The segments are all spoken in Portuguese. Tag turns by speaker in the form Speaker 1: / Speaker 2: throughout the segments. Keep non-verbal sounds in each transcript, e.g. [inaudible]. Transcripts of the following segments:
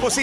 Speaker 1: Você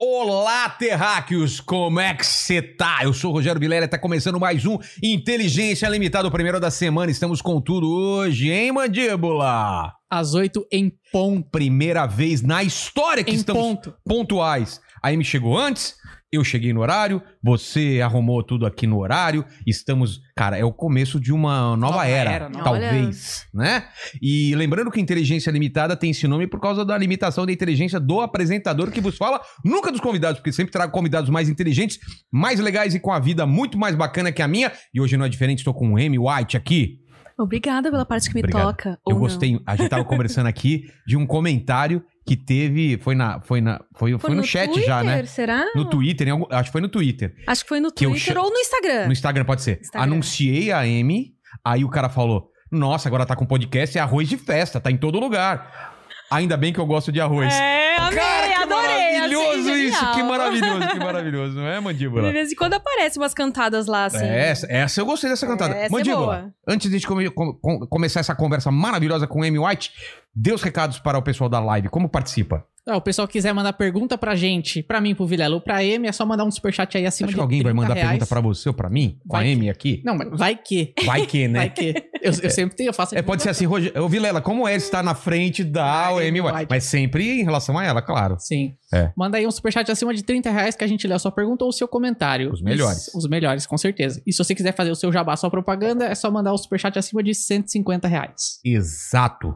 Speaker 2: Olá, terráqueos! Como é que você tá? Eu sou o Rogério Vilela e tá começando mais um Inteligência Limitada, o primeiro da semana. Estamos com tudo hoje, hein, Mandíbula?
Speaker 3: às 8 em ponto.
Speaker 2: Primeira vez na história que
Speaker 3: Em
Speaker 2: estamos
Speaker 3: ponto.
Speaker 2: pontuais. A Amy chegou antes, eu cheguei no horário, você arrumou tudo aqui no horário. Estamos, cara, é o começo de uma nova,
Speaker 3: Nova
Speaker 2: era,
Speaker 3: era, né?
Speaker 2: talvez, né? E lembrando que inteligência limitada tem esse nome por causa da limitação da inteligência do apresentador que vos fala, nunca dos convidados, porque sempre trago convidados mais inteligentes, mais legais e com a vida muito mais bacana que a minha. E hoje não é diferente, estou com o Amy White aqui.
Speaker 4: Obrigada pela parte que me
Speaker 2: Obrigado.
Speaker 4: toca.
Speaker 2: Eu
Speaker 4: ou
Speaker 2: gostei. A gente tava conversando aqui de um comentário que teve. Foi na. Foi, na, foi,
Speaker 4: Não.
Speaker 2: foi, no, chat
Speaker 4: Twitter,
Speaker 2: já,
Speaker 4: Ah.
Speaker 2: né?
Speaker 4: Será?
Speaker 2: No Twitter, em algum- acho que foi no Twitter.
Speaker 4: Acho que foi no
Speaker 2: Que eu
Speaker 4: Twitter
Speaker 2: che-
Speaker 4: ou no Instagram.
Speaker 2: No Instagram pode ser.
Speaker 4: É. Instagram.
Speaker 2: Anunciei a M, aí o cara falou: Nossa, agora tá com podcast, é arroz de festa, tá em todo lugar. Ainda bem que eu gosto de arroz.
Speaker 4: É, amei,
Speaker 2: que
Speaker 4: adorei.
Speaker 2: maravilhoso
Speaker 4: achei
Speaker 2: isso,
Speaker 4: genial.
Speaker 2: que maravilhoso, que maravilhoso, não é,
Speaker 4: De
Speaker 2: mandíbula?
Speaker 4: vez em quando aparecem umas cantadas lá, assim.
Speaker 2: É, Essa, essa eu gostei dessa cantada.
Speaker 4: Essa é
Speaker 2: mandíbula,
Speaker 4: boa.
Speaker 2: antes de a gente come- com- com- começar essa conversa maravilhosa com o Amy White, dê os recados para o pessoal da live. Como participa?
Speaker 3: Ah, o pessoal que quiser mandar pergunta pra gente, pra mim, pro Vilela ou pra M, é só mandar um superchat aí acima
Speaker 2: Acho
Speaker 3: de
Speaker 2: que alguém vai
Speaker 3: 30
Speaker 2: mandar
Speaker 3: reais.
Speaker 2: pergunta pra você ou pra mim? Com a
Speaker 3: Vai que-
Speaker 2: Amy aqui?
Speaker 3: Não, mas vai que.
Speaker 2: Vai que, né?
Speaker 3: Vai que. Eu, eu sempre tenho, eu
Speaker 2: [laughs]
Speaker 3: faço.
Speaker 2: É, pode ser assim, Roger. Ô, Vilela, como é estar na frente da
Speaker 3: Ah,
Speaker 2: Amy
Speaker 3: Amy
Speaker 2: White?
Speaker 3: White.
Speaker 2: Mas sempre em relação a ela, claro.
Speaker 3: Sim.
Speaker 2: É.
Speaker 3: Manda aí um superchat acima de 30 reais que a gente lê a sua pergunta ou o seu comentário.
Speaker 2: Os melhores.
Speaker 3: Isso, os melhores, com certeza. E se você quiser fazer o seu jabá, sua propaganda, é só mandar o superchat acima de 150 reais.
Speaker 2: Exato,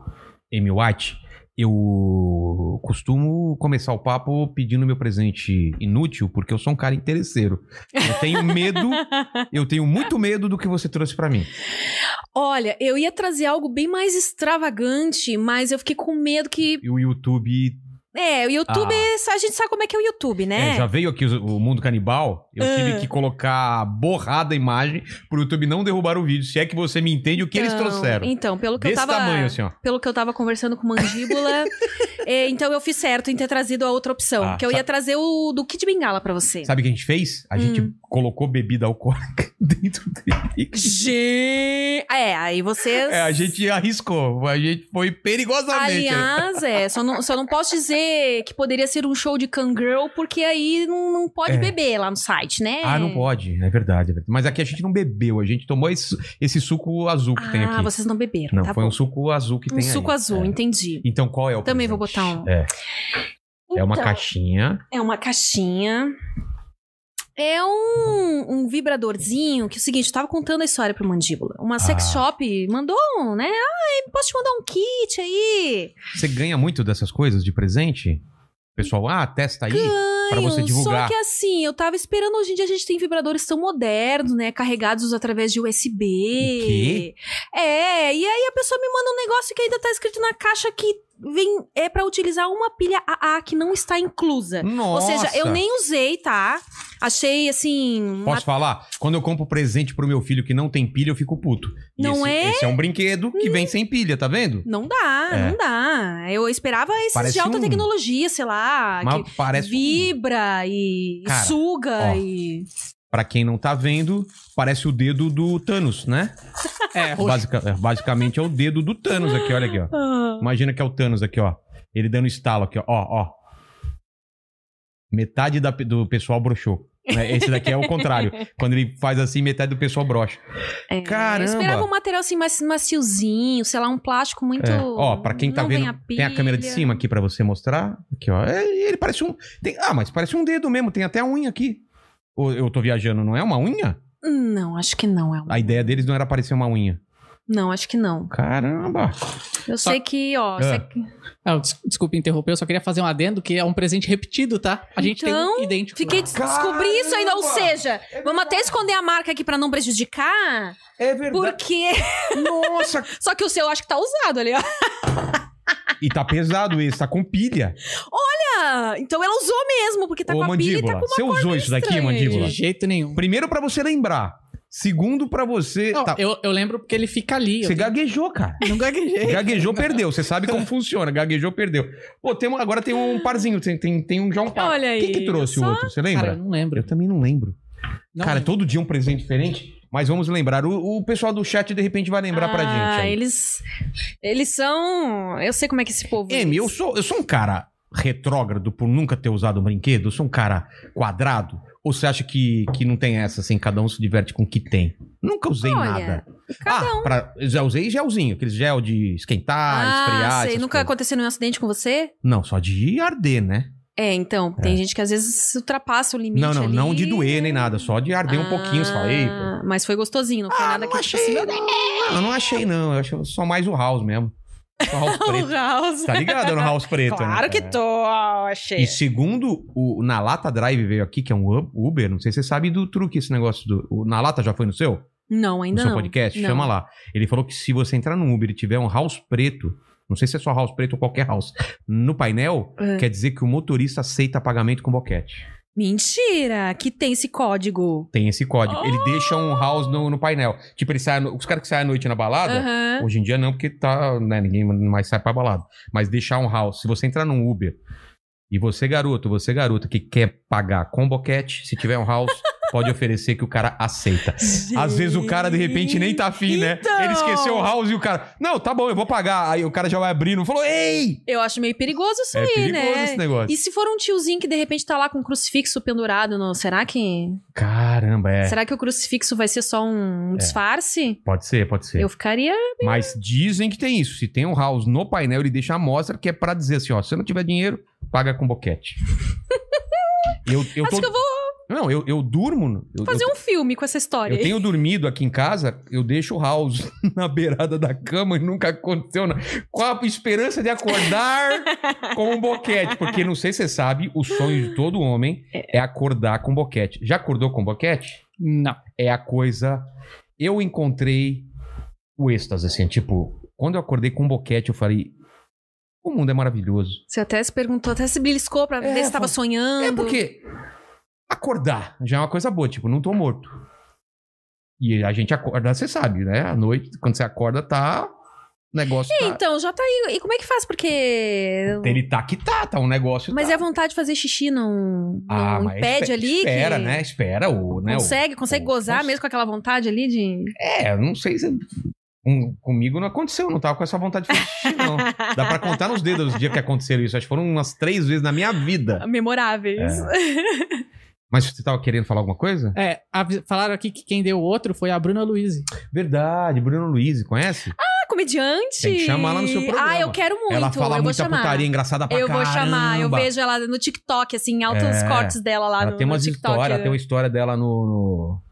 Speaker 2: Amy White. Eu costumo começar o papo pedindo meu presente inútil, porque eu sou um cara interesseiro. Eu tenho
Speaker 3: [laughs]
Speaker 2: medo, eu tenho muito medo do que você trouxe pra mim.
Speaker 4: Olha, eu ia trazer algo bem mais extravagante, mas eu fiquei com medo que.
Speaker 2: E o YouTube.
Speaker 4: É, o YouTube, a gente sabe como é Ah. que é o YouTube, né?
Speaker 2: Ah. É, já veio aqui o o mundo canibal. Eu tive que colocar borrada a imagem pro YouTube não derrubar o vídeo, se é que você me entende o que eles
Speaker 4: Então,
Speaker 2: trouxeram.
Speaker 4: Então, pelo que
Speaker 2: Desse
Speaker 4: eu tava.
Speaker 2: tamanho, assim, ó.
Speaker 4: pelo que eu tava conversando
Speaker 2: [laughs]
Speaker 4: com mandíbula. é, então eu fiz certo em ter trazido a outra opção.
Speaker 2: Ah,
Speaker 4: que eu ia trazer o do Kid Bengala pra você.
Speaker 2: Sabe o que a gente fez? A gente
Speaker 4: Hum.
Speaker 2: colocou bebida alcoólica [laughs] dentro dele.
Speaker 4: Gente! É, aí vocês.
Speaker 2: É, a gente né, arriscou. A gente foi perigosamente.
Speaker 4: Aliás, é, só não, só não posso dizer que poderia ser um show de Kangirl, porque aí não, não pode
Speaker 2: É.
Speaker 4: beber lá no site, né?
Speaker 2: Ah, não pode. É verdade, é verdade. Mas aqui a gente não bebeu. A gente tomou esse, esse suco azul que tem
Speaker 4: Ah,
Speaker 2: aqui.
Speaker 4: vocês não beberam,
Speaker 2: Não,
Speaker 4: tá
Speaker 2: foi
Speaker 4: bom.
Speaker 2: um suco azul que
Speaker 4: Um
Speaker 2: tem
Speaker 4: suco
Speaker 2: aí.
Speaker 4: azul,
Speaker 2: É.
Speaker 4: entendi.
Speaker 2: Então qual é o
Speaker 4: Também vou
Speaker 2: presente?
Speaker 4: botar um.
Speaker 2: É, é uma
Speaker 4: Então,
Speaker 2: caixinha.
Speaker 4: É uma caixinha. É um, um vibradorzinho, que é o seguinte, eu tava contando a história pro Mandíbula. Uma sex
Speaker 2: Ah.
Speaker 4: shop mandou um, né? Ai, posso te mandar um kit aí?
Speaker 2: Você ganha muito dessas coisas de presente? Pessoal, ah, testa aí. Pra você
Speaker 4: Ganho.
Speaker 2: divulgar.
Speaker 4: Só que assim, eu tava esperando, hoje em dia a gente tem vibradores tão modernos, né? Carregados através de USB. É, e aí a pessoa me manda um negócio que ainda tá escrito na caixa que vem é pra utilizar uma pilha AA que não está inclusa.
Speaker 2: Nossa.
Speaker 4: Ou seja, eu nem usei, tá? Achei assim.
Speaker 2: Posso falar? Quando eu compro presente pro meu filho que não tem pilha, eu fico puto. E
Speaker 4: Não
Speaker 2: esse,
Speaker 4: é?
Speaker 2: Esse é um brinquedo que vem sem pilha, tá vendo?
Speaker 4: Não dá,
Speaker 2: É.
Speaker 4: não dá. Eu esperava esses
Speaker 2: Parece
Speaker 4: de alta
Speaker 2: um-
Speaker 4: tecnologia, sei lá,
Speaker 2: Mas
Speaker 4: Ah, que
Speaker 2: parece. um
Speaker 4: vibra e, e
Speaker 2: Cara,
Speaker 4: suga
Speaker 2: ó.
Speaker 4: e.
Speaker 2: Pra quem não tá vendo, parece o dedo do Thanos, né? [laughs]
Speaker 3: É, roxo.
Speaker 2: Basica- é, basicamente é o dedo do Thanos aqui, olha aqui, ó.
Speaker 4: Ah.
Speaker 2: Imagina que é o Thanos aqui, ó. Ele dando estalo aqui, ó. Ó, ó. Metade da pe- do pessoal broxou. né? Esse daqui é o
Speaker 4: [laughs]
Speaker 2: contrário. Quando ele faz assim, metade do pessoal brocha.
Speaker 4: É,
Speaker 2: Caramba!
Speaker 4: Eu esperava um material assim mais maciozinho, sei lá, um plástico muito.
Speaker 2: É. Ó, pra quem tá
Speaker 4: não
Speaker 2: vendo,
Speaker 4: vem
Speaker 2: tem a câmera de
Speaker 4: pilha.
Speaker 2: cima aqui pra você mostrar. Aqui, ó. É, ele parece um. tem- ah, mas parece um dedo mesmo. Tem até a unha aqui. Ou eu tô viajando, não é uma unha?
Speaker 4: Não, acho que não, é um-
Speaker 2: A ideia deles não era parecer uma unha.
Speaker 4: Não, acho que não.
Speaker 2: Caramba!
Speaker 4: Eu
Speaker 3: Só-
Speaker 4: sei que, ó.
Speaker 2: Ah.
Speaker 4: sei que-
Speaker 3: Ah, des- desculpa interromper, eu só quria fazer um adendo que é um presente repetido, tá? A gente tem um
Speaker 4: Então,
Speaker 3: idêntico.
Speaker 4: Fiquei
Speaker 3: lá.
Speaker 4: des- descobri isso ainda, ou
Speaker 2: Caramba!
Speaker 4: seja, vamos até esconder a marca aqui pra não prejudicar,
Speaker 2: É verdade.
Speaker 4: porque. [laughs]
Speaker 2: Nossa!
Speaker 4: Só que o seu acho que tá usado ali, ó. [laughs]
Speaker 2: e tá pesado esse, tá com pilha.
Speaker 4: Ah, então ela usou mesmo, porque tá
Speaker 2: Ô,
Speaker 4: com a pilha e tá
Speaker 2: mandíbula,
Speaker 4: com uma
Speaker 2: você usou isso daqui,
Speaker 4: estranha aí.
Speaker 2: mandíbula?
Speaker 3: De jeito nenhum.
Speaker 2: Primeiro pra você lembrar. Segundo, pra você.
Speaker 3: Não,
Speaker 2: tá,
Speaker 3: eu, eu lembro porque ele fica ali.
Speaker 2: Você
Speaker 3: eu
Speaker 2: gaguejou, cara.
Speaker 3: não gaguejei.
Speaker 2: Gaguejou, perdeu. Você sabe como funciona. Gaguejou, perdeu. Pô, tem um- agora tem um parzinho. Tem, tem, tem um já um par.
Speaker 4: Olha aí.
Speaker 2: Quem que trouxe o
Speaker 4: só.
Speaker 2: outro? Você
Speaker 3: Cara,
Speaker 2: lembra?
Speaker 3: eu não lembro.
Speaker 2: eu também não lembro.
Speaker 3: Não
Speaker 2: cara,
Speaker 3: lembro.
Speaker 2: todo dia um presente diferente. Mas vamos lembrar. O, o pessoal do chat, de repente, vai lembrar pra
Speaker 4: Ah,
Speaker 2: gente. aí.
Speaker 4: eles. Eles são. Eu sei como é que esse povo.
Speaker 2: Emi, eu sou, eu sou um cara retrógrado por nunca ter usado um brinquedo? Eu sou um cara quadrado? Ou você acha que, que não tem essa, assim, cada um se diverte com o que tem? Nunca usei
Speaker 4: Olha,
Speaker 2: nada.
Speaker 4: cada um.
Speaker 2: ah, pra- eu já usei gelzinho, aquele gel de esquentar, esfriar.
Speaker 4: Ah, sei.
Speaker 2: essas
Speaker 4: Nunca
Speaker 2: coisas.
Speaker 4: aconteceu nenhum acidente com você?
Speaker 2: Não, só de arder, né?
Speaker 4: É, então. Tem gente que às vezes ultrapassa o limite.
Speaker 2: não, não, não
Speaker 4: ali.
Speaker 2: de doer nem nada, só de arder um pouquinho. Você fala, "Ei, pô,
Speaker 4: Ah, Mas foi gostosinho, não foi
Speaker 2: Ah,
Speaker 4: nada
Speaker 2: não
Speaker 4: que assim,
Speaker 2: achei. não, não achei, não. Eu acho só mais o House mesmo. Só o House
Speaker 4: [laughs] O
Speaker 2: preto.
Speaker 4: House.
Speaker 2: Tá ligado no House preto, né?
Speaker 4: Claro que
Speaker 2: cara?
Speaker 4: tô, achei.
Speaker 2: E segundo o na lata Drive veio aqui, que é um Ub- Uber, não sei se você sabe do truque esse negócio do o na lata já foi no seu,
Speaker 4: Não,
Speaker 2: no
Speaker 4: ainda
Speaker 2: seu
Speaker 4: não.
Speaker 2: podcast,
Speaker 4: Não.
Speaker 2: chama lá. Ele falou que se você entrar no Uber e tiver um house preto, não sei se é só house preto ou qualquer house, no painel,
Speaker 4: É.
Speaker 2: quer dizer que o motorista aceita pagamento com boquete.
Speaker 4: Mentira, que tem esse código.
Speaker 2: Tem esse código.
Speaker 4: Oh!
Speaker 2: Ele deixa um house no, no painel. Tipo, ele sai, à no- os caras que saem à noite na balada,
Speaker 4: Aham.
Speaker 2: Hoje em dia não, porque tá, né, ninguém mais sai pra balada. Mas deixar um house, se você entrar num Uber e você, garoto, você, garota, que quer pagar com boquete, se tiver um
Speaker 4: [laughs]
Speaker 2: house, pode oferecer que o cara aceita. Às vezes o cara, de repente, nem tá afim, né?
Speaker 4: Então.
Speaker 2: Ele esqueceu o house e o cara, não, tá bom, eu vou pagar. Aí o cara já vai abrindo, falou, ei!
Speaker 4: Eu acho meio perigoso isso
Speaker 2: é
Speaker 4: aí,
Speaker 2: perigoso
Speaker 4: né?
Speaker 2: esse negócio.
Speaker 4: E se for um tiozinho que de repente tá lá com um crucifixo pendurado, no... será que.
Speaker 2: Caramba, é.
Speaker 4: Será que o crucifixo vai ser só um disfarce?
Speaker 2: Pode ser, pode ser.
Speaker 4: Eu ficaria.
Speaker 2: Mas dizem que tem isso. Se tem um house no painel, ele deixa a amostra que é pra dizer assim, ó, se você não tiver dinheiro, paga com
Speaker 4: [laughs]
Speaker 2: boquete. eu, eu
Speaker 4: Acho
Speaker 2: tô...
Speaker 4: que eu vou
Speaker 2: Não, eu, eu durmo. Eu,
Speaker 4: fazer
Speaker 2: eu,
Speaker 4: um filme com essa história.
Speaker 2: eu tenho dormido aqui em casa, eu deixo o house [laughs] na beirada da cama e nunca aconteceu nada. Com a esperança de acordar com um boquete. Porque não sei se você sabe, o sonho de todo homem é acordar com boquete. Já acordou com boquete?
Speaker 3: Não.
Speaker 2: É a coisa. Eu encontrei o êxtase, assim, tipo, quando eu acordei com boquete, eu falei. O mundo é maravilhoso.
Speaker 4: Você até se perguntou, até se beliscou pra
Speaker 2: É,
Speaker 4: ver se tava
Speaker 2: fa-
Speaker 4: sonhando.
Speaker 2: É porque acordar já é uma coisa boa, tipo, não tô morto. E a gente acorda, você sabe, né? À noite, quando você acorda, tá. O negócio tá.
Speaker 4: Então, já tá aí. E como é que faz? Porque.
Speaker 2: Ele tá que tá, tá um negócio.
Speaker 4: Então. Mas é
Speaker 2: tá. Ah,
Speaker 4: e a vontade de fazer xixi não, não impede
Speaker 2: espe-
Speaker 4: ali?
Speaker 2: Espera,
Speaker 4: que
Speaker 2: né? Espera o. Né, o-
Speaker 4: Consegue, consegue
Speaker 2: o-
Speaker 4: gozar
Speaker 2: cons-
Speaker 4: mesmo com aquela vontade ali de.
Speaker 2: É, eu não sei se. com- comigo não aconteceu, não tava com essa vontade de fazer xixi, não. Dá pra contar nos dedos os dias que aconteceram isso. Acho que foram umas três vezes na minha vida.
Speaker 4: Memoráveis.
Speaker 2: É. Mas você tava querendo falar alguma coisa?
Speaker 3: É, avi- falaram aqui que quem deu o outro foi a Bruna Luiz.
Speaker 2: Verdade, Bruno Luiz, conhece?
Speaker 4: [laughs] Ah, comediante!
Speaker 2: Tem que chamar lá no seu programa.
Speaker 4: Ah, eu quero muito.
Speaker 2: Ela fala
Speaker 4: eu vou
Speaker 2: muita
Speaker 4: chamar.
Speaker 2: putaria engraçada pra
Speaker 4: eu vou
Speaker 2: caramba.
Speaker 4: chamar, eu vejo ela no TikTok, assim, altos
Speaker 2: É.
Speaker 4: cortes dela lá
Speaker 2: Ela
Speaker 4: no,
Speaker 2: tem
Speaker 4: no
Speaker 2: umas
Speaker 4: TikTok. né?
Speaker 2: histórias, tem uma história dela no, no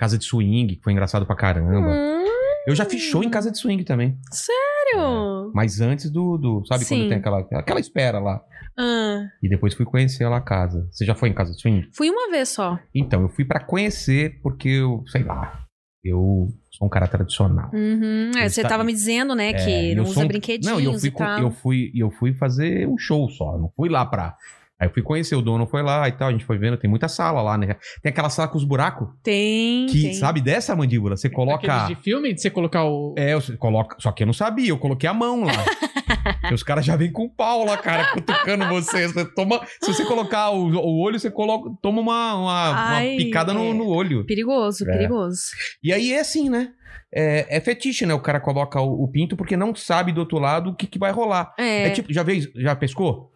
Speaker 2: Casa de Swing, que foi engraçado pra caramba.
Speaker 4: Hum,
Speaker 2: Eu já fiz show em Casa de Swing também.
Speaker 4: sério?
Speaker 2: Mas antes do. do- sabe
Speaker 4: Sim.
Speaker 2: quando tem aquela, aquela espera lá?
Speaker 4: Ah,
Speaker 2: E depois fui conhecer lá a casa. Você já foi em Casa de Swing?
Speaker 4: fui uma vez só.
Speaker 2: Então, eu fui pra conhecer porque eu, sei lá, eu sou um cara tradicional.
Speaker 4: Uhum, é,
Speaker 2: Eu
Speaker 4: você
Speaker 2: esta-
Speaker 4: tava me dizendo, né,
Speaker 2: É,
Speaker 4: que não
Speaker 2: eu sou
Speaker 4: usa
Speaker 2: um-
Speaker 4: brinquedinhos
Speaker 2: Não, e eu fui,
Speaker 4: e
Speaker 2: com-
Speaker 4: tal.
Speaker 2: eu fui, e eu fui fazer um show só, eu não fui lá pra. Aí eu fui conhecer o dono, foi lá e tal, a gente foi vendo, tem muita sala lá, né? Tem aquela sala com os buracos
Speaker 4: Tem,
Speaker 2: que,
Speaker 4: tem.
Speaker 2: sabe, dessa mandíbula, você coloca
Speaker 3: Aqueles de filme, de você colocar o.
Speaker 2: é, eu coloca, só que eu não sabia, eu coloquei a mão
Speaker 4: [laughs]
Speaker 2: lá. e os caras já vêm com o pau lá, cara, cutucando você, você toma, se você colocar o, o olho, você coloca, toma uma, uma- uma
Speaker 4: Ai,
Speaker 2: picada no,
Speaker 4: é.
Speaker 2: no olho.
Speaker 4: Perigoso,
Speaker 2: É.
Speaker 4: perigoso.
Speaker 2: E aí é assim, né? É, é fetiche, né? O cara coloca o, o pinto porque não sabe do outro lado o que, que vai rolar.
Speaker 4: É.
Speaker 2: É tipo, já fez, já pescou?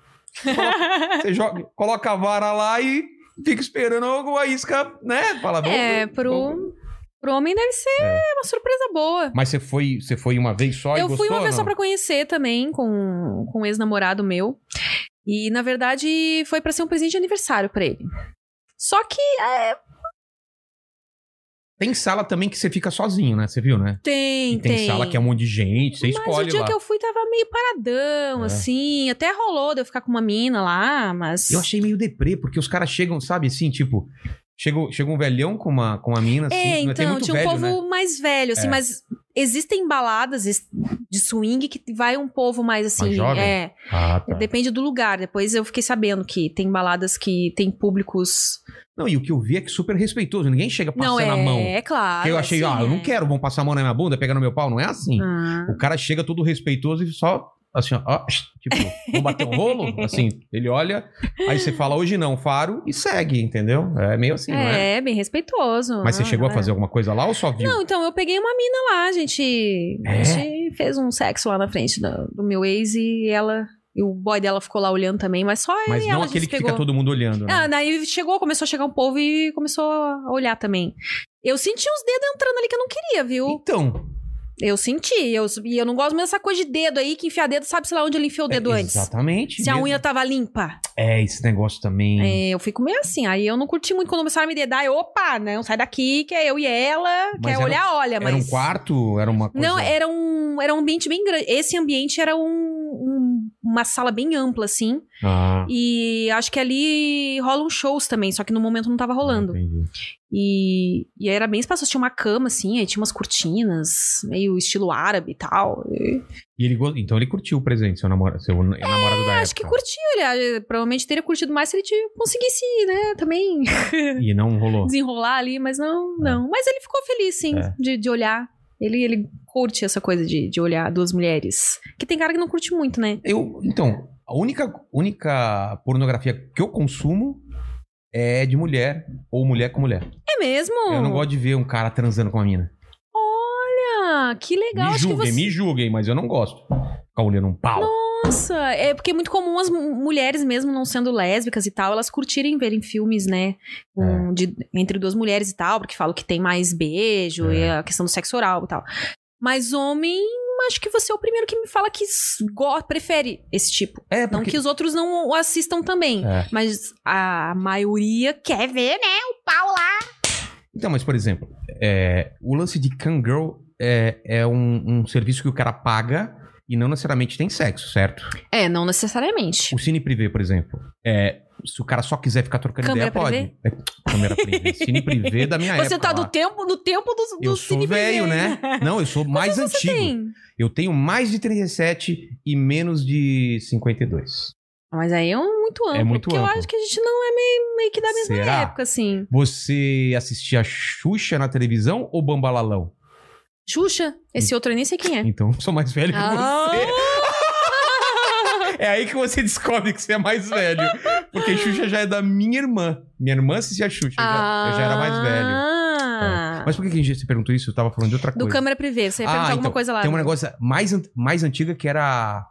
Speaker 2: Você joga, coloca a vara lá e fica esperando algo, a isca, né? Fala, vamos-
Speaker 4: [laughs] É,
Speaker 2: vamos-
Speaker 4: pro, pro homem deve ser
Speaker 2: É.
Speaker 4: uma surpresa boa.
Speaker 2: Mas você foi, você foi uma vez só e
Speaker 4: eu
Speaker 2: gostou?
Speaker 4: fui uma vez
Speaker 2: ou
Speaker 4: só
Speaker 2: não?
Speaker 4: pra conhecer também com, com um ex-namorado meu. E, na verdade, foi pra ser um presente de aniversário pra ele. Só que é,
Speaker 2: Tem sala também que você fica sozinho, né? Você viu, né?
Speaker 4: tem,
Speaker 2: E tem, sala que é um monte de gente, você
Speaker 4: Mas o
Speaker 2: escolhe
Speaker 4: dia
Speaker 2: lá.
Speaker 4: que eu fui tava meio paradão,
Speaker 2: É.
Speaker 4: assim. Até rolou de eu ficar com uma mina lá, mas.
Speaker 2: Eu achei meio deprê, porque os caras chegam, sabe, assim, tipo... Chega, chega um velhão com uma, com uma mina, assim.
Speaker 4: É,
Speaker 2: né? Tem
Speaker 4: então,
Speaker 2: muito
Speaker 4: tinha um
Speaker 2: velho,
Speaker 4: povo
Speaker 2: né?
Speaker 4: mais velho, assim,
Speaker 2: É.
Speaker 4: mas existem baladas es- de swing que vai um povo mais assim.
Speaker 2: Mais jovem?
Speaker 4: É,
Speaker 2: Ah, tá.
Speaker 4: depende do lugar. Depois eu fiquei sabendo que tem baladas que tem públicos.
Speaker 2: Não, e o que eu vi é que super respeitoso. Ninguém chega
Speaker 4: não,
Speaker 2: passando
Speaker 4: é,
Speaker 2: a mão.
Speaker 4: é claro.
Speaker 2: Que eu achei,
Speaker 4: assim,
Speaker 2: ah, eu
Speaker 4: é.
Speaker 2: não quero, vão passar a mão na minha bunda, pegar no meu pau. Não é assim.
Speaker 4: Ah.
Speaker 2: O cara chega todo respeitoso e só, assim, ó, ó, tipo, vamos bater um
Speaker 4: [laughs]
Speaker 2: rolo? Assim, ele olha, aí você fala, hoje não, faro, e segue, entendeu? É meio assim, não é?
Speaker 4: é, bem respeitoso.
Speaker 2: Mas você
Speaker 4: não,
Speaker 2: chegou a
Speaker 4: não é.
Speaker 2: fazer alguma coisa lá ou só viu?
Speaker 4: Não, então eu peguei uma mina lá, a gente, a
Speaker 2: É?
Speaker 4: gente fez um sexo lá na frente do, do meu ex e ela. E o boy dela ficou lá olhando também, mas só ela
Speaker 2: Mas
Speaker 4: e
Speaker 2: não
Speaker 4: ela a
Speaker 2: aquele
Speaker 4: gente
Speaker 2: que
Speaker 4: pegou.
Speaker 2: fica todo mundo olhando, né?
Speaker 4: Ah, daí chegou, começou a chegar um povo e começou a olhar também. Eu senti os dedos entrando ali que eu não queria, viu?
Speaker 2: Então,
Speaker 4: Eu senti. Eu, e eu não gosto mesmo dessa coisa de dedo aí, que enfiar dedo, sabe, sei lá, onde ele enfiou o um dedo
Speaker 2: é,
Speaker 4: antes.
Speaker 2: Exatamente.
Speaker 4: Se a
Speaker 2: mesmo.
Speaker 4: unha tava limpa.
Speaker 2: É, esse negócio também.
Speaker 4: É, eu fico meio assim. Aí eu não curti muito quando começaram a me dedar. Eu, opa, não, sai daqui, que é eu e ela.
Speaker 2: Mas
Speaker 4: Quer
Speaker 2: era-
Speaker 4: olhar, olha, mas.
Speaker 2: Era um quarto, é. era uma coisa...
Speaker 4: Não, era um, era um ambiente bem grande. Esse ambiente era um- um- uma sala bem ampla, assim.
Speaker 2: Ah,
Speaker 4: E acho que ali rolam shows também, só que no momento não tava rolando.
Speaker 2: entendi.
Speaker 4: E, e era bem espaçoso, tinha uma cama assim, aí tinha umas cortinas, meio estilo árabe e tal. E-
Speaker 2: E ele, go- então ele curtiu o presente, seu namorado, seu na- namorado da época.
Speaker 4: É, acho que curtiu, ele ah, provavelmente teria curtido mais se ele te- conseguisse, né, também
Speaker 2: E não rolou.
Speaker 4: [laughs] desenrolar ali, mas não, não. Mas ele ficou feliz, sim,
Speaker 2: É.
Speaker 4: de, de olhar. Ele, ele curte essa coisa de, de olhar duas mulheres. Que tem cara que não curte muito, né?
Speaker 2: Eu, então, a única, única pornografia que eu consumo é de mulher ou mulher com mulher.
Speaker 4: É mesmo?
Speaker 2: Eu não gosto de ver um cara transando com uma mina.
Speaker 4: Olha, Ah, que legal.
Speaker 2: me
Speaker 4: acho que
Speaker 2: julguem,
Speaker 4: você...
Speaker 2: me julguem, mas eu não gosto. Ficar olhando um pau.
Speaker 4: Nossa, é porque é muito comum as mu- mulheres, mesmo não sendo lésbicas e tal, elas curtirem verem filmes, né?
Speaker 2: É.
Speaker 4: com- de- entre duas mulheres e tal, porque falam que tem mais beijo e
Speaker 2: É.
Speaker 4: a questão do sexo oral e tal. Mas homem, acho que você é o primeiro que me fala que s- go- prefere esse tipo.
Speaker 2: É,
Speaker 4: Não
Speaker 2: porque...
Speaker 4: que os outros não o assistam também.
Speaker 2: É.
Speaker 4: Mas a maioria quer ver, né? O pau lá.
Speaker 2: Então, mas por exemplo, é, o lance de Kangirl é, é um, um serviço que o cara paga e não necessariamente tem sexo, certo?
Speaker 4: É, não necessariamente.
Speaker 2: O Cine Privé, por exemplo, é, se o cara só quiser ficar trocando
Speaker 4: Câmera
Speaker 2: ideia, pode. É, câmera
Speaker 4: [laughs]
Speaker 2: Privé. Cine Privé é da minha época.
Speaker 4: Você tá
Speaker 2: lá.
Speaker 4: no tempo, no tempo do, do
Speaker 2: Eu sou
Speaker 4: Cine Privé.
Speaker 2: velho, né? Não, eu sou mais
Speaker 4: Quantos anos
Speaker 2: antigo.
Speaker 4: Você tem?
Speaker 2: Eu tenho mais de 37 e menos de 52.
Speaker 4: Mas aí é um muito amplo.
Speaker 2: muito
Speaker 4: porque
Speaker 2: amplo.
Speaker 4: eu acho que a gente não é meio, meio que da mesma
Speaker 2: Será?
Speaker 4: época, assim.
Speaker 2: Você assistia Xuxa na televisão ou Bambalalão?
Speaker 4: Xuxa, esse outro eu nem sei quem é.
Speaker 2: Então, [laughs] eu sou mais velho que
Speaker 4: Ah!
Speaker 2: você. É aí que você [laughs] descobre que você é mais velho. Porque Xuxa já é da minha irmã. Minha irmã assistia Xuxa. eu já- eu, já, era mais velho. É.
Speaker 4: Ah.
Speaker 2: Mas por que que a gente se perguntou isso? Eu tava falando de outra
Speaker 4: Do
Speaker 2: coisa. Ah,
Speaker 4: câmera privê, você ia perguntar alguma coisa lá.
Speaker 2: Tem um negócio mais, an- mais antiga que era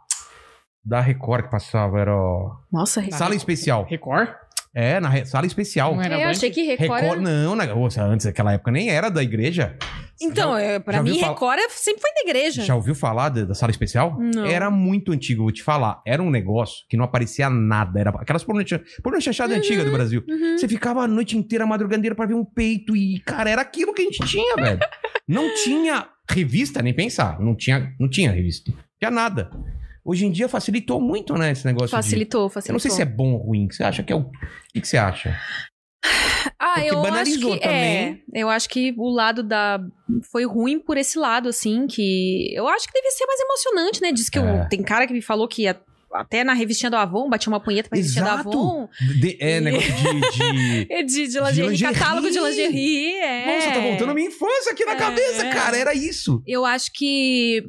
Speaker 2: da Record que passava. Era ó,
Speaker 4: Nossa, Record.
Speaker 2: Sala Especial.
Speaker 3: Record?
Speaker 2: É, na re- Sala Especial.
Speaker 3: Não era
Speaker 4: É, eu
Speaker 3: Band?
Speaker 4: achei que Record.
Speaker 2: Record,
Speaker 4: era-
Speaker 2: não, né? Nossa, antes daquela época nem era da igreja.
Speaker 4: Então,
Speaker 2: Já-
Speaker 4: é, pra
Speaker 2: já ouviu
Speaker 4: mim,
Speaker 2: falar-
Speaker 4: Record é- sempre foi da igreja.
Speaker 2: Já ouviu falar da, da sala especial?
Speaker 4: Não.
Speaker 2: Era muito antigo, vou te falar. Era um negócio que não aparecia nada. Era aquelas pornochanchadas antigas do Brasil.
Speaker 4: Uhum.
Speaker 2: Você ficava a noite inteira madrugandeira pra ver um peito e, cara, era aquilo que a gente tinha, velho. Não tinha revista, nem pensar. Não tinha, não tinha revista. Não tinha nada. Hoje em dia facilitou muito, né, esse negócio de...
Speaker 4: Facilitou,
Speaker 2: Eu
Speaker 4: facilitou.
Speaker 2: não sei se é bom ou ruim. Você acha que é o... O que que você acha?
Speaker 4: Ah,
Speaker 2: porque
Speaker 4: eu acho
Speaker 2: banalizou
Speaker 4: que
Speaker 2: também.
Speaker 4: é. Eu acho que o lado da foi ruim por esse lado assim, que eu acho que devia ser mais emocionante, né? Diz que eu-
Speaker 2: É.
Speaker 4: tem cara que me falou que a- até na revistinha do Avon batia uma punheta pra revistinha
Speaker 2: Exato.
Speaker 4: do Avon.
Speaker 2: De- é
Speaker 4: [laughs] E-
Speaker 2: negócio de- de...
Speaker 4: É De, de
Speaker 2: De
Speaker 4: lingerie,
Speaker 2: lingerie.
Speaker 4: catálogo de lingerie, é.
Speaker 2: Nossa, tá voltando a minha infância aqui na
Speaker 4: É.
Speaker 2: cabeça, cara. Era isso.
Speaker 4: Eu acho que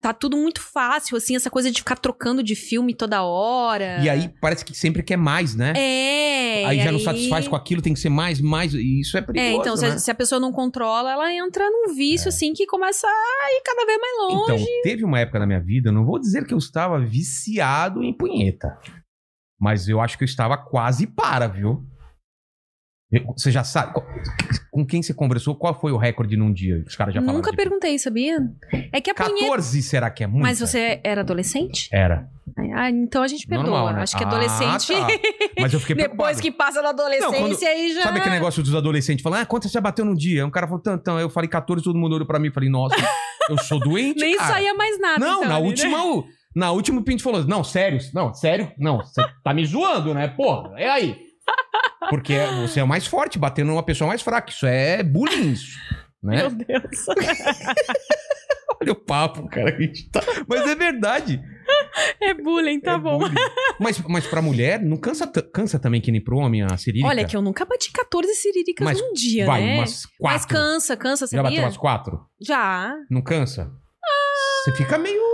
Speaker 4: tá tudo muito fácil assim, essa coisa de ficar trocando de filme toda hora.
Speaker 2: E aí parece que sempre quer mais, né?
Speaker 4: é,
Speaker 2: aí
Speaker 4: e
Speaker 2: já não satisfaz com aquilo, tem que ser mais, mais. E isso é perigoso.
Speaker 4: É, então, se,
Speaker 2: né? É.
Speaker 4: a, se a pessoa não controla, ela entra num vício, assim, que começa a ir cada vez mais longe.
Speaker 2: Então, teve uma época na minha vida, não vou dizer que eu estava viciado em punheta. Mas eu acho que eu estava quase para, viu? Eu- Você já sabe. qual- Com quem você conversou? Qual foi o recorde num dia? Os caras já falaram.
Speaker 4: Nunca
Speaker 2: de-
Speaker 4: perguntei, sabia? É que a punheta.
Speaker 2: 14 será que é muito?
Speaker 4: Mas você era adolescente?
Speaker 2: Era.
Speaker 4: Ah, então a gente perdoa.
Speaker 2: Normal, né?
Speaker 4: Acho que
Speaker 2: Ah,
Speaker 4: adolescente. [laughs]
Speaker 2: tá. Mas eu fiquei
Speaker 4: Depois
Speaker 2: preocupado.
Speaker 4: que passa da adolescência,
Speaker 2: Não, é quando-
Speaker 4: aí já. [laughs]
Speaker 2: Sabe aquele negócio dos adolescentes falando, ah, quanto você bateu num dia? Aí Um cara falou, tantão. Eu falei 14, todo mundo olhou pra mim e falei, nossa, eu sou doente,
Speaker 4: [laughs] Nem
Speaker 2: cara.
Speaker 4: saía mais nada.
Speaker 2: Não,
Speaker 4: então,
Speaker 2: na
Speaker 4: ali, né?
Speaker 2: última. o- Na última o Pinto falou: Não, sério, não, sério, não, você tá me zoando, né? Porra, é aí. Porque é- você é o mais forte, batendo numa pessoa mais fraca. Isso é bullying, isso. Né?
Speaker 4: Meu Deus.
Speaker 2: Olha o papo, cara. que a gente tá- Mas é verdade.
Speaker 4: É bullying, tá
Speaker 2: É
Speaker 4: bom.
Speaker 2: bullying. Mas, mas pra mulher, não cansa, ta- cansa também que nem pro homem a cirílica?
Speaker 4: Olha, que eu nunca bati 14 cirílicas
Speaker 2: Mas
Speaker 4: num dia,
Speaker 2: Vai,
Speaker 4: né?
Speaker 2: umas quatro.
Speaker 4: Mas cansa, cansa,
Speaker 2: Já bateu
Speaker 4: sabia?
Speaker 2: umas quatro?
Speaker 4: Já.
Speaker 2: Não cansa? Você fica meio...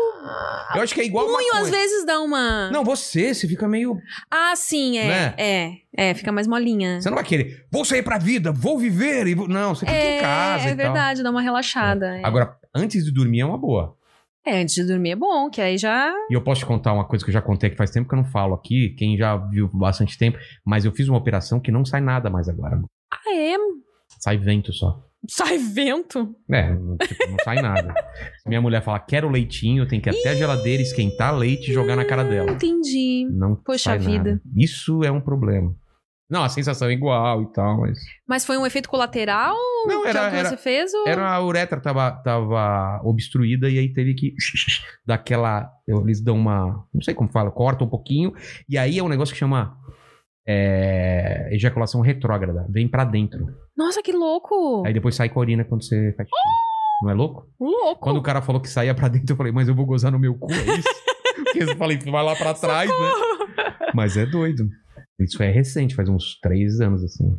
Speaker 2: Eu acho que é igual
Speaker 4: Punho
Speaker 2: maconha.
Speaker 4: às vezes dá uma.
Speaker 2: Não, você, você fica meio...
Speaker 4: Ah, sim, é.
Speaker 2: Né?
Speaker 4: É, é, fica mais molinha.
Speaker 2: Você não vai querer, vou sair pra vida, vou viver e... vou-" Não, você fica
Speaker 4: é,
Speaker 2: em casa
Speaker 4: é
Speaker 2: e É.
Speaker 4: verdade, dá uma relaxada.
Speaker 2: tal. Agora, antes de dormir é uma boa.
Speaker 4: É, antes de dormir é bom, que aí já.
Speaker 2: E eu posso te contar uma coisa que eu já contei que faz tempo que eu não falo aqui, quem já viu bastante tempo, mas eu fiz uma operação que não sai nada mais agora. mano.
Speaker 4: Ah, é?
Speaker 2: Sai vento só.
Speaker 4: [laughs] Sai vento.
Speaker 2: É, não, tipo, não sai nada.
Speaker 4: [laughs]
Speaker 2: Se minha mulher falar, quero leitinho, eu tenho que ir até a geladeira, esquentar leite e jogar na cara dela.
Speaker 4: Entendi.
Speaker 2: Não
Speaker 4: Poxa
Speaker 2: sai
Speaker 4: vida.
Speaker 2: nada. Isso é um problema. Não, a sensação é igual e tal, mas...
Speaker 4: Mas foi um efeito colateral?
Speaker 2: Não,
Speaker 4: que é o
Speaker 2: era...
Speaker 4: que
Speaker 2: era...
Speaker 4: você fez? Ou...
Speaker 2: Era a uretra tava, tava obstruída e aí teve que dar aquela. Eles dão uma. Não sei como fala, corta um pouquinho. E aí é um negócio que chama é, ejaculação retrógrada. Vem pra dentro.
Speaker 4: Nossa, que louco!
Speaker 2: Aí depois sai com a urina quando você faz xixi. Não é louco?
Speaker 4: Louco!
Speaker 2: Quando o cara falou que saía pra dentro, eu falei, mas eu vou gozar no meu cu, é isso? [laughs] Porque eu falei, vai lá pra trás, né? Mas é doido. Isso é recente, faz uns três anos, assim.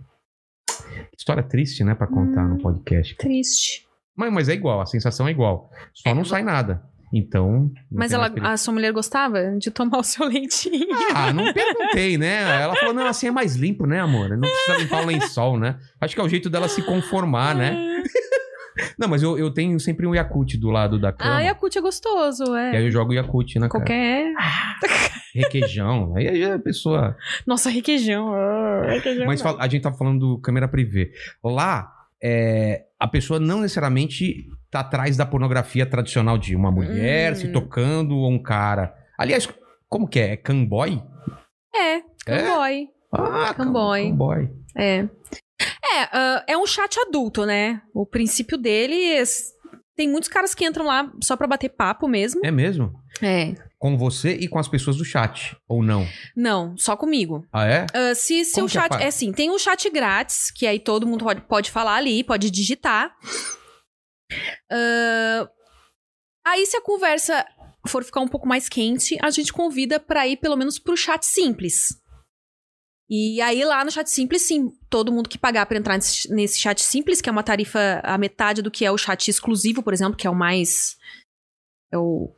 Speaker 2: Que História triste, né, pra contar
Speaker 4: Hum.
Speaker 2: no podcast.
Speaker 4: Triste.
Speaker 2: Mas, mas é igual, a sensação é igual. Só não sai nada. Então. não
Speaker 4: Mas
Speaker 2: tem
Speaker 4: ela,
Speaker 2: mais perigo.
Speaker 4: a sua mulher gostava de tomar [laughs] o seu leitinho? [laughs]
Speaker 2: Ah, não perguntei, né? Ela falou: não, assim é mais limpo, né, amor? Não precisa limpar o lençol, né? Acho que é o jeito dela se conformar, né? Não, mas eu, eu tenho sempre um Yakut do lado da cama.
Speaker 4: Ah, Yakut é gostoso,
Speaker 2: E aí
Speaker 4: é.
Speaker 2: eu jogo Yakut na cara.
Speaker 4: Qualquer.
Speaker 2: Requeijão. Aí a pessoa.
Speaker 4: Nossa, requeijão. ah, requeijão
Speaker 2: Mas
Speaker 4: não.
Speaker 2: fala- a gente tava falando do câmera privê. Lá, é, a pessoa não necessariamente tá atrás da pornografia tradicional de uma mulher
Speaker 4: Hum.
Speaker 2: se tocando ou um cara. Aliás, como que é? É camboy?
Speaker 4: É,
Speaker 2: É?
Speaker 4: cowboy.
Speaker 2: Ah, cam-
Speaker 4: Camboy.
Speaker 2: Camboy.
Speaker 4: É. É, ah, é um chat adulto, né? O princípio deles. Tem muitos caras que entram lá só pra bater papo mesmo.
Speaker 2: É mesmo?
Speaker 4: É.
Speaker 2: Com você e com as pessoas do chat, ou não?
Speaker 4: Não, só comigo.
Speaker 2: Ah, é?
Speaker 4: Ah, se se
Speaker 2: Como
Speaker 4: o
Speaker 2: que é a
Speaker 4: chat.
Speaker 2: par-
Speaker 4: É assim, tem um chat grátis, que aí todo mundo pode, pode falar ali, pode digitar. Ah, aí, se a conversa for ficar um pouco mais quente, a gente convida pra ir pelo menos pro chat simples. E aí, lá no chat simples, sim, todo mundo que pagar pra entrar nesse, nesse chat simples, que é uma tarifa a metade do que é o chat exclusivo, por exemplo, que é o mais. É o.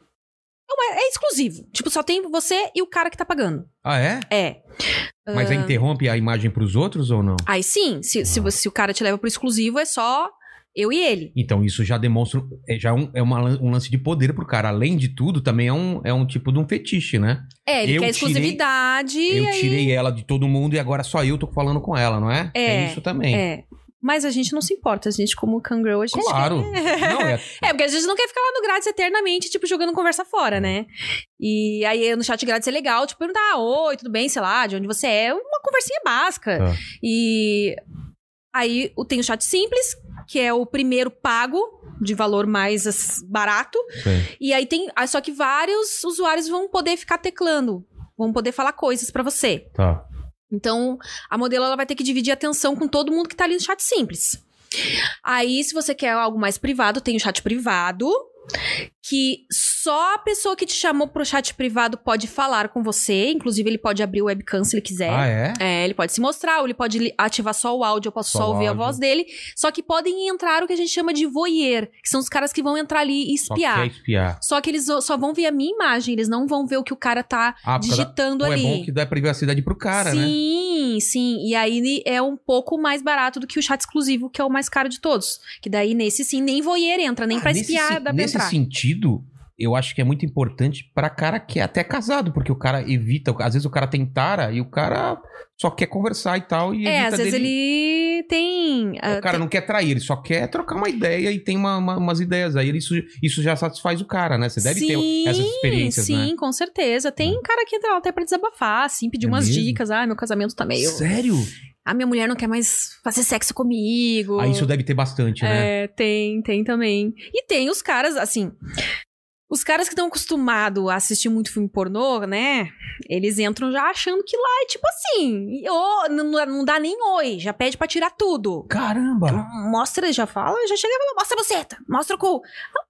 Speaker 4: é o mais- É exclusivo. Tipo, só tem você e o cara que tá pagando.
Speaker 2: Ah, é?
Speaker 4: É.
Speaker 2: Mas aí interrompe a imagem pros outros ou não?
Speaker 4: Aí sim, se, se, você- se o cara te leva pro exclusivo, é só eu e ele.
Speaker 2: Então, isso já demonstra. É, já um, é uma lan- um lance de poder pro cara. Além de tudo, também é um, é um tipo de um fetiche, né?
Speaker 4: É, ele
Speaker 2: Eu tirei-
Speaker 4: quer exclusividade.
Speaker 2: eu
Speaker 4: aí-
Speaker 2: tirei ela de todo mundo e agora só eu tô falando com ela, não é? Tem isso também.
Speaker 4: É. Mas a gente não se importa, a gente, como cangirl, a gente. [laughs]
Speaker 2: Claro. Não, é,
Speaker 4: É, porque a gente não quer ficar lá no grátis eternamente, tipo, jogando conversa fora, né? E aí no chat grátis é legal, tipo, perguntar, ah, oi, tudo bem, sei lá, de onde você é, uma conversinha básica.
Speaker 2: Tá.
Speaker 4: E aí o- tem o chat simples, que é o primeiro pago, de valor mais ass- barato.
Speaker 2: Sim.
Speaker 4: E aí tem. ah, Só que vários usuários vão poder ficar teclando, vão poder falar coisas pra você.
Speaker 2: tá.
Speaker 4: Então, a modelo ela vai ter que dividir a atenção com todo mundo que tá ali no chat simples. Aí, se você quer algo mais privado, tem o chat privado, que só a pessoa que te chamou pro chat privado pode falar com você. Inclusive, ele pode abrir o webcam se ele quiser.
Speaker 2: Ah, é?
Speaker 4: É, ele pode se mostrar, ou ele pode li- ativar só o áudio, eu posso
Speaker 2: Só
Speaker 4: só,
Speaker 2: o
Speaker 4: ouvir a
Speaker 2: áudio.
Speaker 4: voz dele. Só que podem entrar o que a gente chama de voyeur, que são os caras que vão entrar ali e
Speaker 2: Só
Speaker 4: espiar.
Speaker 2: quer espiar.
Speaker 4: Só que eles só vão ver a minha imagem, eles não vão ver o que o cara tá
Speaker 2: Ah, porque dá-
Speaker 4: digitando
Speaker 2: Pô, é
Speaker 4: ali.
Speaker 2: bom que dá privacidade pro cara, né?
Speaker 4: sim, sim. E aí ele é um pouco mais barato do que o chat exclusivo, que é o mais caro de todos. Que daí nesse sim, nem voyeur entra, nem
Speaker 2: Ah,
Speaker 4: pra
Speaker 2: nesse
Speaker 4: espiar
Speaker 2: sen-
Speaker 4: dá pra
Speaker 2: Nesse
Speaker 4: entrar.
Speaker 2: sentido, eu acho que é muito importante pra cara que é até casado, porque o cara evita. Às vezes o cara tem tara e o cara só quer conversar e tal. E
Speaker 4: É,
Speaker 2: evita
Speaker 4: às vezes
Speaker 2: dele- É
Speaker 4: ele tem. ah,
Speaker 2: O cara não quer trair, ele só quer trocar uma ideia e tem uma- uma- umas ideias. Aí ele- isso, isso já satisfaz o cara, né? Você deve
Speaker 4: Sim,
Speaker 2: ter essas experiências,
Speaker 4: sim,
Speaker 2: né?
Speaker 4: com certeza. Tem um cara que entra lá até pra desabafar, assim, pedir
Speaker 2: É
Speaker 4: umas
Speaker 2: mesmo?
Speaker 4: dicas. Ah, meu casamento tá meio.
Speaker 2: Sério?
Speaker 4: Ah, minha mulher não quer mais fazer sexo comigo.
Speaker 2: Ah, isso deve ter bastante, né?
Speaker 4: É, tem, tem também. E tem os caras, assim. Os caras que estão acostumados a assistir muito filme pornô, né? Eles entram já achando que lá é tipo assim. ô, não, não dá nem oi, já pede pra tirar tudo.
Speaker 2: Caramba!
Speaker 4: Mostra, já fala, já chega e fala, mostra a buceta, mostra o cu.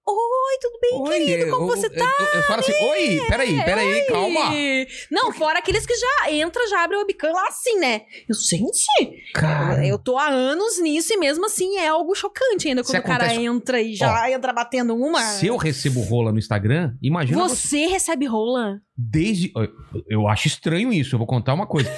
Speaker 4: Oi, tudo bem, querido? Como
Speaker 2: eu-
Speaker 4: você
Speaker 2: eu-
Speaker 4: tá?
Speaker 2: Eu, eu falo assim, oi, peraí, peraí, calma.
Speaker 4: Ih, Não, fora aqueles que já entra, já abre o webcam lá assim, né? Eu, gente,
Speaker 2: Cara,
Speaker 4: eu tô há anos nisso e mesmo assim é algo chocante ainda
Speaker 2: Se
Speaker 4: quando o cara
Speaker 2: acontece-
Speaker 4: entra e já entra batendo uma.
Speaker 2: se eu recebo rola no Instagram, imagina você...
Speaker 4: Você recebe rola?
Speaker 2: Desde. eu- Eu acho estranho isso, eu vou contar uma
Speaker 4: [laughs]
Speaker 2: coisa.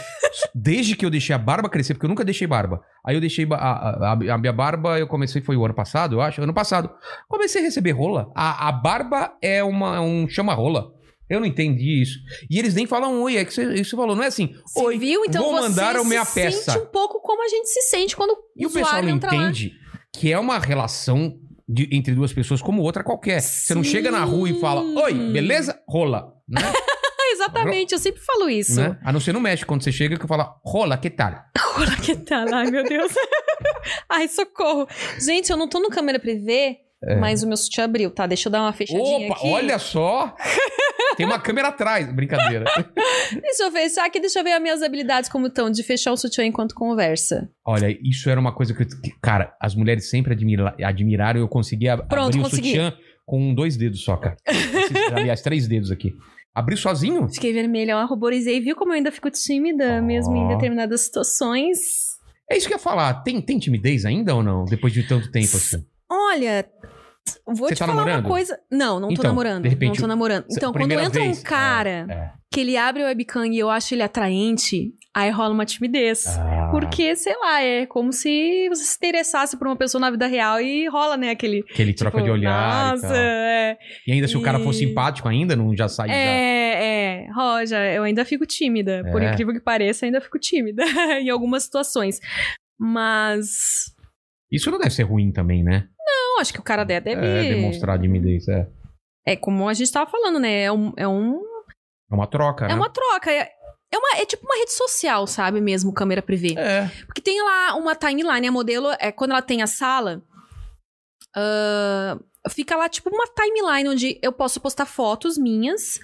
Speaker 2: Desde que eu deixei a barba crescer, porque eu nunca deixei barba. Aí eu deixei ba- a, a- a minha barba, eu comecei, foi o ano passado, eu acho. Ano passado. Comecei a receber rola. A, a barba é uma, é um chama-rola. Eu não entendi isso. E eles nem falam oi, é que você, isso falou, não é assim.
Speaker 4: Você
Speaker 2: oi,
Speaker 4: viu? Então
Speaker 2: vou
Speaker 4: você
Speaker 2: mandar a
Speaker 4: se
Speaker 2: minha
Speaker 4: sente
Speaker 2: peça.
Speaker 4: um pouco como a gente se sente quando
Speaker 2: E
Speaker 4: o
Speaker 2: o pessoal
Speaker 4: usuário
Speaker 2: não
Speaker 4: entra lá.
Speaker 2: entende que é uma relação de- entre duas pessoas como outra qualquer. Você não chega na rua e fala, oi,
Speaker 4: Sim.
Speaker 2: beleza? Rola. Né?
Speaker 4: [laughs] Ah, exatamente, eu sempre falo isso. [laughs]
Speaker 2: Né? A não ser no México, quando você chega que fala, rola, que tal?
Speaker 4: Rola que tá lá, meu Deus. [laughs] Ai, socorro. Gente, eu não tô no câmera privê, mas o meu sutiã abriu, tá? Deixa eu dar uma
Speaker 2: É.
Speaker 4: fechadinha
Speaker 2: Opa,
Speaker 4: aqui.
Speaker 2: olha
Speaker 4: [laughs]
Speaker 2: só! Tem uma câmera atrás. Brincadeira.
Speaker 4: Deixa eu fechar aqui, deixa eu ver as minhas habilidades como estão, de fechar o sutiã enquanto conversa.
Speaker 2: Olha, isso era uma coisa que, eu- que, cara, as mulheres sempre admira- admiraram. Eu conseguia ab-
Speaker 4: Pronto,
Speaker 2: abrir
Speaker 4: consegui.
Speaker 2: o sutiã com dois dedos só, cara. Esses, aliás, três dedos aqui. Abriu sozinho?
Speaker 4: Fiquei vermelha, ó, ruborizei. Viu como eu ainda fico tímida,
Speaker 2: Ó.
Speaker 4: mesmo em determinadas situações?
Speaker 2: É isso que eu ia falar. Tem, tem timidez ainda ou não? Depois de tanto tempo assim.
Speaker 4: Olha, vou
Speaker 2: Você
Speaker 4: te
Speaker 2: tá
Speaker 4: falar
Speaker 2: namorando?
Speaker 4: uma coisa. Não, não tô
Speaker 2: Então,
Speaker 4: namorando.
Speaker 2: de repente,
Speaker 4: não tô namorando.
Speaker 2: se-
Speaker 4: Então, quando
Speaker 2: primeira
Speaker 4: entra
Speaker 2: vez,
Speaker 4: um cara
Speaker 2: é.
Speaker 4: que ele abre o webcam e eu acho ele atraente, aí rola uma timidez.
Speaker 2: Ah,
Speaker 4: Porque, sei lá, é como se você se interessasse por uma pessoa na vida real e rola, né, aquele.
Speaker 2: Que ele troca
Speaker 4: tipo,
Speaker 2: de olhar.
Speaker 4: Nossa,
Speaker 2: e, tal.
Speaker 4: é.
Speaker 2: E ainda se o cara for
Speaker 4: E-
Speaker 2: simpático ainda, não já sai já.
Speaker 4: É, é. Roja, eu ainda fico tímida. Por
Speaker 2: É.
Speaker 4: incrível que pareça, eu ainda fico tímida [laughs] em algumas situações. Mas.
Speaker 2: Isso não deve ser ruim também, né?
Speaker 4: Não, acho que o cara deve.
Speaker 2: É, demonstrar timidez. É.
Speaker 4: É como a gente tava falando, né? É um. É, um,
Speaker 2: É uma troca,
Speaker 4: é
Speaker 2: né?
Speaker 4: uma troca. É, é uma, é tipo uma rede social, sabe mesmo, câmera privê.
Speaker 2: É.
Speaker 4: Porque tem lá uma timeline, a modelo, é, quando ela tem a sala, ah, fica lá tipo uma timeline onde eu posso postar fotos minhas.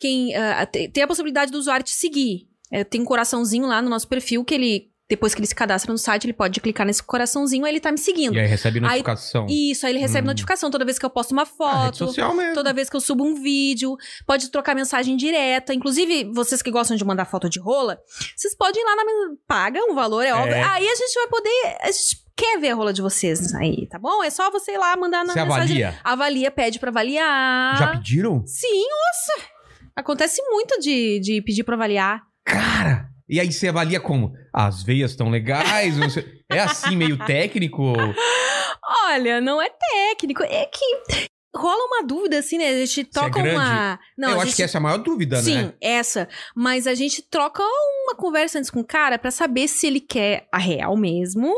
Speaker 4: Quem ah, te- tem a possibilidade do usuário te seguir. É, tem um coraçãozinho lá no nosso perfil que ele, depois que ele se cadastra no site, ele pode clicar nesse coraçãozinho, aí ele tá me seguindo.
Speaker 2: E aí recebe
Speaker 4: Aí-
Speaker 2: notificação.
Speaker 4: Isso, aí ele recebe
Speaker 2: Hum.
Speaker 4: notificação toda vez que eu posto uma
Speaker 2: Ah, rede
Speaker 4: foto.
Speaker 2: social mesmo.
Speaker 4: Toda vez que eu subo um vídeo, pode trocar mensagem direta. Inclusive, vocês que gostam de mandar foto de rola, vocês podem ir lá na. men- Paga um valor, é, óbvio. Aí a gente vai poder. A gente quer ver a rola de vocês aí, tá bom? É só você ir lá mandar na
Speaker 2: Você
Speaker 4: mensagem. Ah.
Speaker 2: avalia.
Speaker 4: Avalia, pede pra avaliar.
Speaker 2: Já pediram?
Speaker 4: Sim, nossa! Acontece muito de, de pedir pra avaliar.
Speaker 2: Cara! E aí você avalia como? As veias estão legais? não sei- É assim, meio técnico?
Speaker 4: Olha, não é técnico, é que. Rola uma dúvida, assim, né? A gente toca
Speaker 2: é grande?
Speaker 4: uma. Não,
Speaker 2: Eu
Speaker 4: a
Speaker 2: acho
Speaker 4: gente
Speaker 2: que essa é a maior dúvida,
Speaker 4: Sim,
Speaker 2: né?
Speaker 4: essa. Mas a gente troca uma conversa antes com o cara pra saber se ele quer a real mesmo.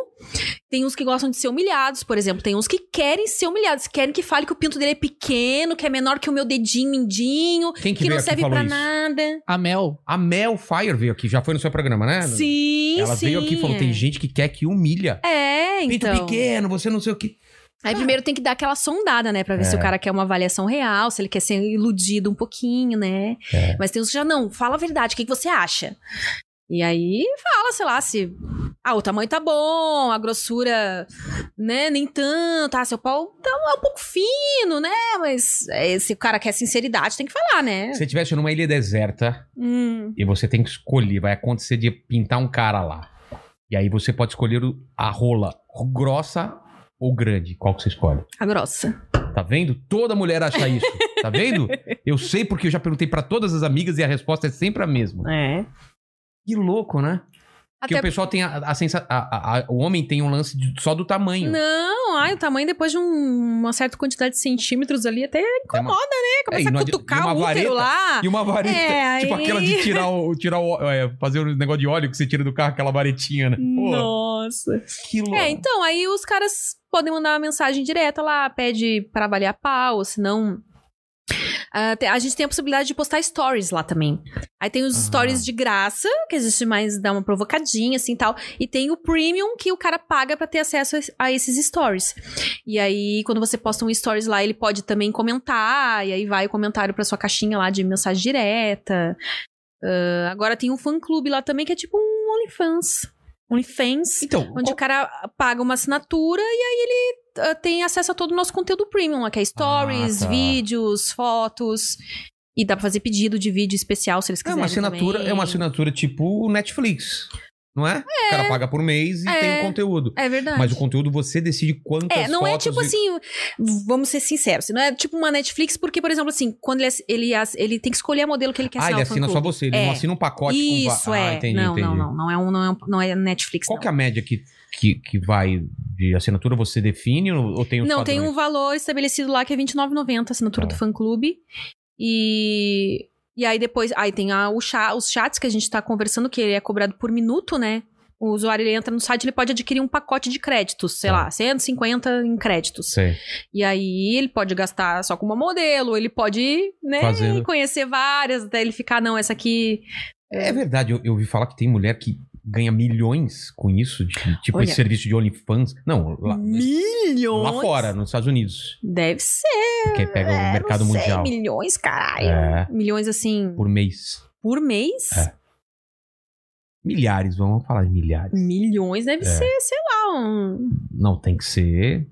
Speaker 4: Tem uns que gostam de ser humilhados, por exemplo. Tem uns que querem ser humilhados, querem que fale que o pinto dele é pequeno, que é menor que o meu dedinho mindinho,
Speaker 2: Quem que,
Speaker 4: que,
Speaker 2: veio
Speaker 4: não
Speaker 2: aqui e
Speaker 4: serve
Speaker 2: falou
Speaker 4: pra
Speaker 2: isso?
Speaker 4: nada.
Speaker 3: A Mel,
Speaker 2: A Mel Fire veio aqui, já foi no seu programa, né?
Speaker 4: sim,
Speaker 2: Ela
Speaker 4: sim.
Speaker 2: veio aqui e falou: tem gente que quer que humilha.
Speaker 4: É,
Speaker 2: Pinto
Speaker 4: então.
Speaker 2: pequeno, você não sei o que.
Speaker 4: Aí primeiro tem que dar aquela sondada, né? Pra ver
Speaker 2: Ah. É.
Speaker 4: se o cara quer uma avaliação real, se ele quer ser iludido um pouquinho, né?
Speaker 2: É.
Speaker 4: Mas tem uns que já não, fala a verdade, o que, que você acha? E aí fala, sei lá, se. Ah, o tamanho tá bom, a grossura, né? Nem tanto. Ah, seu pau tá um- é um pouco fino, né? Mas é, se o cara quer sinceridade, tem que falar, né?
Speaker 2: Se você estivesse numa ilha deserta
Speaker 4: Hum.
Speaker 2: e você tem que escolher, vai acontecer de pintar um cara lá. E aí você pode escolher o- a rola grossa ou grande. Qual que você escolhe?
Speaker 4: A grossa.
Speaker 2: Tá vendo? Toda mulher acha isso. Tá
Speaker 4: [laughs]
Speaker 2: vendo? Eu sei porque eu já perguntei pra todas as amigas e a resposta é sempre a mesma.
Speaker 4: É.
Speaker 2: Que louco, né? Porque
Speaker 4: Até
Speaker 2: o pessoal tem a, a sensação. O homem tem um lance de- só do tamanho. Né,
Speaker 4: Não, ai, o tamanho depois de um- uma certa quantidade de centímetros ali até
Speaker 2: Tem uma-
Speaker 4: incomoda, né?
Speaker 2: É, e
Speaker 4: Começa
Speaker 2: não
Speaker 4: a
Speaker 2: adi- e
Speaker 4: cutucar
Speaker 2: uma
Speaker 4: o
Speaker 2: vareta-
Speaker 4: útero lá.
Speaker 2: E uma vareta,
Speaker 4: É,
Speaker 2: tipo
Speaker 4: aí-
Speaker 2: aquela de tirar o. Tirar o é, fazer um negócio de óleo que você tira do carro, aquela varetinha, né? Pô,
Speaker 4: Nossa.
Speaker 2: que louco.
Speaker 4: É, então, aí os caras podem mandar uma mensagem direta lá, pede pra avaliar pau, se não. Ah, te- a gente tem a possibilidade de postar stories lá também. Aí tem os stories de graça, que existe mais, dá uma provocadinha, assim tal. E tem o premium que o cara paga pra ter acesso a es- a esses stories. E aí, quando você posta um stories lá, ele pode também comentar. E aí vai o comentário pra sua caixinha lá de mensagem direta. Ah, agora tem um fã clube lá também, que é tipo um OnlyFans. OnlyFans.
Speaker 2: Então,
Speaker 4: Onde o cara paga uma assinatura e aí ele ah, tem acesso a todo o nosso conteúdo premium, lá, que é stories,
Speaker 2: Ah, tá.
Speaker 4: vídeos, fotos. E dá pra fazer pedido de vídeo especial se eles
Speaker 2: é
Speaker 4: quiserem.
Speaker 2: uma assinatura,
Speaker 4: também.
Speaker 2: é uma assinatura tipo Netflix, não é? O cara paga por mês e
Speaker 4: É.
Speaker 2: tem o conteúdo.
Speaker 4: É verdade.
Speaker 2: Mas o conteúdo você decide quantas
Speaker 4: É, não é
Speaker 2: fotos
Speaker 4: tipo
Speaker 2: e-
Speaker 4: assim, vamos ser sinceros, não é tipo uma Netflix, porque, por exemplo, assim, quando ele, ass- ele, ass- ele tem que escolher a modelo que ele quer
Speaker 2: Ah,
Speaker 4: assinar
Speaker 2: ele
Speaker 4: o
Speaker 2: assina só
Speaker 4: fã-clube.
Speaker 2: você, ele
Speaker 4: É.
Speaker 2: não assina um pacote com... va-
Speaker 4: Isso,
Speaker 2: ah,
Speaker 4: é.
Speaker 2: entendi,
Speaker 4: não,
Speaker 2: entendi.
Speaker 4: não, não, não é, um, não é, um- não é Netflix,
Speaker 2: Qual
Speaker 4: não.
Speaker 2: que é a média que, que, que vai de assinatura? Você define ou ou tem os
Speaker 4: Não, tem um
Speaker 2: padrões?
Speaker 4: valor estabelecido lá que é R$29,90 a assinatura
Speaker 2: Tá.
Speaker 4: do fã-clube. E... E aí depois... Aí tem a- o cha- os chats que a gente tá conversando, que ele é cobrado por minuto, né? O usuário, ele entra no site, ele pode adquirir um pacote de créditos. Sei
Speaker 2: Tá.
Speaker 4: lá, 150 em créditos.
Speaker 2: Sei.
Speaker 4: E aí ele pode gastar só com uma modelo, ele pode, né?
Speaker 2: Fazendo.
Speaker 4: Conhecer várias, até ele ficar, não, essa aqui...
Speaker 2: É verdade, eu, eu ouvi falar que tem mulher que ganha milhões com isso, de- tipo
Speaker 4: Olha.
Speaker 2: esse serviço de OnlyFans. Não, lá,
Speaker 4: milhões!
Speaker 2: lá fora, nos Estados Unidos.
Speaker 4: Deve ser,
Speaker 2: Que aí pega o
Speaker 4: é,
Speaker 2: mercado
Speaker 4: não sei,
Speaker 2: mundial.
Speaker 4: milhões, caralho.
Speaker 2: É,
Speaker 4: Milhões, assim, por,
Speaker 2: por mês.
Speaker 4: mês?
Speaker 2: É. Milhares, vamos falar de milhares.
Speaker 4: Hum. Milhões deve
Speaker 2: É.
Speaker 4: ser, sei lá, um...
Speaker 2: Não, tem que ser.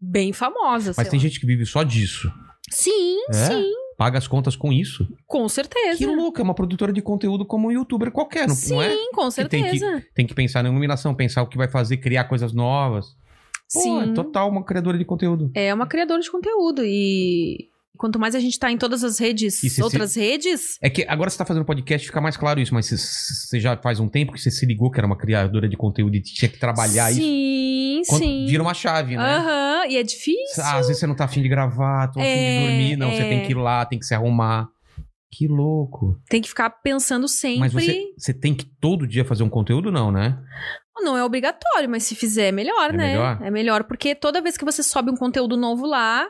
Speaker 4: bem famosa.
Speaker 2: Mas
Speaker 4: sei
Speaker 2: tem
Speaker 4: lá.
Speaker 2: gente que vive só disso.
Speaker 4: Sim,
Speaker 2: É?
Speaker 4: sim,
Speaker 2: Paga as contas com isso.
Speaker 4: com certeza.
Speaker 2: Que louco, é uma produtora de conteúdo como um youtuber qualquer, não,
Speaker 4: sim,
Speaker 2: não é?
Speaker 4: com
Speaker 2: Que tem que-
Speaker 4: certeza.
Speaker 2: Tem que pensar na iluminação, pensar o que vai fazer, criar coisas novas. Pô,
Speaker 4: Sim.
Speaker 2: é total uma criadora de conteúdo.
Speaker 4: É uma criadora de conteúdo e quanto mais a gente tá em todas as redes,
Speaker 2: E se- se-
Speaker 4: outras redes,
Speaker 2: É que agora você tá fazendo podcast, fica mais claro isso, mas você- você já faz um tempo que você se ligou que era uma criadora de conteúdo e tinha que trabalhar isso.
Speaker 4: sim,
Speaker 2: Quando
Speaker 4: sim.
Speaker 2: Vira uma chave, né?
Speaker 4: Aham, e é difícil.
Speaker 2: Ah, Às vezes você não tá afim de gravar, tô afim
Speaker 4: É,
Speaker 2: de dormir, não, você
Speaker 4: é.
Speaker 2: tem que ir lá, tem que se arrumar. Que louco.
Speaker 4: Tem que ficar pensando sempre.
Speaker 2: Mas você, você tem que todo dia fazer um conteúdo, não, né?
Speaker 4: Não é obrigatório, mas se fizer é melhor,
Speaker 2: É
Speaker 4: né?
Speaker 2: melhor?
Speaker 4: É melhor, porque toda vez que você sobe um conteúdo novo lá,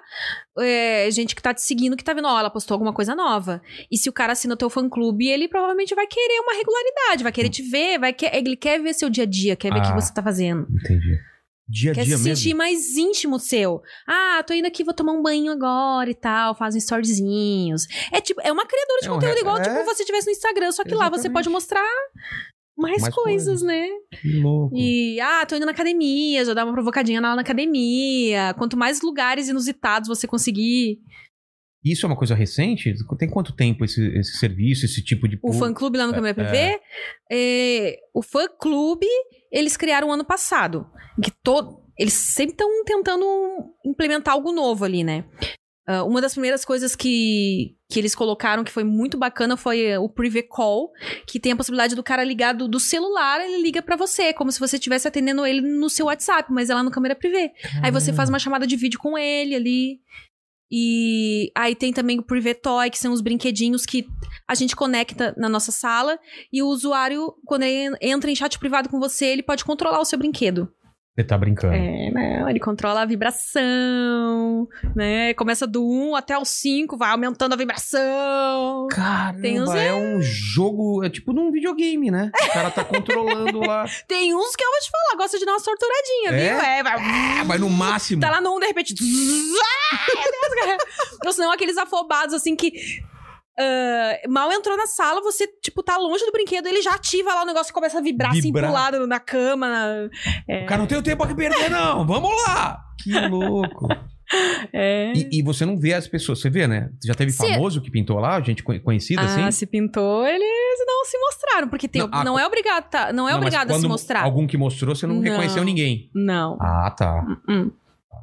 Speaker 4: é gente que tá te seguindo que tá vendo, ó, ela postou alguma coisa nova. E se o cara assina o teu fã clube, ele provavelmente vai querer uma regularidade, vai querer te ver, vai que... ele quer ver seu dia a dia, quer ver o
Speaker 2: Hum. Ah.
Speaker 4: que você tá fazendo.
Speaker 2: Entendi. Dia a
Speaker 4: Quer
Speaker 2: dia
Speaker 4: se sentir
Speaker 2: mesmo.
Speaker 4: mais íntimo seu. Ah, tô indo aqui, vou tomar um banho agora e tal, faz uns storyzinhos. É tipo, é uma criadora de
Speaker 2: É um
Speaker 4: conteúdo
Speaker 2: re-
Speaker 4: igual
Speaker 2: é.
Speaker 4: tipo você tivesse no Instagram, só que lá você
Speaker 2: Exatamente.
Speaker 4: pode mostrar mais,
Speaker 2: Mais
Speaker 4: coisas,
Speaker 2: coisas.
Speaker 4: né?
Speaker 2: Que louco.
Speaker 4: E, ah, tô indo na academia, já dá uma provocadinha lá na academia. Quanto mais lugares inusitados você conseguir.
Speaker 2: Isso é uma coisa recente? Tem quanto tempo esse, esse serviço, esse tipo de...
Speaker 4: O
Speaker 2: público?
Speaker 4: fã-clube lá no Câmara Privê, é, o fã-clube, eles criaram ano passado. Que todo, eles sempre estão tentando implementar algo novo ali, né? Ah, uma das primeiras coisas que, que eles colocaram que foi muito bacana foi eh, o Privé Call, que tem a possibilidade do cara ligar do, do celular, ele liga pra você, como se você estivesse atendendo ele no seu WhatsApp, mas é lá no câmera privê. Aí você faz uma chamada de vídeo com ele ali. E aí tem também o Privé Toy, que são os brinquedinhos que a gente conecta na nossa sala. E o usuário, quando ele entra em chat privado com você, ele pode controlar o seu brinquedo.
Speaker 2: Você tá brincando.
Speaker 4: É, não, ele controla a vibração, né? Começa do 1 até o 5, vai aumentando a vibração.
Speaker 2: Caramba,
Speaker 4: Tem uns-
Speaker 2: é um jogo, é tipo num videogame, né? O cara tá controlando [laughs] lá.
Speaker 4: Tem uns que eu vou te falar, gosta de dar uma torturadinha,
Speaker 2: É?
Speaker 4: viu? É, vai.
Speaker 2: Ah, vai no máximo.
Speaker 4: Tá lá no 1, de repente. [laughs] Ai, meu Deus, cara. Ou senão aqueles afobados assim que. ah, mal entrou na sala, você, tipo, tá longe do brinquedo, ele já ativa lá o negócio e começa a vibrar, assim
Speaker 2: Vibrar.
Speaker 4: pro lado na cama. na-
Speaker 2: O cara não tem o tempo que perder, não. Vamos lá! Que louco.
Speaker 4: É.
Speaker 2: E, e você não vê as pessoas. Você vê, né? Já teve
Speaker 4: Cê-
Speaker 2: famoso que pintou lá, gente co- conhecida, assim?
Speaker 4: Ah, se pintou, eles não se mostraram, porque tem,
Speaker 2: Não,
Speaker 4: não,
Speaker 2: ah,
Speaker 4: é obrigado, tá- não é
Speaker 2: Não, mas
Speaker 4: obrigado a se
Speaker 2: quando
Speaker 4: mostrar.
Speaker 2: Algum que mostrou, você não,
Speaker 4: Não.
Speaker 2: reconheceu ninguém.
Speaker 4: Não.
Speaker 2: Ah, tá.
Speaker 4: Hum.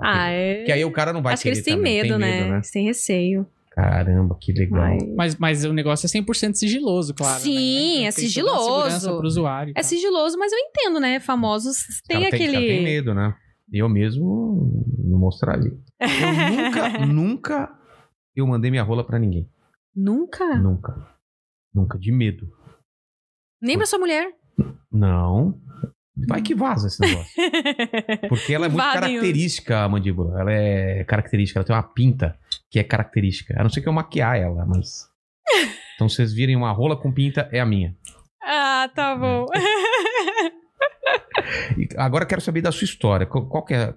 Speaker 4: Ah, é.
Speaker 2: Que aí o cara não vai
Speaker 4: Acho que eles
Speaker 2: querer
Speaker 4: têm
Speaker 2: também,
Speaker 4: medo,
Speaker 2: tem
Speaker 4: né? Eles têm receio.
Speaker 2: Caramba, que legal.
Speaker 4: Ai.
Speaker 3: Mas, mas o negócio é 100% sigiloso, claro.
Speaker 4: Sim,
Speaker 3: né? Tem
Speaker 4: é
Speaker 3: toda a
Speaker 4: sigiloso.
Speaker 3: segurança pro usuário. e
Speaker 4: É
Speaker 3: tal.
Speaker 4: sigiloso, mas eu entendo, né? Famosos
Speaker 2: Os cara
Speaker 4: têm
Speaker 2: tem
Speaker 4: aquele.
Speaker 2: os cara tem medo, né? Eu mesmo não mostraria. Eu nunca,
Speaker 4: [laughs]
Speaker 2: nunca eu mandei minha rola pra ninguém.
Speaker 4: Nunca?
Speaker 2: Nunca. Nunca, de medo.
Speaker 4: Nem pra sua mulher. [laughs]
Speaker 2: Não. Vai que vaza esse negócio. Porque ela é muito
Speaker 4: Invadem o-
Speaker 2: característica, a mandíbula. Ela é característica, ela tem uma pinta. que é característica. A não ser que eu maquiar ela,
Speaker 4: [laughs]
Speaker 2: mas. Então vocês virem uma rola com pinta, é a minha.
Speaker 4: Ah, tá
Speaker 2: Uhum.
Speaker 4: bom.
Speaker 2: E agora eu quero saber da sua história. Qual, qual que é.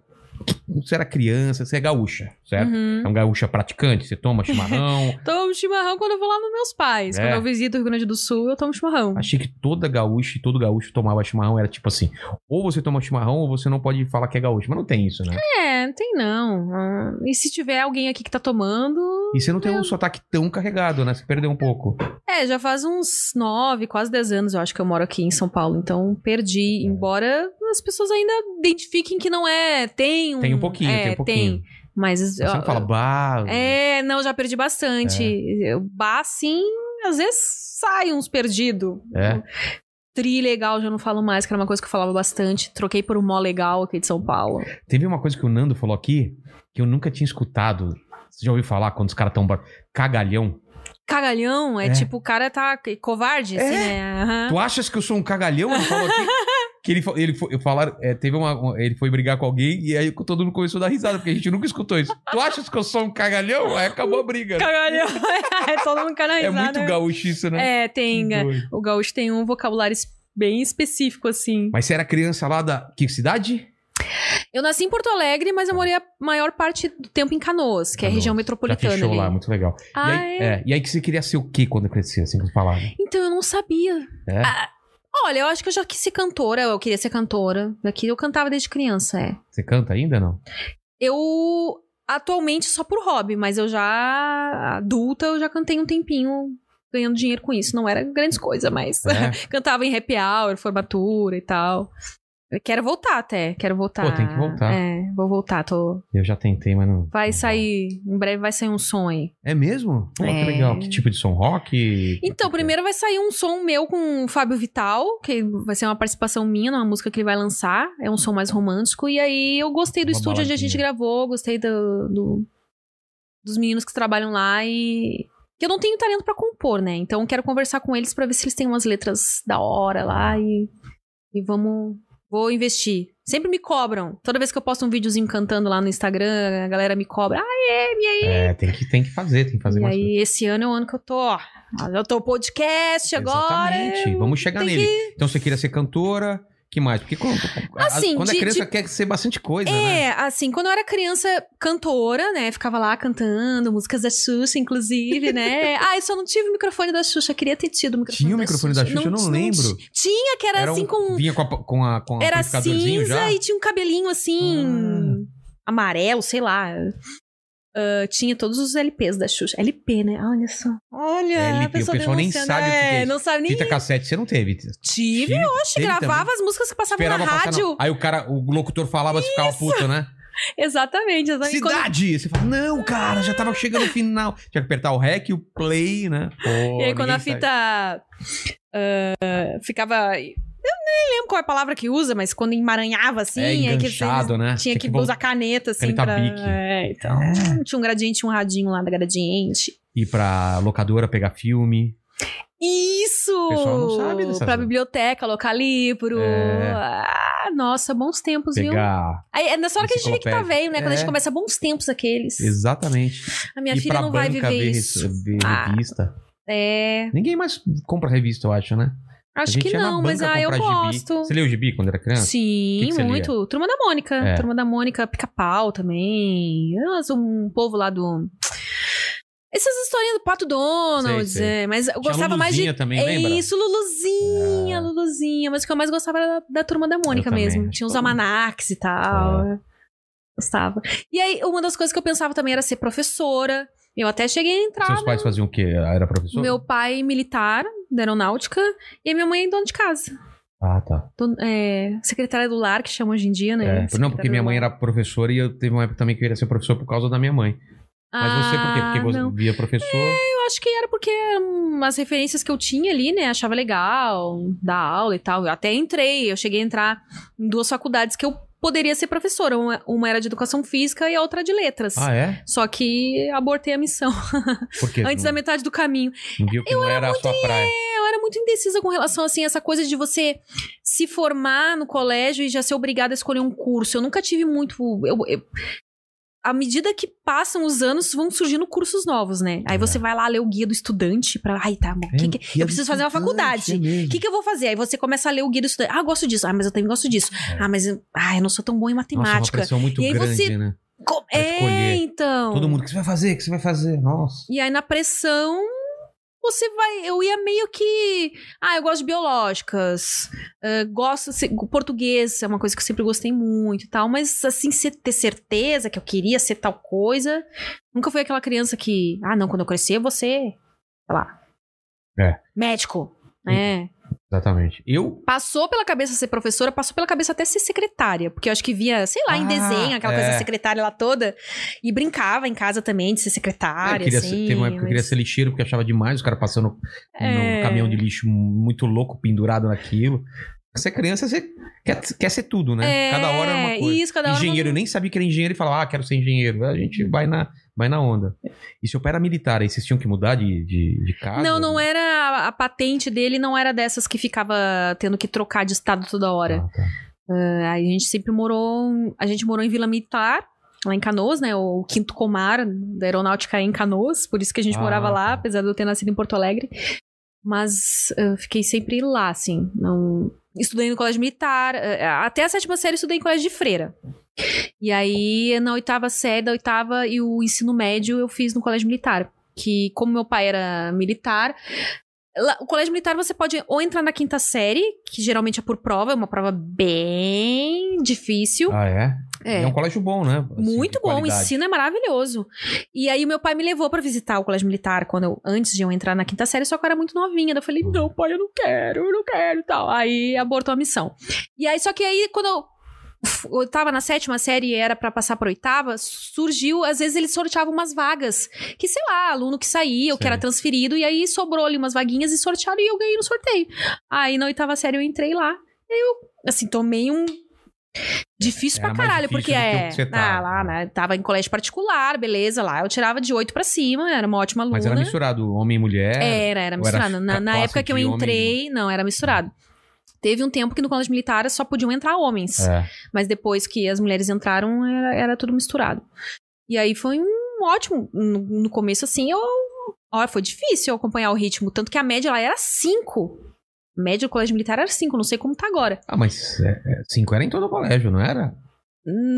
Speaker 2: Você era criança, você é gaúcha, certo?
Speaker 4: Uhum.
Speaker 2: É um gaúcha praticante, você toma chimarrão.
Speaker 4: Tomo chimarrão quando eu vou lá nos meus pais.
Speaker 2: É.
Speaker 4: Quando eu visito o Rio Grande do Sul, eu tomo chimarrão.
Speaker 2: Achei que toda gaúcha e todo gaúcho tomava chimarrão. Era tipo assim: ou você toma chimarrão ou você não pode falar que é gaúcho. Mas não tem isso, né?
Speaker 4: É, não tem não. Ah, E se tiver alguém aqui que tá tomando.
Speaker 2: E você não tem um sotaque tão carregado, né? Você perdeu um pouco.
Speaker 4: É, já faz uns nove, quase dez anos, eu acho que eu moro aqui em São Paulo. Então
Speaker 2: É.
Speaker 4: perdi. Embora as pessoas ainda identifiquem que não é. Tem um.
Speaker 2: Tem um pouquinho,
Speaker 4: é,
Speaker 2: tem um pouquinho.
Speaker 4: Tem. Mas.
Speaker 2: Você não fala, É. bah.
Speaker 4: É, não, já perdi bastante. Eu, bah, sim, às vezes sai uns perdido.
Speaker 2: É.
Speaker 4: Tri legal, já não falo mais, que era uma coisa que eu falava bastante. Troquei por um mó legal aqui de São Paulo.
Speaker 2: Teve uma coisa que o Nando falou aqui que eu nunca tinha escutado. Você já ouviu falar quando os caras tão. bra- Cagalhão.
Speaker 4: Cagalhão é,
Speaker 2: É.
Speaker 4: tipo, o cara tá c- covarde, assim, né? Aham.
Speaker 2: Tu achas que eu sou um cagalhão? Ele falou aqui. Que ele, fa- ele foi, eu falar, é, teve uma, uma- ele foi brigar com alguém e aí todo mundo começou a dar risada, porque a gente nunca escutou isso. Tu achas que eu sou um cagalhão? Aí acabou a briga. né?
Speaker 4: Cagalhão. [laughs] é todo mundo cai na
Speaker 2: É
Speaker 4: risada.
Speaker 2: muito gaúcho isso, né?
Speaker 4: É, tem. é,
Speaker 2: Doido.
Speaker 4: O gaúcho tem um vocabulário es- bem específico, assim.
Speaker 2: Mas você era criança lá da. Que cidade?
Speaker 4: Eu nasci em Porto Alegre, mas eu morei a maior parte do tempo em Canoas, que é a
Speaker 2: Canoas.
Speaker 4: região
Speaker 2: Tá Já
Speaker 4: metropolitana
Speaker 2: fechou
Speaker 4: ali.
Speaker 2: lá, muito legal.
Speaker 4: Ah,
Speaker 2: e, aí,
Speaker 4: é?
Speaker 2: é, e aí que você queria ser o quê quando crescer, assim, com palavras?
Speaker 4: Então eu não sabia.
Speaker 2: É?
Speaker 4: Ah, olha, eu acho que eu já quis ser cantora, eu queria ser cantora. Daqui eu cantava desde criança, é.
Speaker 2: Você canta ainda não?
Speaker 4: Eu atualmente só por hobby, mas eu já adulta, eu já cantei um tempinho ganhando dinheiro com isso. Não era grandes coisas, mas [laughs]
Speaker 2: É?
Speaker 4: cantava em happy hour, formatura e tal. Eu quero voltar até, quero voltar.
Speaker 2: Pô, tem que voltar.
Speaker 4: É, vou voltar, tô.
Speaker 2: Eu já tentei, mas não.
Speaker 4: Vai
Speaker 2: não
Speaker 4: sair, em breve vai sair um som aí.
Speaker 2: dá. É mesmo? Pô,
Speaker 4: É.
Speaker 2: que legal. Que tipo de som rock?
Speaker 4: Então, primeiro vai sair um som meu com o Fábio Vital, que vai ser uma participação minha numa música que ele vai lançar. É um som mais romântico. E aí eu gostei do
Speaker 2: Uma
Speaker 4: estúdio onde a gente gravou, gostei do, do- dos meninos que trabalham lá e. Que eu não tenho talento pra compor, né? Então eu quero conversar com eles pra ver se eles têm umas letras da hora lá e. E vamos. Vou investir. Sempre me cobram. Toda vez que eu posto um videozinho cantando lá no Instagram, a galera me cobra. Aê, minha
Speaker 2: É, tem que, tem que fazer, tem que fazer
Speaker 4: e
Speaker 2: mais
Speaker 4: aí,
Speaker 2: coisa.
Speaker 4: esse ano é o ano que eu tô, ó. Eu tô podcast agora.
Speaker 2: Exatamente. né? Vamos chegar
Speaker 4: tem
Speaker 2: nele.
Speaker 4: que-
Speaker 2: Então você queria ser cantora. que mais? Porque quando, a-
Speaker 4: Assim,
Speaker 2: quando
Speaker 4: de-
Speaker 2: é criança
Speaker 4: de-
Speaker 2: quer ser bastante coisa, né?
Speaker 4: É, assim, quando eu era criança, cantora, né? Ficava lá cantando, músicas da Xuxa, inclusive,
Speaker 2: [laughs]
Speaker 4: né? ah, eu só não tive o microfone da Xuxa, queria ter tido o microfone
Speaker 2: Tinha o
Speaker 4: da
Speaker 2: microfone da Xuxa? Eu não lembro.
Speaker 4: ti- Tinha, que era,
Speaker 2: Era um-
Speaker 4: assim com...
Speaker 2: Vinha com a, com a, com a
Speaker 4: Era
Speaker 2: amplificadorzinho
Speaker 4: cinza
Speaker 2: já? Ah.
Speaker 4: e tinha um cabelinho assim... Amarelo, sei lá. Ah, tinha todos os LPs da Xuxa. LP, né? Olha só. Olha,
Speaker 2: LP,
Speaker 4: a
Speaker 2: o
Speaker 4: pessoa
Speaker 2: pessoal nem
Speaker 4: denunciando.
Speaker 2: sabe o que que é
Speaker 4: É,
Speaker 2: isso.
Speaker 4: não sabe nem...
Speaker 2: Fita cassete você não teve.
Speaker 4: Tive,
Speaker 2: Fita-
Speaker 4: Oxe,
Speaker 2: teve também?
Speaker 4: gravava as músicas que passavam
Speaker 2: Esperava
Speaker 4: na
Speaker 2: passar
Speaker 4: rádio.
Speaker 2: Aí o cara, o locutor falava, você ficava puto, né?
Speaker 4: [laughs] Exatamente, exatamente. E quando-
Speaker 2: Cidade! Você fala, não, cara, já tava chegando no final. Tinha que apertar o REC e o play, né? Pô,
Speaker 4: E aí, quando
Speaker 2: ninguém
Speaker 4: a fita ah, ficava. Eu nem lembro qual é a palavra que usa, mas quando emaranhava assim,
Speaker 2: sabe. É
Speaker 4: aí que
Speaker 2: enganchado, né?
Speaker 4: tinha que,
Speaker 2: voltar.
Speaker 4: usar caneta, assim,
Speaker 2: Caneta
Speaker 4: pra.
Speaker 2: Bic.
Speaker 4: É, então. Tinha um gradiente, um radinho lá da gradiente.
Speaker 2: Ir pra locadora pegar filme.
Speaker 4: Isso!
Speaker 2: O pessoal não sabe dessas
Speaker 4: Pra
Speaker 2: coisas.
Speaker 4: biblioteca, locar livro.
Speaker 2: É.
Speaker 4: Ah, nossa, bons tempos, viu?
Speaker 2: Pegar.
Speaker 4: Aí, é nessa hora que a gente vê que tá
Speaker 2: Enciclopédia.
Speaker 4: velho, né? Quando a
Speaker 2: É.
Speaker 4: gente começa bons tempos aqueles.
Speaker 2: Exatamente.
Speaker 4: A minha
Speaker 2: Ir
Speaker 4: filha
Speaker 2: pra
Speaker 4: não vai
Speaker 2: banca
Speaker 4: viver
Speaker 2: ver,
Speaker 4: isso.
Speaker 2: res- ver
Speaker 4: Ah.
Speaker 2: revista.
Speaker 4: É,
Speaker 2: Ninguém mais compra revista, eu acho, né? A
Speaker 4: acho
Speaker 2: gente
Speaker 4: que
Speaker 2: ia na
Speaker 4: não, mas
Speaker 2: banca
Speaker 4: ah, eu
Speaker 2: comprar gibi.
Speaker 4: gosto.
Speaker 2: Você leu o gibi quando era criança?
Speaker 4: Sim,
Speaker 2: Que que você
Speaker 4: muito. Turma da Mônica.
Speaker 2: É.
Speaker 4: Turma da Mônica, pica-pau também. Nossa, um povo lá do. Essas historinhas do Pato Donald,
Speaker 2: Sei, sei.
Speaker 4: é, mas eu
Speaker 2: Tinha
Speaker 4: gostava mais de.
Speaker 2: Luluzinha também,
Speaker 4: é
Speaker 2: lembra? É.
Speaker 4: isso, Luluzinha, Luluzinha. Mas o que eu mais gostava era da, da turma da Mônica
Speaker 2: também,
Speaker 4: mesmo.
Speaker 2: acho
Speaker 4: Tinha
Speaker 2: que É.
Speaker 4: os
Speaker 2: todo mundo.
Speaker 4: almanacs e tal. é. Gostava. E aí, uma das coisas que eu pensava também era ser professora. Eu até cheguei a entrar.
Speaker 2: Seus pais faziam o quê? Ah, Era professor?
Speaker 4: Meu pai militar da aeronáutica e a minha mãe é dona de casa.
Speaker 2: Ah, tá.
Speaker 4: Don- é, secretária do lar, que chama hoje em dia, né?
Speaker 2: É,
Speaker 4: Secretária
Speaker 2: Não, porque minha
Speaker 4: do
Speaker 2: mãe
Speaker 4: lar.
Speaker 2: era professora e eu teve uma época também que eu queria ser professor por causa da minha mãe. Mas você por quê? Porque
Speaker 4: Ah,
Speaker 2: você
Speaker 4: não.
Speaker 2: via professor.
Speaker 4: Eu acho que era porque eram as referências que eu tinha ali, né? Achava legal, dar aula e tal. Eu até entrei, eu cheguei a entrar em duas faculdades que eu poderia ser professora. Uma, uma era de educação física e a outra de letras.
Speaker 2: Ah, é?
Speaker 4: Só que abortei a missão
Speaker 2: Porque
Speaker 4: [laughs] antes da metade do caminho.
Speaker 2: não viu que não era a sua praia.
Speaker 4: eu era muito indecisa com relação assim a essa coisa de você se formar no colégio e já ser obrigada a escolher um curso. Eu nunca tive muito. Eu, eu- à medida que passam os anos, vão surgindo cursos novos, né? Aí
Speaker 2: É.
Speaker 4: você vai lá ler o guia do estudante pra. Ai, tá, bom, o que que- eu preciso fazer uma faculdade. O que, que eu vou fazer? Aí você começa a ler o guia do estudante. Ah, eu gosto disso. Ah, mas eu também gosto disso. Ah, mas eu, ah, eu não sou tão bom em
Speaker 2: É. Nossa, é uma
Speaker 4: matemática.
Speaker 2: pressão muito
Speaker 4: E aí
Speaker 2: grande,
Speaker 4: você-
Speaker 2: né?
Speaker 4: Co-
Speaker 2: pra
Speaker 4: é,
Speaker 2: escolher.
Speaker 4: então.
Speaker 2: Todo mundo, o que você vai fazer? O que você vai fazer? Nossa.
Speaker 4: E aí na pressão. Você vai. Eu ia meio que. Ah, eu gosto de biológicas. ah, gosto. se- Português é uma coisa que eu sempre gostei muito e tal. Mas, assim, se- ter certeza que eu queria ser tal coisa. Nunca fui aquela criança que. Ah, não, quando eu crescer, você. Sei lá.
Speaker 2: É.
Speaker 4: Médico. né?
Speaker 2: Exatamente. Eu.
Speaker 4: Passou pela cabeça ser professora, passou pela cabeça até ser secretária, porque eu acho que via, sei lá, em
Speaker 2: Ah,
Speaker 4: desenho, aquela
Speaker 2: é. É,
Speaker 4: coisa secretária lá toda, e brincava em casa também de ser secretária,
Speaker 2: eu queria ser-
Speaker 4: assim.
Speaker 2: teve uma época que eu queria
Speaker 4: mas-
Speaker 2: ser lixeiro porque achava demais os caras passando
Speaker 4: É.
Speaker 2: num caminhão de lixo muito louco, pendurado naquilo. Você é criança, você quer, quer ser tudo, né?
Speaker 4: É,
Speaker 2: cada hora é uma coisa.
Speaker 4: Isso, cada hora Uhum. é uma-
Speaker 2: engenheiro, eu nem sabia que era engenheiro e falava, ah, quero ser engenheiro. A gente vai na, vai na onda. E seu pai era militar, aí vocês tinham que mudar de, de, de casa?
Speaker 4: Não, não era a- a patente dele, não era dessas que ficava tendo que trocar de estado toda hora.
Speaker 2: Ah, tá.
Speaker 4: Ah, a gente sempre morou, a gente morou em Vila Militar, lá em Canoas, né? O, quinto comar da aeronáutica é em Canoas, por isso que a gente
Speaker 2: Ah,
Speaker 4: morava lá,
Speaker 2: tá.
Speaker 4: apesar de eu ter nascido em Porto Alegre. Mas ah, fiquei sempre lá, assim, não estudei no colégio militar, ah, até a sétima série eu estudei em colégio de freira. E aí, na oitava série, da oitava e o ensino médio eu fiz no colégio militar. Que, como meu pai era militar, lá- o colégio militar você pode ou entrar na quinta série, que geralmente é por prova, é uma prova bem difícil.
Speaker 2: Ah, é?
Speaker 4: É.
Speaker 2: É um colégio bom, né? Assim,
Speaker 4: Muito
Speaker 2: de
Speaker 4: bom, o
Speaker 2: qualidade.
Speaker 4: ensino é maravilhoso. E aí meu pai me levou pra visitar o colégio militar quando eu, antes de eu entrar na quinta série, só que eu era muito novinha. Daí eu falei, não, pai, eu não quero, eu não quero e tal. Aí abortou a missão. E aí, só que aí, quando eu, f- eu tava na sétima série e era pra passar pra oitava, surgiu, às vezes eles sorteavam umas vagas. Que, sei lá, aluno que saía, ou que
Speaker 2: Sei.
Speaker 4: era transferido, e aí sobrou ali umas vaguinhas e sortearam e eu ganhei no sorteio. Aí na oitava série eu entrei lá. E aí eu, assim, tomei um. Difícil
Speaker 2: Era
Speaker 4: pra
Speaker 2: mais
Speaker 4: caralho,
Speaker 2: difícil
Speaker 4: porque
Speaker 2: do que
Speaker 4: é.
Speaker 2: o que você
Speaker 4: ah,
Speaker 2: tava.
Speaker 4: lá, né? Tava em colégio particular, beleza, lá. Eu tirava de 8 pra cima, era uma ótima aluna.
Speaker 2: Mas era misturado, homem e mulher.
Speaker 4: Era, era
Speaker 2: Ou
Speaker 4: misturado.
Speaker 2: era
Speaker 4: na
Speaker 2: a
Speaker 4: na
Speaker 2: classe
Speaker 4: época que eu
Speaker 2: de homem
Speaker 4: entrei, não, era misturado. Teve um tempo que no colégio militar só podiam entrar homens.
Speaker 2: É.
Speaker 4: Mas depois que as mulheres entraram, era, era tudo misturado. E aí foi um ótimo. No, no começo, assim, eu. Ó, foi difícil eu acompanhar o ritmo. Tanto que a média lá era 5. A média do colégio militar era 5, não sei como tá agora.
Speaker 2: Ah, mas é, é, cinco era em todo o colégio, não era?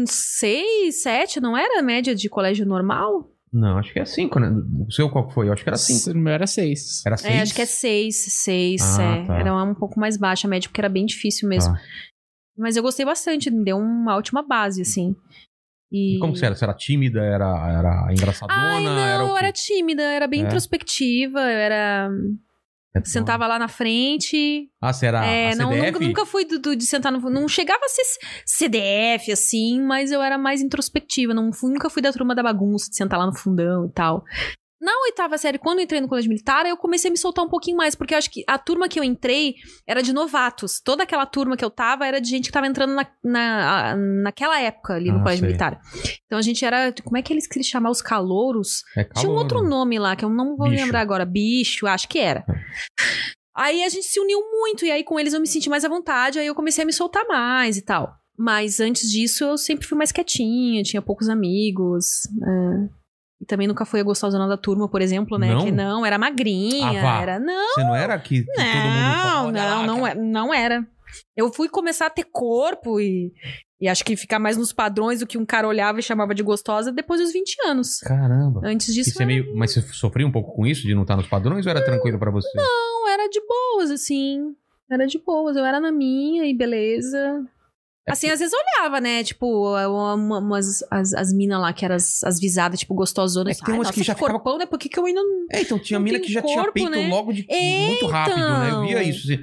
Speaker 4: 6, 7, Hum, não era a média de colégio normal?
Speaker 2: Não, acho que é cinco, né? O seu qual que foi? Eu acho que era cinco.
Speaker 3: O meu era seis.
Speaker 2: Era seis?
Speaker 4: É, acho que é 6, 6,
Speaker 2: Ah,
Speaker 4: é.
Speaker 2: tá.
Speaker 4: Era um pouco mais baixa a média, porque era bem difícil mesmo.
Speaker 2: Tá.
Speaker 4: Mas eu gostei bastante, me deu uma ótima base, assim. E,
Speaker 2: E como que você era? Você era tímida? Era, era engraçadona?
Speaker 4: Ai, não,
Speaker 2: era o
Speaker 4: eu
Speaker 2: quê?
Speaker 4: era tímida, eu era bem
Speaker 2: É?
Speaker 4: introspectiva, eu era.
Speaker 2: É,
Speaker 4: Sentava lá na frente.
Speaker 2: Ah, você era
Speaker 4: é,
Speaker 2: a
Speaker 4: não,
Speaker 2: CDF?
Speaker 4: nunca, nunca fui do, do- de sentar no. Não chegava a ser CDF, assim, mas eu era mais introspectiva. Não fui- nunca fui da turma da bagunça, de sentar lá no fundão e tal. Na oitava série, quando eu entrei no colégio militar, eu comecei a me soltar um pouquinho mais, porque eu acho que a turma que eu entrei era de novatos. Toda aquela turma que eu tava era de gente que tava entrando na, na, a- naquela época ali no
Speaker 2: Ah,
Speaker 4: colégio
Speaker 2: sei.
Speaker 4: militar. Então a gente era. Como é que eles queriam chamar os calouros?
Speaker 2: É
Speaker 4: Tinha um
Speaker 2: calor,
Speaker 4: outro
Speaker 2: né?
Speaker 4: nome lá, que eu não vou
Speaker 2: Bicho. É.
Speaker 4: lembrar agora. Bicho, acho que era. Aí a gente se uniu muito, e aí com eles eu me senti mais à vontade, aí eu comecei a me soltar mais e tal. Mas antes disso eu sempre fui mais quietinha, tinha poucos amigos. ah, E também nunca fui a gostosona da turma, por exemplo, né?
Speaker 2: Não?
Speaker 4: Que não, era magrinha,
Speaker 2: Ah, vá.
Speaker 4: era. Não,
Speaker 2: Você não era que, que todo mundo falava,
Speaker 4: não,
Speaker 2: "Olha
Speaker 4: não,
Speaker 2: lá,
Speaker 4: não,
Speaker 2: cara."
Speaker 4: é- não era. Eu fui começar a ter corpo e, e acho que ficar mais nos padrões do que um cara olhava e chamava de gostosa depois dos 20 anos.
Speaker 2: Caramba.
Speaker 4: Antes
Speaker 2: E
Speaker 4: disso,
Speaker 2: você
Speaker 4: eu era
Speaker 2: é meio... Mas você sofria um pouco com isso de não estar nos padrões ou era tranquilo pra você?
Speaker 4: Não, era de boas, assim. Era de boas, eu era na minha e beleza.
Speaker 2: É
Speaker 4: Assim, às vezes eu olhava, né? Tipo, eu- uma- umas, as, as minas lá que eram as, as visadas, tipo, gostosonas.
Speaker 2: É que tem
Speaker 4: Ai,
Speaker 2: umas
Speaker 4: nossa,
Speaker 2: que já ficava-
Speaker 4: corpão, né? Por que, que eu ainda não.
Speaker 2: É, então tinha
Speaker 4: Não
Speaker 2: mina
Speaker 4: tem
Speaker 2: que já tinha
Speaker 4: corpo,
Speaker 2: peito
Speaker 4: né?
Speaker 2: logo de muito rápido, né? Eu via
Speaker 4: Então.
Speaker 2: isso. assim.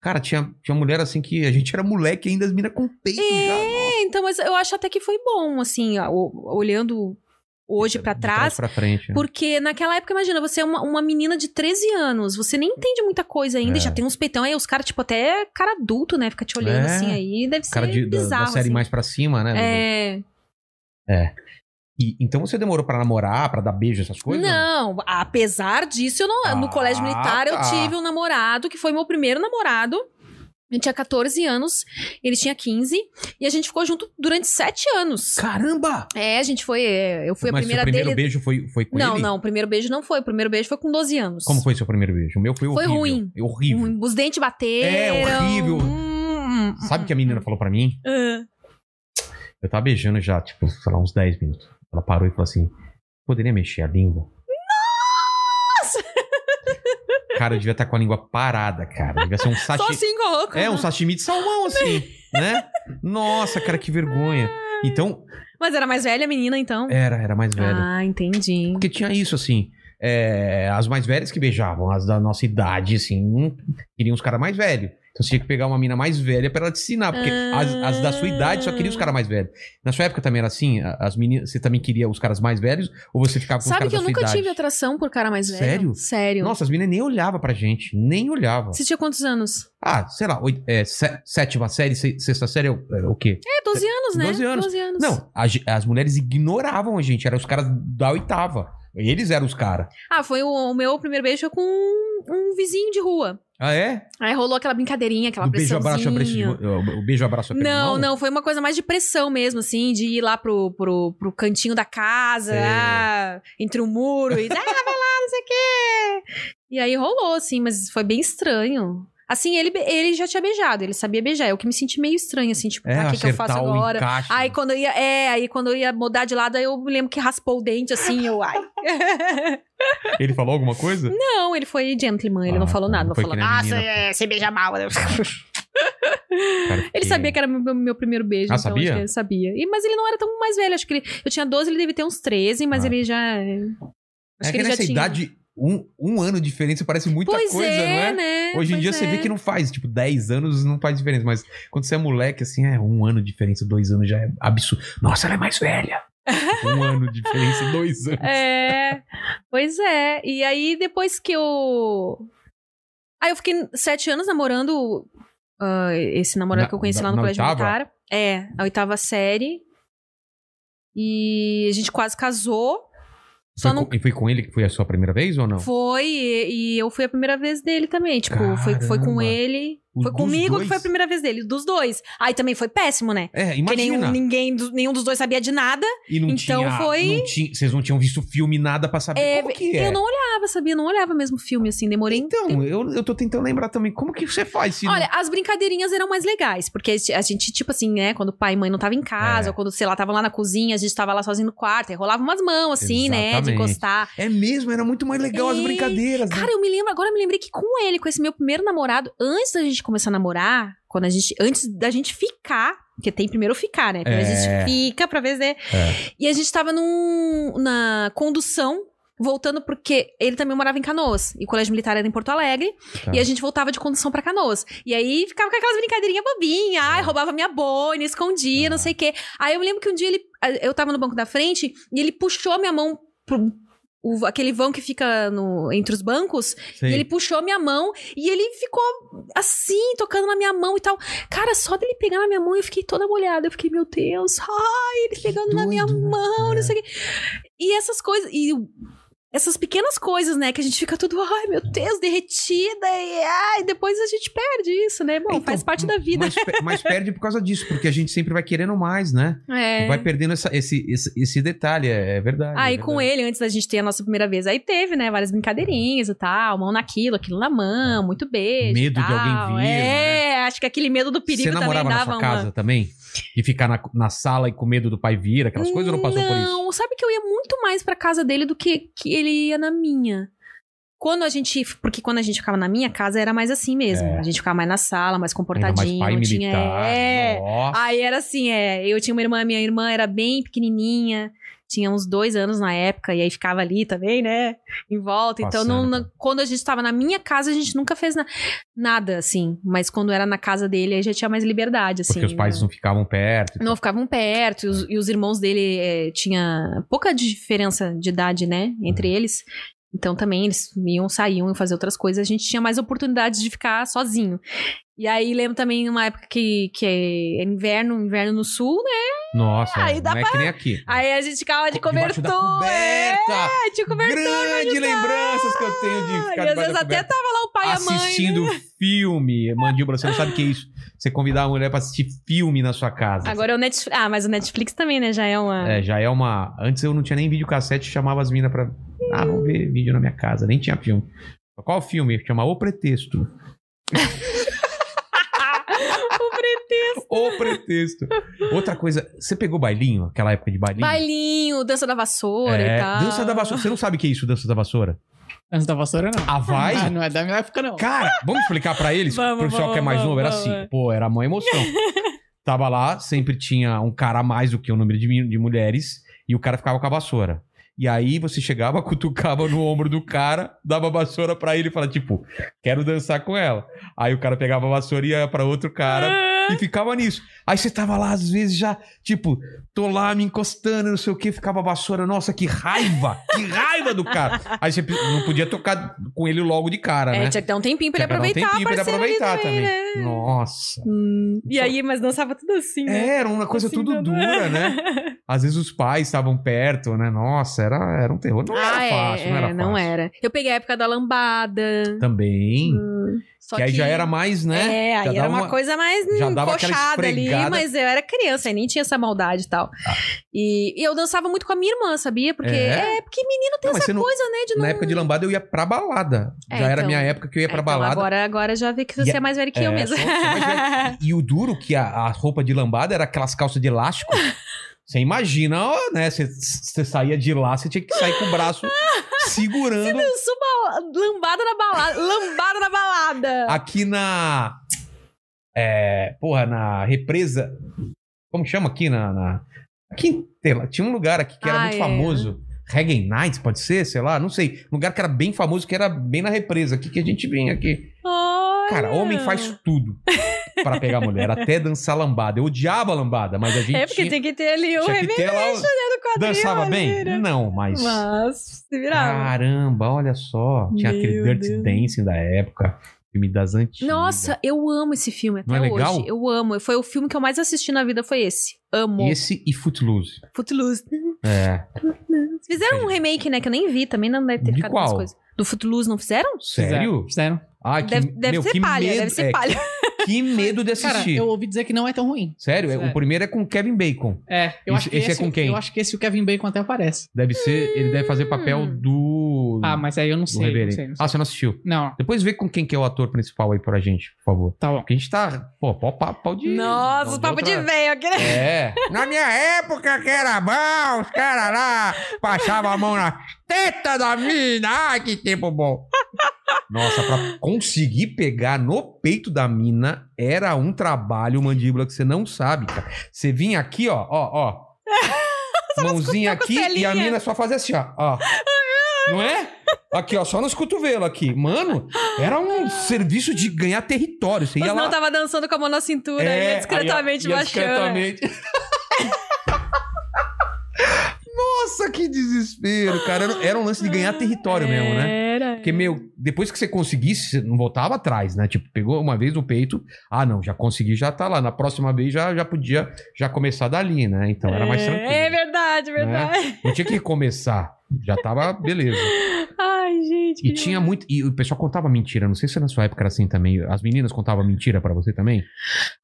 Speaker 2: Cara, tinha, tinha mulher assim que a gente era moleque ainda, as minas com peito já. Nossa,
Speaker 4: É, então, mas eu acho até que foi bom, assim, ó, o- olhando hoje
Speaker 2: de
Speaker 4: pra trás.
Speaker 2: pra frente. né?
Speaker 4: Porque naquela época, imagina, você é uma, uma menina de 13 anos, você nem entende muita coisa ainda,
Speaker 2: É.
Speaker 4: e já tem uns peitão aí, os caras, tipo, até cara adulto, né? Fica te olhando
Speaker 2: É.
Speaker 4: assim aí, deve
Speaker 2: O cara
Speaker 4: ser
Speaker 2: de- da- da,
Speaker 4: bizarro.
Speaker 2: série
Speaker 4: assim.
Speaker 2: mais pra cima, né?
Speaker 4: É.
Speaker 2: E- então você demorou pra namorar, pra dar beijo, essas coisas?
Speaker 4: Não, apesar disso, eu não-
Speaker 2: Ah,
Speaker 4: no colégio militar eu
Speaker 2: tá.
Speaker 4: tive um namorado que foi meu primeiro namorado. Ele tinha 14 anos, ele tinha 15, e a gente ficou junto durante 7 anos.
Speaker 2: Caramba!
Speaker 4: É, a gente foi. é, Eu fui a
Speaker 2: Mas
Speaker 4: primeira
Speaker 2: seu primeiro
Speaker 4: dele.
Speaker 2: beijo foi, foi com
Speaker 4: não,
Speaker 2: ele?
Speaker 4: não, o primeiro beijo não foi. O primeiro beijo foi com 12 anos.
Speaker 2: Como foi seu primeiro beijo? O meu foi
Speaker 4: Foi
Speaker 2: horrível.
Speaker 4: ruim.
Speaker 2: É Horrível.
Speaker 4: Um- Os dentes bateram.
Speaker 2: É, horrível.
Speaker 4: Hum, hum,
Speaker 2: Sabe o que a menina falou pra mim?
Speaker 4: hum.
Speaker 2: Eu tava beijando já, tipo, sei lá, uns 10 minutos. Ela parou e falou assim: poderia mexer a língua?
Speaker 4: Nossa!
Speaker 2: [laughs] Cara, eu devia estar com a língua parada, cara. Devia ser um
Speaker 4: Ah, Só
Speaker 2: sashimi.
Speaker 4: assim, louco.
Speaker 2: É, um sashimi de salmão, assim, né? Nossa, cara, que vergonha. Então,
Speaker 4: Mas era mais velha a menina, então.
Speaker 2: era, era mais É, velha.
Speaker 4: Ah, entendi.
Speaker 2: Porque tinha isso, assim. é, as mais velhas que beijavam, as da nossa idade, assim, não queriam os caras mais velhos. Então você tinha que pegar uma mina mais velha pra ela te ensinar. Porque
Speaker 4: Ah.
Speaker 2: as, as da sua idade só queriam os caras mais velhos. Na sua época também era assim? A- As meninas, você também queria os caras mais velhos? Ou você ficava com
Speaker 4: Sabe
Speaker 2: os caras da
Speaker 4: que eu
Speaker 2: sua
Speaker 4: nunca
Speaker 2: idade?
Speaker 4: tive atração por cara mais velho?
Speaker 2: Sério?
Speaker 4: Sério.
Speaker 2: Nossa, as meninas nem olhavam pra gente, nem olhavam.
Speaker 4: Você tinha quantos anos?
Speaker 2: Ah, sei lá, oito- é, sé- sétima série, se- sexta série é o, é o quê?
Speaker 4: É, 12 anos, né?
Speaker 2: 12 anos.
Speaker 4: anos.
Speaker 2: Não, a ge- as mulheres ignoravam a gente, eram os caras da oitava. Eles eram os caras.
Speaker 4: Ah, foi o, o meu primeiro beijo com um, um vizinho de rua.
Speaker 2: Ah, é?
Speaker 4: Aí rolou aquela brincadeirinha, aquela
Speaker 2: Do beijo abraço, abraço,
Speaker 4: pressãozinha.
Speaker 2: o beijo abraço aperto de
Speaker 4: Não,
Speaker 2: mão?
Speaker 4: não, foi uma coisa mais de pressão mesmo, assim, de ir lá pro, pro, pro cantinho da casa,
Speaker 2: Sei.
Speaker 4: ah, entre o muro, e [laughs] ah, vai lá, não sei o quê. E aí rolou, assim, mas foi bem estranho. Assim, ele, be- ele já tinha beijado, ele sabia beijar. Eu que me senti meio estranho, assim, tipo,
Speaker 2: É,
Speaker 4: tá, o que, que eu faço
Speaker 2: acertar o
Speaker 4: agora?
Speaker 2: encaixe.
Speaker 4: Aí quando eu ia, é, aí quando eu ia mudar de lado, aí eu me lembro que raspou o dente, assim, eu, ai. [laughs]
Speaker 2: Ele falou alguma coisa?
Speaker 4: não, ele foi gentleman, ele
Speaker 2: Ah,
Speaker 4: não falou
Speaker 2: tá,
Speaker 4: nada,
Speaker 2: não
Speaker 4: não
Speaker 2: foi
Speaker 4: falou
Speaker 2: que nem a
Speaker 4: nada.
Speaker 2: menina.
Speaker 4: "Ah, você- você beija mal.
Speaker 2: Cara,
Speaker 4: é. Ele
Speaker 2: que-
Speaker 4: sabia que era meu, meu primeiro beijo.
Speaker 2: Ah,
Speaker 4: então
Speaker 2: sabia?
Speaker 4: acho que ele sabia. E, mas ele não era tão mais velho. Acho que ele. Eu tinha 12, ele deve ter uns 13, mas
Speaker 2: Ah.
Speaker 4: ele já. Acho
Speaker 2: É
Speaker 4: que
Speaker 2: que
Speaker 4: ele já
Speaker 2: nessa
Speaker 4: tinha.
Speaker 2: idade, um, um ano de diferença parece muita
Speaker 4: pois
Speaker 2: coisa,
Speaker 4: é,
Speaker 2: não é?
Speaker 4: né?
Speaker 2: Hoje em
Speaker 4: Pois
Speaker 2: dia você
Speaker 4: é.
Speaker 2: vê que não faz, tipo, 10 anos não faz diferença, mas quando você é moleque, assim, é um ano de diferença, dois anos já é absurdo. Nossa, ela é mais
Speaker 4: [laughs]
Speaker 2: velha. Tipo, um ano de diferença, dois anos.
Speaker 4: É. Pois é. E aí, depois que eu. Aí eu fiquei sete anos namorando ah, esse namorado
Speaker 2: Na-
Speaker 4: que eu conheci
Speaker 2: na-
Speaker 4: lá no
Speaker 2: na
Speaker 4: colégio
Speaker 2: oitava?
Speaker 4: militar. É, a oitava série. E a gente quase casou. Só
Speaker 2: Foi
Speaker 4: não
Speaker 2: com- E foi com ele que foi a sua primeira vez ou não?
Speaker 4: Foi, e, e eu fui a primeira vez dele também. Tipo, foi, foi com
Speaker 2: Caramba.
Speaker 4: ele.
Speaker 2: O
Speaker 4: foi
Speaker 2: dos
Speaker 4: comigo
Speaker 2: dois?
Speaker 4: que foi a primeira vez dele, dos dois. Aí também foi péssimo, né?
Speaker 2: É,
Speaker 4: Porque nenhum,
Speaker 2: imagina.
Speaker 4: ninguém, dos- nenhum dos dois sabia de nada.
Speaker 2: E não
Speaker 4: Então
Speaker 2: tinha,
Speaker 4: foi-
Speaker 2: não tinha- vocês não tinham visto filme, nada pra saber
Speaker 4: É,
Speaker 2: como que é.
Speaker 4: Eu não olhava, sabia? Eu não olhava mesmo filme, assim, demorei.
Speaker 2: Então, eu, eu tô tentando lembrar também, como que você faz se não-
Speaker 4: Olha, as brincadeirinhas eram mais legais, porque a gente, tipo assim, né, quando o pai e mãe não tava em casa,
Speaker 2: É.
Speaker 4: ou quando, sei lá, tava lá na cozinha, a gente tava lá sozinho no quarto, aí rolava umas mãos, assim, né, de
Speaker 2: Exatamente.
Speaker 4: encostar.
Speaker 2: É mesmo, era muito mais legal as
Speaker 4: É.
Speaker 2: brincadeiras. né?
Speaker 4: Cara, eu me lembro, agora eu me lembrei que com ele, com esse meu primeiro namorado, antes da gente começar a namorar, quando a gente, antes da gente ficar, porque tem primeiro ficar, né? Primeiro
Speaker 2: É.
Speaker 4: a gente fica pra ver, né? E a gente tava num, na condução, voltando porque ele também morava em Canoas, e o colégio militar era em Porto Alegre,
Speaker 2: Tá.
Speaker 4: e a gente voltava de condução pra Canoas. E aí ficava com aquelas brincadeirinhas bobinhas, ai, roubava minha boina, escondia, não sei o quê. Aí eu me lembro que um dia ele, eu tava no banco da frente, e ele puxou a minha mão pro... o- aquele vão que fica no- entre os bancos,
Speaker 2: Sei.
Speaker 4: e ele puxou minha mão e ele ficou assim, tocando na minha mão e tal. Cara, só dele pegar na minha mão eu fiquei toda molhada. Eu fiquei, meu Deus, ai, ele pegando na minha
Speaker 2: doido, né,
Speaker 4: mão,
Speaker 2: cara?
Speaker 4: não sei o quê. E essas coisas. E essas pequenas coisas, né? Que a gente fica tudo, ai, meu Deus, derretida. E ai, depois a gente perde isso, né? Bom,
Speaker 2: Então,
Speaker 4: faz parte da vida.
Speaker 2: Mas, pe- mas perde por causa disso, porque a gente sempre vai querendo mais, né?
Speaker 4: É.
Speaker 2: Vai perdendo essa- esse, esse, esse detalhe, é, é verdade.
Speaker 4: Aí
Speaker 2: é
Speaker 4: com
Speaker 2: verdade.
Speaker 4: ele, antes da gente ter a nossa primeira vez, aí teve, né, várias brincadeirinhas e tal, mão naquilo, aquilo na mão, muito beijo.
Speaker 2: Medo de
Speaker 4: tal.
Speaker 2: alguém vir, né?
Speaker 4: É, acho que aquele medo do perigo
Speaker 2: Você
Speaker 4: também
Speaker 2: namorava na
Speaker 4: dava
Speaker 2: sua
Speaker 4: uma.
Speaker 2: casa também? De ficar na, na sala e com medo do pai vir, aquelas coisas, ou não passou por isso?
Speaker 4: Não, sabe que eu ia muito mais pra casa dele do que, que ele ia na minha. Quando a gente. Porque quando a gente ficava na minha casa era mais assim mesmo.
Speaker 2: É.
Speaker 4: A gente ficava mais na sala, mais
Speaker 2: Ainda mais
Speaker 4: comportadinho.
Speaker 2: pai
Speaker 4: não
Speaker 2: militar.
Speaker 4: tinha. É.
Speaker 2: Nossa.
Speaker 4: Aí era assim, é. Eu tinha uma irmã, minha irmã era bem pequenininha, tinha uns dois anos na época, e aí ficava ali também, né? Em volta.
Speaker 2: Passando,
Speaker 4: Então, não-
Speaker 2: cara.
Speaker 4: não- quando a gente tava na minha casa, a gente nunca fez na- nada, assim. Mas quando era na casa dele, aí já tinha mais liberdade, assim.
Speaker 2: Porque os pais não ficavam perto. e
Speaker 4: Não ficavam perto, e os, e os irmãos dele eh, tinha pouca diferença de idade, né? Entre eles. Então também eles iam, saíam e fazer outras coisas. A gente tinha mais oportunidades de ficar sozinho. E aí lembro também uma época que, que é inverno, inverno no sul, né?
Speaker 2: Nossa,
Speaker 4: Aí dá
Speaker 2: não é que nem aqui.
Speaker 4: Aí a gente ficava de
Speaker 2: Debaixo da
Speaker 4: cobertor. É,
Speaker 2: coberta.
Speaker 4: de cobertor.
Speaker 2: Grande lembranças que eu tenho de
Speaker 4: E
Speaker 2: ficar
Speaker 4: às
Speaker 2: debaixo
Speaker 4: vezes
Speaker 2: da
Speaker 4: até
Speaker 2: coberta.
Speaker 4: tava lá o pai e a mãe. né?
Speaker 2: assistindo filme. Mandíbula, você não sabe o que é isso. Você convidar a mulher pra assistir filme na sua casa.
Speaker 4: Agora é o Netflix. Ah, mas o Netflix também, né? Já é uma.
Speaker 2: É, já é uma. Antes eu não tinha nem videocassete, chamava as minas pra. Ah, vamos ver vídeo na minha casa. Nem tinha filme. Qual filme? Chama O
Speaker 4: [laughs]
Speaker 2: Pretexto.
Speaker 4: O pretexto.
Speaker 2: O Pretexto. Outra coisa, você pegou bailinho, aquela época de bailinho?
Speaker 4: Bailinho, dança da vassoura
Speaker 2: É,
Speaker 4: e tal.
Speaker 2: Dança da Vassoura. Você não sabe o que é isso, Dança da Vassoura?
Speaker 3: Antes da vassoura, não.
Speaker 2: Ah, vai?
Speaker 3: Ah, não é da minha época, não.
Speaker 2: Cara, vamos explicar pra eles?
Speaker 4: [laughs] Vamos,
Speaker 2: pro pessoal
Speaker 4: vamos,
Speaker 2: que é mais
Speaker 4: vamos,
Speaker 2: novo, era
Speaker 4: vamos,
Speaker 2: assim.
Speaker 4: vamos.
Speaker 2: Pô, era uma emoção. Tava lá, sempre tinha um cara a mais do que o número de, min- de mulheres, e o cara ficava com a vassoura. E aí você chegava, [laughs] cutucava no ombro do cara, dava a vassoura pra ele e falava, tipo, quero dançar com ela. Aí o cara pegava a vassoura e ia pra outro cara
Speaker 4: É.
Speaker 2: e ficava nisso. Aí você tava lá, às vezes, já, tipo, tô lá me encostando, não sei o que, ficava a vassoura, nossa, que raiva! Que raiva do cara! Aí você não podia tocar com ele logo de cara,
Speaker 4: É,
Speaker 2: né?
Speaker 4: tinha que dar um tempinho pra ele
Speaker 2: Tinha que dar um tempinho
Speaker 4: aproveitar a
Speaker 2: pra ele
Speaker 4: parceira ali
Speaker 2: aproveitar
Speaker 4: também, né?
Speaker 2: Nossa.
Speaker 4: E aí, mas dançava tudo assim, né?
Speaker 2: É, era uma coisa
Speaker 4: Assim,
Speaker 2: tudo
Speaker 4: dando-
Speaker 2: dura, né?
Speaker 4: [laughs]
Speaker 2: Às vezes os pais estavam perto, né? Nossa, era, era um terror. Não
Speaker 4: ah,
Speaker 2: era
Speaker 4: é,
Speaker 2: fácil, não
Speaker 4: é,
Speaker 2: era fácil.
Speaker 4: não era. Eu peguei a época da lambada.
Speaker 2: Também.
Speaker 4: Hum, Só
Speaker 2: que aí já era mais, né?
Speaker 4: É,
Speaker 2: Já
Speaker 4: aí
Speaker 2: dava
Speaker 4: era uma,
Speaker 2: uma-
Speaker 4: coisa mais
Speaker 2: já
Speaker 4: hum,
Speaker 2: dava aquela
Speaker 4: coxada ali,
Speaker 2: esfregada. Ah.
Speaker 4: mas eu era criança e nem tinha essa maldade e tal. E, e eu dançava muito com a minha irmã, sabia? Porque
Speaker 2: É?
Speaker 4: é, porque menino tem
Speaker 2: Não, mas
Speaker 4: essa
Speaker 2: você não-
Speaker 4: coisa, né? De não...
Speaker 2: Na época de lambada eu ia pra balada.
Speaker 4: É,
Speaker 2: já era
Speaker 4: então.
Speaker 2: minha época que eu ia
Speaker 4: É,
Speaker 2: pra
Speaker 4: então,
Speaker 2: balada.
Speaker 4: agora, agora já vê que você
Speaker 2: E a-
Speaker 4: é mais velho que
Speaker 2: É,
Speaker 4: eu mesmo.
Speaker 2: sou- sou mais velho. E o duro que a, a roupa de lambada era aquelas calças de
Speaker 4: [laughs]
Speaker 2: elástico. Você imagina, ó, né? Você- Você saía de lá, você tinha que sair com o
Speaker 4: [laughs]
Speaker 2: braço segurando
Speaker 4: Dançou bala- lambada na balada. Lambada na balada.
Speaker 2: aqui na. É, porra, na represa. Como chama aqui na. na aqui em Tela- Tinha um lugar aqui que era
Speaker 4: Ah,
Speaker 2: muito
Speaker 4: é.
Speaker 2: famoso. Reggae Nights, pode ser, sei lá, não sei. Um lugar que era bem famoso, que era bem na represa aqui, que a gente vinha aqui.
Speaker 4: Olha.
Speaker 2: Cara, homem faz tudo pra pegar mulher, até dançar lambada. Eu odiava lambada, mas a gente.
Speaker 4: É porque tem que ter ali o
Speaker 2: tinha que
Speaker 4: remédio
Speaker 2: ter lá o-
Speaker 4: do quadril.
Speaker 2: Dançava
Speaker 4: né,
Speaker 2: bem?
Speaker 4: vira?
Speaker 2: Não, mas.
Speaker 4: Mas se
Speaker 2: Ah,
Speaker 4: virava.
Speaker 2: Caramba, olha só. Tinha aquele
Speaker 4: Meu
Speaker 2: Dirty
Speaker 4: Deus.
Speaker 2: Dancing da época, filme das antigas.
Speaker 4: Nossa, eu amo esse filme até
Speaker 2: Não é legal?
Speaker 4: hoje. Eu amo. Foi o filme que eu mais assisti na vida, foi esse. Amo.
Speaker 2: Esse e Footloose.
Speaker 4: Footloose.
Speaker 2: É.
Speaker 4: Fizeram um remake, né? Que eu nem vi, também não deve ter
Speaker 2: De
Speaker 4: ficado
Speaker 2: qual?
Speaker 4: com as coisas. Do Footloose, não fizeram?
Speaker 2: Sério?
Speaker 3: Fizeram.
Speaker 2: Ai, que,
Speaker 4: deve deve
Speaker 2: meu,
Speaker 4: ser
Speaker 2: que
Speaker 4: palha,
Speaker 2: medo,
Speaker 4: deve ser
Speaker 2: é,
Speaker 4: palha.
Speaker 2: Que medo de assistir.
Speaker 3: Cara, eu ouvi dizer que não é tão ruim.
Speaker 2: Sério, é, o
Speaker 3: Sério.
Speaker 2: primeiro é com Kevin Bacon.
Speaker 3: É,
Speaker 2: Esse-
Speaker 3: eu acho que
Speaker 2: esse é
Speaker 3: esse,
Speaker 2: com quem?
Speaker 3: Eu acho que esse o Kevin Bacon até aparece.
Speaker 2: Deve ser, ele deve fazer papel
Speaker 4: Hum.
Speaker 2: do
Speaker 3: Ah, mas aí eu não
Speaker 2: Hum. do
Speaker 3: sei. Não,
Speaker 2: reverendo.
Speaker 3: sei, não, sei.
Speaker 2: Ah, você não assistiu.
Speaker 3: não,
Speaker 2: Depois vê com quem que é o ator principal aí pra gente, por favor.
Speaker 3: tá bom.
Speaker 2: Porque a gente tá, pô, pau, pau, pau de
Speaker 4: [laughs] Nossa, os
Speaker 2: de
Speaker 4: papo de
Speaker 2: outra-
Speaker 4: velho. né? aquele-
Speaker 2: É. Na minha época que era bom, os caras lá passavam a mão na teta da mina. Ai, que tempo bom. Nossa, pra conseguir pegar no peito da mina era um trabalho, mandíbula, que você não sabe, cara. Você vinha aqui, ó, ó,
Speaker 4: [laughs]
Speaker 2: ó. Mãozinha aqui e a
Speaker 4: costelinhas.
Speaker 2: mina só fazia assim, ó, ó. Não é? Aqui, ó, só nos cotovelos aqui. Mano, era um serviço de ganhar território. Você ia
Speaker 4: Mas
Speaker 2: lá...
Speaker 4: não tava dançando com a mão na cintura,
Speaker 2: É,
Speaker 4: ia
Speaker 2: aí, ó,
Speaker 4: discretamente
Speaker 2: ia
Speaker 4: baixando.
Speaker 2: discretamente. [laughs] Nossa, que desespero, cara. Era, era um lance de ganhar território mesmo, né?
Speaker 4: Era.
Speaker 2: Porque, meu, depois que você conseguisse, você não voltava atrás, né? Tipo, pegou uma vez o peito, ah, não, já consegui, já tá lá. Na próxima vez já, já podia já começar dali, né? Então era mais
Speaker 4: É,
Speaker 2: tranquilo.
Speaker 4: É
Speaker 2: Né?
Speaker 4: verdade, verdade. [laughs]
Speaker 2: Não tinha que recomeçar. Já tava, beleza.
Speaker 4: Ai, gente.
Speaker 2: E
Speaker 4: que
Speaker 2: tinha muito. E o pessoal contava mentira. Não sei se na sua época era assim também. As meninas contavam mentira pra você também.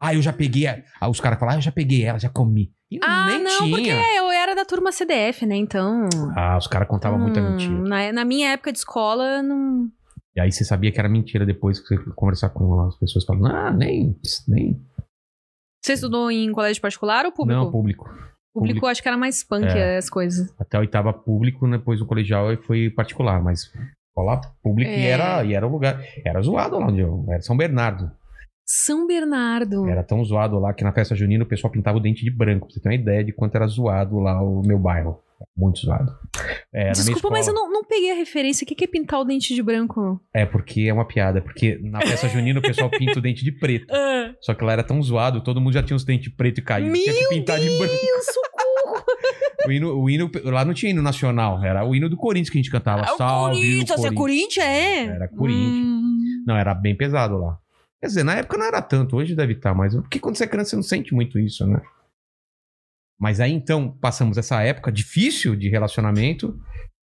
Speaker 2: Ah, eu já peguei. A... Ah, os caras falavam, ah, eu já peguei ela, já comi. E
Speaker 4: Ah,
Speaker 2: nem
Speaker 4: não,
Speaker 2: tinha.
Speaker 4: porque eu era da turma CDF, né? Então.
Speaker 2: Ah, os caras contavam muita
Speaker 4: hum,
Speaker 2: mentira.
Speaker 4: Na, na minha época de escola, não.
Speaker 2: E aí você sabia que era mentira depois que você conversar com as pessoas falando, ah, nem. pss, nem.
Speaker 4: Você estudou em colégio particular ou público?
Speaker 2: Não, público. É.
Speaker 4: público,
Speaker 2: público.
Speaker 4: acho que era mais punk as coisas.
Speaker 2: Até a oitava público, depois o colegial aí foi particular, mas escola pública e,
Speaker 4: É.
Speaker 2: era, e era o lugar. Era zoado lá onde eu. Era São Bernardo.
Speaker 4: São Bernardo.
Speaker 2: Era tão zoado lá que na festa junina o pessoal pintava o dente de branco. Pra você ter uma ideia de quanto era zoado lá o meu bairro. Muito zoado. É, na minha
Speaker 4: Desculpa, mas eu
Speaker 2: escola-
Speaker 4: não, não peguei a referência. O que que é pintar o dente de branco?
Speaker 2: É, porque é uma piada. Porque na festa junina o pessoal pinta o dente de preto. Só que lá era tão zoado, todo mundo já tinha os dentes preto e caído. tinha que pintar de branco.
Speaker 4: Eu sou
Speaker 2: O hino, o hino- lá não tinha hino nacional, era o hino do Corinthians que a gente cantava. Salve o
Speaker 4: você é
Speaker 2: Corinthians.
Speaker 4: Corinthians, é?
Speaker 2: Era Corinthians.
Speaker 4: Hum.
Speaker 2: Não, era bem pesado lá. tá, Quer dizer, na época não era tanto, hoje deve estar, mas. Porque quando você é criança você não sente muito isso, né? Mas aí então passamos essa época difícil de relacionamento.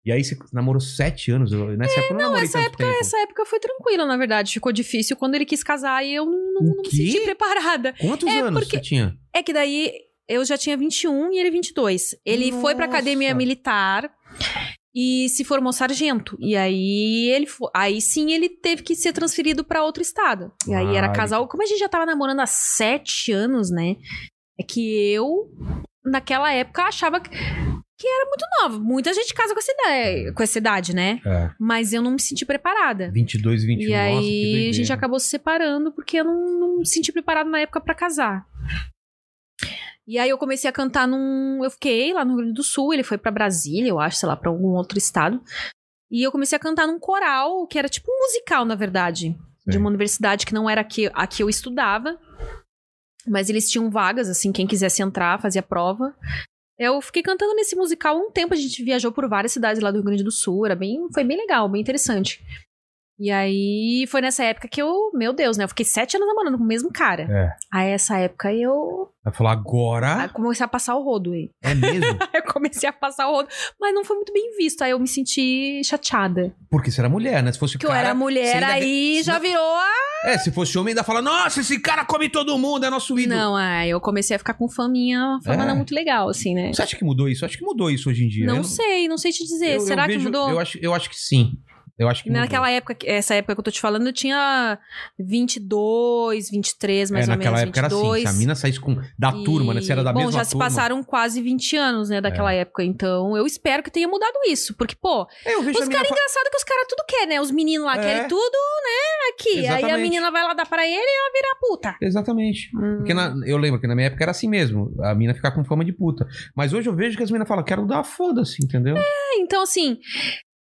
Speaker 2: E aí você namorou sete anos. eu- Nessa época eu não, namorei
Speaker 4: É, essa
Speaker 2: tanto
Speaker 4: época,
Speaker 2: tempo.
Speaker 4: essa época foi tranquila, na verdade. Ficou difícil quando ele quis casar e eu não,
Speaker 2: O
Speaker 4: não me
Speaker 2: quê?
Speaker 4: senti preparada.
Speaker 2: Quantos
Speaker 4: É,
Speaker 2: anos
Speaker 4: porque-
Speaker 2: você tinha?
Speaker 4: É que daí eu já tinha 21 e ele 22. Ele foi pra
Speaker 2: Nossa.
Speaker 4: academia militar e se formou sargento. E aí ele fo- aí sim ele teve que ser transferido pra outro estado. E aí era
Speaker 2: Ai.
Speaker 4: casal. Como a gente já tava namorando há sete anos, né? É que eu naquela época achava que que era muito nova. Muita gente casa com essa ideia, com essa idade, né?
Speaker 2: É,
Speaker 4: Mas eu não me senti preparada.
Speaker 2: 22, 21.
Speaker 4: E
Speaker 2: Nossa, que
Speaker 4: aí a
Speaker 2: doideira.
Speaker 4: gente acabou se separando porque eu não, não me senti preparada na época pra casar. E aí eu comecei a cantar num. Eu fiquei lá no Rio Grande do Sul, ele foi pra Brasília, eu acho, sei lá, pra algum outro estado. E eu comecei a cantar num coral, que era tipo um musical, na verdade. De
Speaker 2: Sim.
Speaker 4: uma universidade que não era a que, a que eu estudava. Mas eles tinham vagas, assim, quem quisesse entrar, fazia prova. Eu fiquei cantando nesse musical um tempo, a gente viajou por várias cidades lá do Rio Grande do Sul, era bem, foi bem legal, bem interessante. E aí foi nessa época que eu, meu Deus, né? Eu fiquei sete anos namorando com o mesmo cara.
Speaker 2: É. Ah?
Speaker 4: Aí essa época eu
Speaker 2: Vai falar
Speaker 4: aí
Speaker 2: agora?
Speaker 4: comecei a passar o rodo. [laughs] Aí
Speaker 2: É mesmo?
Speaker 4: eu comecei a passar o rodo, mas não foi muito bem visto. Aí eu me senti chateada.
Speaker 2: Porque você era mulher, né? Se fosse
Speaker 4: Porque eu
Speaker 2: cara...
Speaker 4: era mulher,
Speaker 2: ainda
Speaker 4: aí
Speaker 2: de-
Speaker 4: já virou a.
Speaker 2: É, se fosse homem ainda fala, nossa, esse cara come todo mundo, é nosso ídolo.
Speaker 4: Não, aí eu comecei a ficar com faminha, uma fama
Speaker 2: É.
Speaker 4: não muito legal, assim, né?
Speaker 2: Você acha que mudou isso? Eu Acho que mudou isso hoje em dia.
Speaker 4: Não
Speaker 2: Eu-
Speaker 4: sei, não sei te dizer.
Speaker 2: eu- eu
Speaker 4: Será que
Speaker 2: vejo-
Speaker 4: mudou?
Speaker 2: Eu acho, eu acho que sim. Eu acho que mudou.
Speaker 4: Naquela época, que- essa época que eu tô te falando, eu tinha 22, 23, mais
Speaker 2: é,
Speaker 4: ou
Speaker 2: naquela
Speaker 4: menos,
Speaker 2: época
Speaker 4: 22.
Speaker 2: era assim. Se a mina saísse com, da
Speaker 4: E-
Speaker 2: turma, né? Você era da
Speaker 4: Bom,
Speaker 2: mesma
Speaker 4: já se
Speaker 2: turma.
Speaker 4: passaram quase 20 anos, né, daquela época. Então, eu espero que tenha mudado isso. Porque, pô,
Speaker 2: É, eu vejo
Speaker 4: os
Speaker 2: a mina
Speaker 4: caras
Speaker 2: fa-
Speaker 4: engraçado que os caras tudo quer, né? Os meninos lá
Speaker 2: É.
Speaker 4: querem tudo, né? Aqui. Aí a
Speaker 2: Exatamente.
Speaker 4: menina vai lá dar pra ele e ela vira a puta.
Speaker 2: Exatamente.
Speaker 4: Hum.
Speaker 2: Porque na- eu lembro que na minha época era assim mesmo. A mina ficar com fama de puta. Mas hoje eu vejo que as minas falam, quero dar foda-se, entendeu?
Speaker 4: É, então, assim.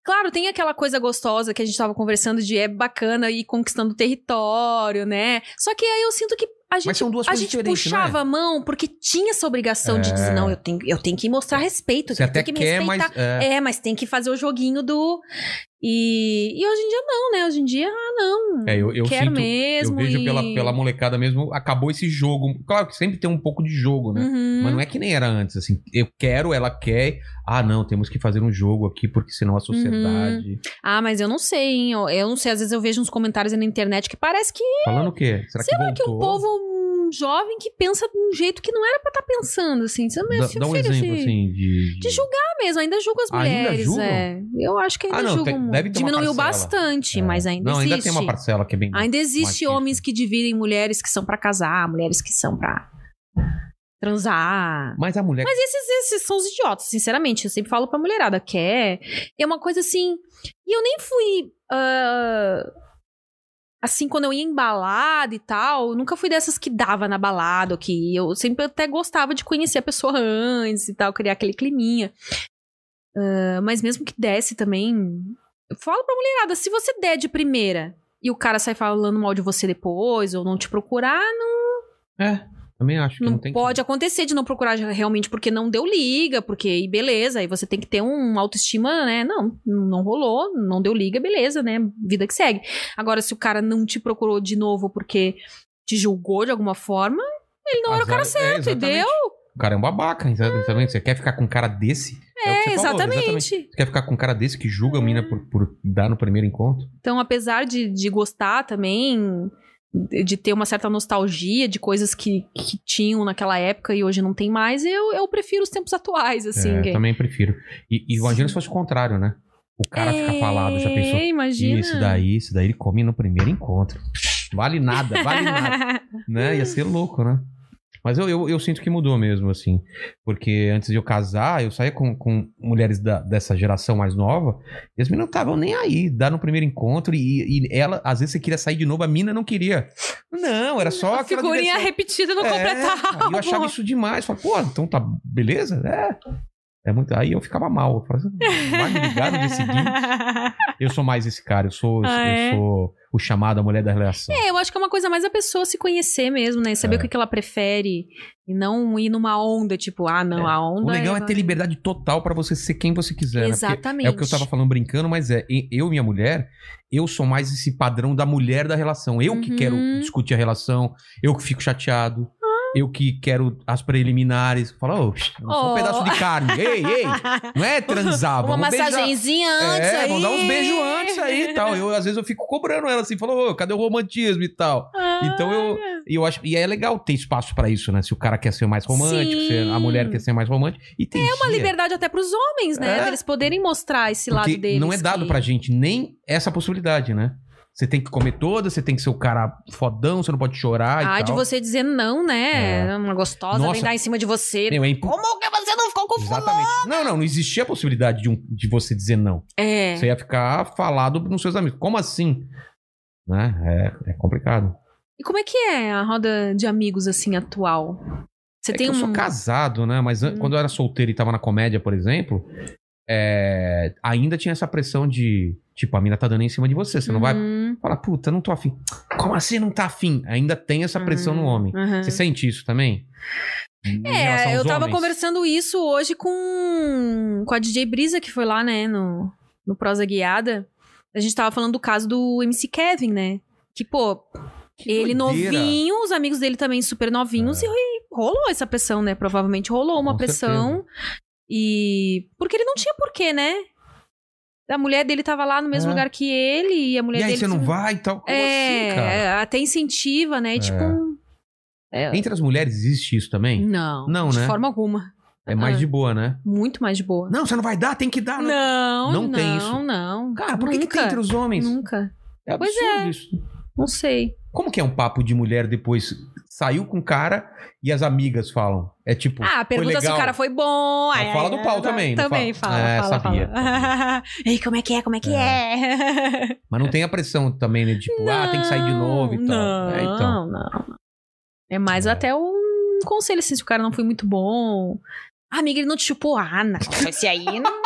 Speaker 4: Claro, tem aquela coisa gostosa que a gente tava conversando de é bacana ir conquistando território, né? Só que aí eu sinto que a gente
Speaker 2: Mas são duas
Speaker 4: A
Speaker 2: coisas
Speaker 4: gente
Speaker 2: diferentes,
Speaker 4: puxava
Speaker 2: né?
Speaker 4: a mão porque tinha essa obrigação de
Speaker 2: É.
Speaker 4: dizer, não, eu tenho, eu tenho que mostrar respeito,
Speaker 2: Você
Speaker 4: eu
Speaker 2: até
Speaker 4: tenho que me
Speaker 2: quer, mas...
Speaker 4: respeitar.
Speaker 2: é.
Speaker 4: É, mas tem que fazer o joguinho do. E, e hoje em dia não, né? Hoje em dia, ah, não.
Speaker 2: É, eu, eu
Speaker 4: quero
Speaker 2: sinto... Eu
Speaker 4: mesmo.
Speaker 2: vejo
Speaker 4: e-
Speaker 2: pela, pela molecada mesmo, acabou esse jogo. Claro que sempre tem um pouco de jogo, né?
Speaker 4: Uhum.
Speaker 2: Mas não é que nem era antes, assim. Eu quero, ela quer. Ah, não, temos que fazer um jogo aqui, porque senão a sociedade.
Speaker 4: Ah, mas eu não sei, hein? Eu, eu não sei, às vezes eu vejo uns comentários aí na internet que parece que
Speaker 2: Falando o quê? Será que
Speaker 4: Será
Speaker 2: voltou?
Speaker 4: que um povo um jovem que pensa de um jeito que não era pra estar pensando, assim. Você não
Speaker 2: Dá,
Speaker 4: filho,
Speaker 2: dá um
Speaker 4: filho,
Speaker 2: exemplo,
Speaker 4: assim,
Speaker 2: assim, de...
Speaker 4: De julgar mesmo, ainda julga as
Speaker 2: Ainda
Speaker 4: mulheres.
Speaker 2: julgam?
Speaker 4: é. Eu acho que ainda
Speaker 2: Ah, não,
Speaker 4: julgam
Speaker 2: tem-
Speaker 4: muito.
Speaker 2: deve ter uma
Speaker 4: Diminuiu
Speaker 2: parcela.
Speaker 4: bastante,
Speaker 2: É.
Speaker 4: mas ainda
Speaker 2: Não,
Speaker 4: existe.
Speaker 2: ainda tem uma parcela que é bem...
Speaker 4: Ainda existe
Speaker 2: machista.
Speaker 4: homens que dividem mulheres que são pra casar, mulheres que são pra transar.
Speaker 2: Mas a mulher...
Speaker 4: Mas esses, esses são os idiotas, sinceramente. Eu sempre falo pra mulherada, quer. É uma coisa assim. E eu nem fui. ah, assim, quando eu ia em balada e tal, eu nunca fui dessas que dava na balada, ou que eu sempre até gostava de conhecer a pessoa antes e tal, criar aquele climinha. Ah, mas mesmo que desse também. Eu falo pra mulherada, se você der de primeira e o cara sai falando mal de você depois, ou não te procurar,
Speaker 2: É, também acho que não,
Speaker 4: não
Speaker 2: tem que-
Speaker 4: pode acontecer de não procurar realmente porque não deu liga, porque e beleza, aí você tem que ter um autoestima, né? Não, não rolou, não deu liga, beleza, né? Vida que segue. Agora, se o cara não te procurou de novo porque te julgou de alguma forma, ele não era o
Speaker 2: Azar-
Speaker 4: cara
Speaker 2: é,
Speaker 4: certo, e
Speaker 2: exatamente.
Speaker 4: deu.
Speaker 2: O cara é um babaca, entendeu? Você quer ficar com um cara desse? o que
Speaker 4: É,
Speaker 2: você falou,
Speaker 4: exatamente.
Speaker 2: Você quer ficar com um cara desse que julga a mina por, por dar no primeiro encontro?
Speaker 4: Então, apesar de, de gostar também, de de ter uma certa nostalgia de coisas que, que tinham naquela época e hoje não tem mais, eu, eu prefiro os tempos atuais, assim.
Speaker 2: é,
Speaker 4: que-
Speaker 2: eu também prefiro. E, e imagina se fosse o contrário, né? O cara fica falado, já pensou?
Speaker 4: É, Imagina.
Speaker 2: Isso daí, isso daí ele come no primeiro encontro. Psh, Vale nada, vale nada.
Speaker 4: [laughs]
Speaker 2: né? Ia
Speaker 4: Hum.
Speaker 2: ser louco, né? Mas eu, eu, eu sinto que mudou mesmo, assim. Porque antes de eu casar, eu saía com, com mulheres da- dessa geração mais nova, e as meninas não estavam nem aí, dar no primeiro encontro, e, e ela, às vezes você queria sair de novo, a mina não queria. Não, era só
Speaker 4: A
Speaker 2: aquela
Speaker 4: figurinha
Speaker 2: diversão.
Speaker 4: repetida no
Speaker 2: É,
Speaker 4: completar
Speaker 2: aí Eu achava isso demais. Falei, pô, então tá, beleza? É. É muito... Aí eu ficava mal. Eu falava, "Você vai me ligar no dia seguinte. Eu sou mais esse cara, eu sou, eu,
Speaker 4: Ah, é?
Speaker 2: sou o chamado a mulher da relação.
Speaker 4: [laughs] É, eu acho que é uma coisa mais a pessoa se conhecer mesmo, né? Saber
Speaker 2: É.
Speaker 4: o que, que ela prefere e não ir numa onda, tipo, ah, não, a onda.
Speaker 2: O legal é ter liberdade total pra você ser quem você quiser. né? Porque
Speaker 4: Exatamente.
Speaker 2: É o que eu tava falando brincando, mas é, e- eu e minha mulher, eu sou mais esse padrão da mulher da relação. Eu que
Speaker 4: Uhum. Ah.
Speaker 2: quero discutir a relação, eu que fico chateado. Eu que quero as preliminares. Fala, ô, psh, só um
Speaker 4: Oh.
Speaker 2: pedaço de carne. Ei, ei. Não
Speaker 4: [laughs]
Speaker 2: é transar.
Speaker 4: Uma
Speaker 2: vamos beijar.
Speaker 4: massagenzinha antes.
Speaker 2: É,
Speaker 4: aí.
Speaker 2: vão dar uns beijos antes aí tá? e tal. Eu, às vezes eu fico cobrando ela assim, falou, ô, cadê o romantismo e tal.
Speaker 4: Ah,
Speaker 2: Então eu, eu acho. E é legal ter espaço pra isso, né? Se o cara quer ser mais romântico,
Speaker 4: Sim.
Speaker 2: se a mulher quer ser mais romântica. E tem É
Speaker 4: Uma liberdade até pros homens, né?
Speaker 2: É.
Speaker 4: Deles poderem mostrar esse lado
Speaker 2: Porque
Speaker 4: deles.
Speaker 2: não é dado
Speaker 4: que-
Speaker 2: pra gente nem essa possibilidade, né? Você tem que comer toda, você tem que ser o cara fodão, você não pode chorar
Speaker 4: Ah,
Speaker 2: e
Speaker 4: de
Speaker 2: tal. É.
Speaker 4: você dizer não, né? Uma gostosa
Speaker 2: Nossa.
Speaker 4: vem dar em cima de você.
Speaker 2: Meu, é impo-
Speaker 4: Como que você não ficou com fulano?
Speaker 2: Exatamente. Não, não, não existia a possibilidade de, um, de você dizer não.
Speaker 4: É.
Speaker 2: Você ia ficar falado nos seus amigos. Como assim? Né? É, é complicado.
Speaker 4: E como é que é a roda de amigos, assim, atual? Você
Speaker 2: É
Speaker 4: tem
Speaker 2: que eu
Speaker 4: um...
Speaker 2: sou casado, né? Mas an-
Speaker 4: Hum.
Speaker 2: quando eu era solteiro e tava na comédia, por exemplo, é, ainda tinha essa pressão de, tipo, a mina tá dando em cima de você. Você não vai
Speaker 4: Uhum,
Speaker 2: falar, puta, não tô afim. Como assim não tá afim? Ainda tem essa pressão no homem.
Speaker 4: uhum.
Speaker 2: Você sente isso também? Em relação
Speaker 4: É,
Speaker 2: aos
Speaker 4: eu tava
Speaker 2: homens?
Speaker 4: conversando isso hoje com, com a DJ Brisa, que foi lá, né, no, no Prosa Guiada. A gente tava falando do caso do MC Kevin, né? Que, pô, ele
Speaker 2: doideira. É.
Speaker 4: novinho, os amigos dele também super novinhos, e rolou essa pressão, né? Provavelmente rolou uma
Speaker 2: Com
Speaker 4: pressão. E. Porque ele não tinha porquê, né? A mulher dele tava lá no mesmo
Speaker 2: É.
Speaker 4: lugar que ele, e a mulher
Speaker 2: E aí
Speaker 4: dele.
Speaker 2: você não vai e tal? Como
Speaker 4: É,
Speaker 2: assim, cara?
Speaker 4: até incentiva, né? E, Tipo. um- É.
Speaker 2: Entre as mulheres existe isso também?
Speaker 4: Não,
Speaker 2: Não,
Speaker 4: de
Speaker 2: né?
Speaker 4: forma alguma.
Speaker 2: É mais de boa, né?
Speaker 4: Muito mais de boa.
Speaker 2: Não, você não vai dar, tem que dar. né?
Speaker 4: Não, não,
Speaker 2: Não tem isso.
Speaker 4: não. não.
Speaker 2: Cara, por que, que tem
Speaker 4: Nunca.
Speaker 2: entre os homens?
Speaker 4: Nunca.
Speaker 2: É
Speaker 4: Pois
Speaker 2: absurdo isso.
Speaker 4: Não sei.
Speaker 2: Como que é um papo de mulher depois saiu com o cara e as amigas falam? É tipo.
Speaker 4: Ah, pergunta se o
Speaker 2: legal?
Speaker 4: cara foi bom.
Speaker 2: Mas
Speaker 4: Ai,
Speaker 2: fala
Speaker 4: ai,
Speaker 2: do pau
Speaker 4: ai,
Speaker 2: também, não
Speaker 4: Também
Speaker 2: fala?
Speaker 4: fala. fala,
Speaker 2: É,
Speaker 4: fala, [laughs]
Speaker 2: sabia.
Speaker 4: Ei, como é que é? Como é que é?
Speaker 2: Mas não tem a pressão também, né? Tipo, ah, tem que sair de novo e tal.
Speaker 4: Não,
Speaker 2: É, então.
Speaker 4: não. É mais
Speaker 2: É.
Speaker 4: até um conselho, assim, se o cara não foi muito bom. Ah, amiga, ele não te chupou. Ah, [laughs] não. Esse aí não...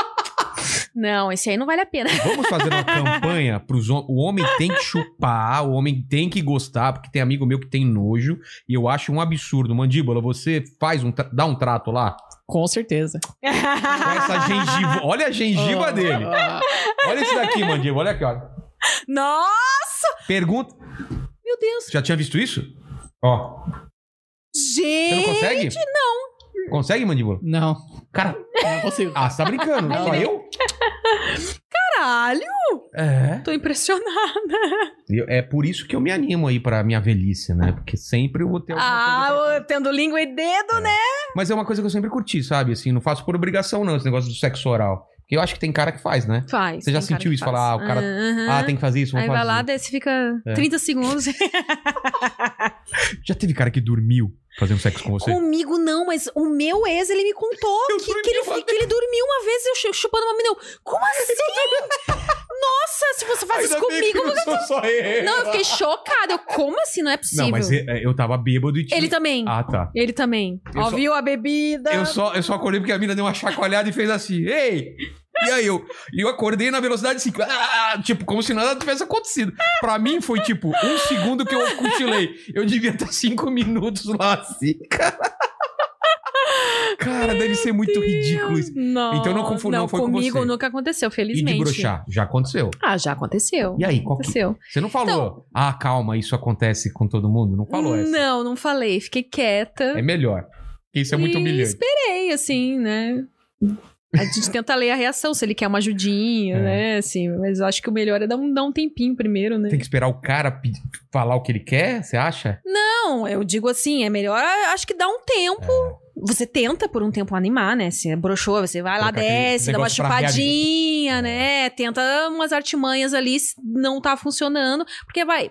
Speaker 4: [laughs] não, esse aí não vale a pena.
Speaker 2: Vamos fazer uma campanha pros homens. O homem tem que chupar, o homem tem que gostar, porque tem amigo meu que tem nojo e eu acho um absurdo. Mandíbula, você faz um. tra- dá um trato lá
Speaker 3: Com certeza.
Speaker 2: com
Speaker 4: [laughs]
Speaker 2: essa gengiva. Olha a gengiva
Speaker 3: Ah,
Speaker 2: dele.
Speaker 3: ah,
Speaker 2: Olha isso daqui, Mandíbula, olha aqui, olha.
Speaker 4: Nossa!
Speaker 2: Pergunta.
Speaker 4: Meu Deus.
Speaker 2: Já tinha visto isso? Ó. Você não
Speaker 4: Gente!
Speaker 2: consegue? Não. Consegue, Mandíbula?
Speaker 3: Não,
Speaker 2: Cara,
Speaker 3: não é possível.
Speaker 2: Ah, você tá brincando? Só eu?
Speaker 4: Caralho!
Speaker 2: É.
Speaker 4: Tô impressionada.
Speaker 2: Eu- É por isso que eu me animo aí pra minha velhice, né? Porque sempre eu vou ter alguma
Speaker 4: Ah,
Speaker 2: coisa.
Speaker 4: ô, tendo língua e dedo, né?
Speaker 2: pra- Mas é uma coisa que eu sempre curti, sabe? Assim, não faço por obrigação, não, esse negócio do sexo oral. Porque eu acho que tem cara que faz, né?
Speaker 4: Faz.
Speaker 2: Você já
Speaker 4: tem cara
Speaker 2: sentiu
Speaker 4: que
Speaker 2: isso?
Speaker 4: faz.
Speaker 2: Falar, ah, o cara-
Speaker 4: Aham.
Speaker 2: Ah, tem que fazer isso, vou
Speaker 4: Aí
Speaker 2: fazer.
Speaker 4: vai lá, desce, fica
Speaker 2: É.
Speaker 4: 30 segundos.
Speaker 2: Já teve cara que dormiu fazendo sexo com você?
Speaker 4: Comigo não, mas o meu ex, ele me contou que, que ele, que ele dormiu uma vez eu chu- chupando uma mina. Eu, como assim? [laughs] Nossa, se você faz isso comigo.
Speaker 2: não sou só eu.
Speaker 4: Não, é eu fiquei chocada. Eu, como assim? Não é possível.
Speaker 2: Não, mas eu, eu tava bêbado e tinha...
Speaker 4: Ele também.
Speaker 2: Ah, tá.
Speaker 4: Ele também.
Speaker 2: Eu
Speaker 4: Ó,
Speaker 2: só-
Speaker 4: viu a bebida?
Speaker 2: Eu só, eu só acordei porque a mina deu uma chacoalhada e fez assim, ei! E aí eu, e eu acordei na velocidade 5. Ah, tipo, como se nada tivesse acontecido. Pra mim foi tipo um segundo que eu cochilei. Eu devia estar cinco minutos lá assim, [laughs] cara. Cara, deve ser muito ridículo isso.
Speaker 4: Não,
Speaker 2: Então não confu- não foi com
Speaker 4: comigo
Speaker 2: você.
Speaker 4: nunca aconteceu,
Speaker 2: E de
Speaker 4: felizmente.
Speaker 2: broxar, já aconteceu.
Speaker 4: Ah, já aconteceu.
Speaker 2: E aí, qual que...
Speaker 4: Aconteceu.
Speaker 2: Você não falou, ah, calma, isso acontece com todo mundo? Não falou essa.
Speaker 4: Então- Não, não falei. Fiquei quieta.
Speaker 2: É melhor. Porque isso é muito
Speaker 4: E
Speaker 2: humilhante.
Speaker 4: Esperei, assim, né? A gente tenta ler a reação, se ele quer uma ajudinha,
Speaker 2: É.
Speaker 4: né? Assim, mas eu acho que o melhor é dar um, dar um tempinho primeiro, né?
Speaker 2: Tem que esperar o cara pe- falar o que ele quer, você acha?
Speaker 4: Não, eu digo assim, é melhor, acho que dá um tempo.
Speaker 2: É.
Speaker 4: Você tenta por um tempo animar, né? Se broxou, você vai lá,
Speaker 2: Colocar aquele
Speaker 4: desce, dá uma
Speaker 2: negócio pra É.
Speaker 4: chupadinha, né? Tenta umas artimanhas ali, se não tá funcionando. Porque vai.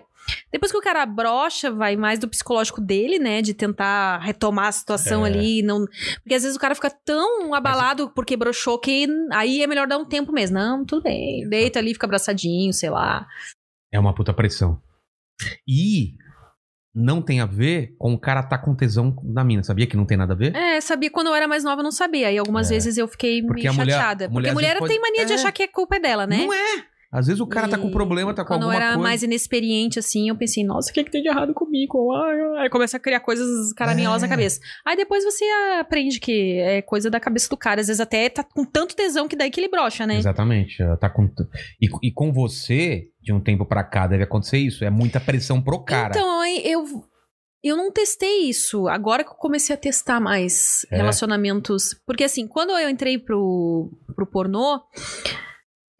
Speaker 4: Depois que o cara brocha, vai mais do psicológico dele, né? De tentar retomar a situação
Speaker 2: É.
Speaker 4: ali. Não... Porque às vezes o cara fica tão abalado porque broxou que aí é melhor dar um tempo mesmo. Não, tudo bem. Deita ali, fica abraçadinho, sei lá.
Speaker 2: É uma puta pressão. E não tem a ver com o cara tá com tesão na mina. Sabia que não tem nada a ver?
Speaker 4: É, sabia. Quando eu era mais nova, eu não sabia. E algumas
Speaker 2: É.
Speaker 4: vezes eu fiquei
Speaker 2: Porque a
Speaker 4: meio
Speaker 2: mulher-
Speaker 4: chateada.
Speaker 2: a mulher às
Speaker 4: porque mulher
Speaker 2: vezes
Speaker 4: tem
Speaker 2: pode-
Speaker 4: mania de
Speaker 2: É.
Speaker 4: achar que a culpa é dela, né?
Speaker 2: Não é. Às vezes o cara tá com
Speaker 4: E
Speaker 2: problema, tá com
Speaker 4: Quando eu
Speaker 2: alguma
Speaker 4: era
Speaker 2: coisa.
Speaker 4: mais inexperiente, assim, eu pensei, nossa, o que, que tem de errado comigo?
Speaker 3: Ah,
Speaker 4: Ai, ai. Aí começa a criar coisas caraminhosas
Speaker 2: É.
Speaker 4: na cabeça. Aí depois você aprende que é coisa da cabeça do cara. Às vezes até tá com tanto tesão que daí que ele brocha, né?
Speaker 2: Exatamente. ela Tá com... e, e com você, de um tempo pra cá, deve acontecer isso. É muita pressão pro cara.
Speaker 4: Então, aí Então, eu. Eu não testei isso. Agora que eu comecei a testar mais
Speaker 2: É.
Speaker 4: relacionamentos. Porque assim, quando eu entrei pro, pro pornô,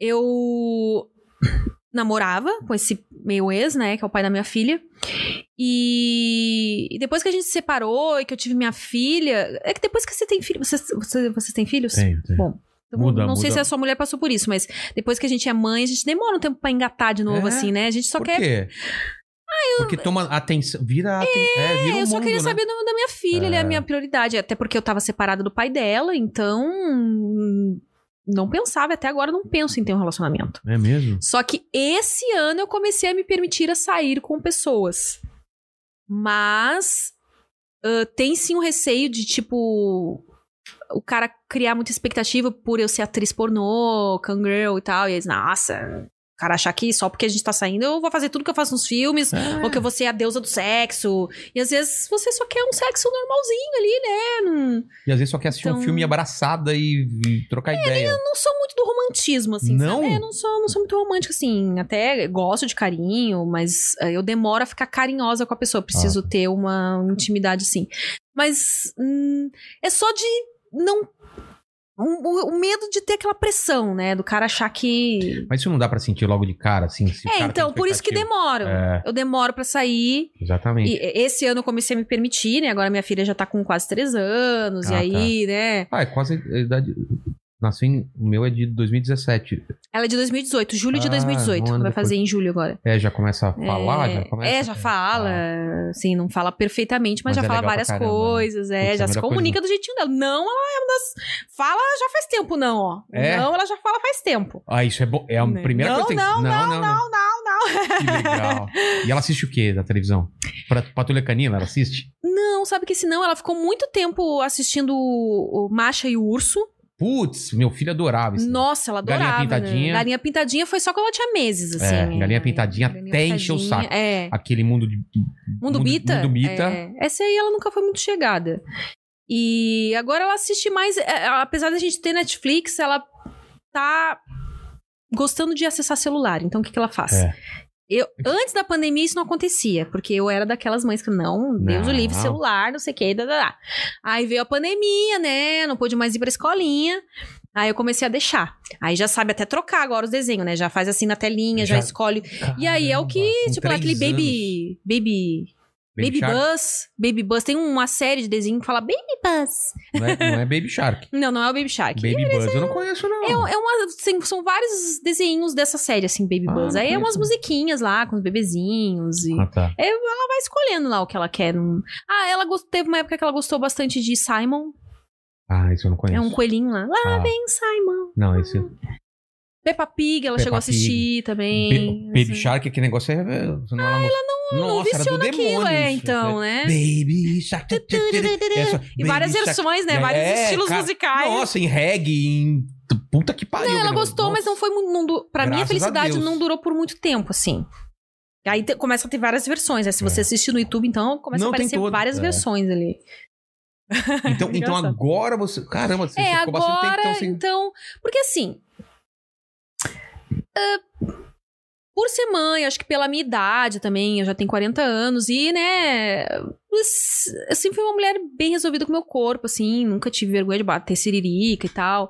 Speaker 4: eu namorava com esse meu ex, né? Que é o pai da minha filha. E e depois que a gente se separou e que eu tive minha filha. É que depois que você tem filho. Vocês, você- vocês têm filhos?
Speaker 2: Tem, tem.
Speaker 4: Bom, eu vou-
Speaker 2: Muda,
Speaker 4: não sei
Speaker 2: muda.
Speaker 4: se a sua mulher passou por isso, mas depois que a gente é mãe, a gente demora um tempo pra engatar de novo,
Speaker 2: É?
Speaker 4: assim, né? A gente só
Speaker 2: Por
Speaker 4: quer.
Speaker 2: quê? Porque toma atenção. Vira atenção. É, vira
Speaker 4: É,
Speaker 2: um
Speaker 4: eu só
Speaker 2: mundo,
Speaker 4: queria
Speaker 2: né?
Speaker 4: saber do- da minha filha, ele é a minha prioridade. Até porque eu tava separada do pai dela, então. hum, Não pensava, até agora não penso em ter um relacionamento.
Speaker 2: É mesmo?
Speaker 4: Só que esse ano eu comecei a me permitir a sair com pessoas. Mas ah, tem sim um receio de, tipo, o cara criar muita expectativa por eu ser atriz pornô, cangirl e tal. E eles, nossa, o cara achar que só porque a gente tá saindo eu vou fazer tudo que eu faço nos filmes, ou que eu vou ser a deusa do sexo. E às vezes você só quer um sexo normalzinho ali, né? Não,
Speaker 2: E às vezes só quer assistir um
Speaker 4: Então- É,
Speaker 2: filme abraçada e, e trocar ideia.
Speaker 4: não sou muito do romantismo, assim,
Speaker 2: Não?
Speaker 4: sabe? É, não sou, não sou muito romântica, assim. Até gosto de carinho, mas eh, eu demoro a ficar carinhosa com a pessoa. Preciso
Speaker 2: Ah.
Speaker 4: ter uma intimidade, assim. Mas hum, é só de não. um- O, o medo de ter aquela pressão, né? Do cara achar que.
Speaker 2: Mas isso não dá pra sentir logo de cara, assim. se o
Speaker 4: é,
Speaker 2: cara tem
Speaker 4: então, por isso que
Speaker 2: expectativa.
Speaker 4: demoro.
Speaker 2: É,
Speaker 4: Eu demoro pra sair.
Speaker 2: exatamente.
Speaker 4: E esse ano eu comecei a me permitir, né? Agora minha filha já tá com quase três anos.
Speaker 2: Ah,
Speaker 4: e aí, né?
Speaker 2: Ah, é quase a idade. Nasceu em. O meu é de 2017.
Speaker 4: Ela é de 2018, julho de
Speaker 2: Ah,
Speaker 4: 2018.
Speaker 2: um ano
Speaker 4: vai fazer
Speaker 2: depois.
Speaker 4: em julho agora.
Speaker 2: É, já começa a falar,
Speaker 4: é,
Speaker 2: já começa.
Speaker 4: é, já fala. Assim, não fala perfeitamente,
Speaker 2: Mas
Speaker 4: mas, já
Speaker 2: é
Speaker 4: fala
Speaker 2: legal pra
Speaker 4: várias
Speaker 2: caramba, né?
Speaker 4: coisas. É,
Speaker 2: Putz, é a
Speaker 4: já se
Speaker 2: melhor
Speaker 4: comunica do jeitinho dela. Não, ela é uma das. Fala já faz tempo, não, ó.
Speaker 2: É?
Speaker 4: Não, ela já fala faz tempo.
Speaker 2: Ah, isso é bom. É a
Speaker 4: Né?
Speaker 2: primeira
Speaker 4: Não,
Speaker 2: coisa que tem
Speaker 4: não,
Speaker 2: não, não,
Speaker 4: Não, não, não.
Speaker 2: Que legal. E ela assiste o quê da televisão? Pra- Patrulha Canina, ela assiste?
Speaker 4: Não, sabe que senão ela ficou muito tempo assistindo o o Macha e o Urso.
Speaker 2: Putz, meu filho adorava isso.
Speaker 4: Nossa, ela
Speaker 2: Galinha
Speaker 4: adorava. né?
Speaker 2: Pintadinha.
Speaker 4: Galinha Pintadinha foi só quando ela tinha meses, assim.
Speaker 2: É, Galinha Pintadinha até encher o
Speaker 4: Pintadinha,
Speaker 2: saco.
Speaker 4: É.
Speaker 2: Aquele mundo de.
Speaker 4: Mundo Mita?
Speaker 2: Mundo Mita.
Speaker 4: É. Essa aí ela nunca foi muito chegada. E agora ela assiste mais. é, Apesar da gente ter Netflix, ela tá gostando de acessar celular. Então o que, que ela faz?
Speaker 2: É.
Speaker 4: Eu, antes da pandemia isso não acontecia, porque eu era daquelas mães que não, Deus o
Speaker 2: Não.
Speaker 4: livre, celular, não sei o que, dá, dá, dá. Aí veio a pandemia, né? Não pôde mais ir pra escolinha. Aí eu comecei a deixar. Aí já sabe até trocar agora os desenhos, né? Já faz assim na telinha, já,
Speaker 2: Já-
Speaker 4: escolhe. E aí é o que,
Speaker 2: com
Speaker 4: tipo, aquele
Speaker 2: três
Speaker 4: baby, baby Baby,
Speaker 2: Shark?
Speaker 4: Bus. Baby Bus. Tem uma série de desenho que fala Baby Bus.
Speaker 2: Não é, não é Baby
Speaker 4: [laughs]
Speaker 2: Shark.
Speaker 4: Não, não é o Baby Shark.
Speaker 2: Baby Buzz, eu não conheço, não.
Speaker 4: É, um- é uma, assim, são vários desenhos dessa série, assim, Baby
Speaker 2: Ah,
Speaker 4: Buzz.
Speaker 2: não
Speaker 4: Aí é
Speaker 2: conheço.
Speaker 4: umas musiquinhas lá, com os bebezinhos. E...
Speaker 2: Ah, tá.
Speaker 4: É, ela vai escolhendo lá o que ela quer. Não- Ah, ela gost- teve uma época que ela gostou bastante de Simon.
Speaker 2: Ah, isso eu não conheço.
Speaker 4: É um coelhinho lá. Lá
Speaker 2: Ah,
Speaker 4: vem Simon.
Speaker 2: Não, esse.
Speaker 4: Peppa Pig, ela
Speaker 2: Peppa
Speaker 4: chegou a assistir também.
Speaker 2: Ba- Baby
Speaker 4: assim.
Speaker 2: Shark, aquele negócio é. Você não, ah, ela não.
Speaker 4: Não
Speaker 2: Nossa, era do
Speaker 4: viciou naquilo,
Speaker 2: demônio.
Speaker 4: é,
Speaker 2: isso.
Speaker 4: então, né?
Speaker 2: Baby Shark. tê, tê, tê, tê.
Speaker 4: [laughs]
Speaker 2: Essa-
Speaker 4: E
Speaker 2: Baby
Speaker 4: várias
Speaker 2: Shark.
Speaker 4: versões, né?
Speaker 2: É,
Speaker 4: Vários
Speaker 2: é,
Speaker 4: estilos
Speaker 2: cara.
Speaker 4: musicais.
Speaker 2: Nossa, em reggae, em. Puta que pariu. né,
Speaker 4: Não, ela
Speaker 2: aquele
Speaker 4: gostou,
Speaker 2: negócio.
Speaker 4: mas não foi muito. Não, du- pra
Speaker 2: Graças
Speaker 4: minha
Speaker 2: a
Speaker 4: felicidade,
Speaker 2: Deus.
Speaker 4: não durou por muito tempo, assim. Aí te- começa a ter várias versões. Né? Se
Speaker 2: É.
Speaker 4: você assistir no YouTube, então começa
Speaker 2: Não,
Speaker 4: a
Speaker 2: tem
Speaker 4: aparecer
Speaker 2: todas,
Speaker 4: várias
Speaker 2: é.
Speaker 4: versões ali.
Speaker 2: Então, então
Speaker 4: Engraçado.
Speaker 2: agora você. Caramba, assim, você
Speaker 4: é,
Speaker 2: você ficou bastante tempo
Speaker 4: agora,
Speaker 2: então, sem.
Speaker 4: então. Porque assim. ah, por ser mãe, acho que pela minha idade também, eu já tenho 40 anos, e, né. Eu sempre fui uma mulher bem resolvida com meu corpo, assim, nunca tive vergonha de bater siririca e tal.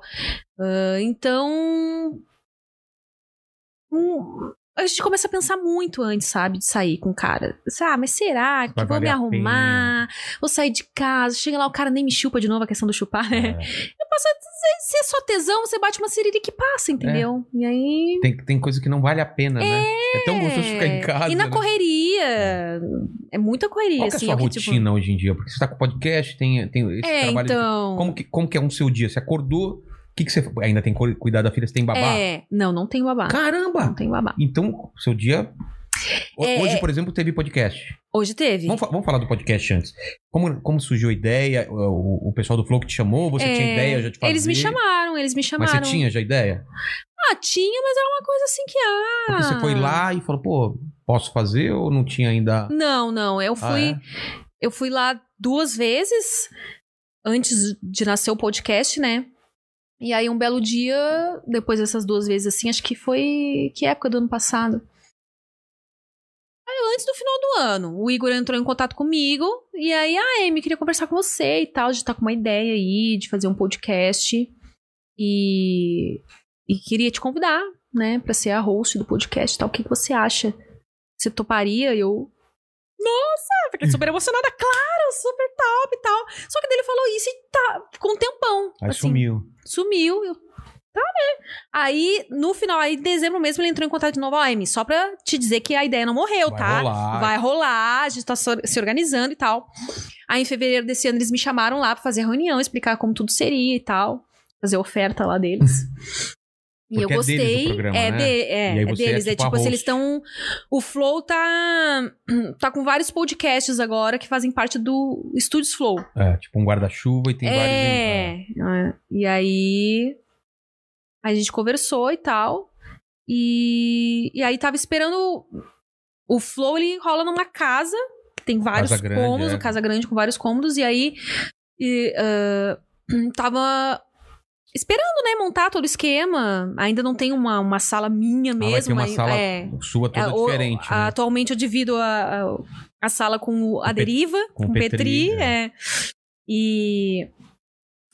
Speaker 4: Ah, então. hum, a gente começa a pensar muito antes, sabe, de sair com o cara. Ah, mas será que
Speaker 2: Vai
Speaker 4: eu vou me
Speaker 2: valer a
Speaker 4: arrumar? Vou sair de casa, chega lá, o cara nem me chupa de novo a questão do chupar, né?
Speaker 2: É.
Speaker 4: Eu posso dizer, se é só tesão, você bate uma siririca que passa, entendeu? E aí.
Speaker 2: Tem, tem coisa que não vale a pena, né? É tão gostoso ficar em casa.
Speaker 4: E na
Speaker 2: né?
Speaker 4: correria. É muita correria,
Speaker 2: Qual que é a
Speaker 4: assim.
Speaker 2: sua
Speaker 4: é que, tipo,
Speaker 2: rotina hoje em dia? Porque você tá com podcast, tem, tem esse
Speaker 4: é,
Speaker 2: trabalho. de-
Speaker 4: então.
Speaker 2: Como, que, como que é um seu dia? Você acordou? O que, que você. Ainda tem que cuidar da filha, você tem babá?
Speaker 4: É, não, não tem babá. Não
Speaker 2: Caramba!
Speaker 4: tem babá.
Speaker 2: Então, seu dia. Ho-
Speaker 4: É,
Speaker 2: Hoje,
Speaker 4: é.
Speaker 2: por exemplo, teve podcast.
Speaker 4: Hoje teve.
Speaker 2: Vamos, fa- vamos falar do podcast antes. Como, como surgiu a ideia? O, o pessoal do Flow que te chamou? Você
Speaker 4: É,
Speaker 2: tinha ideia já de fazer?
Speaker 4: Eles me chamaram, eles me
Speaker 2: Mas
Speaker 4: chamaram.
Speaker 2: você tinha já ideia?
Speaker 4: Ah, tinha, mas era uma coisa assim que. Ah.
Speaker 2: Porque você foi lá e falou, pô, posso fazer ou não tinha ainda.
Speaker 4: Não, não. Eu fui.
Speaker 2: Ah,
Speaker 4: Eu fui lá duas vezes antes de nascer o podcast, né? E aí, um belo dia, depois dessas duas vezes assim, acho que foi. Que época do ano passado? Aí antes do final do ano. O Igor entrou em contato comigo e aí, ah, Amy, queria conversar com você e tal, de estar com uma ideia aí, de fazer um podcast. E, e queria te convidar, né, pra ser a host do podcast e tal. O que, que você acha? Você toparia? E Eu. Nossa, fiquei super emocionada, claro, super top e tal. Só que daí ele falou isso e tá, ficou um tempão.
Speaker 2: Aí
Speaker 4: assim,
Speaker 2: sumiu.
Speaker 4: Sumiu. Eu, tá, né? Aí, no final, aí em dezembro mesmo, ele entrou em contato de novo. Ó, Amy, só pra te dizer que a ideia não morreu,
Speaker 2: Vai
Speaker 4: tá?
Speaker 2: rolar.
Speaker 4: Vai rolar, a gente tá so- se organizando e tal. Aí, em fevereiro desse ano, eles me chamaram lá pra fazer a reunião, explicar como tudo seria e tal. Fazer a oferta
Speaker 2: [laughs]
Speaker 4: lá deles. E
Speaker 2: Porque
Speaker 4: eu
Speaker 2: é deles o
Speaker 4: gostei.
Speaker 2: programa,
Speaker 4: é,
Speaker 2: né?
Speaker 4: de- é,
Speaker 2: E aí
Speaker 4: é
Speaker 2: você é
Speaker 4: deles. É
Speaker 2: tipo a
Speaker 4: tipo assim,
Speaker 2: host.
Speaker 4: eles estão. O Flow tá. [clears throat] Tá com vários podcasts agora que fazem parte do Estúdios Flow
Speaker 2: É, tipo um guarda-chuva e tem né, então. vários.
Speaker 4: é, é. E aí a gente conversou e tal. E, e aí tava esperando. O Flow ele rola numa casa, que tem vários
Speaker 2: Casa grande,
Speaker 4: cômodos,
Speaker 2: é.
Speaker 4: uma casa grande com vários cômodos, e aí e, ah, [clears throat] tava esperando, né, montar todo o esquema. Ainda não tem uma, uma sala minha
Speaker 2: Ah,
Speaker 4: mesmo.
Speaker 2: vai ter uma
Speaker 4: aí-
Speaker 2: sala
Speaker 4: é.
Speaker 2: sua toda
Speaker 4: É, o-
Speaker 2: diferente.
Speaker 4: a-
Speaker 2: né?
Speaker 4: Atualmente eu divido a, a, a sala com o- a
Speaker 2: Com Pe-
Speaker 4: deriva,
Speaker 2: com
Speaker 4: com,
Speaker 2: Petri,
Speaker 4: Petri,
Speaker 2: é.
Speaker 4: é. E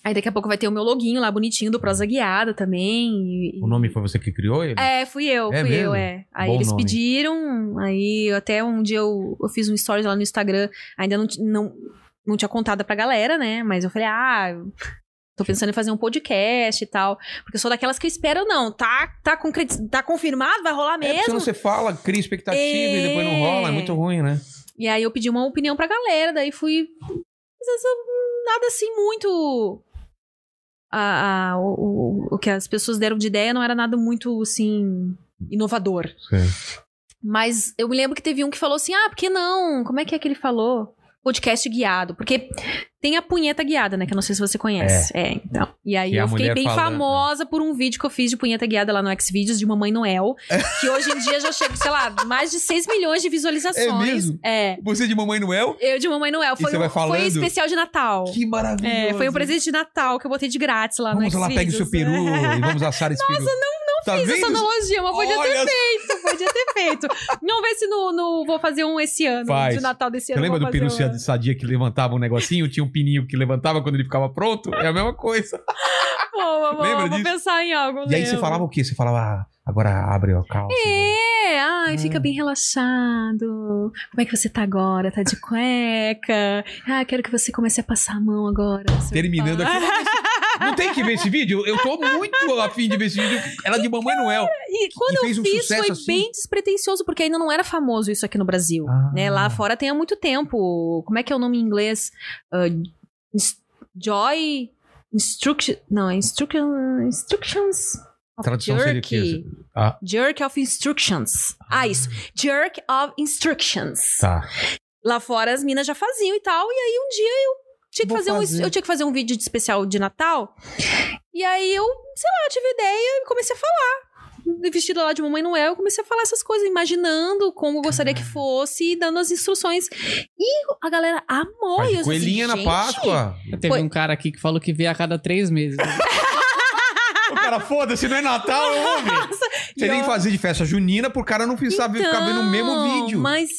Speaker 4: aí daqui a pouco vai ter o meu loguinho lá bonitinho do Prosa Guiada também. e-
Speaker 2: O nome foi você que criou ele?
Speaker 4: É, fui eu,
Speaker 2: É
Speaker 4: fui eu,
Speaker 2: mesmo?
Speaker 4: é. Aí
Speaker 2: Bom
Speaker 4: eles
Speaker 2: nome.
Speaker 4: pediram, aí eu até um dia eu, eu fiz um stories lá no Instagram, ainda não, ti- não, não tinha contado pra galera, né? Mas eu falei, ah, eu tô pensando em fazer um podcast e tal. Porque eu sou daquelas que eu espero, não, tá, tá, concreti- tá confirmado, vai rolar
Speaker 2: É, porque
Speaker 4: mesmo.
Speaker 2: senão você fala, cria expectativa e depois não
Speaker 4: É.
Speaker 2: rola, é muito ruim, né?
Speaker 4: E aí eu pedi uma opinião pra galera, daí fui. Mas essa- Nada assim muito. A, a- o, o- o que as pessoas deram de ideia não era nada muito assim. inovador. Mas eu me lembro que teve um que falou assim: ah, por que não? Como é que é que ele falou? Podcast guiado. Porque tem a punheta guiada, né? Que eu não sei se você conhece. É, então. E aí
Speaker 2: Que é a
Speaker 4: eu fiquei
Speaker 2: mulher
Speaker 4: bem
Speaker 2: falando, né?
Speaker 4: famosa por um vídeo que eu fiz de punheta guiada lá no Xvideos de Mamãe Noel. que hoje em dia já chega, sei lá, mais de 6 milhões de visualizações.
Speaker 2: mesmo?
Speaker 4: É.
Speaker 2: Você de Mamãe Noel?
Speaker 4: Eu de Mamãe Noel.
Speaker 2: E
Speaker 4: Foi,
Speaker 2: você vai
Speaker 4: um,
Speaker 2: falando?
Speaker 4: foi um especial de Natal.
Speaker 2: Que maravilhoso.
Speaker 4: É, foi um presente de Natal que eu botei de grátis lá
Speaker 2: Vamos
Speaker 4: Tá no
Speaker 2: lá, pega o seu
Speaker 4: [laughs]
Speaker 2: peru e vamos assar esse peru. Nossa, não, não tá
Speaker 4: Fiz
Speaker 2: vendo?
Speaker 4: essa é analogia, mas podia
Speaker 2: Olha,
Speaker 4: ter, podia ter feito. Não vê se no, no- vou fazer um esse ano,
Speaker 2: Faz.
Speaker 4: de Natal desse
Speaker 2: Você
Speaker 4: ano. eu
Speaker 2: lembra
Speaker 4: vou
Speaker 2: do peru
Speaker 4: fazer um-
Speaker 2: sadia que levantava um negocinho? Tinha um pininho que levantava quando ele ficava pronto? É a mesma coisa.
Speaker 4: Boa, boa,
Speaker 2: Lembra
Speaker 4: vou
Speaker 2: disso?
Speaker 4: pensar em algo.
Speaker 2: E aí você
Speaker 4: lembro.
Speaker 2: falava o quê? Você falava, ah, agora abre o calça.
Speaker 4: É, ai, fica
Speaker 2: Ah.
Speaker 4: bem relaxado. Como é que você tá agora? Tá de cueca? Ah, quero que você comece a passar a mão agora. no seu
Speaker 2: Terminando
Speaker 4: pau. [laughs]
Speaker 2: aqui. Não tem que ver esse vídeo? Eu tô muito afim de ver esse vídeo. Ela de Mamãe Noel.
Speaker 4: E quando
Speaker 2: fez
Speaker 4: eu
Speaker 2: um
Speaker 4: fiz
Speaker 2: sucesso
Speaker 4: foi
Speaker 2: assim?
Speaker 4: bem despretensioso, porque ainda não era famoso isso aqui no Brasil.
Speaker 2: Ah.
Speaker 4: né? Lá fora tem há muito tempo. Como é que é o nome em inglês? Ah, ins- Joy Instruction. Não, é Instruction, Instructions. of
Speaker 2: Tradução seria o quê?
Speaker 4: Jerky.
Speaker 2: Ah.
Speaker 4: Jerk of Instructions. Ah, isso. Jerk of Instructions.
Speaker 2: Tá.
Speaker 4: Lá fora as minas já faziam e tal. E aí um dia eu tinha que
Speaker 2: Vou
Speaker 4: fazer, um-
Speaker 2: fazer.
Speaker 4: eu tinha que fazer um vídeo de especial de Natal. E aí eu, sei lá, tive ideia e comecei a falar. Vestida lá de Mamãe Noel, eu comecei a falar essas coisas, imaginando como eu gostaria que fosse e dando as instruções. E a galera amou.
Speaker 2: Faz
Speaker 4: e eu
Speaker 2: coelhinha na
Speaker 4: assim,
Speaker 2: Páscoa.
Speaker 3: Teve
Speaker 4: Foi.
Speaker 3: um cara aqui que falou que vê a cada três meses.
Speaker 2: O cara, foda-se, não é Natal, eu vou ver. Você nem fazia de festa junina pro cara não pensar ficar vendo o mesmo vídeo.
Speaker 4: Então, Mas.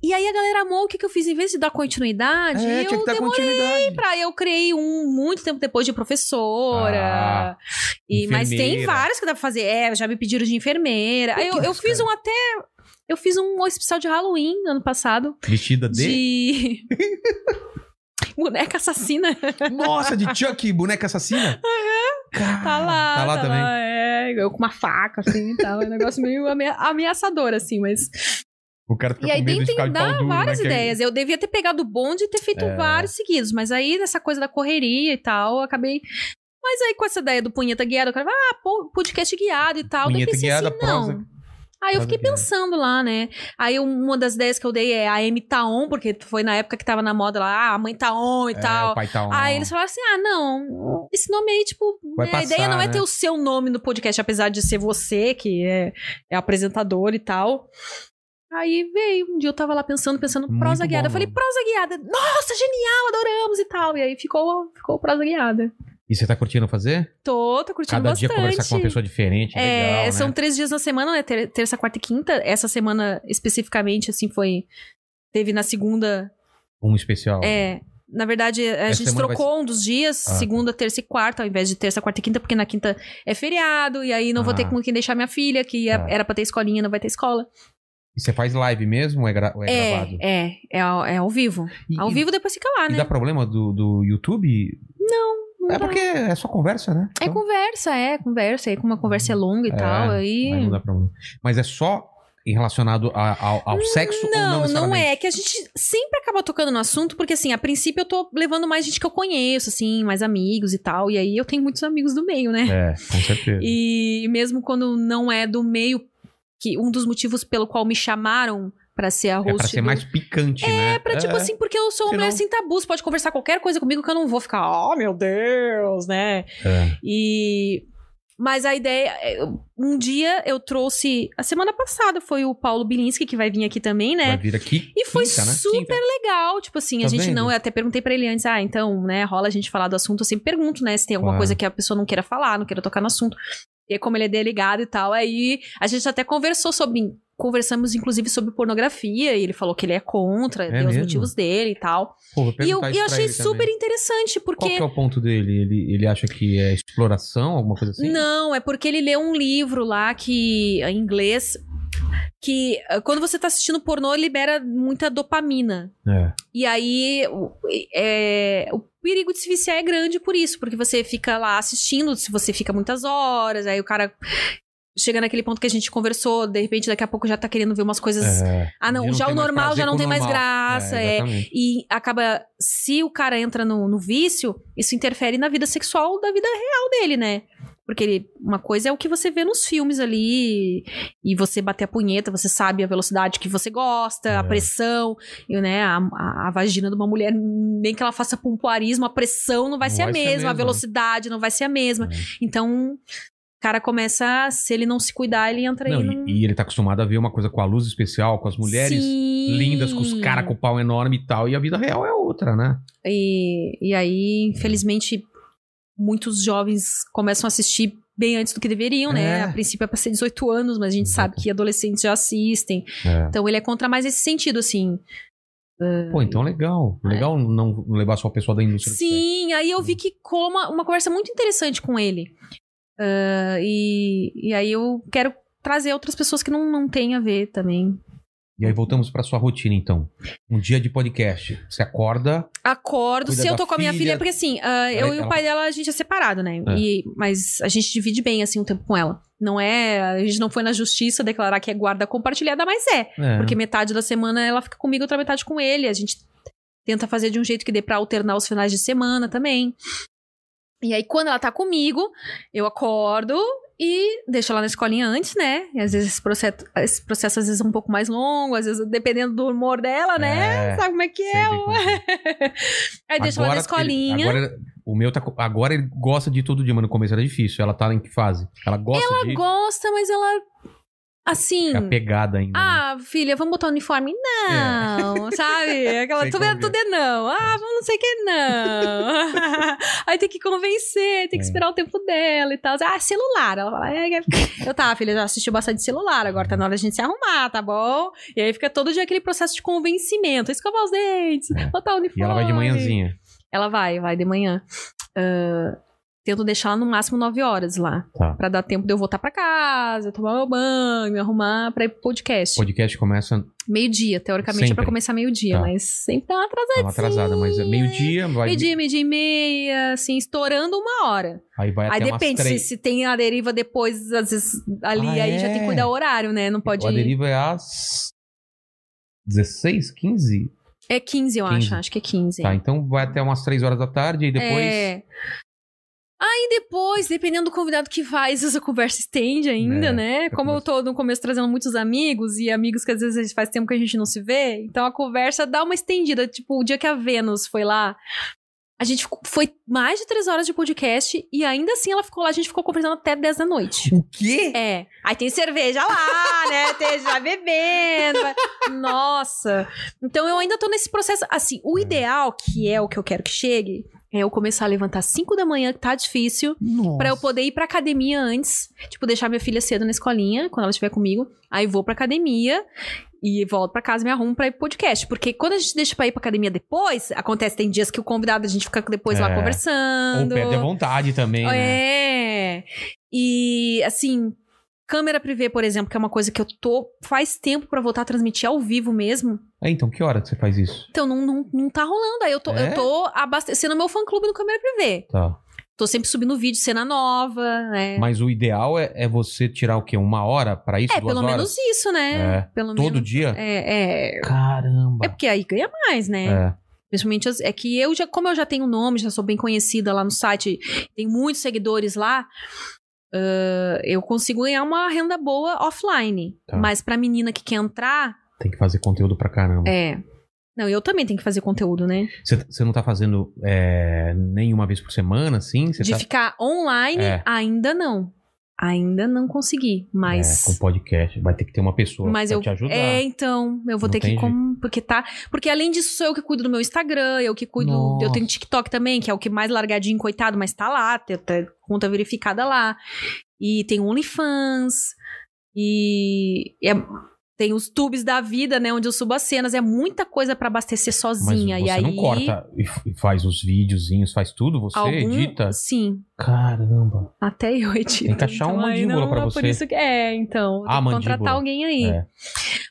Speaker 4: E aí a galera amou o que, que eu fiz? Em vez de dar continuidade,
Speaker 2: é, tinha
Speaker 4: eu
Speaker 2: que dar continuidade.
Speaker 4: pra eu criei um muito tempo depois de
Speaker 2: Ah,
Speaker 4: professora. e, mas tem
Speaker 2: enfermeira.
Speaker 4: vários que dá pra fazer. É, já me pediram de enfermeira. Aí eu, eu fiz um até. Eu fiz um especial de Halloween ano passado.
Speaker 2: Vestida de...
Speaker 4: De. [laughs] Boneca assassina.
Speaker 2: Nossa, de Chuck, boneca assassina. Cara,
Speaker 4: Tá lá.
Speaker 2: Tá lá também.
Speaker 4: é, eu com uma faca, assim e tal. É um negócio meio amea- ameaçador, assim, mas.
Speaker 2: O cara fica
Speaker 4: E aí
Speaker 2: com medo de
Speaker 4: tem,
Speaker 2: ficar
Speaker 4: tem
Speaker 2: de pau
Speaker 4: dá
Speaker 2: duro,
Speaker 4: várias
Speaker 2: né, que é-
Speaker 4: ideias. Eu devia ter pegado o bonde e ter feito vários seguidos, mas aí nessa coisa da correria e tal, eu acabei. Mas aí com essa ideia do punheta guiado, o cara vai, ah, pô, podcast guiado e tal. Daí
Speaker 2: Punheta
Speaker 4: pensei
Speaker 2: guiada,
Speaker 4: assim, não.
Speaker 2: prosa.
Speaker 4: Aí eu
Speaker 2: prosa
Speaker 4: fiquei
Speaker 2: guiada.
Speaker 4: pensando lá, né? Aí uma das ideias que eu dei é a M tá on, porque foi na época que tava na moda lá, ah, a mãe tá on e
Speaker 2: É,
Speaker 4: tal.
Speaker 2: o pai tá on.
Speaker 4: Aí eles falaram assim: ah, não, esse nome aí, tipo,
Speaker 2: Vai
Speaker 4: né,
Speaker 2: passar,
Speaker 4: a ideia não é
Speaker 2: né?
Speaker 4: ter o seu nome no podcast, apesar de ser você que é, é apresentador e tal. Aí veio, um dia eu tava lá pensando, pensando,
Speaker 2: Muito
Speaker 4: prosa
Speaker 2: bom
Speaker 4: guiada. Eu falei,
Speaker 2: nome.
Speaker 4: prosa guiada, nossa, genial, adoramos e tal. E aí ficou, ficou prosa guiada.
Speaker 2: E você tá curtindo fazer?
Speaker 4: Tô, tô curtindo
Speaker 2: Cada
Speaker 4: bastante.
Speaker 2: dia conversar com uma pessoa diferente.
Speaker 4: É,
Speaker 2: legal, né?
Speaker 4: são três dias na semana, né? Ter- Terça, quarta e quinta. Essa semana especificamente, assim, foi. Teve na segunda.
Speaker 2: Um especial.
Speaker 4: É. Na verdade, a
Speaker 2: Essa
Speaker 4: gente
Speaker 2: semana vai
Speaker 4: trocou um dos dias,
Speaker 2: Ah.
Speaker 4: segunda, terça e quarta, ao invés de terça, quarta e quinta, porque na quinta é feriado, e aí não vou ter
Speaker 2: Ah.
Speaker 4: com quem deixar minha filha, que ia-
Speaker 2: Ah.
Speaker 4: era pra ter escolinha, não vai ter escola.
Speaker 2: E você faz live mesmo ou é, gra- ou é
Speaker 4: É,
Speaker 2: gravado?
Speaker 4: é, é ao, é ao vivo.
Speaker 2: E-
Speaker 4: Ao
Speaker 2: e-
Speaker 4: vivo depois fica lá,
Speaker 2: E
Speaker 4: né?
Speaker 2: dá problema do, do YouTube?
Speaker 4: Não
Speaker 2: É
Speaker 4: dá.
Speaker 2: porque é só conversa, né?
Speaker 4: É
Speaker 2: Então,
Speaker 4: conversa, é conversa. Aí, como uma conversa é longa e
Speaker 2: É,
Speaker 4: tal, aí.
Speaker 2: Aí não dá problema. Mas é só em relacionado a- ao, ao sexo ou não
Speaker 4: Hum, Não, não
Speaker 2: necessariamente?
Speaker 4: é. Que a gente sempre acaba tocando no assunto, porque assim, a princípio eu tô levando mais gente que eu conheço, assim, mais amigos e tal. E aí eu tenho muitos amigos do meio, né?
Speaker 2: É, com certeza.
Speaker 4: E mesmo quando não é do meio, que um dos motivos pelo qual me chamaram pra ser a host.
Speaker 2: É pra ser
Speaker 4: do-
Speaker 2: mais picante, né?
Speaker 4: É, pra tipo assim, porque eu sou uma
Speaker 2: Senão-
Speaker 4: mulher sem tabus, pode conversar qualquer coisa comigo que eu não vou ficar, oh meu Deus, né?
Speaker 2: É.
Speaker 4: E. Mas a ideia. é, Um dia eu trouxe. A semana passada foi o Paulo Bilinski, que vai vir aqui também, né?
Speaker 2: Vai vir aqui.
Speaker 4: E foi
Speaker 2: quinta, né?
Speaker 4: super
Speaker 2: Quinta.
Speaker 4: legal. Tipo assim,
Speaker 2: Tá
Speaker 4: a gente
Speaker 2: vendo?
Speaker 4: não. Eu até perguntei pra ele antes, ah, então, né, rola a gente falar do assunto. Eu sempre pergunto, né, se tem alguma
Speaker 2: Claro.
Speaker 4: coisa que a pessoa não queira falar, não queira tocar no assunto. E aí, como ele é delegado e tal, aí a gente até conversou sobre. Conversamos, inclusive, sobre pornografia, e ele falou que ele é contra,
Speaker 2: É
Speaker 4: deu os
Speaker 2: mesmo?
Speaker 4: motivos dele e tal.
Speaker 2: Pô, vou
Speaker 4: E eu,
Speaker 2: perguntar
Speaker 4: e
Speaker 2: isso
Speaker 4: eu
Speaker 2: pra
Speaker 4: achei
Speaker 2: ele
Speaker 4: super
Speaker 2: também.
Speaker 4: interessante,
Speaker 2: Qual
Speaker 4: porque.
Speaker 2: que é o ponto dele? Ele, ele acha que é exploração, alguma coisa assim?
Speaker 4: Não, é porque ele leu um livro lá que em inglês que eh, quando você tá assistindo pornô libera muita dopamina.
Speaker 2: É.
Speaker 4: E aí o, é, o perigo de se viciar é grande por isso, porque você fica lá assistindo, se você fica muitas horas, aí o cara chega naquele ponto que a gente conversou, de repente daqui a pouco já tá querendo ver umas coisas.
Speaker 2: É.
Speaker 4: Ah, não,
Speaker 2: Ele
Speaker 4: já
Speaker 2: tem
Speaker 4: o
Speaker 2: mais
Speaker 4: normal
Speaker 2: prazer
Speaker 4: já não
Speaker 2: com o
Speaker 4: tem mais
Speaker 2: normal.
Speaker 4: graça, é.
Speaker 2: exatamente.
Speaker 4: E acaba, se o cara entra no, no vício, isso interfere na vida sexual da vida real dele, né? Porque ele, uma coisa é o que você vê nos filmes ali, e você bater a punheta, você sabe a velocidade que você gosta,
Speaker 2: É.
Speaker 4: a pressão, e, né? A, a- a vagina de uma mulher, nem que ela faça pompoarismo, a pressão não vai,
Speaker 2: Não
Speaker 4: ser, a
Speaker 2: vai ser a
Speaker 4: mesma, a
Speaker 2: mesma. né?
Speaker 4: velocidade não vai ser a mesma.
Speaker 2: É.
Speaker 4: Então, o cara começa, se ele não se cuidar, ele entra
Speaker 2: Não,
Speaker 4: aí
Speaker 2: e-
Speaker 4: num-
Speaker 2: E ele tá acostumado a ver uma coisa com a luz especial, com as mulheres
Speaker 4: Sim.
Speaker 2: lindas, com os caras com o pau enorme e tal. E a vida real é outra, né?
Speaker 4: E, e aí, infelizmente, muitos jovens começam a assistir bem antes do que deveriam, né?
Speaker 2: É.
Speaker 4: A princípio é pra ser 18 anos, mas a gente sabe
Speaker 2: Exato.
Speaker 4: que adolescentes já assistem.
Speaker 2: É.
Speaker 4: Então ele é contra mais esse sentido, assim.
Speaker 2: Pô, então legal. Legal não levar só o pessoal da indústria. do sexo.
Speaker 4: Sim, aí eu vi que colou uma, uma conversa muito interessante com ele. Ah, e, e aí eu quero trazer outras pessoas que não, não têm a ver também.
Speaker 2: E aí voltamos pra sua rotina, então. Um dia de podcast. Você acorda.
Speaker 4: Acordo,
Speaker 2: Cuida
Speaker 4: se eu
Speaker 2: da
Speaker 4: tô com a minha
Speaker 2: filha.
Speaker 4: filha, porque assim, ah, eu
Speaker 2: Ela-
Speaker 4: e
Speaker 2: ela-
Speaker 4: o pai dela, a gente é separado, né?
Speaker 2: É.
Speaker 4: E, mas a gente divide bem, assim, o tempo com ela. Não é. A gente não foi na justiça declarar que é guarda compartilhada, mas é.
Speaker 2: É.
Speaker 4: Porque metade da semana ela fica comigo, outra metade com ele. A gente tenta fazer de um jeito que dê pra alternar os finais de semana também. E aí, quando ela tá comigo, eu acordo e deixo ela na escolinha antes, né? E às vezes esse processo, esse processo às vezes é um pouco mais longo, às vezes dependendo do humor dela, né?
Speaker 2: É,
Speaker 4: Sabe como é que é?
Speaker 2: sempre com-
Speaker 4: Aí É, deixa ela na escolinha.
Speaker 2: ele- agora, o meu tá. co- Agora ele gosta de todo dia, mas no começo era difícil. Ela tá em que fase? Ela gosta de.
Speaker 4: gosta, mas ela. Assim.
Speaker 2: É apegada ainda. né?
Speaker 4: Ah, filha, vamos botar o uniforme? Não,
Speaker 2: [laughs]
Speaker 4: sabe? Aquela,
Speaker 2: Sei
Speaker 4: tudo, é,
Speaker 2: como é.
Speaker 4: tudo é não. Ah, vamos não sei o que não. [laughs] Aí tem que convencer, tem que
Speaker 2: É.
Speaker 4: esperar o tempo dela e tal. Ah, celular. Ela fala, é, é. eu tá, filha, já assistiu bastante celular, agora tá na hora de a gente se arrumar, tá bom? E aí fica todo dia aquele processo de convencimento. Escovar os dentes,
Speaker 2: É.
Speaker 4: botar o uniforme.
Speaker 2: E ela vai de manhãzinha.
Speaker 4: Ela vai, vai de manhã. Ah, tento deixar ela no máximo 9 horas lá.
Speaker 2: Tá.
Speaker 4: Pra dar tempo de eu voltar pra casa, tomar meu banho, me arrumar pra ir pro podcast.
Speaker 2: O podcast começa
Speaker 4: Meio-dia, teoricamente é
Speaker 2: Sempre.
Speaker 4: pra começar meio-dia,
Speaker 2: Tá.
Speaker 4: mas sempre dá uma atrasadinha.
Speaker 2: Tá uma atrasada, mas é meio-dia, vai.
Speaker 4: Meio-dia, meio-dia e meia, assim, estourando uma hora.
Speaker 2: Aí vai
Speaker 4: aí
Speaker 2: até É, umas
Speaker 4: depende, se,
Speaker 2: três.
Speaker 4: se tem a deriva depois, às vezes ali,
Speaker 2: Ah,
Speaker 4: aí já tem
Speaker 2: é?
Speaker 4: que cuidar o horário, né? Não pode
Speaker 2: A
Speaker 4: ir.
Speaker 2: deriva é às 16, 15?
Speaker 4: É 15, eu
Speaker 2: 15.
Speaker 4: acho, acho que é 15.
Speaker 2: Tá, então vai até umas 3 horas da tarde e depois.
Speaker 4: É. Aí depois, dependendo do convidado que vai, às vezes a conversa estende ainda,
Speaker 2: É,
Speaker 4: né?
Speaker 2: fica
Speaker 4: Como eu tô no começo trazendo muitos amigos e amigos que às vezes faz tempo que a gente não se vê, então a conversa dá uma estendida. Tipo, o dia que a Vênus foi lá, a gente ficou- foi mais de três horas de podcast e ainda assim ela ficou lá, a gente ficou conversando até 10 da noite.
Speaker 2: O quê?
Speaker 4: É. Aí tem cerveja lá, né? Tem já bebendo. vai- Nossa. Então eu ainda tô nesse processo. Assim, o
Speaker 2: É.
Speaker 4: ideal, que é o que eu quero que chegue, é eu começar a levantar 5 da manhã, que tá difícil,
Speaker 2: Nossa.
Speaker 4: pra eu poder ir pra academia antes. Tipo, deixar minha filha cedo na escolinha, quando ela estiver comigo. Aí vou pra academia e volto pra casa, me arrumo pra ir pro podcast. Porque quando a gente deixa pra ir pra academia depois, acontece, tem dias que o convidado a gente fica depois
Speaker 2: É.
Speaker 4: lá
Speaker 2: Ou
Speaker 4: conversando.
Speaker 2: perde a vontade também, né?
Speaker 4: É. E assim, câmera privê, por exemplo, que é uma coisa que eu tô faz tempo pra voltar a transmitir ao vivo mesmo.
Speaker 2: É, Então, que hora que você faz isso?
Speaker 4: Então não, não, não tá rolando. Aí eu tô,
Speaker 2: É?
Speaker 4: eu tô abastecendo meu fã clube no câmera privê.
Speaker 2: Tá.
Speaker 4: Tô sempre subindo vídeo, cena nova, né?
Speaker 2: Mas o ideal é, é você tirar o quê? Uma hora pra isso?
Speaker 4: é,
Speaker 2: duas
Speaker 4: pelo
Speaker 2: horas?
Speaker 4: menos isso, né?
Speaker 2: É.
Speaker 4: Pelo
Speaker 2: Todo
Speaker 4: menos.
Speaker 2: dia?
Speaker 4: É, é.
Speaker 2: Caramba.
Speaker 4: É porque aí ganha mais,
Speaker 2: É.
Speaker 4: né? Principalmente as- é que eu já, como eu já tenho nome, já sou bem conhecida lá no site, tenho muitos seguidores lá, ãh, eu consigo ganhar uma renda boa offline.
Speaker 2: Tá.
Speaker 4: Mas pra menina que quer entrar,
Speaker 2: Tem que fazer conteúdo pra caramba.
Speaker 4: é. Não, eu também tenho que fazer conteúdo, né?
Speaker 2: Você você não tá fazendo é, nenhuma vez por semana, assim? Você
Speaker 4: De
Speaker 2: tá
Speaker 4: ficar online,
Speaker 2: É.
Speaker 4: ainda não. Ainda não consegui,
Speaker 2: é, com
Speaker 4: mas.
Speaker 2: podcast. Vai ter que ter uma pessoa
Speaker 4: mas
Speaker 2: pra
Speaker 4: eu
Speaker 2: te ajudar.
Speaker 4: é então eu vou
Speaker 2: Não
Speaker 4: ter que
Speaker 2: tem
Speaker 4: com, porque tá porque além disso sou eu que cuido do meu Instagram eu que cuido eu tenho TikTok também que é o que mais largadinho coitado mas tá lá tem até conta verificada lá e tem o OnlyFans e é- tem os tubes da vida né onde eu subo as cenas é muita coisa pra abastecer
Speaker 2: Mas
Speaker 4: sozinha
Speaker 2: você
Speaker 4: e aí
Speaker 2: não corta e f- e faz os videozinhos, faz tudo, você
Speaker 4: algum
Speaker 2: edita.
Speaker 4: sim
Speaker 2: Caramba.
Speaker 4: até eu edito
Speaker 2: Tem que achar uma
Speaker 4: aí
Speaker 2: mandíbula
Speaker 4: não,
Speaker 2: pra
Speaker 4: é
Speaker 2: você.
Speaker 4: por isso que é então
Speaker 2: Ah,
Speaker 4: tem que contratar
Speaker 2: mandíbula.
Speaker 4: alguém aí
Speaker 2: É.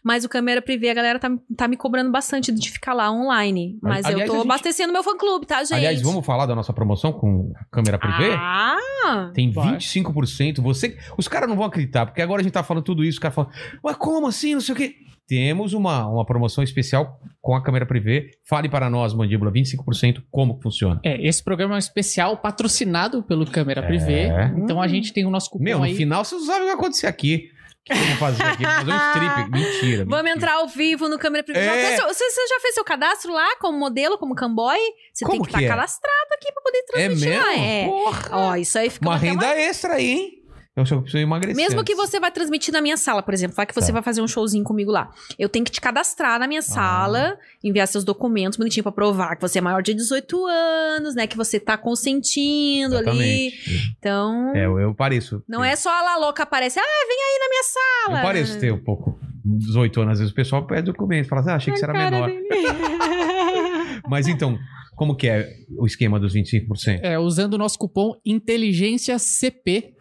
Speaker 4: Mas o câmera privê, a galera tá, tá me cobrando bastante de ficar lá online. Mas
Speaker 2: Aliás,
Speaker 4: eu
Speaker 2: a
Speaker 4: tô
Speaker 2: gente-
Speaker 4: abastecendo meu fã-clube, tá, gente?
Speaker 2: Aliás, vamos falar da nossa promoção com câmera privê?
Speaker 4: Ah!
Speaker 2: Tem
Speaker 3: Vai.
Speaker 2: 25%. Você, os caras não vão acreditar, porque agora a gente tá falando tudo isso, os caras falam, ué, como assim? Não sei o quê. Temos uma, uma promoção especial com a câmera privê. Fale para nós, Mandíbula, 25%, como que funciona.
Speaker 3: É, esse programa é um especial patrocinado pelo Câmera Privé.
Speaker 2: É.
Speaker 3: Então a gente tem o nosso cupom
Speaker 2: Meu, no
Speaker 3: aí.
Speaker 2: final você não sabe o que vai acontecer aqui. O que eu vou fazer aqui? Vou fazer um
Speaker 4: [laughs]
Speaker 2: strip. Mentira.
Speaker 4: Vamos
Speaker 2: mentira.
Speaker 4: entrar ao vivo no câmera privê. Já
Speaker 2: É.
Speaker 4: fez seu- você, você já fez seu cadastro lá como modelo, como camboy? Você
Speaker 2: Como
Speaker 4: tem que
Speaker 2: que
Speaker 4: estar
Speaker 2: é?
Speaker 4: cadastrado aqui pra poder
Speaker 2: É
Speaker 4: transmitir
Speaker 2: mesmo?
Speaker 4: lá. É.
Speaker 2: Porra.
Speaker 4: Ó, isso aí fica
Speaker 2: Uma
Speaker 4: até
Speaker 2: renda extra aí, hein? Eu acho que eu preciso emagrecer.
Speaker 4: Mesmo
Speaker 2: antes.
Speaker 4: que você vai transmitir na minha sala, por exemplo, falar que você
Speaker 2: Tá. Ah.
Speaker 4: vai fazer um showzinho comigo lá. Eu tenho que te cadastrar na minha sala, enviar seus documentos bonitinho pra provar que você é maior de 18 anos, né? Que você tá consentindo ali.
Speaker 2: Exatamente.
Speaker 4: Então,
Speaker 2: É, eu, eu pareço.
Speaker 4: Não é só a La Louca aparece, ah, vem aí na minha
Speaker 2: Eu
Speaker 4: sala.
Speaker 2: pareço ter um pouco 18 anos, às vezes o pessoal pede documento, fala assim, ah, achei que você era
Speaker 4: é
Speaker 2: menor. [laughs] Mas então, como que é o esquema dos 25%?
Speaker 3: É, usando o nosso cupom Inteligência CP,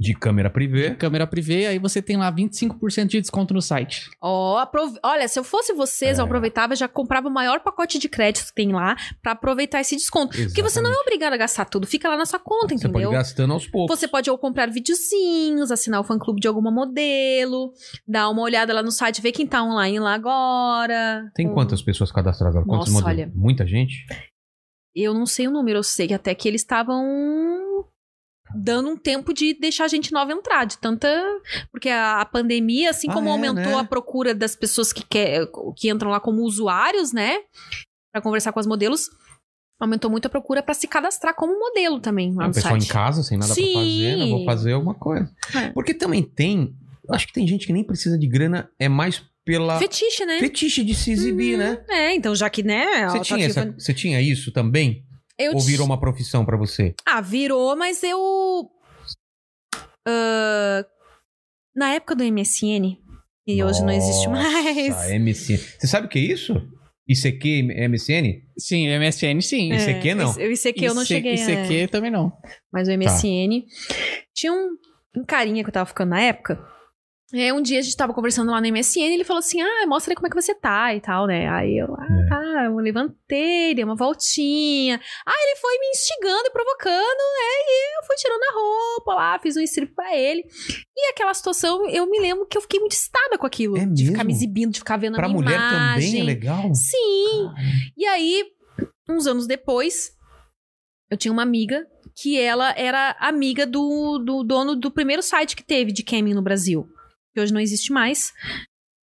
Speaker 2: De câmera privê.
Speaker 3: Câmera Privé, aí você tem lá 25% de desconto no site.
Speaker 4: Ó, aprove- Olha, se eu fosse vocês,
Speaker 2: É.
Speaker 4: eu aproveitava, já comprava o maior pacote de crédito que tem lá pra aproveitar esse desconto. Porque você não é obrigado a gastar tudo, fica lá na sua conta,
Speaker 2: Você pode
Speaker 4: entendeu?
Speaker 2: ir gastando aos poucos.
Speaker 4: Você pode ou comprar videozinhos, assinar o fã-clube de alguma modelo, dar uma olhada lá no site, ver quem tá online lá agora.
Speaker 2: Tem quantas pessoas cadastradas? lá? Quantos
Speaker 4: Nossa,
Speaker 2: modelos?
Speaker 4: olha.
Speaker 2: Muita gente?
Speaker 4: Eu não sei o número, eu sei que até que eles estavam dando um tempo de deixar gente nova entrar, de tanta. Porque a, a pandemia, assim
Speaker 2: Ah,
Speaker 4: como
Speaker 2: é,
Speaker 4: aumentou
Speaker 2: né?
Speaker 4: a procura das pessoas que, quer, que entram lá como usuários, né? Pra conversar com as modelos, aumentou muito a procura pra se cadastrar como modelo também
Speaker 2: o
Speaker 4: lá no
Speaker 2: Ah, pessoal
Speaker 4: site.
Speaker 2: em casa, sem nada
Speaker 4: Sim.
Speaker 2: pra fazer, né? vou fazer alguma coisa.
Speaker 4: É.
Speaker 2: Porque também tem, acho que tem gente que nem precisa de grana, é mais pela
Speaker 4: Fetiche, né?
Speaker 2: fetiche de se exibir, né?
Speaker 4: É, então já que, né?
Speaker 2: Você
Speaker 4: ela tá
Speaker 2: tinha, essa-
Speaker 4: ativando-
Speaker 2: você tinha isso também?
Speaker 4: Eu
Speaker 2: Ou
Speaker 4: ti-
Speaker 2: virou uma profissão pra você?
Speaker 4: Ah, virou, mas eu. ah, na época do MSN, e hoje não existe
Speaker 2: Nossa,
Speaker 4: mais.
Speaker 2: Tá, MSN. Você sabe o que é isso? ICQ, MSN?
Speaker 3: Sim, MSN
Speaker 4: É,
Speaker 3: sim.
Speaker 2: Esse aqui não.
Speaker 4: Eu ICQ eu não
Speaker 3: IC-
Speaker 4: cheguei.
Speaker 3: ICQ
Speaker 4: a-
Speaker 3: também não.
Speaker 4: Mas
Speaker 2: Tá.
Speaker 4: o MSN. Tinha um, um carinha que eu tava ficando na época. É, um dia a gente tava conversando lá no MSN e ele falou assim: Ah, mostra aí como é que você tá e tal, né? Aí eu,
Speaker 2: É.
Speaker 4: ah, tá, eu levantei, dei uma voltinha. Ah, ele foi me instigando e provocando, né? E eu fui tirando a roupa lá, fiz um strip pra ele. E aquela situação, eu me lembro que eu fiquei muito estada com aquilo.
Speaker 2: É
Speaker 4: de ficar
Speaker 2: mesmo?
Speaker 4: me exibindo, de ficar vendo
Speaker 2: Pra
Speaker 4: a minha
Speaker 2: mulher
Speaker 4: imagem.
Speaker 2: também é legal?
Speaker 4: [laughs] Sim. E aí, uns anos depois, eu tinha uma amiga que ela era amiga do, do dono do primeiro site que teve de camming no Brasil, que hoje não existe mais.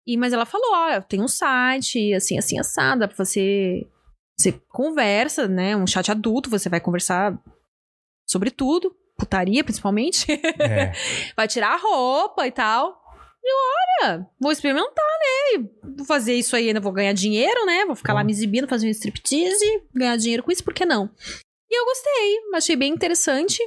Speaker 4: E mas ela falou, ó, eu tenho um site assim assim assado, dá pra você você conversa, né, um chat adulto, você vai conversar sobre tudo, putaria principalmente.
Speaker 2: É.
Speaker 4: vai tirar a roupa e tal. E eu, olha, vou experimentar, né? E Vou né? fazer isso aí, ainda vou ganhar dinheiro, né? Vou ficar lá me exibindo, fazer um striptease, ganhar dinheiro com isso, por que não? E eu gostei, achei bem interessante.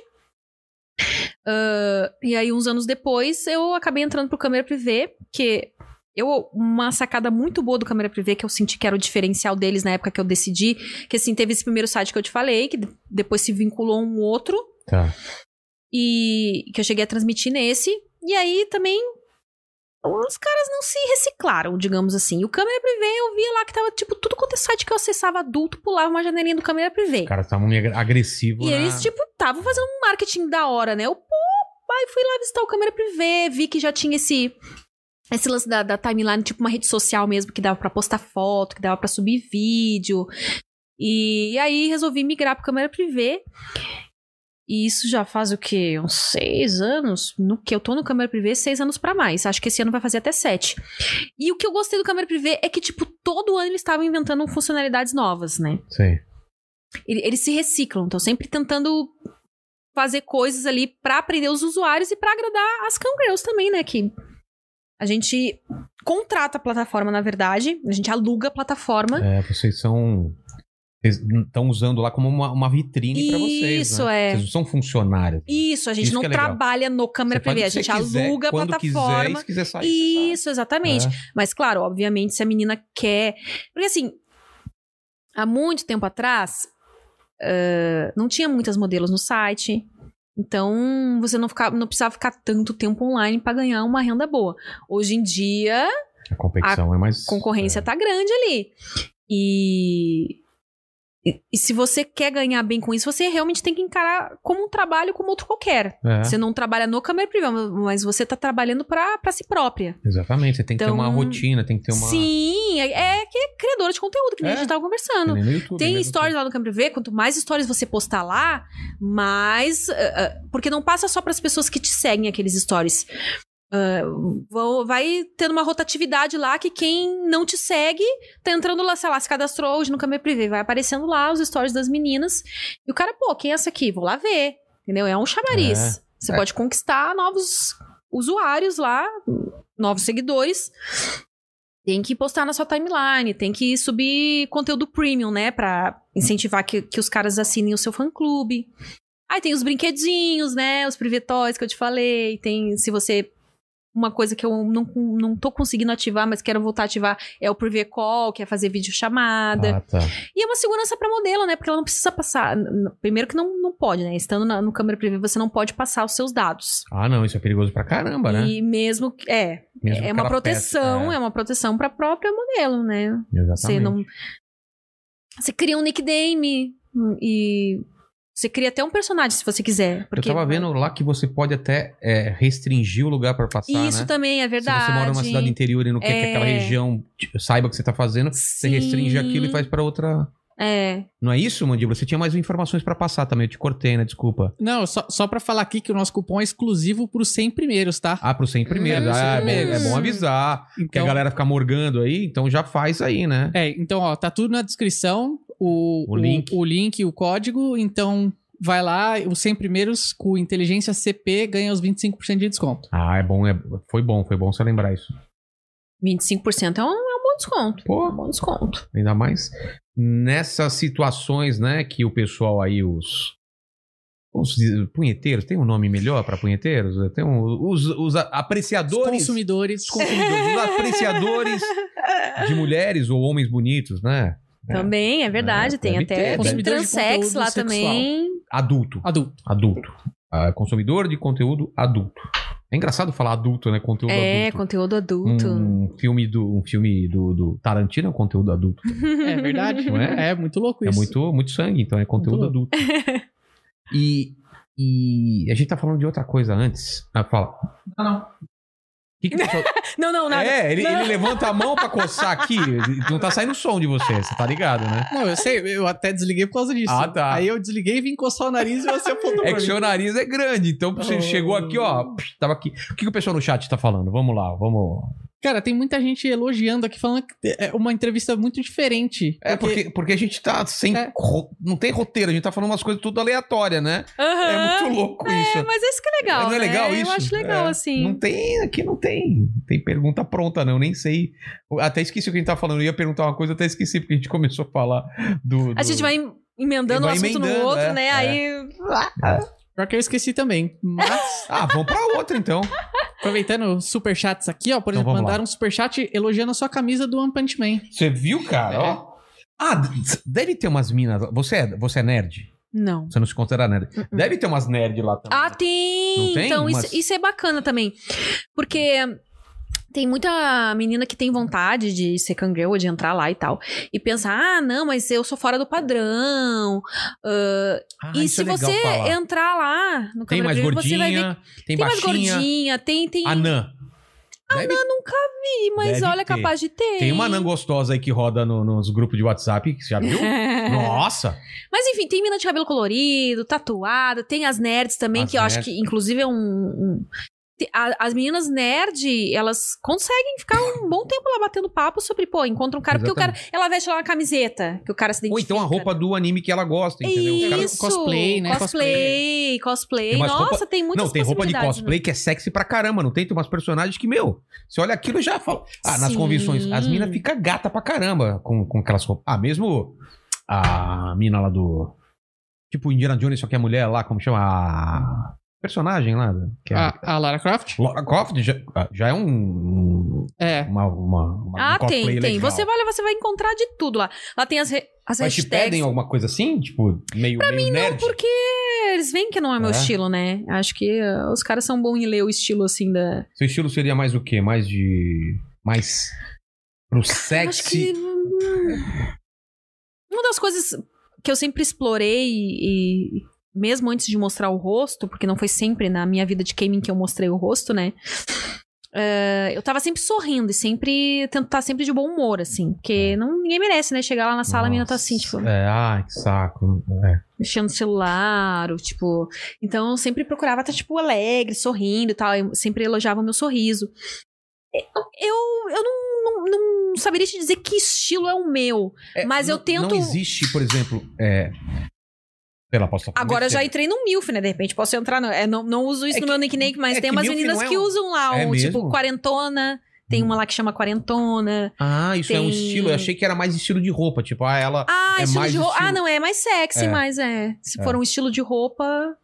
Speaker 4: Ah, e aí, uns anos depois, eu acabei entrando pro câmera privê, que eu uma sacada muito boa do câmera privê que eu senti que era o diferencial deles na época que eu decidi, que assim teve esse primeiro site que eu te falei, que de- depois se vinculou a um outro
Speaker 2: Tá.
Speaker 4: e que eu cheguei a transmitir nesse. E aí também os caras não se reciclaram, digamos assim. O câmera privê eu via lá que tava tipo tudo quanto é site que eu acessava adulto, pulava uma janelinha do câmera privê.
Speaker 2: Os caras estavam meio tá agra- né? agressivos.
Speaker 4: E
Speaker 2: na-
Speaker 4: eles, tipo, estavam fazendo um marketing da hora, né? Eu, pô, pai, fui lá visitar o câmera privê, vi que já tinha esse. Esse lance da, da timeline, tipo uma rede social mesmo, que dava pra postar foto, que dava pra subir vídeo. E, aí resolvi migrar pro câmera privê. E isso já faz o quê? Uns seis anos? No que eu tô no câmera privê, seis anos pra mais. Acho que esse ano vai fazer até sete. E o que eu gostei do câmera privê é que, tipo, todo ano eles estavam inventando funcionalidades novas, né?
Speaker 2: Sei.
Speaker 4: Ele- Eles se reciclam, estão sempre tentando fazer coisas ali pra aprender os usuários e pra agradar as cangirls também, né? Que a gente contrata a plataforma, na verdade, a gente aluga a plataforma.
Speaker 2: É, vocês são. Estão usando lá como uma, uma vitrine pra vocês.
Speaker 4: Isso,
Speaker 2: né?
Speaker 4: é.
Speaker 2: Vocês não são funcionários.
Speaker 4: Isso, a gente
Speaker 2: Isso
Speaker 4: não
Speaker 2: que é legal.
Speaker 4: trabalha no câmera
Speaker 2: Você faz
Speaker 4: privê,
Speaker 2: o
Speaker 4: a
Speaker 2: que
Speaker 4: gente
Speaker 2: você quiser,
Speaker 4: aluga a
Speaker 2: quando
Speaker 4: plataforma.
Speaker 2: Quiser, e se quiser sair, você
Speaker 4: Isso,
Speaker 2: sai.
Speaker 4: exatamente. Mas, claro, obviamente, se a menina quer. Porque, assim, há muito tempo atrás, ãh, não tinha muitas modelos no site. Então, você não, ficava, não precisava ficar tanto tempo online pra ganhar uma renda boa. Hoje em dia,
Speaker 2: É. A competição é mais.
Speaker 4: a concorrência tá grande ali. E. e- E se você quer ganhar bem com isso, você realmente tem que encarar como um trabalho como outro qualquer.
Speaker 2: É, é,
Speaker 4: Você não trabalha no câmera privada, mas você tá trabalhando pra pra si própria.
Speaker 2: Exatamente. Você tem que ter
Speaker 4: Então,
Speaker 2: uma rotina, tem que ter uma.
Speaker 4: Sim, é é que é criadora de conteúdo, que nem
Speaker 2: É.
Speaker 4: a gente tava
Speaker 2: que
Speaker 4: conversando.
Speaker 2: nem no YouTube né,
Speaker 4: Tem
Speaker 2: mesmo,
Speaker 4: stories lá no Câmara V, quanto mais stories você postar lá, mais. ah, ah, porque não passa só pras pessoas que te seguem aqueles stories. Ah, vão- vai tendo uma rotatividade lá que quem não te segue tá entrando lá, sei lá, se cadastrou hoje no Câmara Privé, vai aparecendo lá os stories das meninas. E o cara, pô, quem é essa aqui? Vou lá ver. Entendeu? É um chamariz. Você
Speaker 2: É.
Speaker 4: pode conquistar novos usuários lá, novos seguidores. Tem que postar na sua timeline, tem que subir conteúdo premium, né? Pra incentivar que, que os caras assinem o seu fã-clube. Aí tem os brinquedinhos, né? Os privatóis que eu te falei. Tem, se você. Uma coisa que eu não, não tô conseguindo ativar, mas quero voltar a ativar, é o Privé Call, que é fazer videochamada.
Speaker 2: Ah, tá.
Speaker 4: E é uma segurança pra modelo, né? Porque ela não precisa passar. n- n- Primeiro que não, não pode, né? Estando na- no câmera privê, você não pode passar os seus dados.
Speaker 2: Ah, não, isso é perigoso pra caramba, né?
Speaker 4: E mesmo que. É,
Speaker 2: Mesmo
Speaker 4: é
Speaker 2: que
Speaker 4: uma
Speaker 2: ela
Speaker 4: proteção,
Speaker 2: peça,
Speaker 4: é. uma proteção pra própria modelo, né?
Speaker 2: é. Exatamente.
Speaker 4: Você não. Você cria um nickname e. Você cria até um personagem se você quiser. Porque é
Speaker 2: Eu tava vendo lá que você pode até é, restringir o lugar pra passar,
Speaker 4: Isso
Speaker 2: né?
Speaker 4: também é verdade.
Speaker 2: Se você mora numa cidade interior e não quer que
Speaker 4: É.
Speaker 2: aquela região tipo, saiba o que você tá fazendo, você
Speaker 4: Sim.
Speaker 2: restringe aquilo e faz pra outra.
Speaker 4: É.
Speaker 2: Não é isso, Mandíbula? Você tinha mais informações pra passar também. Eu te cortei, né? Desculpa.
Speaker 3: Não, só, só pra falar aqui que o nosso cupom é exclusivo pros 100 primeiros, tá?
Speaker 2: Ah, pro 100 primeiros.
Speaker 3: É, pro 100
Speaker 2: Ah, é, bom, é
Speaker 3: primeiros.
Speaker 2: bom avisar. Porque a
Speaker 3: Então,
Speaker 2: galera fica morgando aí, então já faz aí, né?
Speaker 3: é, então, ó, tá tudo na descrição, o,
Speaker 2: O link.
Speaker 3: o, o link, o código, então vai lá, os 100 primeiros com inteligência CP ganha os 25% de desconto.
Speaker 2: Ah, é bom. É... Foi bom, foi bom você lembrar isso.
Speaker 4: 25% é um, é um bom desconto.
Speaker 2: Pô.
Speaker 4: É um bom desconto.
Speaker 2: Ainda mais nessas situações, né, que o pessoal aí, os. Os punheteiros, tem um nome melhor pra punheteiros? Tem um, os, os a-
Speaker 3: Os
Speaker 2: apreciadores. [laughs]
Speaker 3: consumidores.
Speaker 2: consumidores, os apreciadores de mulheres ou homens bonitos, né? É.
Speaker 4: Também, é verdade.
Speaker 2: É,
Speaker 4: tem
Speaker 2: deve ter,
Speaker 4: até
Speaker 2: deve
Speaker 3: ter.
Speaker 4: transex lá
Speaker 3: Consumidor de conteúdo
Speaker 4: também.
Speaker 2: Adulto.
Speaker 3: Adulto.
Speaker 2: Adulto. Ah, consumidor de conteúdo adulto. É engraçado falar adulto, né? Conteúdo
Speaker 4: É,
Speaker 2: adulto. Hum.
Speaker 4: conteúdo adulto.
Speaker 2: Um filme do, um filme do, do Tarantino é um conteúdo adulto.
Speaker 3: É verdade?
Speaker 2: Não é?
Speaker 3: é? muito louco
Speaker 2: É
Speaker 3: isso.
Speaker 2: muito, muito sangue, então é conteúdo adulto. E, e a gente tá falando de outra coisa antes. Ah, fala.
Speaker 3: Não, não.
Speaker 2: Que que você-
Speaker 4: Não, não, nada.
Speaker 2: É, ele,
Speaker 4: Não.
Speaker 2: ele levanta a mão pra coçar aqui. Não tá saindo som de você, você tá ligado, né?
Speaker 3: Não, eu sei, eu até desliguei por causa disso.
Speaker 2: Ah, tá.
Speaker 3: Aí eu desliguei, vim coçar o nariz e você apontou
Speaker 2: É
Speaker 3: pra
Speaker 2: que
Speaker 3: mim.
Speaker 2: seu nariz é grande, então você
Speaker 3: Oh.
Speaker 2: chegou aqui, ó. psh, Tava aqui. O que, que o pessoal no chat tá falando? Vamos lá, vamos.
Speaker 3: Cara, tem muita gente elogiando aqui, falando que é uma entrevista muito diferente.
Speaker 2: É, porque, porque a gente tá sem.
Speaker 3: É.
Speaker 2: ro- Não tem roteiro, a gente tá falando umas coisas tudo aleatória, né?
Speaker 4: Aham.
Speaker 2: É muito louco isso.
Speaker 4: É, mas isso que é legal.
Speaker 2: Não é
Speaker 4: né?
Speaker 2: legal
Speaker 4: Eu
Speaker 2: isso?
Speaker 4: acho legal,
Speaker 2: É.
Speaker 4: assim.
Speaker 2: Não tem, aqui não tem, não tem pergunta pronta, não, nem sei. Eu Até esqueci o que a gente tá falando. Eu ia perguntar uma coisa, até esqueci, porque a gente começou a falar do.
Speaker 4: A
Speaker 2: do-
Speaker 4: gente vai emendando um
Speaker 2: Vai
Speaker 4: assunto no
Speaker 2: emendando,
Speaker 4: outro,
Speaker 2: é,
Speaker 4: né?
Speaker 2: é.
Speaker 4: Aí.
Speaker 3: Pior que eu esqueci também. Mas,
Speaker 2: Ah, vamos pra outra então.
Speaker 3: aproveitando superchats aqui, ó.
Speaker 2: Então
Speaker 3: Por exemplo,
Speaker 2: vamos lá.
Speaker 3: mandaram um superchat elogiando a sua camisa do One Punch Man.
Speaker 2: Você viu, cara? Ó. Ah, d- deve ter umas minas. Você é, você é nerd?
Speaker 4: Não.
Speaker 2: Você não se considera nerd? Deve ter umas nerd lá também.
Speaker 4: Uh-uh. Ah, tem!
Speaker 2: Não tem
Speaker 4: Então,
Speaker 2: umas-
Speaker 4: isso, isso é bacana também. Porque tem muita menina que tem vontade de ser cangrejo, de entrar lá e tal. E pensa, ah, não, mas eu sou fora do padrão. ah,
Speaker 2: Ah,
Speaker 4: e
Speaker 2: isso
Speaker 4: se
Speaker 2: é legal
Speaker 4: você
Speaker 2: falar.
Speaker 4: entrar lá no
Speaker 2: Tem
Speaker 4: Câmara
Speaker 2: mais
Speaker 4: Privada, você vai ver.
Speaker 2: gordinha, tem,
Speaker 4: Tem mais
Speaker 2: baixinha.
Speaker 4: gordinha, tem. tem...
Speaker 2: Anã. Deve-
Speaker 4: Eu nunca vi, mas
Speaker 2: Deve
Speaker 4: olha, é
Speaker 2: ter.
Speaker 4: capaz de ter.
Speaker 2: Tem uma
Speaker 4: hein? [laughs]
Speaker 2: anã gostosa aí que roda no- nos grupos de WhatsApp, que você já viu? Nossa!
Speaker 4: Mas enfim, tem mina de cabelo colorido, tatuada, tem as nerds também,
Speaker 2: As
Speaker 4: que eu acho
Speaker 2: nerds.
Speaker 4: que, inclusive, é um. um- te- a- As meninas nerd, elas conseguem ficar um bom tempo lá batendo papo sobre, pô, encontra um cara, porque o cara, ela veste lá uma camiseta, que o cara se
Speaker 2: Ou
Speaker 4: identifica.
Speaker 2: então a roupa do anime que ela gosta, entendeu? Os caras-
Speaker 4: Isso,
Speaker 3: Cosplay, né?
Speaker 4: Cosplay, cosplay.
Speaker 2: Tem umas
Speaker 4: Nossa,
Speaker 2: roupa-
Speaker 4: tem muitas
Speaker 2: Não, tem roupa de
Speaker 4: possibilidades, né?
Speaker 2: cosplay que é sexy pra caramba, não tem? Tem umas personagens que, meu, você olha aquilo e já fala. Ah, nas
Speaker 4: Sim.
Speaker 2: convenções, as minas ficam gata pra caramba com, com aquelas roupas. Ah, mesmo a mina lá do. Tipo, Indiana Jones, só que a mulher lá, como chama? A personagem lá. Que é,
Speaker 3: A, a Lara Croft?
Speaker 2: Lara Croft já, já é um.
Speaker 3: É.
Speaker 2: Uma, uma, uma-
Speaker 4: né? Ah,
Speaker 2: um cosplay
Speaker 4: tem, tem.
Speaker 2: legal.
Speaker 4: Você vai, lá, você vai encontrar de tudo lá. Lá tem as, re- as
Speaker 2: Mas te
Speaker 4: hashtags.
Speaker 2: pedem alguma coisa assim? Tipo, meio, meio nerd?
Speaker 4: Porque eles veem que não é meu
Speaker 2: É?
Speaker 4: estilo, né? Acho que uh, os caras são bons em ler o estilo, assim, da...
Speaker 2: Seu estilo seria mais o quê? Mais de. Mais. Pro sexy.
Speaker 4: Acho que... hum, Uma das coisas que eu sempre explorei e... e Mesmo antes de mostrar o rosto, porque não foi sempre na minha vida de gaming que eu mostrei o rosto, né? Eh, eu tava sempre sorrindo e sempre... Tentar sempre de bom humor, assim. Porque não, ninguém merece, né? Chegar lá na sala e a menina tá assim, tipo...
Speaker 2: É, ai, que saco. É.
Speaker 4: mexendo no celular, ou tipo. Então eu sempre procurava estar, tipo, alegre, sorrindo e tal. Eu sempre elogiava o meu sorriso. Eh, Eu, eu não, não, não saberia te dizer que estilo é o meu.
Speaker 2: É,
Speaker 4: Mas eu
Speaker 2: não-
Speaker 4: tento-
Speaker 2: Não existe, por exemplo. É... Pela posso falar
Speaker 4: Agora eu já
Speaker 2: besteira.
Speaker 4: entrei no MILF, né? De repente posso entrar. No, é, não, não uso isso
Speaker 2: É
Speaker 4: no
Speaker 2: que-
Speaker 4: meu nickname, mas
Speaker 2: é
Speaker 4: tem
Speaker 2: que
Speaker 4: umas
Speaker 2: MILF
Speaker 4: meninas
Speaker 2: não é
Speaker 4: que
Speaker 2: um-
Speaker 4: usam lá,
Speaker 2: É
Speaker 4: um, tipo,
Speaker 2: mesmo? Hum.
Speaker 4: quarentona. Tem uma lá que chama quarentona.
Speaker 2: Ah, isso é um
Speaker 4: Tem-
Speaker 2: estilo. Eu achei que era mais estilo de roupa. Tipo, ah, ela.
Speaker 4: Ah,
Speaker 2: É
Speaker 4: estilo
Speaker 2: mais
Speaker 4: de roupa.
Speaker 2: estilo-
Speaker 4: Ah, não, é mais sexy,
Speaker 2: É.
Speaker 4: mas é. Se
Speaker 2: É.
Speaker 4: for um estilo de roupa.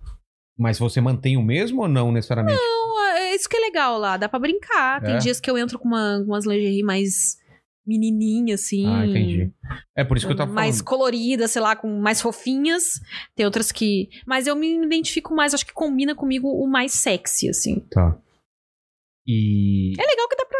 Speaker 2: Mas você mantém o mesmo ou não, necessariamente?
Speaker 4: Então, é isso que é legal lá, dá pra brincar. Tem
Speaker 2: É?
Speaker 4: dias que eu entro com uma, umas lingerie mais menininha, assim.
Speaker 2: Ah, entendi. É por isso que eu tava
Speaker 4: mais
Speaker 2: falando.
Speaker 4: coloridas, sei lá, com mais fofinhas. Tem outras que. Mas eu me identifico mais, acho que combina comigo o mais sexy, assim.
Speaker 2: Tá. E.
Speaker 4: É legal que dá pra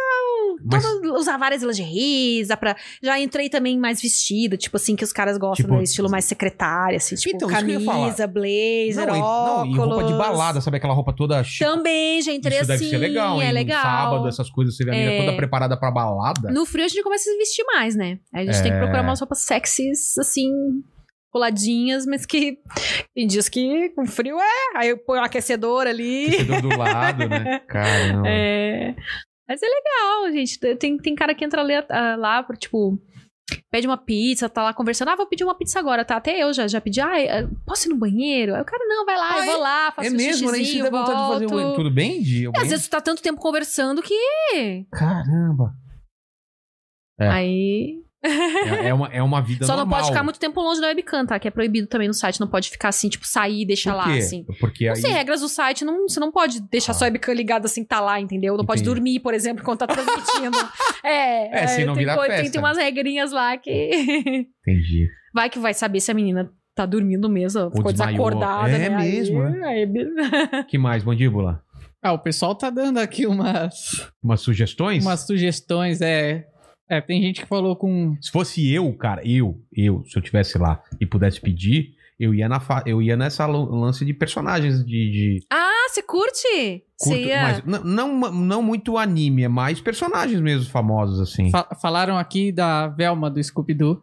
Speaker 2: Mas-
Speaker 4: todas- usar várias lingeries, dá pra. Já entrei também mais vestida, tipo assim, que os caras gostam
Speaker 2: Tipo-
Speaker 4: do estilo mais secretária, assim, tipo
Speaker 2: Então, isso que eu ia
Speaker 4: camisa, blazer,
Speaker 2: não, e, não,
Speaker 4: óculos.
Speaker 2: e roupa de balada, sabe? Aquela roupa toda chique.
Speaker 4: Também, já entrei
Speaker 2: Isso deve
Speaker 4: assim.
Speaker 2: ser legal,
Speaker 4: é
Speaker 2: hein? Um
Speaker 4: legal.
Speaker 2: sábado, essas coisas, você vê a menina
Speaker 4: É.
Speaker 2: toda preparada pra
Speaker 4: [laughs]
Speaker 2: balada.
Speaker 4: No frio a gente começa a se vestir mais, né? Aí a gente
Speaker 2: É.
Speaker 4: tem que procurar umas roupas sexys, assim, coladinhas, mas que tem dias que com frio é. Aí eu ponho um aquecedor ali.
Speaker 2: Aquecedor do lado, né? Caramba.
Speaker 4: É. Mas é legal, gente. Tem, tem cara que entra ali, ah, lá, por, tipo, pede uma pizza, tá lá conversando. Ah, vou pedir uma pizza agora, tá? Até eu já, já pedi. Ah, eh, posso ir no banheiro? Aí o cara, não, vai lá,
Speaker 2: Ah,
Speaker 4: eu vou lá, faço
Speaker 2: É
Speaker 4: um
Speaker 2: mesmo, né? Isso
Speaker 4: xixizinho,
Speaker 2: dá vontade de
Speaker 5: um
Speaker 2: fazer
Speaker 4: volto.
Speaker 2: o tudo bem, Di? Eu
Speaker 4: Às
Speaker 2: bem?
Speaker 4: vezes tu tá tanto tempo conversando que.
Speaker 2: Caramba. É.
Speaker 4: Aí.
Speaker 2: É, é uma, é uma vida
Speaker 4: Só não
Speaker 2: normal.
Speaker 4: pode ficar muito tempo longe da webcam, tá? Que é proibido também no site. Não pode ficar assim, tipo, sair e deixar
Speaker 2: Por
Speaker 4: lá,
Speaker 2: quê?
Speaker 4: assim.
Speaker 2: Porque
Speaker 4: Não
Speaker 2: aí...
Speaker 4: sei, regras do site, não, você não pode deixar
Speaker 2: Ah.
Speaker 4: sua webcam ligada assim, tá lá, entendeu? Não pode
Speaker 2: Entendi.
Speaker 4: dormir, por exemplo, enquanto tá
Speaker 2: [laughs]
Speaker 4: transmitindo. é,
Speaker 2: É, se não
Speaker 4: tem,
Speaker 2: virar
Speaker 4: coi- tem-
Speaker 2: festa,
Speaker 4: tem umas regrinhas lá que... [laughs]
Speaker 2: Entendi.
Speaker 4: vai que vai saber se a menina tá dormindo mesmo, ficou
Speaker 2: desmaiou.
Speaker 4: desacordada,
Speaker 2: É
Speaker 4: né? Aí-
Speaker 2: mesmo, é.
Speaker 4: aí, beleza.
Speaker 2: que mais, Mandíbula?
Speaker 3: Ah, o pessoal tá dando aqui umas,
Speaker 2: Umas sugestões?
Speaker 3: umas sugestões, é. É, tem gente que falou com.
Speaker 2: Se fosse eu, cara, eu, eu, se eu tivesse lá e pudesse pedir, eu ia, na fa... eu ia nessa lan- lance de personagens de... de
Speaker 4: [laughs] ah, você curte? é.
Speaker 2: curto-
Speaker 4: Você ia...
Speaker 2: mas n- não, não muito anime, é mais personagens mesmo famosos, assim.
Speaker 3: fa- falaram aqui da Velma do Scooby-Doo.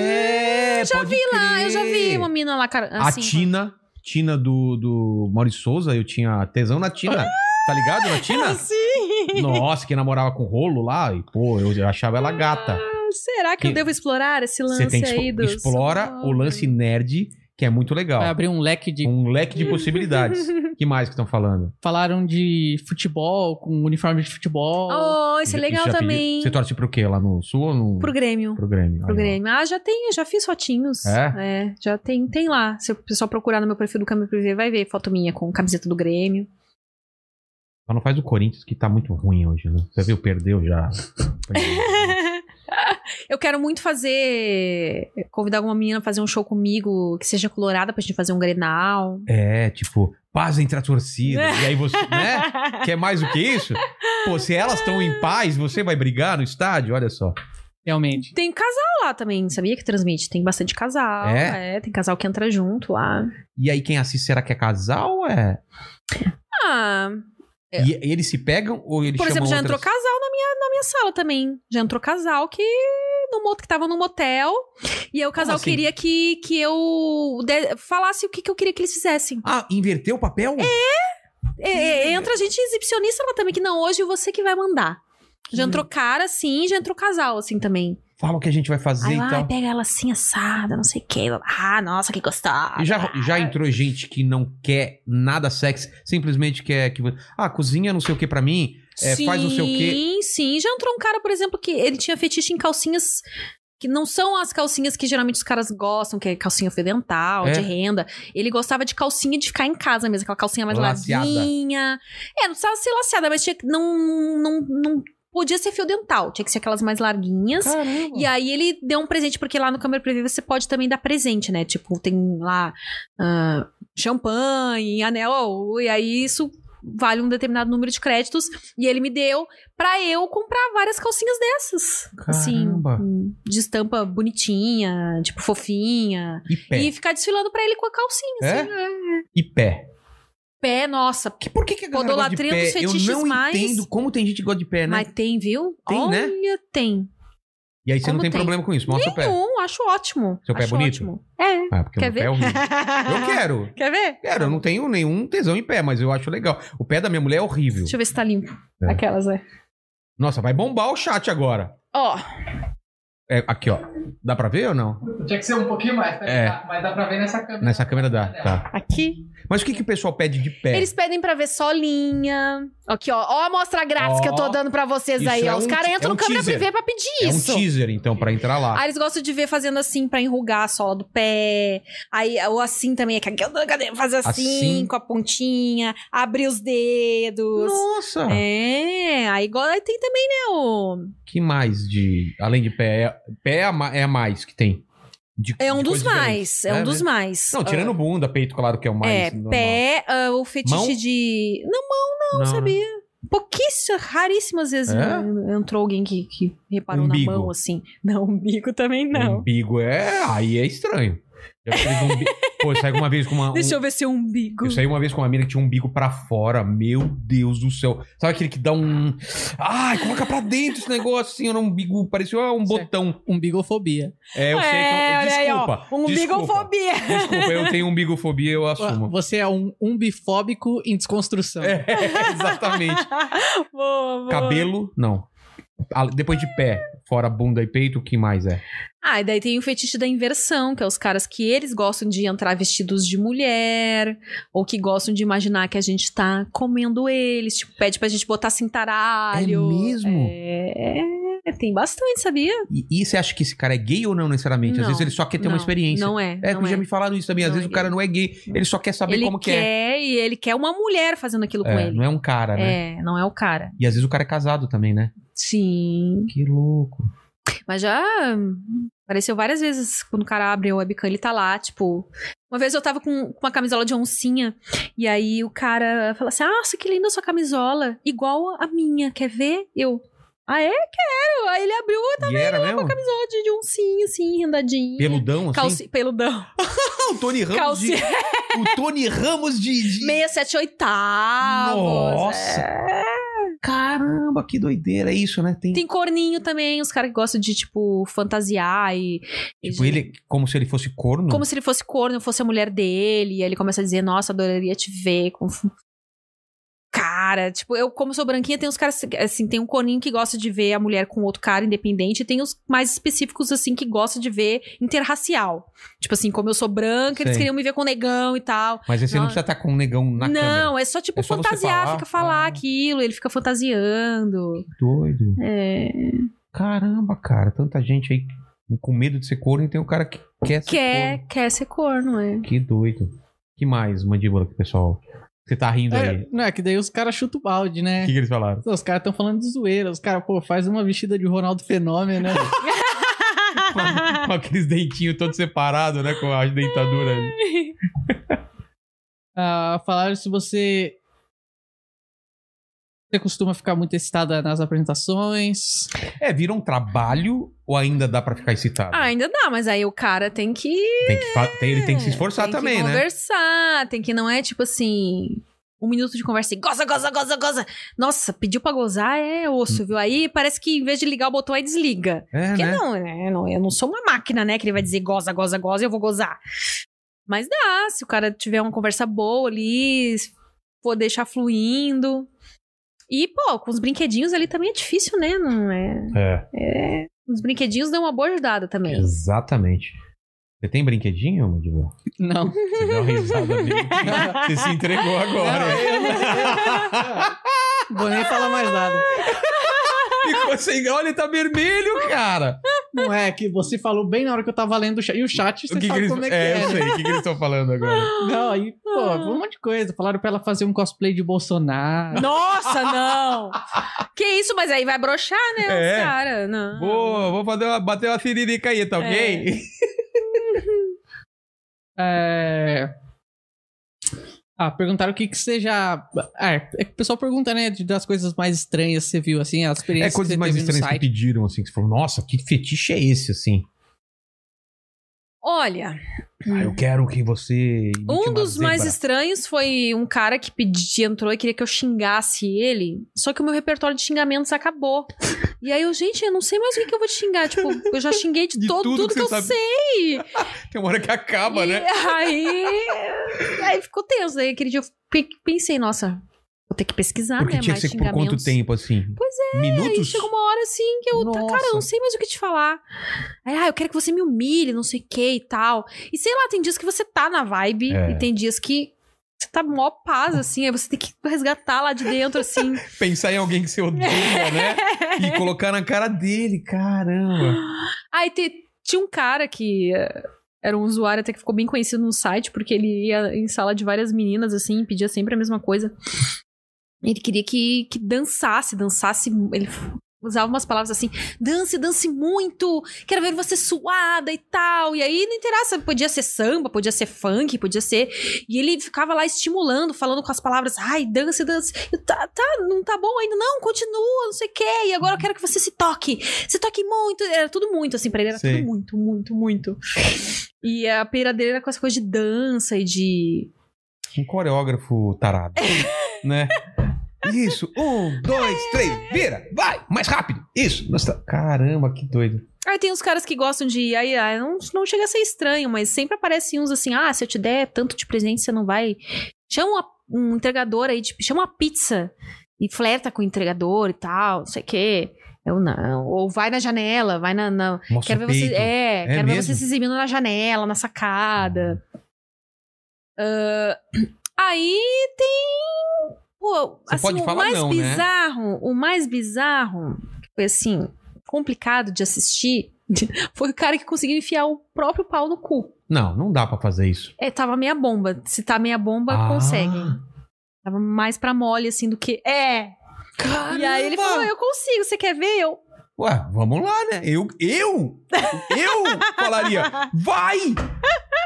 Speaker 2: É, já vi
Speaker 4: Ah, eu já vi uma mina lá, cara, assim...
Speaker 2: a
Speaker 4: [laughs]
Speaker 2: Tina, Tina do, do Maurício Souza, eu tinha tesão na Tina. Tá ligado na Tina?
Speaker 4: [laughs] Ah, Sim.
Speaker 2: Nossa, que namorava com rolo lá, e pô, eu, eu achava ela gata.
Speaker 4: Será que eu
Speaker 2: Que-
Speaker 4: devo explorar esse lance
Speaker 2: Você tem que
Speaker 4: aí
Speaker 2: expo-
Speaker 4: do...
Speaker 2: explora o lance nerd que é muito legal.
Speaker 3: Vai abrir um leque de.
Speaker 2: Um leque de
Speaker 4: [laughs]
Speaker 2: possibilidades. que mais que estão falando?
Speaker 3: Falaram de futebol, com uniforme de futebol.
Speaker 4: Oh, isso é
Speaker 2: Já-
Speaker 4: legal
Speaker 2: já pedi-
Speaker 4: também.
Speaker 2: Você tá torce pro quê? Lá no Sul ou no...
Speaker 4: Pro Grêmio.
Speaker 2: Pro Grêmio.
Speaker 4: Pro
Speaker 2: Aí, ó.
Speaker 4: Grêmio. Ah, já tem, já fiz fotinhos.
Speaker 2: É?
Speaker 4: É, já tem, tem lá. Se o pessoal procurar no meu perfil do Câmbio Privé, vai ver foto minha com camiseta do Grêmio.
Speaker 2: Só não faz o Corinthians, que tá muito ruim hoje, né? Você viu, perdeu já.
Speaker 4: [laughs] Eu quero muito fazer. Convidar alguma menina pra fazer um show comigo que seja colorada pra gente fazer
Speaker 2: [laughs]
Speaker 4: um grenal.
Speaker 2: é, tipo, paz entre a torcida. e aí você,
Speaker 4: [laughs]
Speaker 2: né? Quer mais do que isso? Pô, se elas estão em paz, você vai brigar no estádio? Olha só.
Speaker 3: Realmente.
Speaker 4: Tem casal lá também, sabia que transmite? Tem bastante casal.
Speaker 2: É?
Speaker 4: tem casal que entra junto lá.
Speaker 2: E aí quem assiste, será que é casal ou é...
Speaker 4: Ah,
Speaker 2: E e eles se pegam ou eles
Speaker 4: por exemplo, já
Speaker 2: chamam
Speaker 4: entrou
Speaker 2: outras-
Speaker 4: casal na minha, na minha sala também. Já entrou casal que. No moto que tava num motel. E aí o casal
Speaker 2: assim?
Speaker 4: queria que, que eu de- falasse o que, que eu queria que eles fizessem.
Speaker 2: Ah, inverteu o papel? É.
Speaker 4: É, é, entra gente exibicionista lá também, que não, hoje você que vai mandar.
Speaker 2: Hum.
Speaker 4: Já entrou cara assim, já entrou casal assim também.
Speaker 2: Fala o que a gente vai fazer então.
Speaker 4: Aí,
Speaker 2: e
Speaker 4: ai,
Speaker 2: tal.
Speaker 4: pega ela assim assada, não sei o que. Ah, nossa, que gostosa.
Speaker 2: E já, já entrou gente que não quer nada sexy, simplesmente quer que... vo- Ah, cozinha não sei o que pra mim, é, faz não sei o quê.
Speaker 4: Sim, sim. Já entrou um cara, por exemplo, que ele tinha fetiche em calcinhas que não são as calcinhas que geralmente os caras gostam, que é calcinha ocidental,
Speaker 2: É.
Speaker 4: de renda. Ele gostava de calcinha de ficar em casa mesmo, aquela calcinha mais
Speaker 2: Laceada.
Speaker 4: larguinha. É, não precisava ser laceada, mas tinha que- não, não, não podia ser fio dental, tinha que ser aquelas mais larguinhas.
Speaker 2: Caramba.
Speaker 4: E aí ele deu um presente, porque lá no Câmara Preview você pode também dar presente, né? Tipo, tem lá ah, champanhe, anel, oh, e aí isso vale um determinado número de créditos. E ele me deu pra eu comprar várias calcinhas dessas.
Speaker 2: Caramba.
Speaker 4: Assim, de estampa bonitinha, tipo, fofinha.
Speaker 2: E pé.
Speaker 4: E ficar desfilando pra ele com a calcinha,
Speaker 2: É?
Speaker 4: assim. é.
Speaker 2: E pé.
Speaker 4: Pé, nossa.
Speaker 2: Que, por que, que a galera gosta de
Speaker 4: Podolatria
Speaker 2: pé?
Speaker 4: dos
Speaker 2: Eu
Speaker 4: fetiches
Speaker 2: não
Speaker 4: mais-
Speaker 2: entendo como tem gente que gosta de pé, né?
Speaker 4: Mas tem, viu?
Speaker 2: Tem, né?
Speaker 4: Olha, tem.
Speaker 2: e aí você não
Speaker 4: como
Speaker 2: tem,
Speaker 4: tem?
Speaker 2: problema com isso. Mostra o pé.
Speaker 4: Nenhum, acho ótimo.
Speaker 2: Seu pé é
Speaker 4: acho
Speaker 2: bonito?
Speaker 4: Ótimo. É.
Speaker 2: Ah, porque
Speaker 4: Quer
Speaker 2: o meu pé é horrível.
Speaker 4: [laughs]
Speaker 2: Eu quero.
Speaker 4: Quer ver?
Speaker 2: Quero, eu não tenho nenhum tesão em pé, mas eu acho legal. O pé da minha mulher é horrível.
Speaker 4: Deixa eu ver se tá limpo.
Speaker 2: É.
Speaker 4: Aquelas, é.
Speaker 2: Nossa, vai bombar o chat agora.
Speaker 4: Ó,
Speaker 2: É, aqui, ó. Dá pra ver ou não?
Speaker 5: Tinha que ser um pouquinho mais, tá?
Speaker 2: É.
Speaker 5: Mas dá pra ver nessa câmera.
Speaker 2: Nessa câmera dá, tá.
Speaker 4: aqui.
Speaker 2: Mas o que, que o pessoal pede de pé?
Speaker 4: Eles pedem pra ver só linha. Aqui, ó. Ó a amostra grátis
Speaker 2: Ó.
Speaker 4: que eu tô dando pra vocês
Speaker 2: Isso
Speaker 4: aí,
Speaker 2: é
Speaker 4: ó. Os
Speaker 2: um
Speaker 4: caras
Speaker 2: te- é
Speaker 4: entram
Speaker 2: um
Speaker 4: no câmera
Speaker 2: teaser.
Speaker 4: privê pra pedir
Speaker 2: é
Speaker 4: isso.
Speaker 2: um teaser, então, pra entrar lá.
Speaker 4: Aí eles gostam de ver fazendo assim pra enrugar a sola do pé. Aí, ou assim também, é que aqui eu dou- cadê? Fazer assim,
Speaker 2: Assim.
Speaker 4: com a pontinha, abrir os dedos.
Speaker 2: Nossa!
Speaker 4: É, aí igual aí tem também, né? O...
Speaker 2: Que mais de. Além de pé? É, pé é a ma- é a mais que tem. De-
Speaker 4: É um
Speaker 2: de
Speaker 4: dos
Speaker 2: coisas
Speaker 4: mais.
Speaker 2: diferentes.
Speaker 4: É um
Speaker 2: É
Speaker 4: dos
Speaker 2: mesmo?
Speaker 4: mais.
Speaker 2: Não, tirando bunda, peito, claro que é o mais.
Speaker 4: É,
Speaker 2: normal.
Speaker 4: pé, ah, o fetiche
Speaker 2: Mão?
Speaker 4: de. Não,
Speaker 2: não,
Speaker 4: não
Speaker 2: né?
Speaker 4: sabia. Pouquíssimas, raríssimas vezes
Speaker 2: É?
Speaker 4: en- entrou alguém que, que reparou
Speaker 2: Umbigo.
Speaker 4: na mão, assim. Não, umbigo também não.
Speaker 2: Umbigo é. Aí é estranho. Já fiz
Speaker 4: [laughs]
Speaker 2: um bi- Pô, eu saí uma vez com uma. um-
Speaker 4: Deixa eu ver seu umbigo.
Speaker 2: Eu saí uma vez com uma mina que tinha um bico pra fora. Meu Deus do céu. Sabe aquele que dá um. Ai, coloca pra dentro esse negócio assim. Era um bico, parecia um botão.
Speaker 3: Umbigofobia.
Speaker 2: É, eu
Speaker 4: É,
Speaker 2: sei
Speaker 4: olha
Speaker 2: que.
Speaker 4: aí,
Speaker 2: eu-
Speaker 4: ó.
Speaker 2: Desculpa. desculpa.
Speaker 4: Umbigofobia.
Speaker 2: [laughs] Desculpa, eu tenho umbigofobia,
Speaker 4: [laughs]
Speaker 2: eu assumo.
Speaker 3: Você é um umbifóbico em desconstrução.
Speaker 2: [laughs] É, exatamente.
Speaker 4: Boa, boa.
Speaker 2: Cabelo, não. Ah, Depois de pé, fora bunda e peito, o que mais é?
Speaker 4: Ah, e daí tem o fetiche da inversão, que é os caras que eles gostam de entrar vestidos de mulher, ou que gostam de imaginar que a gente tá comendo eles, tipo, pede pra gente botar cintaralho.
Speaker 2: É mesmo?
Speaker 4: É, tem bastante, sabia?
Speaker 2: E, e você acha que esse cara é gay ou não necessariamente? Às
Speaker 4: Não,
Speaker 2: vezes ele só quer ter
Speaker 4: Não,
Speaker 2: uma experiência.
Speaker 4: Não é.
Speaker 2: é,
Speaker 4: não
Speaker 2: porque já me falaram isso também. Às
Speaker 4: Não
Speaker 2: vezes
Speaker 4: é
Speaker 2: o cara
Speaker 4: gay.
Speaker 2: não é gay, ele só quer saber
Speaker 4: ele
Speaker 2: como que é.
Speaker 4: quer e ele quer uma mulher fazendo aquilo com
Speaker 2: É,
Speaker 4: ele.
Speaker 2: não é um cara, né?
Speaker 4: É, não é o cara.
Speaker 2: E às vezes o cara é casado também, né?
Speaker 4: Sim.
Speaker 2: Que louco.
Speaker 4: Mas já hum, apareceu várias vezes quando o cara abre o webcam, ele tá lá, tipo. Uma vez eu tava com com uma camisola de oncinha, e aí o cara fala assim: Nossa, que linda sua camisola, igual a minha, quer ver? Eu. Ah, é? Quero! Aí ele abriu uma
Speaker 2: e era mesmo?
Speaker 4: camisola de, de oncinha, assim, rendadinha.
Speaker 2: Peludão, assim?
Speaker 4: Calci... Peludão.
Speaker 2: Ah, o Tony Ramos
Speaker 4: Calcinha.
Speaker 2: de... O Tony Ramos de... de-
Speaker 4: Meia, é. sete oitavos.
Speaker 2: Nossa! Caramba, que doideira. É isso, né? Tem,
Speaker 4: Tem corninho também, os caras que gostam de, tipo, fantasiar e. e
Speaker 2: tipo,
Speaker 4: de-
Speaker 2: ele como se ele fosse corno.
Speaker 4: Como se ele fosse corno, eu fosse a mulher dele. E aí ele começa a dizer, nossa, adoraria te ver com f- cara. Tipo, eu, como sou branquinha, tem uns caras, assim, tem um coninho que gosta de ver a mulher com outro cara independente, e tem os mais específicos, assim, que gosta de ver interracial. Tipo assim, como eu sou branca, eles
Speaker 2: Sei.
Speaker 4: queriam me ver com um negão e tal.
Speaker 2: Mas aí você não
Speaker 4: Não.
Speaker 2: precisa estar com um negão na
Speaker 4: não,
Speaker 2: câmera.
Speaker 4: é só, tipo,
Speaker 2: É só você
Speaker 4: fantasiar,
Speaker 2: falar,
Speaker 4: fica falar
Speaker 2: ah.
Speaker 4: aquilo, ele fica fantasiando.
Speaker 2: Doido.
Speaker 4: É,
Speaker 2: Caramba, cara, tanta gente aí com medo de ser corno e tem um cara que quer ser
Speaker 4: quer,
Speaker 2: corno.
Speaker 4: quer ser corno, é.
Speaker 2: Que doido. Que mais, mandíbula, que o pessoal? Você tá rindo aí.
Speaker 3: É,
Speaker 2: O
Speaker 3: não, é que daí os caras chutam o balde, né?
Speaker 2: que, que eles falaram?
Speaker 3: Os caras estão falando de zoeira. Os caras, pô, faz uma vestida de Ronaldo Fenômeno, né?
Speaker 2: Com- com aqueles dentinhos todos separados, né? Com a dentadura.
Speaker 3: Ah, falaram se você. Você costuma ficar muito excitada nas apresentações.
Speaker 2: É, vira um trabalho ou ainda dá pra ficar excitado?
Speaker 4: Ah, ainda dá, mas aí o cara tem que
Speaker 2: Tem que, fa- tem- ele tem que se esforçar
Speaker 4: tem
Speaker 2: também,
Speaker 4: que
Speaker 2: né?
Speaker 4: Conversar, tem que não é tipo assim. Um minuto de conversa e goza, goza, goza, goza. Nossa, pediu pra gozar é osso, viu? Aí parece que em vez de ligar o botão, aí desliga.
Speaker 2: É,
Speaker 4: Porque
Speaker 2: né?
Speaker 4: não, né? Não, eu não sou uma máquina, né? Que ele vai dizer goza, goza, goza, eu vou gozar. Mas dá, se o cara tiver uma conversa boa ali, se for deixar fluindo. E, pô, com os brinquedinhos ali também é difícil, né? Não é...
Speaker 2: É,
Speaker 4: Os brinquedinhos dão uma boa ajudada também.
Speaker 2: exatamente. Você tem brinquedinho, mandíbula?
Speaker 3: Não.
Speaker 2: Você deu
Speaker 4: [laughs]
Speaker 2: uma risada bem. [laughs] Você se entregou agora.
Speaker 3: Vou nem falar mais nada.
Speaker 2: Ficou sem grau, ele tá vermelho, cara.
Speaker 3: Não é que você falou bem na hora que eu tava lendo o chat. E o chat, você
Speaker 2: O que que
Speaker 3: sabe
Speaker 2: eles...
Speaker 3: como é que
Speaker 2: é, Ah.
Speaker 3: é.
Speaker 2: eu
Speaker 3: né?
Speaker 2: sei. O que, que eles estão falando agora?
Speaker 3: Não, aí, pô, um monte de coisa. Falaram pra ela fazer um cosplay de Bolsonaro.
Speaker 4: Nossa, não! que isso, mas aí vai broxar, né?
Speaker 2: É.
Speaker 4: Os cara, não.
Speaker 2: Boa, vou fazer uma, bater uma siririca aí, tá ok?
Speaker 3: É... Ah, perguntaram o que que você já... Ah, é que o pessoal pergunta, né, de- das coisas mais estranhas que você viu, assim, as
Speaker 2: É,
Speaker 3: experiências
Speaker 2: coisas
Speaker 3: que você
Speaker 2: mais
Speaker 3: teve no
Speaker 2: estranhas que
Speaker 3: site.
Speaker 2: pediram, assim. Que você falou, nossa, que fetiche é esse, assim?
Speaker 4: Olha,
Speaker 2: Ah, eu quero que você... imite
Speaker 4: um
Speaker 2: uma
Speaker 4: dos
Speaker 2: zebra.
Speaker 4: mais estranhos foi um cara que pedi, entrou e queria que eu xingasse ele. Só que o meu repertório de xingamentos acabou. e aí eu, gente, eu não sei mais o que, que eu vou te xingar. Tipo, eu já xinguei de,
Speaker 2: De
Speaker 4: todo,
Speaker 2: tudo que
Speaker 4: tudo, que,
Speaker 2: você
Speaker 4: eu
Speaker 2: sabe.
Speaker 4: sei.
Speaker 2: [laughs] Tem uma hora que acaba,
Speaker 4: e
Speaker 2: né?
Speaker 4: aí, aí ficou tenso. Aí aquele dia eu pe- pensei, nossa, vou ter que pesquisar,
Speaker 2: Porque
Speaker 4: né?
Speaker 2: tinha que
Speaker 4: mais
Speaker 2: ser por quanto
Speaker 4: xingamentos.
Speaker 2: tempo, assim?
Speaker 4: Pois
Speaker 2: é.
Speaker 4: Aí
Speaker 2: Minutos?
Speaker 4: chegou uma hora assim que eu, tá, cara, eu não
Speaker 2: Nossa.
Speaker 4: sei mais o que te falar. Aí, ah, eu quero que você me humilhe, não sei o que e tal. E sei lá, tem dias que você tá na vibe
Speaker 2: É.
Speaker 4: e tem dias que você tá mó paz, assim, aí você tem que resgatar lá de
Speaker 2: [laughs]
Speaker 4: dentro, assim.
Speaker 2: Pensar em alguém que você odeia, né? E colocar na cara dele, caramba.
Speaker 4: Aí te- tinha um cara que eh, era um usuário até que ficou bem conhecido no site, porque ele ia em sala de várias meninas, assim, e pedia sempre a mesma coisa. Ele queria que, que dançasse, dançasse. Ele f- usava umas palavras assim: dance, dance muito, quero ver você suada e tal. E aí não interessa, podia ser samba, podia ser funk, podia ser. E ele ficava lá estimulando, falando com as palavras: ai, dance, dance. E Tá, tá, não tá bom ainda, não, continua, não sei o quê. E agora eu quero que você se toque você toque muito. Era tudo muito, assim, pra ele era
Speaker 2: Sei.
Speaker 4: tudo muito, muito, muito. E a pira dele era com essa coisa de dança e de.
Speaker 2: Um coreógrafo tarado. né? Isso. Um, dois, três. Vira. Vai. Mais rápido. Isso. Nossa, caramba, que doido.
Speaker 4: Aí Ah, tem uns caras que gostam de. Aí, aí não, não chega a ser estranho, mas sempre aparecem uns assim: ah, se eu te der tanto de presente, você não vai. Chama uma- um entregador aí, tipo, chama uma pizza e flerta com o entregador e tal, não sei o quê. Eu não. Ou vai na janela, vai na. na-
Speaker 2: Mostra
Speaker 4: Quero ver
Speaker 2: o peito.
Speaker 4: você. É, quero ver
Speaker 2: mesmo?
Speaker 4: você se exibindo na janela, na sacada. Ah, Aí tem. Pô,
Speaker 2: Você
Speaker 4: assim,
Speaker 2: pode
Speaker 4: o
Speaker 2: falar
Speaker 4: mais
Speaker 2: não, né?
Speaker 4: bizarro, o mais bizarro, que foi assim, complicado de assistir, [laughs] foi o cara que conseguiu enfiar o próprio pau no cu.
Speaker 2: Não, não dá pra fazer isso.
Speaker 4: É, tava meia bomba. Se tá meia bomba,
Speaker 2: Ah.
Speaker 4: consegue. Tava mais pra mole, assim, do que. É! E aí ele falou: eu consigo, você quer ver? Eu.
Speaker 2: Ué, vamos lá, né? Eu,
Speaker 4: [laughs]
Speaker 2: eu, eu falaria, vai!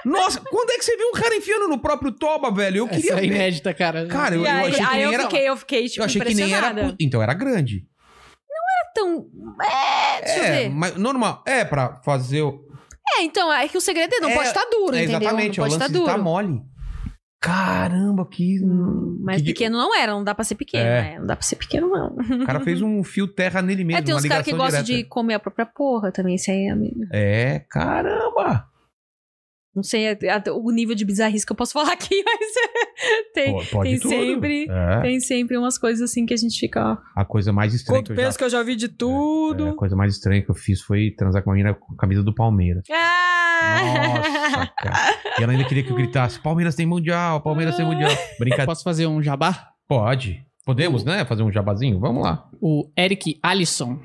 Speaker 2: Nossa, quando é que você viu um cara enfiando no próprio toba, velho? Eu queria
Speaker 3: Essa é
Speaker 2: ver.
Speaker 3: inédita, cara.
Speaker 2: Cara, eu,
Speaker 4: e
Speaker 2: eu
Speaker 4: aí,
Speaker 2: achei que
Speaker 4: aí
Speaker 2: nem
Speaker 4: eu,
Speaker 2: era...
Speaker 4: fiquei, eu fiquei, tipo,
Speaker 2: eu achei que nem
Speaker 4: impressionada.
Speaker 2: era... Então, era grande.
Speaker 4: Então, é, deixa eu
Speaker 2: é,
Speaker 4: ver.
Speaker 2: mas normal. É, pra fazer... o-
Speaker 4: É, então, é que o segredo é não
Speaker 2: É,
Speaker 4: pode estar duro,
Speaker 2: é,
Speaker 4: entendeu?
Speaker 2: exatamente,
Speaker 4: não
Speaker 2: é o
Speaker 4: pode
Speaker 2: lance
Speaker 4: estar
Speaker 2: de
Speaker 4: duro.
Speaker 2: tá mole. Caramba,
Speaker 4: [laughs]
Speaker 2: que...
Speaker 4: Hum, Mas
Speaker 2: que-
Speaker 4: pequeno não era, não dá pra ser pequeno,
Speaker 2: É.
Speaker 4: né? Não dá pra ser pequeno, não.
Speaker 2: O cara fez um fio terra nele mesmo.
Speaker 4: é, tem
Speaker 2: uma
Speaker 4: uns caras que
Speaker 2: ligação
Speaker 4: gostam de
Speaker 2: direta.
Speaker 4: é, comer a própria porra também, isso aí é.
Speaker 2: É, caramba!
Speaker 4: Não sei até- até o nível de bizarrice que eu posso [laughs] falar aqui, mas é, tem,
Speaker 2: Pô, pode
Speaker 4: tem
Speaker 2: tudo.
Speaker 4: sempre.
Speaker 2: É,
Speaker 4: Tem sempre umas coisas assim que a gente fica, ó.
Speaker 2: a coisa mais estranha que
Speaker 6: Quanto
Speaker 2: eu já
Speaker 6: peso que eu já vi de tudo.
Speaker 2: É, a coisa mais estranha que eu fiz foi transar com uma menina com a camisa do
Speaker 4: [laughs]
Speaker 2: Palmeiras. Nossa,
Speaker 4: Ah!
Speaker 2: cara. E ela ainda queria que eu gritasse: Palmeiras tem mundial, Palmeiras tem mundial. Brincadeira. [laughs]
Speaker 3: Posso fazer um jabá?
Speaker 2: Pode. Podemos, né? Fazer um jabazinho? Vamos lá.
Speaker 3: O Eric Alisson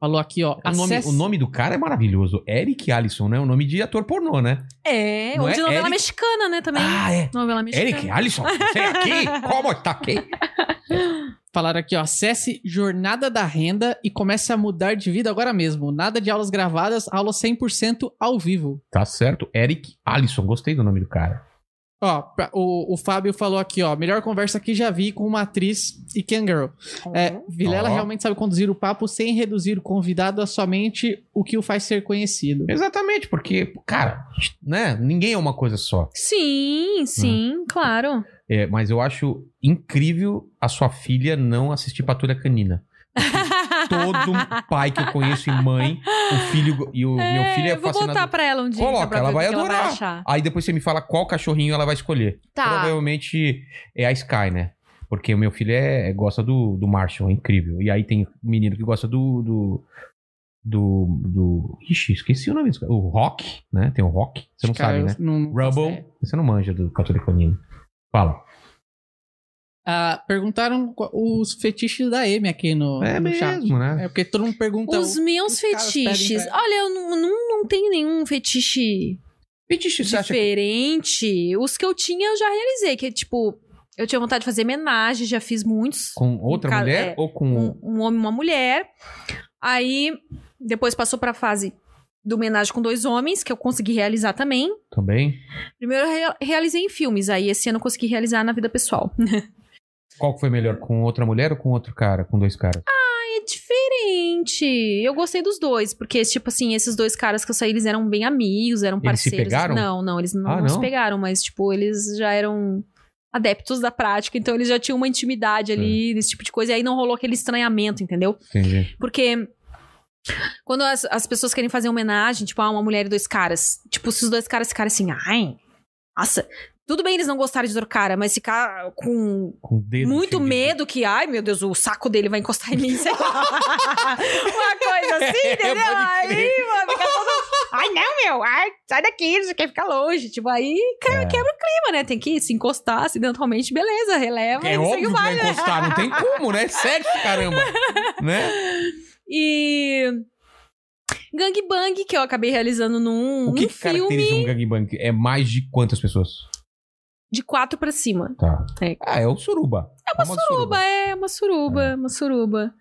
Speaker 3: falou aqui, ó.
Speaker 2: O nome,
Speaker 3: acesse-
Speaker 2: o nome do cara é maravilhoso. Eric Alisson, né? O nome de ator pornô, né?
Speaker 4: [laughs] É,
Speaker 2: Não
Speaker 4: ou
Speaker 2: é
Speaker 4: de novela
Speaker 2: Eric?
Speaker 4: mexicana, né, também.
Speaker 2: Ah, é.
Speaker 4: Novela mexicana.
Speaker 2: Eric Alisson, você é aqui? Como está aqui?
Speaker 3: Falaram aqui, ó. Acesse Jornada da Renda e comece a mudar de vida agora mesmo. Nada de aulas gravadas, aula 100% ao vivo.
Speaker 2: Tá certo. Eric Alisson. Gostei do nome do cara.
Speaker 3: Ó, pra- o, o Fábio falou aqui, ó. Melhor conversa que já vi com uma atriz e Kangaroo. É, Vilela
Speaker 2: Ó.
Speaker 3: realmente sabe conduzir o papo sem reduzir o convidado a somente o que o faz ser conhecido.
Speaker 2: Exatamente, porque, cara, né? Ninguém é uma coisa só.
Speaker 4: Sim, sim,
Speaker 2: Ah.
Speaker 4: claro.
Speaker 2: É, mas eu acho incrível a sua filha não assistir Patrulha Canina.
Speaker 4: [laughs]
Speaker 2: Todo um pai que eu conheço e mãe, o filho e o meu filho é
Speaker 4: eu vou
Speaker 2: fascinado.
Speaker 4: botar pra ela um dia.
Speaker 2: Coloca,
Speaker 4: então, pra
Speaker 2: ela
Speaker 4: ver o
Speaker 2: vai
Speaker 4: que
Speaker 2: adorar.
Speaker 4: Ela vai achar.
Speaker 2: Aí depois você me fala qual cachorrinho ela vai escolher.
Speaker 4: Tá.
Speaker 2: Provavelmente é a Sky, né? Porque o meu filho é, é- gosta do, do Marshall, é incrível. E aí tem menino que gosta do. do. do. do- Ixi, esqueci o nome desse cara. O Rock, né? Tem o Rock. Você não
Speaker 3: Cara,
Speaker 2: sabe,
Speaker 3: eu
Speaker 2: né?
Speaker 3: não- não faço
Speaker 2: Rubble.
Speaker 3: ideia.
Speaker 2: Você não manja do Catoliconino. Fala.
Speaker 3: Ah, perguntaram qu- os fetiches da Amy aqui no,
Speaker 2: é
Speaker 3: no
Speaker 2: mesmo,
Speaker 3: chat.
Speaker 2: né?
Speaker 3: É porque todo mundo pergunta.
Speaker 4: os
Speaker 3: o-
Speaker 4: meus
Speaker 3: os caras
Speaker 4: fetiches.
Speaker 3: pedem pra-
Speaker 4: Olha, eu não, não, não tenho nenhum fetiche
Speaker 2: Fetiche, você acha que-
Speaker 4: diferente. Os que eu tinha, eu já realizei. Que, tipo, eu tinha vontade de fazer homenagem, já fiz muitos.
Speaker 2: Com outra
Speaker 4: Um ca-
Speaker 2: mulher
Speaker 4: é,
Speaker 2: ou com.
Speaker 4: Um, um homem e uma mulher. Aí, depois passou pra fase do homenagem com dois homens, que eu consegui realizar também.
Speaker 2: Também?
Speaker 4: Primeiro eu rea- realizei em filmes, aí esse ano eu consegui realizar na vida pessoal.
Speaker 2: Qual que foi melhor? Com outra mulher ou com outro cara? Com dois caras?
Speaker 4: É diferente. Eu gostei dos dois, porque, tipo assim, esses dois caras que eu saí, eles eram bem amigos, eram
Speaker 2: Eles se
Speaker 4: parceiros.
Speaker 2: pegaram?
Speaker 4: Não, não, eles não,
Speaker 2: Ah,
Speaker 4: não se
Speaker 2: não?
Speaker 4: pegaram, mas, tipo, eles já eram adeptos da prática, então eles já tinham uma intimidade ali,
Speaker 2: É.
Speaker 4: desse tipo de coisa, e aí não rolou aquele estranhamento, entendeu?
Speaker 2: Entendi.
Speaker 4: Porque. Quando as, as pessoas querem fazer homenagem, tipo, a uma mulher e dois caras, tipo, se os dois caras ficarem assim, ai, nossa, tudo bem eles não gostarem de outro cara, mas ficar com
Speaker 2: Com o dedo.
Speaker 4: muito
Speaker 2: entendi.
Speaker 4: medo que, ai meu Deus, o saco dele vai encostar em mim, sei
Speaker 2: [laughs]
Speaker 4: lá. Uma coisa
Speaker 2: É,
Speaker 4: assim, entendeu? aí, mano, fica
Speaker 2: [laughs]
Speaker 4: todo. Ai, não, meu, ai, sai daqui, você quer ficar longe. Tipo, aí que-
Speaker 2: É.
Speaker 4: quebra o clima, né? Tem que se encostar acidentalmente, beleza, releva
Speaker 2: É
Speaker 4: e segue
Speaker 2: óbvio
Speaker 4: o
Speaker 2: que vai
Speaker 4: baile. né?
Speaker 2: encostar, não tem como, né? Sério,
Speaker 4: [laughs]
Speaker 2: caramba. Né?
Speaker 4: E. Gangbang, que eu acabei realizando num,
Speaker 2: O que,
Speaker 4: num
Speaker 2: que caracteriza
Speaker 4: filme
Speaker 2: um gangbang? É mais de quantas pessoas?
Speaker 4: de quatro pra cima.
Speaker 2: Tá.
Speaker 4: É.
Speaker 2: Ah, é o suruba. É uma
Speaker 4: Suruba, é uma suruba, uma suruba.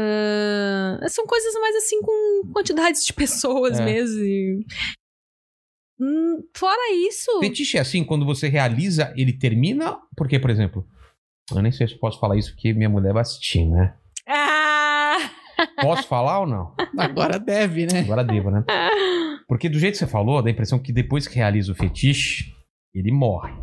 Speaker 4: Ah, são coisas mais assim com quantidades de [laughs] pessoas
Speaker 2: É.
Speaker 4: mesmo. e- Hum, fora isso,
Speaker 2: Fetiche é assim, quando você realiza, ele termina? Porque, por exemplo, eu nem sei se eu posso falar isso porque minha mulher vai assistir, né?
Speaker 4: ah,
Speaker 2: Posso falar ou não?
Speaker 3: Agora deve, né?
Speaker 2: Agora devo,
Speaker 4: [laughs]
Speaker 2: né? Porque do jeito que você falou, dá a impressão que depois que realiza o fetiche, ele morre.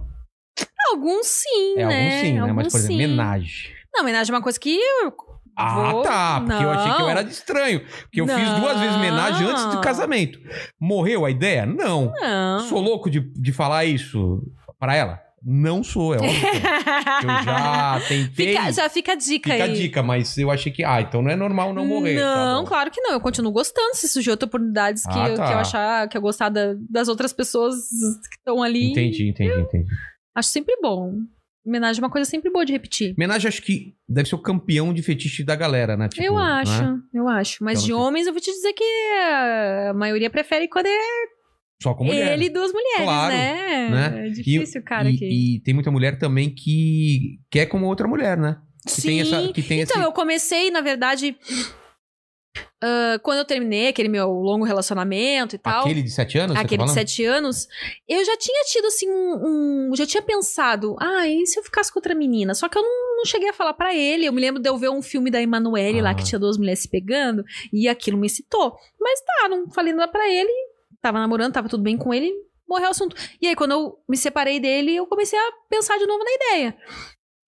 Speaker 4: alguns sim,
Speaker 2: É,
Speaker 4: né?
Speaker 2: alguns sim, né? Mas, por exemplo,
Speaker 4: sim.
Speaker 2: homenagem.
Speaker 4: Não, homenagem é uma coisa que eu.
Speaker 2: Ah,
Speaker 4: vou-
Speaker 2: tá. Porque eu achei que eu
Speaker 4: Não.
Speaker 2: era de estranho. Porque eu fiz
Speaker 4: Não.
Speaker 2: duas vezes homenagem antes do casamento. Morreu a ideia? Não.
Speaker 4: Não. [laughs]
Speaker 2: Sou louco de, de falar isso pra ela? Não sou, é
Speaker 4: [laughs]
Speaker 2: óbvio. que Eu já tentei.
Speaker 4: Fica-
Speaker 2: Fica,
Speaker 4: já fica a dica
Speaker 2: a
Speaker 4: aí.
Speaker 2: dica, mas eu achei que. Ah, então não é normal não morrer. tá
Speaker 4: Não,
Speaker 2: bom.
Speaker 4: claro que não. Eu continuo gostando se surgir outras oportunidades que,
Speaker 2: Ah,
Speaker 4: eu,
Speaker 2: tá.
Speaker 4: que eu achar, que eu gostar da- das outras pessoas que estão ali.
Speaker 2: Entendi, entendi, entendi.
Speaker 4: Acho sempre bom. Homenagem é uma coisa sempre boa de repetir.
Speaker 2: Homenagem, acho que deve ser o campeão de fetiche da galera, né? Tipo,
Speaker 4: eu
Speaker 2: né?
Speaker 4: acho, eu acho. Mas
Speaker 2: Então,
Speaker 4: de
Speaker 2: não sei.
Speaker 4: homens, eu vou te dizer que a maioria prefere quando é
Speaker 2: Só com mulher.
Speaker 4: ele e duas mulheres,
Speaker 2: Claro,
Speaker 4: né?
Speaker 2: né?
Speaker 4: É difícil, cara.
Speaker 2: e,
Speaker 4: que...
Speaker 2: e tem muita mulher também que quer com outra mulher, né? Que
Speaker 4: Sim.
Speaker 2: tem essa. Que tem
Speaker 4: Então,
Speaker 2: esse...
Speaker 4: eu comecei, na verdade, ah, quando eu terminei aquele meu longo relacionamento e tal.
Speaker 2: Aquele de 7 anos? você tá
Speaker 4: Aquele de
Speaker 2: falando?
Speaker 4: sete anos, eu já tinha tido assim um, um- Já tinha pensado, ah, e se eu ficasse com outra menina? Só que eu não, não cheguei a falar pra ele. Eu me lembro de eu ver um filme da Emanuele
Speaker 2: Ah.
Speaker 4: lá que tinha duas mulheres se pegando e aquilo me excitou. Mas tá, não falei nada pra ele. Tava namorando, tava tudo bem com ele, morreu o assunto. E aí, quando eu me separei dele, eu comecei a pensar de novo na ideia.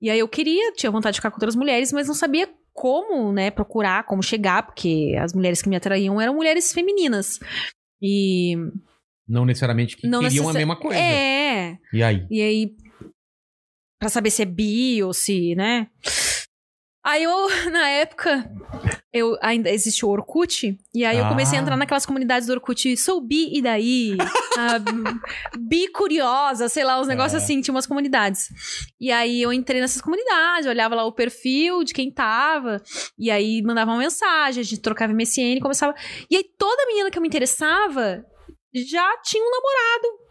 Speaker 4: E aí eu queria, tinha vontade de ficar com outras mulheres, mas não sabia como, né, procurar, como chegar, porque as mulheres que me atraíam eram mulheres femininas. E
Speaker 2: Não necessariamente que
Speaker 4: Não
Speaker 2: queriam
Speaker 4: necessa-
Speaker 2: a mesma coisa.
Speaker 4: É.
Speaker 2: E aí?
Speaker 4: E aí, pra saber se é bi ou se, né? Aí eu, [laughs] na época, eu ainda existe o Orkut, e aí eu
Speaker 2: Ah.
Speaker 4: comecei a entrar naquelas comunidades do Orkut, sou bi e daí, Ah, [laughs] bi curiosa, sei lá, uns negócios
Speaker 2: É.
Speaker 4: assim, tinha umas comunidades. E aí eu entrei nessas comunidades, eu olhava lá o perfil de quem tava, e aí mandava uma mensagem, a gente trocava MSN, começava. E aí toda menina que eu me interessava já tinha um namorado.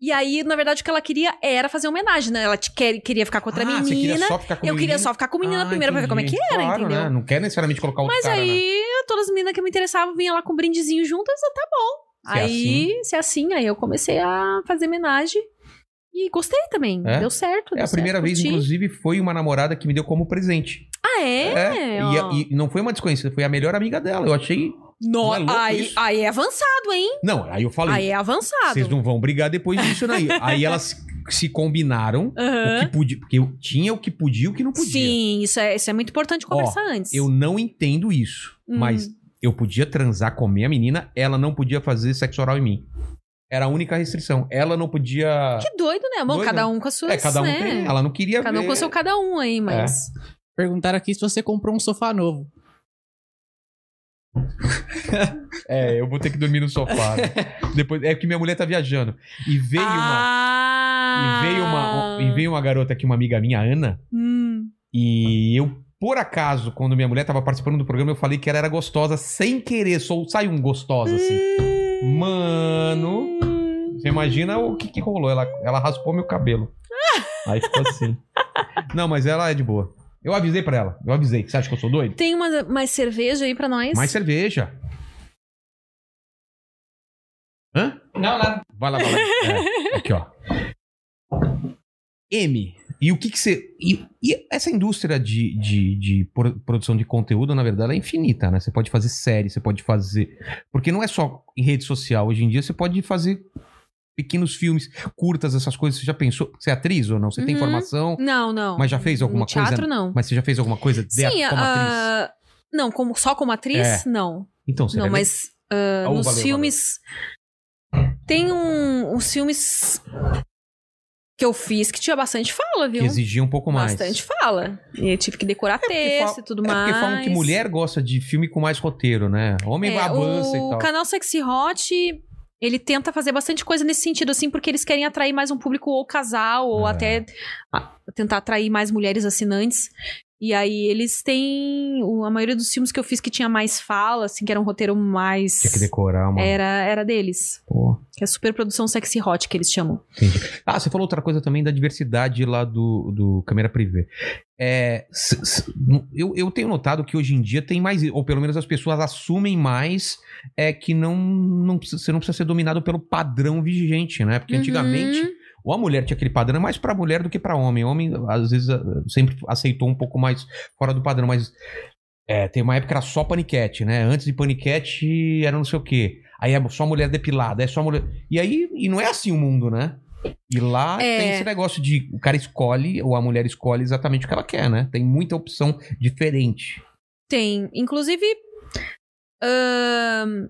Speaker 4: E aí, na verdade, o que ela queria era fazer homenagem, né? Ela te quer- queria ficar com outra
Speaker 2: Ah, você
Speaker 4: menina.
Speaker 2: queria só ficar com Ah,
Speaker 4: eu queria só ficar com menina primeiro pra ver como é que era,
Speaker 2: claro,
Speaker 4: entendeu?
Speaker 2: Né? Não quer necessariamente colocar outro
Speaker 4: Mas
Speaker 2: cara, né?
Speaker 4: aí, todas as meninas que me interessavam vinham lá com um brindezinho juntas, eu, tá bom.
Speaker 2: Se é
Speaker 4: aí, se é assim, aí eu comecei a fazer homenagem. E gostei também.
Speaker 2: É?
Speaker 4: Deu certo.
Speaker 2: É,
Speaker 4: deu
Speaker 2: a primeira
Speaker 4: certo,
Speaker 2: vez,
Speaker 4: curti.
Speaker 2: inclusive, foi uma namorada que me deu como presente.
Speaker 4: Ah, é?
Speaker 2: e,
Speaker 4: Ó.
Speaker 2: a- e não foi uma desconhecida, foi a melhor amiga dela. Eu achei.
Speaker 4: No-
Speaker 2: Não é louco
Speaker 4: aí,
Speaker 2: isso?
Speaker 4: aí é avançado, hein?
Speaker 2: Não, aí eu
Speaker 4: Aí
Speaker 2: falei.
Speaker 4: é avançado.
Speaker 2: Vocês não vão brigar depois disso, daí. aí elas se combinaram
Speaker 4: Aham.
Speaker 2: o que podia. Porque eu tinha o que podia e o que não podia.
Speaker 4: Sim, isso é, isso é muito importante conversar antes.
Speaker 2: Eu não entendo isso.
Speaker 4: Hum.
Speaker 2: Mas eu podia transar com a minha menina, ela não podia fazer sexo oral em mim. Era a única restrição. Ela não podia.
Speaker 4: Que doido, né? Bom,
Speaker 2: Doido,
Speaker 4: cada
Speaker 2: né?
Speaker 4: um com as suas.
Speaker 2: É, cada um
Speaker 4: né?
Speaker 2: tem. Ela não queria
Speaker 4: Cada um
Speaker 2: ver.
Speaker 4: com o seu cada um aí, mas.
Speaker 3: Perguntaram aqui se você comprou um sofá novo.
Speaker 2: É, eu vou ter que dormir no
Speaker 4: [laughs]
Speaker 2: sofá. né? Depois é que minha mulher tá viajando e veio uma
Speaker 4: Ah!
Speaker 2: e veio uma e veio uma garota aqui, uma amiga minha, Ana,
Speaker 4: Hum.
Speaker 2: e eu por acaso, quando minha mulher tava participando do programa, eu falei que ela era gostosa sem querer, só saiu um gostosa assim. Mano,
Speaker 4: Hum.
Speaker 2: Você imagina o que, que rolou? Ela, ela raspou meu cabelo. Aí ficou assim. Não, mas ela é de boa. Eu avisei pra ela. Eu avisei. Você acha que eu sou doido?
Speaker 4: Tem uma, mais cerveja aí pra nós?
Speaker 2: Mais cerveja. Hã?
Speaker 5: Não, nada.
Speaker 2: Vai lá, vai
Speaker 4: [laughs]
Speaker 2: lá. É, aqui, ó. M. E o que que você... E, e essa indústria de, de, de pro- produção de conteúdo, na verdade, ela é infinita, né? Você pode fazer série, você pode fazer... Porque não é só em rede social. Hoje em dia, você pode fazer pequenos filmes, curtas, essas coisas. Você já pensou... Você é atriz ou não? Você tem
Speaker 4: Uhum.
Speaker 2: formação,
Speaker 4: Não, não.
Speaker 2: mas já fez alguma
Speaker 4: no teatro,
Speaker 2: coisa...
Speaker 4: não.
Speaker 2: Mas você já fez alguma coisa de
Speaker 4: Sim,
Speaker 2: como atriz?
Speaker 4: ah, não, como, só como atriz? Não.
Speaker 2: Então, você
Speaker 4: não,
Speaker 2: deve-
Speaker 4: mas ah,
Speaker 2: Ah, o
Speaker 4: nos
Speaker 2: valeu,
Speaker 4: filmes. Tem um, uns filmes que eu fiz que tinha bastante fala,
Speaker 2: que
Speaker 4: viu?
Speaker 2: exigia um pouco mais.
Speaker 4: Bastante fala. E eu tive que decorar texto
Speaker 2: fal-
Speaker 4: e tudo
Speaker 2: É
Speaker 4: mais.
Speaker 2: porque falam que mulher gosta de filme com mais roteiro, né? Homem
Speaker 4: É,
Speaker 2: avança
Speaker 4: o
Speaker 2: e tal.
Speaker 4: canal Sexy Hot, ele tenta fazer bastante coisa nesse sentido, assim, porque eles querem atrair mais um público ou casal, ou
Speaker 2: É.
Speaker 4: até ah, tentar atrair mais mulheres assinantes. E aí eles têm. o- A maioria dos filmes que eu fiz que tinha mais fala, assim, que era um roteiro mais.
Speaker 2: Tinha que decorar uma.
Speaker 4: Era, era deles.
Speaker 2: Pô.
Speaker 4: Que é super produção sexy hot que eles chamam.
Speaker 2: Ah, você falou outra coisa também da diversidade lá do, do câmera privê. É, s- s- n- eu, eu tenho notado que hoje em dia tem mais, ou pelo menos as pessoas assumem mais, é que não, não precisa- você não precisa ser dominado pelo padrão vigente, né? Porque antigamente
Speaker 4: Uhum.
Speaker 2: ou a mulher tinha aquele padrão, é mais pra mulher do que pra homem. Homem, às vezes, ah, sempre aceitou um pouco mais fora do padrão, mas é, tem uma época que era só paniquete, né? Antes de paniquete era não sei o quê. Aí é só mulher depilada, é só mulher. E aí, e não é assim o mundo, né? E lá
Speaker 4: É.
Speaker 2: tem esse negócio de o cara escolhe, ou a mulher escolhe exatamente o que ela quer, né? Tem muita opção diferente.
Speaker 4: Tem. Inclusive, ahn,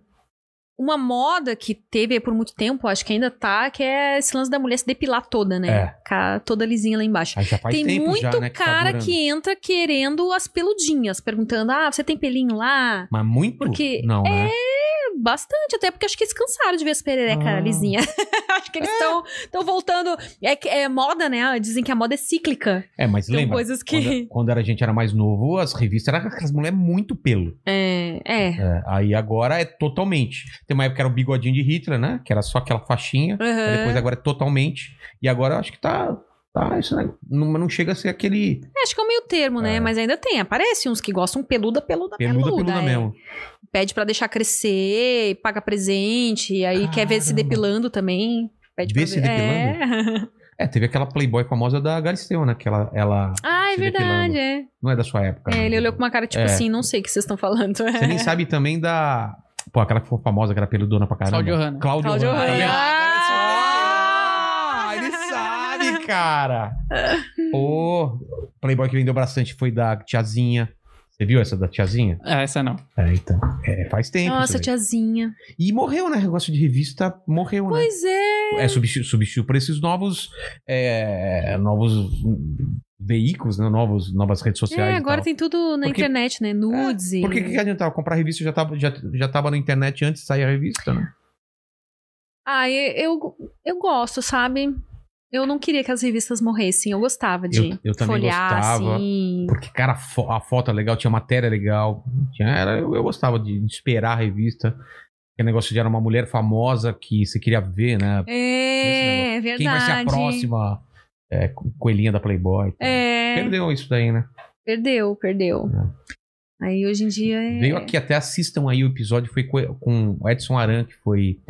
Speaker 4: uma moda que teve por muito tempo, acho que ainda tá, que é esse lance da mulher se depilar toda, né?
Speaker 2: É.
Speaker 4: Ficar toda lisinha lá embaixo.
Speaker 2: Aí já faz
Speaker 4: tem
Speaker 2: tempo
Speaker 4: muito
Speaker 2: já, né? tá
Speaker 4: cara
Speaker 2: durando.
Speaker 4: que entra querendo as peludinhas, perguntando: ah, você tem pelinho lá?
Speaker 2: Mas muito?
Speaker 4: Porque
Speaker 2: não, né?
Speaker 4: É, Bastante, até porque acho que eles cansaram de ver as pererecas
Speaker 2: Ah. É.
Speaker 4: lisinha. [laughs] acho que eles estão voltando. É, que- é moda, né? Dizem que a moda é cíclica.
Speaker 2: É, mas
Speaker 4: São
Speaker 2: lembra,
Speaker 4: coisas
Speaker 2: Quando,
Speaker 4: que.
Speaker 2: quando era- a gente era mais novo, as revistas eram aquelas mulheres muito pelo.
Speaker 4: [laughs] É, é.
Speaker 2: É, aí agora é totalmente. Tem uma época que era o bigodinho de Hitler, né? Que era só aquela faixinha. Aí
Speaker 4: Aham.
Speaker 2: Depois agora é totalmente. E agora eu acho que tá. tá isso não, não não chega a ser aquele
Speaker 4: É, Acho que é o meio termo, né?
Speaker 2: É.
Speaker 4: Mas ainda tem. Aparece uns que gostam peluda, peluda, peluda.
Speaker 2: peluda peluda
Speaker 4: é.
Speaker 2: mesmo.
Speaker 4: Pede pra deixar crescer, e paga presente, e aí quer ver se
Speaker 2: Caramba.
Speaker 4: depilando também. Pede
Speaker 2: Ver
Speaker 4: pra
Speaker 2: se
Speaker 4: ver- É. [laughs]
Speaker 2: É, teve aquela Playboy famosa da Galisteu, né? Que ela, ela
Speaker 4: ah, é
Speaker 2: Se
Speaker 4: verdade, é.
Speaker 2: não é da sua época.
Speaker 4: É,
Speaker 2: né?
Speaker 4: ele olhou com uma cara tipo
Speaker 2: É.
Speaker 4: assim, não sei o que vocês estão falando. É.
Speaker 2: Você nem sabe também da. Pô, aquela que foi famosa, aquela peludona pra caramba.
Speaker 3: Cláudio Hanna.
Speaker 2: Cláudio Tá
Speaker 4: Cláudio
Speaker 2: Hanna.
Speaker 4: Hanna.
Speaker 2: Ah, ele
Speaker 4: [laughs] É.
Speaker 2: sabe, cara. Pô, Playboy que vendeu bastante foi da tiazinha. Você viu essa da tiazinha?
Speaker 3: Ah, essa não.
Speaker 2: É, então. É, faz tempo. isso
Speaker 4: Nossa,
Speaker 2: aí.
Speaker 4: tiazinha.
Speaker 2: E morreu, né? O negócio de revista morreu, né?
Speaker 4: Pois é.
Speaker 2: É substituído por esses novos. é, novos hum, veículos, né? Novos, novas redes sociais.
Speaker 4: É,
Speaker 2: e
Speaker 4: agora
Speaker 2: tal.
Speaker 4: tem tudo na
Speaker 2: Porque-
Speaker 4: internet, né? Nudes. e-
Speaker 2: Por que, que adiantava? Comprar revista já tava, já, já tava na internet antes de sair a revista, né?
Speaker 4: Ah, e- eu, eu gosto, sabe? Eu não queria que as revistas morressem. Eu gostava de
Speaker 2: Eu- eu também
Speaker 4: folhear,
Speaker 2: gostava.
Speaker 4: assim.
Speaker 2: Porque, cara, a, fo- a foto é legal, tinha matéria legal. Tinha, era, eu, eu gostava de, de esperar a revista. Aquele negócio de era uma mulher famosa que você queria ver, né?
Speaker 4: É, é verdade.
Speaker 2: Quem vai ser a próxima é, co- coelhinha da Playboy. e tal.
Speaker 4: É,
Speaker 2: Perdeu isso daí, né?
Speaker 4: perdeu, perdeu. Aí hoje em dia é...
Speaker 2: Veio aqui, até assistam aí o episódio, foi co- com o Edson Aran, que foi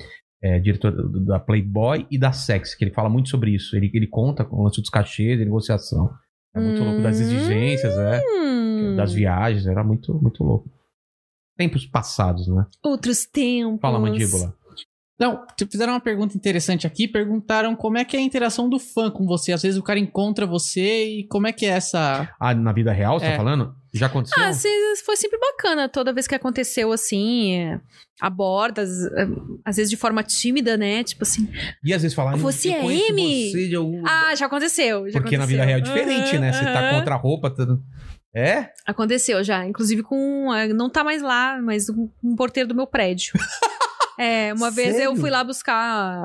Speaker 2: é, diretor do- da Playboy e da Sex, que ele fala muito sobre isso. Ele, ele conta com o lance dos cachês, de negociação. É muito louco das
Speaker 4: Hum.
Speaker 2: exigências, é.
Speaker 4: Hum,
Speaker 2: das viagens, era muito, muito louco. Tempos passados, né?
Speaker 4: Outros tempos.
Speaker 2: Fala, mandíbula.
Speaker 3: Não, te- fizeram uma pergunta interessante aqui. Perguntaram como é que é a interação do fã com você. Às vezes o cara encontra você e como é que é essa.
Speaker 2: Ah, na vida real, você
Speaker 3: É.
Speaker 2: tá falando? Já aconteceu?
Speaker 4: Ah, se- foi sempre bacana. Toda vez que aconteceu assim, é, aborda, às, é, às vezes de forma tímida, né? Tipo assim.
Speaker 2: e às vezes falar,
Speaker 4: Você é M? Ah, já aconteceu. Já
Speaker 2: Uhum. Porque
Speaker 4: aconteceu.
Speaker 2: na vida real é diferente,
Speaker 4: Aham,
Speaker 2: né? Você tá
Speaker 4: aham.
Speaker 2: contra a roupa. tudo. É?
Speaker 4: Aconteceu já. Inclusive com. é, Não tá mais lá, mas um, um porteiro do meu prédio.
Speaker 2: [laughs]
Speaker 4: é, uma vez eu
Speaker 2: Sério?
Speaker 4: fui lá buscar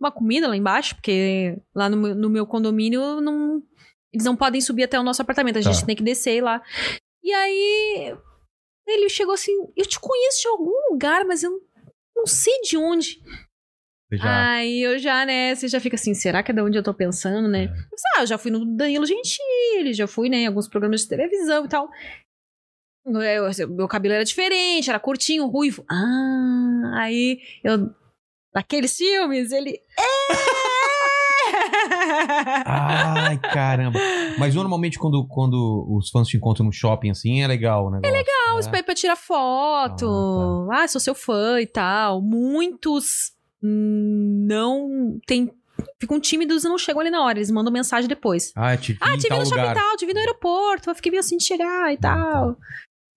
Speaker 4: uma comida lá embaixo, porque lá no, meu- no meu condomínio não, eles não podem subir até o nosso apartamento, a gente
Speaker 2: Tá.
Speaker 4: tem que descer lá. E aí ele chegou assim: Eu te conheço de algum lugar, mas eu não sei de onde.
Speaker 2: Você já.
Speaker 4: Aí eu já, né, você já fica assim, será que é de onde eu tô pensando,
Speaker 2: É.
Speaker 4: né? Mas, ah, eu já fui no Danilo Gentili, já fui, né, em alguns programas de televisão e tal. Eu- eu- meu cabelo era diferente, era curtinho, ruivo. Ah, aí eu... Daqueles filmes, ele... É!
Speaker 2: Ai, caramba. Mas normalmente quando, quando os fãs te encontram no shopping assim, é legal, né? É tá. legal,
Speaker 4: Os pais "Ah, pra tirar foto. Ah, sou seu fã e tal. Muitos hum, não tem... Ficam tímidos e não chegam ali na hora. Eles mandam mensagem depois.
Speaker 2: Ah, te vi
Speaker 4: Ah,
Speaker 2: em
Speaker 4: te vi
Speaker 2: tal
Speaker 4: no shopping
Speaker 2: lugar. Uhum.
Speaker 4: tal, te vi no aeroporto, eu fiquei meio assim de chegar e tal.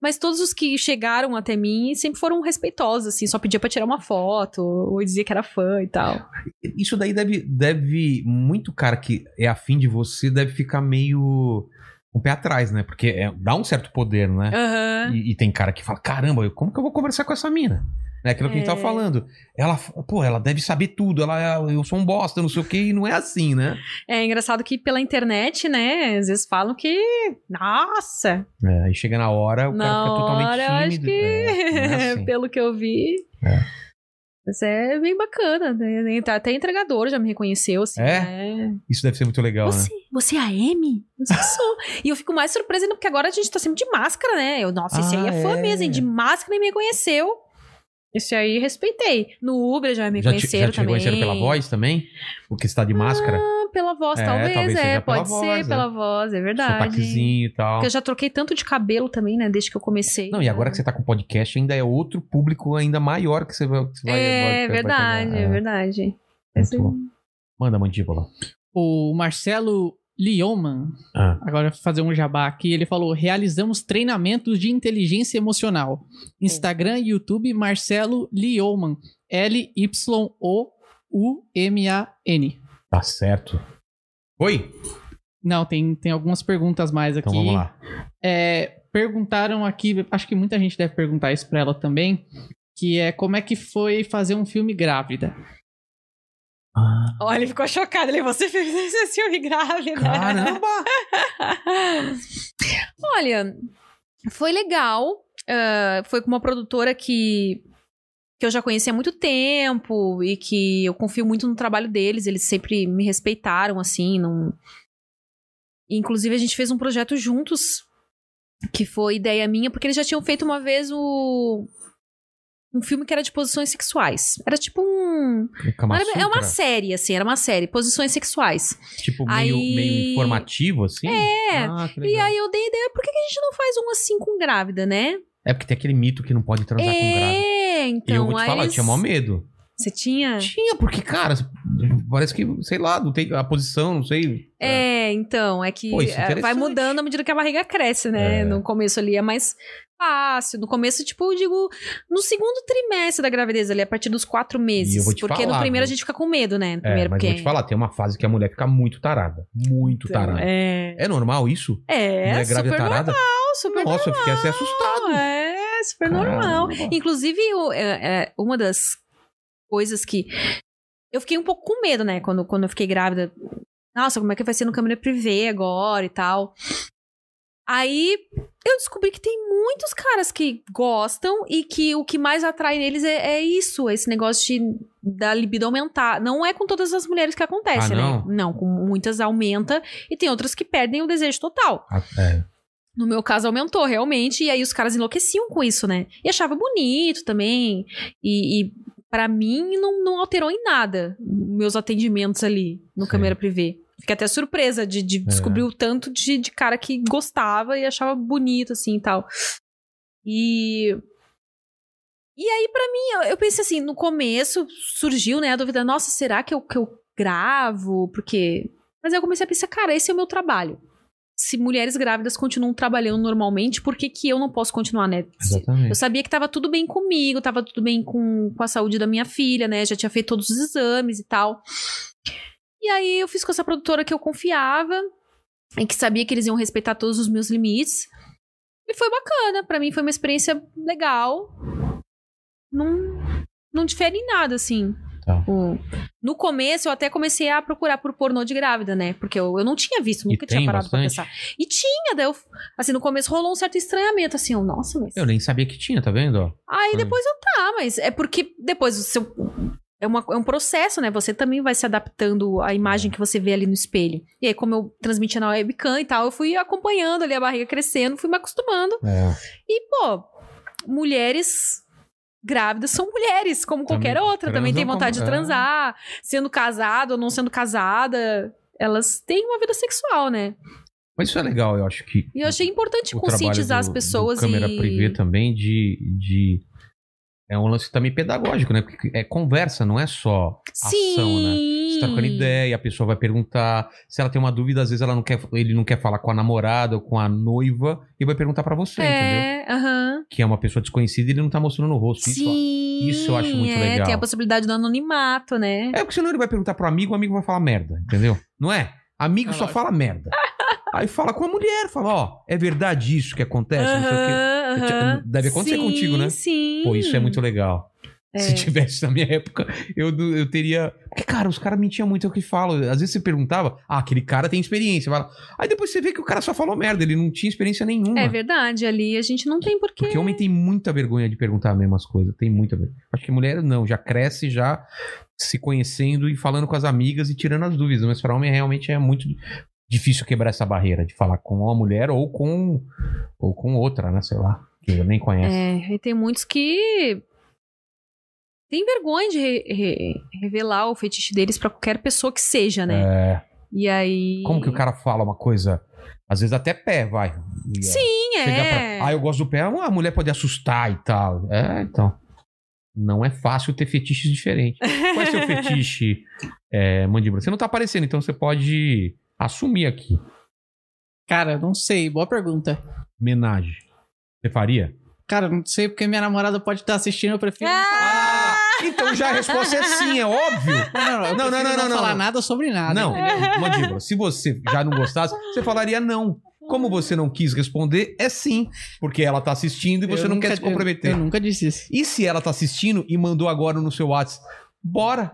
Speaker 4: Mas todos os que chegaram até mim sempre foram respeitosos, assim, só pedia pra tirar uma foto, ou dizia que era fã e
Speaker 2: [laughs]
Speaker 4: tal.
Speaker 2: Isso daí deve, deve. Muito cara que é afim de você deve ficar meio. Um pé atrás, né? Porque é- dá um certo poder, né?
Speaker 4: Aham.
Speaker 2: E, e tem cara que fala: caramba, eu- como que eu vou conversar com essa mina? É aquilo que a gente tava
Speaker 4: É.
Speaker 2: falando. Ela, pô, ela deve saber tudo. Ela, eu sou um bosta, não sei o quê, e não é assim, né?
Speaker 4: É engraçado que pela internet, né, às vezes falam que, nossa,
Speaker 2: É, aí chega na hora, o cara
Speaker 4: na
Speaker 2: fica totalmente
Speaker 4: hora eu acho
Speaker 2: tímido.
Speaker 4: que,
Speaker 2: É, não
Speaker 4: [laughs]
Speaker 2: é assim.
Speaker 4: pelo que eu vi...
Speaker 2: É.
Speaker 4: Mas é bem bacana, né? Até entregador já me reconheceu, assim,
Speaker 2: É?
Speaker 4: né?
Speaker 2: Isso deve ser muito legal, né?
Speaker 4: Você, você é a M? Você sou. e eu fico mais surpresa ainda, porque agora a gente tá sempre de máscara, né? Eu, nossa, esse aí
Speaker 2: Ah,
Speaker 4: é fã
Speaker 2: é.
Speaker 4: mesmo, hein? De máscara e me reconheceu. Esse aí respeitei. No Uber já me
Speaker 2: Já te,
Speaker 4: conheceram
Speaker 2: já te
Speaker 4: também.
Speaker 2: reconheceram pela voz também? Porque você tá de máscara?
Speaker 4: Ah, Pela voz,
Speaker 2: É,
Speaker 4: talvez,
Speaker 2: talvez
Speaker 4: é.
Speaker 2: seja pela
Speaker 4: Pode ser
Speaker 2: voz, é.
Speaker 4: pela voz, é verdade.
Speaker 2: Sotaquezinho e tal.
Speaker 4: Porque eu já troquei tanto de cabelo também, né? Desde que eu comecei.
Speaker 2: Não, e agora que você tá com podcast, ainda é outro público ainda maior que você vai. que você vai- vai-
Speaker 4: É
Speaker 2: vai
Speaker 4: verdade,
Speaker 2: pegar.
Speaker 4: é
Speaker 2: É,
Speaker 4: verdade.
Speaker 2: muito
Speaker 4: Esse-
Speaker 2: bom. Manda mandíbula.
Speaker 3: O Marcelo Lioman,
Speaker 2: Ah.
Speaker 3: agora fazer um jabá aqui, ele falou: realizamos treinamentos de inteligência emocional. Instagram, YouTube, Marcelo Lioman. L-Y-O-U-M-A-N.
Speaker 2: Tá certo. Oi?
Speaker 3: Não, tem, tem algumas perguntas mais aqui.
Speaker 2: Então vamos lá.
Speaker 3: É, perguntaram aqui, acho que muita gente deve perguntar isso pra ela também, que é como é que foi fazer um filme grávida?
Speaker 4: Olha, ele ficou chocado. Ele, você fez esse filme grávida.
Speaker 2: Caramba!
Speaker 4: Olha, foi legal. ah, foi com uma produtora que, que eu já conheci há muito tempo e que eu confio muito no trabalho deles. Eles sempre me respeitaram, assim. Não... Inclusive, a gente fez um projeto juntos, que foi ideia minha, porque eles já tinham feito uma vez o. Um filme que era de posições sexuais. Era tipo um.
Speaker 2: Um Kama
Speaker 4: era- é
Speaker 2: Sutra?
Speaker 4: uma série, assim, era uma série. Posições sexuais.
Speaker 2: Tipo, meio,
Speaker 4: Aí-
Speaker 2: meio informativo, assim?
Speaker 4: É.
Speaker 2: Ah, que
Speaker 4: E
Speaker 2: legal.
Speaker 4: aí eu dei ideia, por que que a gente não faz um assim com grávida, né?
Speaker 2: É porque tem aquele mito que não pode transar com grávida.
Speaker 4: É, então.
Speaker 2: eu vou te
Speaker 4: aí É.
Speaker 2: falar, eu
Speaker 4: eles-
Speaker 2: tinha maior medo.
Speaker 4: Você tinha?
Speaker 2: Tinha, porque, cara, parece que, sei lá, não tem a posição, não sei.
Speaker 4: É, então, é que
Speaker 2: Pô, isso é
Speaker 4: é, vai
Speaker 2: interessante.
Speaker 4: mudando à medida que a barriga cresce, né?
Speaker 2: É.
Speaker 4: No começo ali é mais fácil. No começo, tipo, eu digo, no segundo trimestre da gravidez ali, a partir dos quatro meses.
Speaker 2: eu vou te
Speaker 4: porque
Speaker 2: falar,
Speaker 4: no primeiro
Speaker 2: viu?
Speaker 4: a gente fica com medo, né? No
Speaker 2: É,
Speaker 4: primeiro,
Speaker 2: mas
Speaker 4: porque...
Speaker 2: eu vou te falar, tem uma fase que a mulher fica muito tarada. Muito tarada. É...
Speaker 4: É,
Speaker 2: normal isso?
Speaker 4: é,
Speaker 2: Mulher grávida
Speaker 4: super
Speaker 2: tarada?
Speaker 4: normal, super
Speaker 2: Nossa, eu fiquei assim assustado.
Speaker 4: normal. É, super
Speaker 2: Caramba.
Speaker 4: normal. Inclusive, o- é- é uma das coisas que. Eu fiquei um pouco com medo, né? Quando, quando eu fiquei grávida. Nossa, como é que vai ser no câmera privê agora e tal. Aí eu descobri que tem muitos caras que gostam e que o que mais atrai neles é, é isso, esse negócio de, da libido aumentar. Não é com todas as mulheres que acontece,
Speaker 2: Ah, não?
Speaker 4: né? Não, com muitas aumenta e tem outras que perdem o desejo total.
Speaker 2: Ah, é.
Speaker 4: No meu caso, aumentou realmente. E aí os caras enlouqueciam com isso, né? E achava bonito também. E, e para mim, não, não alterou em nada meus atendimentos ali no
Speaker 2: Sim.
Speaker 4: câmera privê. Fiquei até surpresa de, de descobrir o tanto de, de cara que gostava e achava bonito, assim e tal. E. E aí, pra mim, eu, eu pensei assim, no começo surgiu, né, a dúvida, nossa, será que eu, que eu gravo? Porque. Mas aí eu comecei a pensar, cara, esse é o meu trabalho. Se mulheres grávidas continuam trabalhando normalmente, por que, que eu não posso continuar, né? Se- eu
Speaker 2: Exatamente.
Speaker 4: sabia que tava tudo bem comigo, tava tudo bem com, com a saúde da minha filha, né? Já tinha feito todos os exames e tal. E aí eu fiz com essa produtora que eu confiava e que sabia que eles iam respeitar todos os meus limites. E foi bacana, pra mim foi uma experiência legal. Não, não difere em nada, assim.
Speaker 2: Tá.
Speaker 4: O- no começo, eu até comecei a procurar por pornô de grávida, né? Porque eu, eu não tinha visto,
Speaker 2: E
Speaker 4: nunca tinha
Speaker 2: tem
Speaker 4: parado
Speaker 2: bastante?
Speaker 4: pra pensar. E tinha, daí eu, assim, no começo rolou um certo estranhamento, assim, eu, nossa, mas.
Speaker 2: Eu nem sabia que tinha, tá vendo? ó?
Speaker 4: Aí
Speaker 2: Hum.
Speaker 4: depois eu tá, mas é porque depois o seu. É, uma- é um processo, né? Você também vai se adaptando à imagem que você vê ali no espelho. E aí, como eu transmitia na webcam e tal, eu fui acompanhando ali a barriga crescendo, fui me acostumando.
Speaker 2: É.
Speaker 4: E, pô, mulheres grávidas são mulheres, como
Speaker 2: Também
Speaker 4: qualquer outra. Também tem
Speaker 2: transam
Speaker 4: vontade
Speaker 2: como-
Speaker 4: de
Speaker 2: é.
Speaker 4: transar, sendo casada ou não sendo casada. Elas têm uma vida sexual, né?
Speaker 2: Mas isso é legal, eu acho que.
Speaker 4: E eu achei importante
Speaker 2: o
Speaker 4: conscientizar
Speaker 2: trabalho do-
Speaker 4: as pessoas
Speaker 2: do câmera
Speaker 4: e.
Speaker 2: privê tá também de, de é um lance também pedagógico, né? Porque é conversa, não é só ação, né? Você trocando ideia, a pessoa vai perguntar. Se ela tem uma dúvida, às vezes ela não quer, ele não quer falar com a namorada ou com a noiva e vai perguntar pra você, entendeu?
Speaker 4: É, aham.
Speaker 2: Que é uma pessoa desconhecida e ele não tá mostrando o rosto. Isso, ó.
Speaker 4: Sim.
Speaker 2: isso eu acho muito
Speaker 4: é,
Speaker 2: legal.
Speaker 4: Tem a possibilidade do anonimato, né?
Speaker 2: É porque senão ele vai perguntar pro amigo, o amigo vai falar merda, entendeu? Não é? Amigo
Speaker 3: É
Speaker 2: só
Speaker 3: lógico.
Speaker 2: fala merda. Aí fala com a mulher, fala, ó, é verdade isso que acontece, É, não sei o quê.
Speaker 4: Aham,
Speaker 2: Eu te-
Speaker 4: aham.
Speaker 2: deve acontecer
Speaker 4: Sim,
Speaker 2: contigo, né?
Speaker 4: Sim.
Speaker 2: Pô, isso é muito legal.
Speaker 4: É.
Speaker 2: Se tivesse na minha época, eu, não- eu teria. Porque, cara, os caras mentiam muito, é o que falo. Às vezes você perguntava, ah, aquele cara tem experiência. Fala. Aí depois você vê que o cara só falou merda, ele não tinha experiência nenhuma.
Speaker 4: É verdade, ali a gente não tem porquê.
Speaker 2: Porque homem tem muita vergonha de perguntar as mesmas coisas. Tem muita vergonha. Acho que mulher não, já cresce já se conhecendo e falando com as amigas e tirando as dúvidas. Mas para homem realmente é muito difícil quebrar essa barreira de falar com uma mulher ou com, ou com outra, né? Sei lá. Que nem conhece.
Speaker 4: É, e tem muitos que tem vergonha de re- re- revelar o fetiche deles pra qualquer pessoa que seja, né?
Speaker 2: é...
Speaker 4: E aí.
Speaker 2: Como que o cara fala uma coisa? Às vezes até pé, vai. E, ó,
Speaker 4: Sim,
Speaker 2: chegar
Speaker 4: é.
Speaker 2: pra- Ah, eu gosto do pé. Ah, a mulher pode assustar e tal. É, então. Não é fácil ter fetiches diferentes. Qual é seu fetiche, é, mandíbula? Você não tá aparecendo, então você pode assumir aqui.
Speaker 3: Cara, não sei. Boa pergunta.
Speaker 2: Menagem. Você faria?
Speaker 3: Cara, não sei porque minha namorada pode estar assistindo. Eu prefiro. não falar.
Speaker 2: Ah! Então já a resposta é sim, é óbvio.
Speaker 3: [laughs] Não, não,
Speaker 2: Não,
Speaker 3: não. Eu
Speaker 2: não,
Speaker 3: não,
Speaker 2: não,
Speaker 3: não,
Speaker 2: não,
Speaker 3: falar
Speaker 2: não.
Speaker 3: nada sobre nada.
Speaker 2: não,
Speaker 3: entendeu?
Speaker 2: mandíbula, se você já não gostasse, você falaria não. Como você não quis responder, é sim. Porque ela tá assistindo e você
Speaker 3: Eu
Speaker 2: não
Speaker 3: nunca-
Speaker 2: quer se comprometer.
Speaker 3: Eu, eu nunca disse isso.
Speaker 2: E se ela tá assistindo e mandou agora no seu WhatsApp? Bora!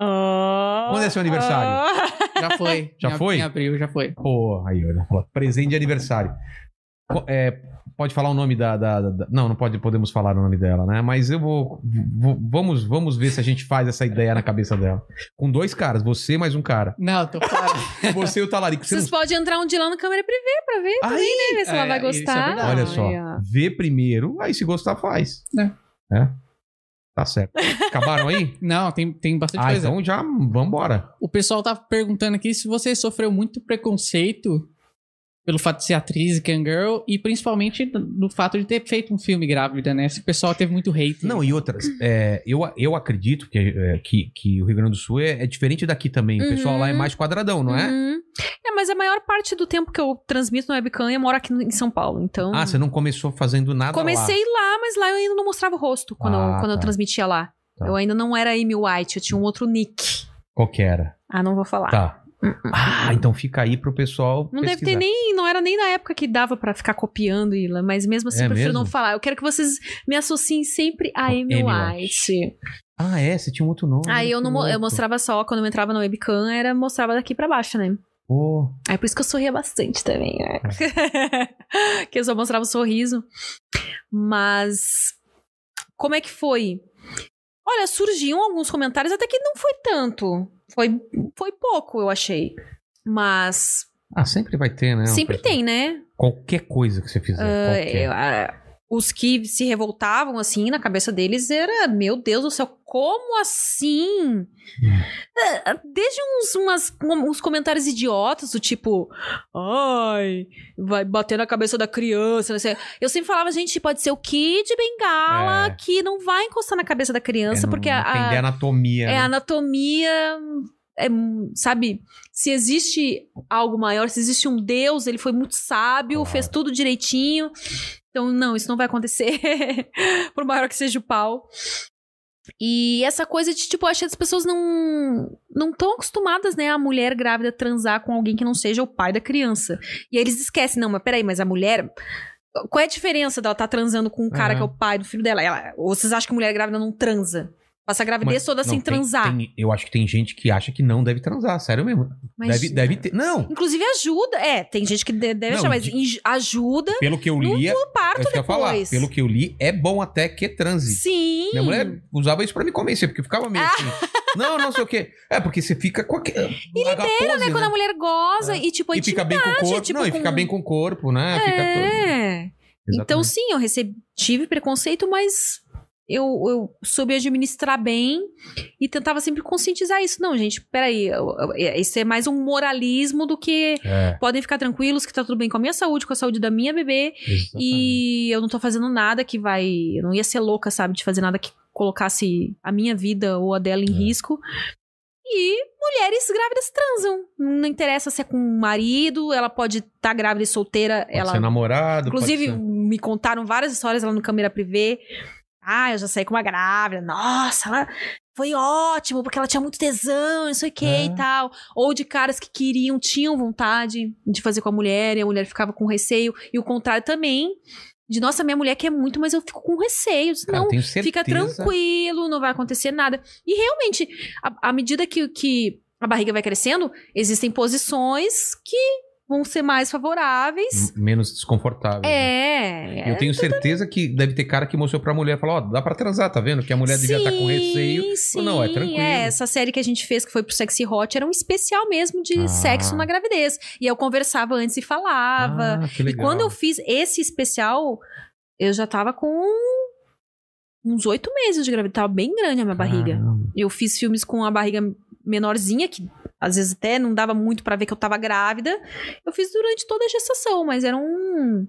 Speaker 4: Ah,
Speaker 2: Quando é seu aniversário?
Speaker 4: ah.
Speaker 3: Já foi.
Speaker 2: Já
Speaker 3: Em ab-
Speaker 2: foi?
Speaker 3: Em abril, já foi.
Speaker 2: Pô, aí olha, fala, presente de aniversário. Co- é, pode falar o nome da, da- da- da- Não, não pode, podemos falar o nome dela, né? Mas eu vou, vou- Vamos, vamos ver se a gente faz essa ideia na cabeça dela. Com dois caras, você mais um cara.
Speaker 3: Não, tô fora.
Speaker 2: Você e o Talarico. Você
Speaker 4: Vocês podem entrar um dia lá no câmera privê pra ver,
Speaker 2: não... Aí,
Speaker 4: né? Ver se ela
Speaker 3: é,
Speaker 4: vai
Speaker 3: isso é
Speaker 4: gostar.
Speaker 3: verdade.
Speaker 2: olha só.
Speaker 4: Aí, ó.
Speaker 2: Vê primeiro, aí se gostar, faz. É? Tá certo. Acabaram
Speaker 4: [laughs]
Speaker 2: aí?
Speaker 3: Não, tem, tem bastante
Speaker 2: ah,
Speaker 3: coisa.
Speaker 2: então já vambora.
Speaker 3: O pessoal tá perguntando aqui se você sofreu muito preconceito pelo fato de ser atriz e Girl e principalmente do- do fato de ter feito um filme grávida, né? Esse pessoal teve muito hate.
Speaker 2: Não, e outras. é, eu, eu acredito que, é, que, que o Rio Grande do Sul é, é diferente daqui também. O pessoal
Speaker 4: Uhum.
Speaker 2: lá é mais quadradão, não é?
Speaker 4: Uhum. É, mas a maior parte do tempo que eu transmito no webcam eu moro aqui no- em São Paulo, então...
Speaker 2: Ah, você não começou fazendo nada lá.
Speaker 4: Comecei lá. mas lá eu ainda não mostrava o rosto quando,
Speaker 2: Ah,
Speaker 4: eu, quando eu
Speaker 2: tá.
Speaker 4: transmitia lá.
Speaker 2: Tá.
Speaker 4: Eu ainda não era Amy White, eu tinha um outro nick.
Speaker 2: Qual que era?
Speaker 4: Ah, não vou falar.
Speaker 2: Tá. Ah, então fica aí pro pessoal
Speaker 4: Não deve
Speaker 2: pesquisar.
Speaker 4: ter nem, não era nem na época que dava pra ficar copiando Ila, mas mesmo assim
Speaker 2: É
Speaker 4: eu prefiro
Speaker 2: mesmo?
Speaker 4: não falar. Eu quero que vocês me associem sempre a Amy,
Speaker 2: Amy
Speaker 4: White.
Speaker 2: Ah, é? Você tinha um outro nome.
Speaker 4: Aí Ah, eu
Speaker 2: que
Speaker 4: não mo- eu
Speaker 2: louco.
Speaker 4: mostrava só quando eu entrava no webcam, era mostrava daqui pra baixo, né?
Speaker 2: Pô,
Speaker 4: Aí por isso que eu sorria bastante também, né? [laughs] que eu só mostrava o sorriso. Mas como é que foi? Olha, surgiam alguns comentários, até que não foi tanto. Foi, foi pouco, eu achei. Mas
Speaker 2: Ah, sempre vai ter, né? um
Speaker 4: sempre
Speaker 2: pessoal-
Speaker 4: tem, né?
Speaker 2: Qualquer coisa que você fizer.
Speaker 4: É,
Speaker 2: qualquer.
Speaker 4: a- os que se revoltavam, assim, na cabeça deles era, meu Deus do céu, como assim?
Speaker 2: Hum.
Speaker 4: Ah, Desde uns, umas- um- uns comentários idiotas, do tipo, ai, vai bater na cabeça da criança. não sei. Eu sempre falava, gente, pode ser o Kid Bengala
Speaker 2: É.
Speaker 4: que não vai encostar na cabeça da criança,
Speaker 2: É, não-
Speaker 4: porque
Speaker 2: não
Speaker 4: a- a,
Speaker 2: Entender a anatomia.
Speaker 4: é
Speaker 2: né?
Speaker 4: anatomia. é, hum, sabe, se existe algo maior, se existe um Deus, ele foi muito sábio,
Speaker 2: Claro.
Speaker 4: fez tudo direitinho. Então, não, isso não vai acontecer. [laughs] Por maior que seja o pau. E essa coisa de, tipo, eu acho que as pessoas não não tão acostumadas, né, a mulher grávida transar com alguém que não seja o pai da criança. E aí eles esquecem, não, mas peraí, mas a mulher. Qual é a diferença dela estar transando com um cara
Speaker 2: É.
Speaker 4: que é o pai do filho dela? Ela, ou vocês acham que mulher grávida não transa? Passa a gravidez
Speaker 2: Mas-
Speaker 4: toda
Speaker 2: não,
Speaker 4: sem
Speaker 2: tem-
Speaker 4: transar.
Speaker 2: tem- eu acho que tem gente que acha que não deve transar, sério mesmo.
Speaker 4: Mas-
Speaker 2: Deve, deve ter. Não!
Speaker 4: Inclusive ajuda. É, tem gente que de- deve
Speaker 2: Não,
Speaker 4: achar, mas
Speaker 2: de-
Speaker 4: inj- ajuda
Speaker 2: Pelo que eu
Speaker 4: no,
Speaker 2: li, é,
Speaker 4: no
Speaker 2: é
Speaker 4: parto
Speaker 2: isso que eu ia falar.
Speaker 4: depois.
Speaker 2: Pelo que eu li, é bom até que transe.
Speaker 4: Sim.
Speaker 2: Minha mulher é usava isso pra me convencer, porque eu ficava
Speaker 4: Ah.
Speaker 2: meio assim. Não, não sei o quê. É, porque você fica com aquele. E libera,
Speaker 4: É quando a mulher goza e, tipo, a
Speaker 2: né? E fica
Speaker 4: intimidade.
Speaker 2: bem com o corpo.
Speaker 4: tipo,
Speaker 2: não, e
Speaker 4: com-
Speaker 2: fica bem com o corpo, né? Fica todo.
Speaker 4: É. Então,
Speaker 2: Exatamente.
Speaker 4: sim, eu recebi, tive preconceito, mas eu, eu soube administrar bem e tentava sempre conscientizar isso. Não, gente, peraí, eu- eu- isso é mais um moralismo do que
Speaker 2: É,
Speaker 4: podem ficar tranquilos que tá tudo bem com a minha saúde, com a saúde da minha bebê.
Speaker 2: exatamente.
Speaker 4: E eu não tô fazendo nada que vai. Eu não ia ser louca, sabe? De fazer nada que colocasse a minha vida ou a dela em
Speaker 2: É.
Speaker 4: risco. E mulheres grávidas transam. Não interessa se é com um marido, ela pode estar grávida e solteira.
Speaker 2: Pode
Speaker 4: ela.
Speaker 2: ser namorado. pode
Speaker 4: Inclusive,
Speaker 2: ser- um
Speaker 4: me contaram várias histórias lá no câmera privê. Ah, eu já saí com uma grávida. Nossa, ela foi ótimo, porque ela tinha muito tesão, não sei o que
Speaker 2: É.
Speaker 4: e tal. Ou de caras que queriam, tinham vontade de fazer com a mulher, e a mulher ficava com receio. E o contrário também. De nossa, minha mulher quer muito, mas eu fico com receio. Eu disse,
Speaker 2: Cara, eu
Speaker 4: não,
Speaker 2: tenho certeza.
Speaker 4: fica tranquilo, não vai acontecer nada. E realmente, à à medida que, que a barriga vai crescendo, existem posições que vão ser mais favoráveis.
Speaker 2: m- Menos desconfortável. né?
Speaker 4: É.
Speaker 2: Eu tenho certeza que deve ter cara que mostrou pra mulher e falou: Ó, dá pra transar, tá vendo? Que a mulher devia estar com receio.
Speaker 4: Sim,
Speaker 2: Não, é tranquilo.
Speaker 4: essa série que a gente fez, que foi pro Sexy Hot, era um especial mesmo de
Speaker 2: Ah.
Speaker 4: sexo na gravidez. E eu conversava antes e falava.
Speaker 2: Ah, que
Speaker 4: e
Speaker 2: legal.
Speaker 4: quando eu fiz esse especial, eu já tava com uns oito meses de gravidez. Tava bem grande a minha barriga.
Speaker 2: Caramba.
Speaker 4: Eu fiz filmes com a barriga menorzinha, que às vezes até não dava muito pra ver que eu tava grávida. Eu fiz durante toda a gestação, mas era um.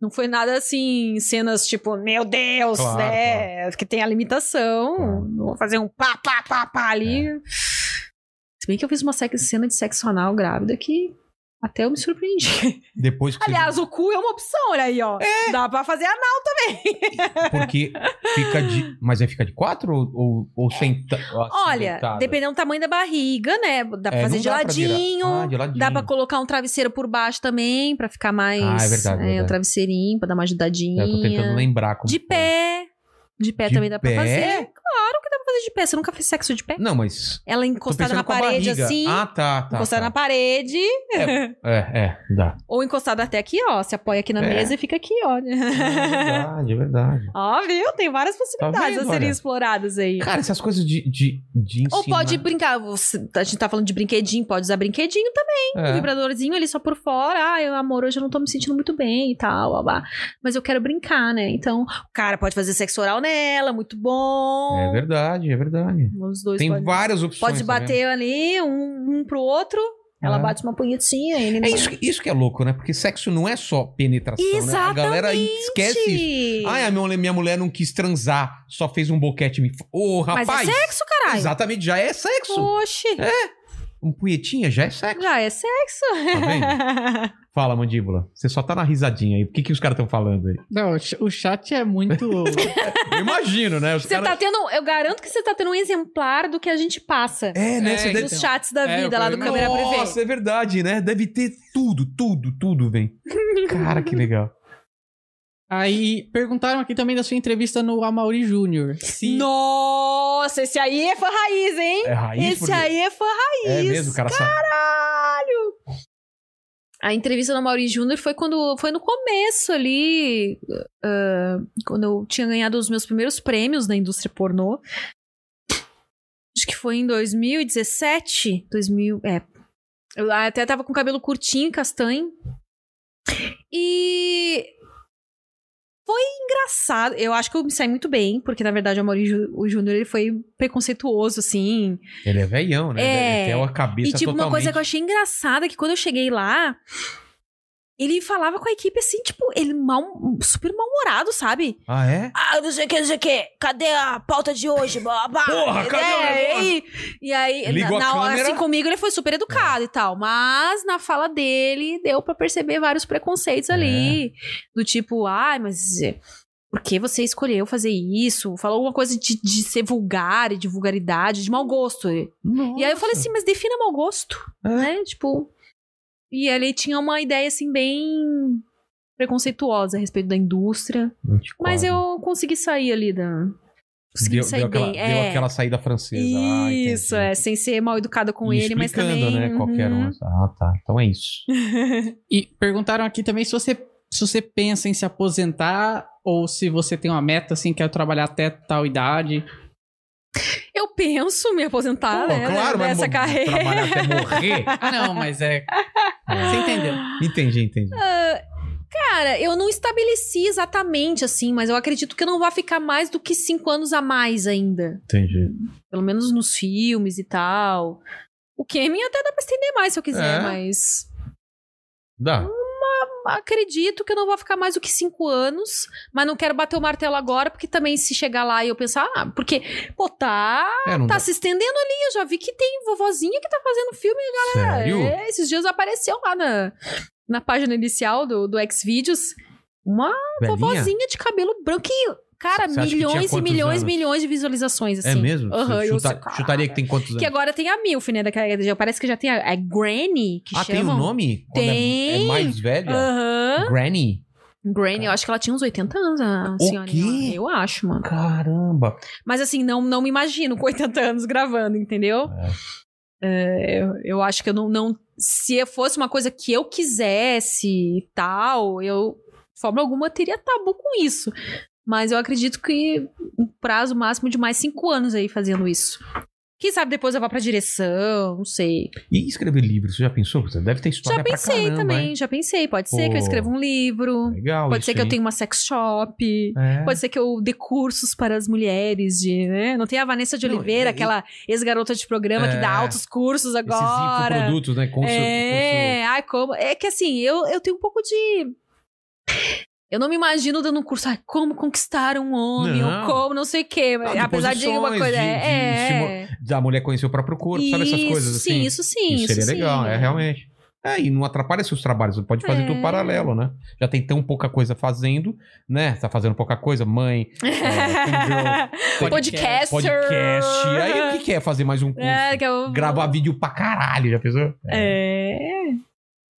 Speaker 4: Não foi nada assim, cenas tipo, meu Deus,
Speaker 2: Claro,
Speaker 4: né? Que tem a limitação.
Speaker 2: Claro. É.
Speaker 4: Não vou fazer um pá, pá, pá, pá ali. Se bem que eu fiz uma sex- cena de sexo anal grávida que até eu
Speaker 2: [laughs]
Speaker 4: me surpreendi.
Speaker 2: Depois que você-
Speaker 4: Aliás, o cu é uma opção, olha aí, ó.
Speaker 2: É.
Speaker 4: Dá pra fazer anal.
Speaker 2: Porque fica de. Mas aí fica de quatro ou, ou, ou senta- assim,
Speaker 4: Olha,
Speaker 2: deitada?
Speaker 4: dependendo do tamanho da barriga, né? Dá pra
Speaker 2: É,
Speaker 4: fazer
Speaker 2: não
Speaker 4: de
Speaker 2: dá pra virar-
Speaker 4: ladinho.
Speaker 2: Ah, de ladinho.
Speaker 4: Dá pra colocar um travesseiro por baixo também, pra ficar mais.
Speaker 2: Ah, é verdade, verdade.
Speaker 4: um travesseirinho, pra dar uma ajudadinha.
Speaker 2: É, Eu tô tentando lembrar como.
Speaker 4: De
Speaker 2: foi.
Speaker 4: pé. De pé
Speaker 2: De
Speaker 4: também dá
Speaker 2: pé?
Speaker 4: pra fazer. Claro que dá pra fazer de pé. Você nunca fez sexo de pé?
Speaker 2: Não, mas.
Speaker 4: Ela
Speaker 2: Tô
Speaker 4: encostada
Speaker 2: pensando
Speaker 4: na
Speaker 2: com a
Speaker 4: parede
Speaker 2: barriga.
Speaker 4: assim.
Speaker 2: Ah, tá, tá.
Speaker 4: encostada na
Speaker 2: tá.
Speaker 4: parede.
Speaker 2: É, é,
Speaker 4: [laughs]
Speaker 2: dá.
Speaker 4: Ou encostada até aqui, ó. Se apoia aqui na
Speaker 2: É.
Speaker 4: mesa e fica aqui, ó.
Speaker 2: É
Speaker 4: [laughs]
Speaker 2: verdade, é verdade.
Speaker 4: ó, viu? Tem várias possibilidades
Speaker 2: Tá vendo,
Speaker 4: a serem
Speaker 2: olha? Tá
Speaker 4: exploradas aí.
Speaker 2: Cara, essas coisas de, de, de ensinar.
Speaker 4: Ou pode brincar, você- a gente tá falando de brinquedinho, pode usar brinquedinho um
Speaker 2: É.
Speaker 4: vibradorzinho ali só por fora. Ah, eu, amor, hoje eu não tô me sentindo muito bem e tal, blá, blá. Mas eu quero brincar, né? Então, o cara pode fazer sexo oral nela, muito
Speaker 2: é
Speaker 4: bom.
Speaker 2: verdade, é verdade.
Speaker 4: Os dois
Speaker 2: Tem
Speaker 4: podem-
Speaker 2: várias opções.
Speaker 4: Pode
Speaker 2: tá vendo?
Speaker 4: bater ali um, um pro outro.
Speaker 6: Ela
Speaker 2: Ah.
Speaker 6: bate uma punhetinha e ele
Speaker 2: É isso, isso que é louco, né? Porque sexo não é só penetração, né? A galera esquece isso. Ai, a minha, minha mulher não quis transar, só fez um boquete em mim. Ô,
Speaker 4: Mas
Speaker 2: rapaz!
Speaker 4: é sexo, caralho.
Speaker 2: Exatamente, já é sexo.
Speaker 4: Oxi,
Speaker 2: Um punhetinha já é sexo.
Speaker 4: já é sexo.
Speaker 2: Tá
Speaker 4: [laughs]
Speaker 2: Fala, mandíbula. Você só tá na risadinha aí. O que, que os caras estão falando
Speaker 4: [laughs]
Speaker 2: aí?
Speaker 3: Não, o ch- o chat é muito.
Speaker 2: Eu imagino, né? Os
Speaker 4: Você tá tendo, eu garanto que você tá tendo um exemplar do que a gente passa
Speaker 2: É, né?
Speaker 3: É,
Speaker 2: Você
Speaker 3: então.
Speaker 2: deve...
Speaker 4: dos chats da
Speaker 3: É,
Speaker 4: vida
Speaker 3: eu
Speaker 4: lá do
Speaker 3: falei,
Speaker 4: Câmera Prevê.
Speaker 2: Nossa, é verdade, né? Deve ter tudo, tudo, tudo,
Speaker 4: [laughs]
Speaker 2: vem. Cara, que legal.
Speaker 3: [laughs] Aí perguntaram aqui também da sua entrevista no Amaury Júnior. Se...
Speaker 6: Nossa, esse aí é fã raiz, hein?
Speaker 2: É raiz,
Speaker 4: Esse
Speaker 2: porque-
Speaker 4: aí é fã
Speaker 2: É
Speaker 4: raiz,
Speaker 2: mesmo, cara. sa-
Speaker 6: Caralho!
Speaker 4: A entrevista no Mauri Júnior foi quando foi no começo ali, ah, quando eu tinha ganhado os meus primeiros prêmios na indústria pornô. Acho que foi em 2017, 2000, é. Eu até tava com cabelo curtinho, castanho. E foi engraçado. Eu acho que eu me saí muito bem, porque na verdade o Mauri Júnior ele foi preconceituoso assim,
Speaker 2: Ele é velhão, né?
Speaker 4: É.
Speaker 2: Ele tem a cabeça
Speaker 4: e, tipo,
Speaker 2: totalmente...
Speaker 4: uma coisa que eu achei engraçada é que quando eu cheguei lá, ele falava com a equipe assim, tipo, ele mal, super mal-humorado, sabe?
Speaker 2: Ah, é?
Speaker 6: Ah, não sei o que, não sei o que. Cadê a pauta de hoje? Blá, blá.
Speaker 2: Porra, cadê o
Speaker 4: é,
Speaker 2: negócio?
Speaker 4: e, e aí,
Speaker 2: Ligou a
Speaker 4: na- na-
Speaker 2: câmera. É.
Speaker 4: assim, comigo ele foi super educado e tal. Mas na fala dele, deu pra perceber vários
Speaker 2: É.
Speaker 4: preconceitos ali. Do tipo, ai, mas é, por que você escolheu fazer isso? Falou alguma coisa de, de ser vulgar e de vulgaridade, de mau gosto. E aí eu falei assim, mas defina mau gosto,
Speaker 2: É.
Speaker 4: né? Tipo. E ele tinha uma ideia assim bem preconceituosa a respeito da indústria. Mas eu consegui sair ali da. Consegui
Speaker 2: Deu,
Speaker 4: sair
Speaker 2: deu, aquela,
Speaker 4: bem.
Speaker 2: deu
Speaker 4: é.
Speaker 2: aquela saída francesa. Ah, entendi.
Speaker 4: Isso, é, sem ser mal educada com
Speaker 2: E
Speaker 4: ele, mas
Speaker 2: explicando,
Speaker 4: também.
Speaker 2: né? Qualquer
Speaker 4: uhum.
Speaker 2: um. Ah, tá. Então é isso.
Speaker 3: E perguntaram aqui também se você, se você pensa em se aposentar ou se você tem uma meta assim, quer trabalhar até tal idade.
Speaker 4: Eu penso em me aposentar,
Speaker 2: Pô,
Speaker 4: né?
Speaker 2: claro, mas
Speaker 4: nessa
Speaker 2: mo-
Speaker 4: carreira.
Speaker 2: trabalhar até morrer.
Speaker 3: Ah, não, mas é. Você entendeu?
Speaker 2: Entendi, entendi.
Speaker 4: [laughs] Cara, eu não estabeleci exatamente assim, mas eu acredito que eu não vai ficar mais do que cinco anos a mais ainda.
Speaker 2: Entendi.
Speaker 4: pelo menos nos filmes e tal. O Kemi até dá pra estender mais se eu quiser,
Speaker 2: É.
Speaker 4: mas
Speaker 2: Dá.
Speaker 4: acredito que eu não vou ficar mais do que cinco anos, mas não quero bater o martelo agora, porque também se chegar lá e eu pensar, ah, porque, pô, tá,
Speaker 2: É, não
Speaker 4: tá
Speaker 2: dá.
Speaker 4: se estendendo ali, eu já vi que tem vovozinha que tá fazendo filme,
Speaker 2: Sério?
Speaker 4: é, esses dias apareceu lá na, na página inicial do, do Xvideos, uma
Speaker 2: Velhinha?
Speaker 4: vovozinha de cabelo branco e, cara,
Speaker 2: Você acha que tinha
Speaker 4: milhões e
Speaker 2: quantos
Speaker 4: milhões,
Speaker 2: anos?
Speaker 4: milhões de visualizações, assim.
Speaker 2: É mesmo?
Speaker 4: Aham,
Speaker 2: Você
Speaker 4: eu
Speaker 2: chuta-
Speaker 4: sou-
Speaker 2: chutaria que tem quantos anos?
Speaker 4: Que agora tem a MILF, né? Daquela, já parece que já tem a, a Granny, que
Speaker 2: ah, tem o
Speaker 4: chamam.
Speaker 2: nome? Quando é- É,
Speaker 4: é Tem.
Speaker 2: mais velha?
Speaker 4: Aham.
Speaker 2: Granny?
Speaker 4: Granny, eu acho que ela tinha uns 80 anos, a
Speaker 2: O
Speaker 4: senhora.
Speaker 2: quê?
Speaker 4: Eu acho, mano.
Speaker 2: Caramba.
Speaker 4: Mas assim, não, não me imagino com 80 anos gravando, entendeu? É, eu, eu acho que eu não, não. Se eu fosse uma coisa que eu quisesse e tal, eu, de forma alguma, teria tabu com isso. Mas eu acredito que um prazo máximo de mais cinco anos aí fazendo isso. Quem sabe depois eu vá pra direção, não sei.
Speaker 2: E escrever livro? Você já pensou? Você deve ter história
Speaker 4: Já
Speaker 2: pra
Speaker 4: pensei
Speaker 2: caramba,
Speaker 4: também,
Speaker 2: hein?
Speaker 4: já pensei. Pode ser que eu
Speaker 2: Pô.
Speaker 4: escreva um livro.
Speaker 2: Legal
Speaker 4: Pode
Speaker 2: isso,
Speaker 4: ser que eu
Speaker 2: hein?
Speaker 4: tenha uma sex shop.
Speaker 2: É.
Speaker 4: Pode ser que eu dê cursos para as mulheres de, né? Não tem a Vanessa de
Speaker 2: Não,
Speaker 4: Oliveira,
Speaker 2: e-
Speaker 4: aquela ex-garota de programa que
Speaker 2: É.
Speaker 4: dá altos cursos
Speaker 2: Esses
Speaker 4: agora.
Speaker 2: infoprodutos, né? Com
Speaker 4: é, ai, como. É que assim, eu, eu tenho um pouco de. Eu não me imagino dando um curso, ai, como conquistar um homem,
Speaker 2: Não.
Speaker 4: ou como, não sei o quê.
Speaker 2: Não, de
Speaker 4: apesar de uma
Speaker 2: posições,
Speaker 4: coisa.
Speaker 2: de- de
Speaker 4: é, é.
Speaker 2: Da mulher conhecer o próprio corpo, sabe essas coisas
Speaker 4: Isso
Speaker 2: assim?
Speaker 4: Sim, isso sim.
Speaker 2: Isso seria
Speaker 4: isso
Speaker 2: legal,
Speaker 4: sim.
Speaker 2: é
Speaker 4: [laughs]
Speaker 2: realmente. É, e não atrapalha seus trabalhos, você pode fazer
Speaker 4: É.
Speaker 2: tudo paralelo, né? Já tem tão pouca coisa fazendo, né? Tá fazendo pouca coisa,
Speaker 4: [laughs]
Speaker 2: mãe, é,
Speaker 4: Podcaster.
Speaker 2: podcast. Aí o que que é fazer mais um curso?
Speaker 4: É, que eu...
Speaker 2: Gravar vídeo pra caralho, já pensou?
Speaker 4: É.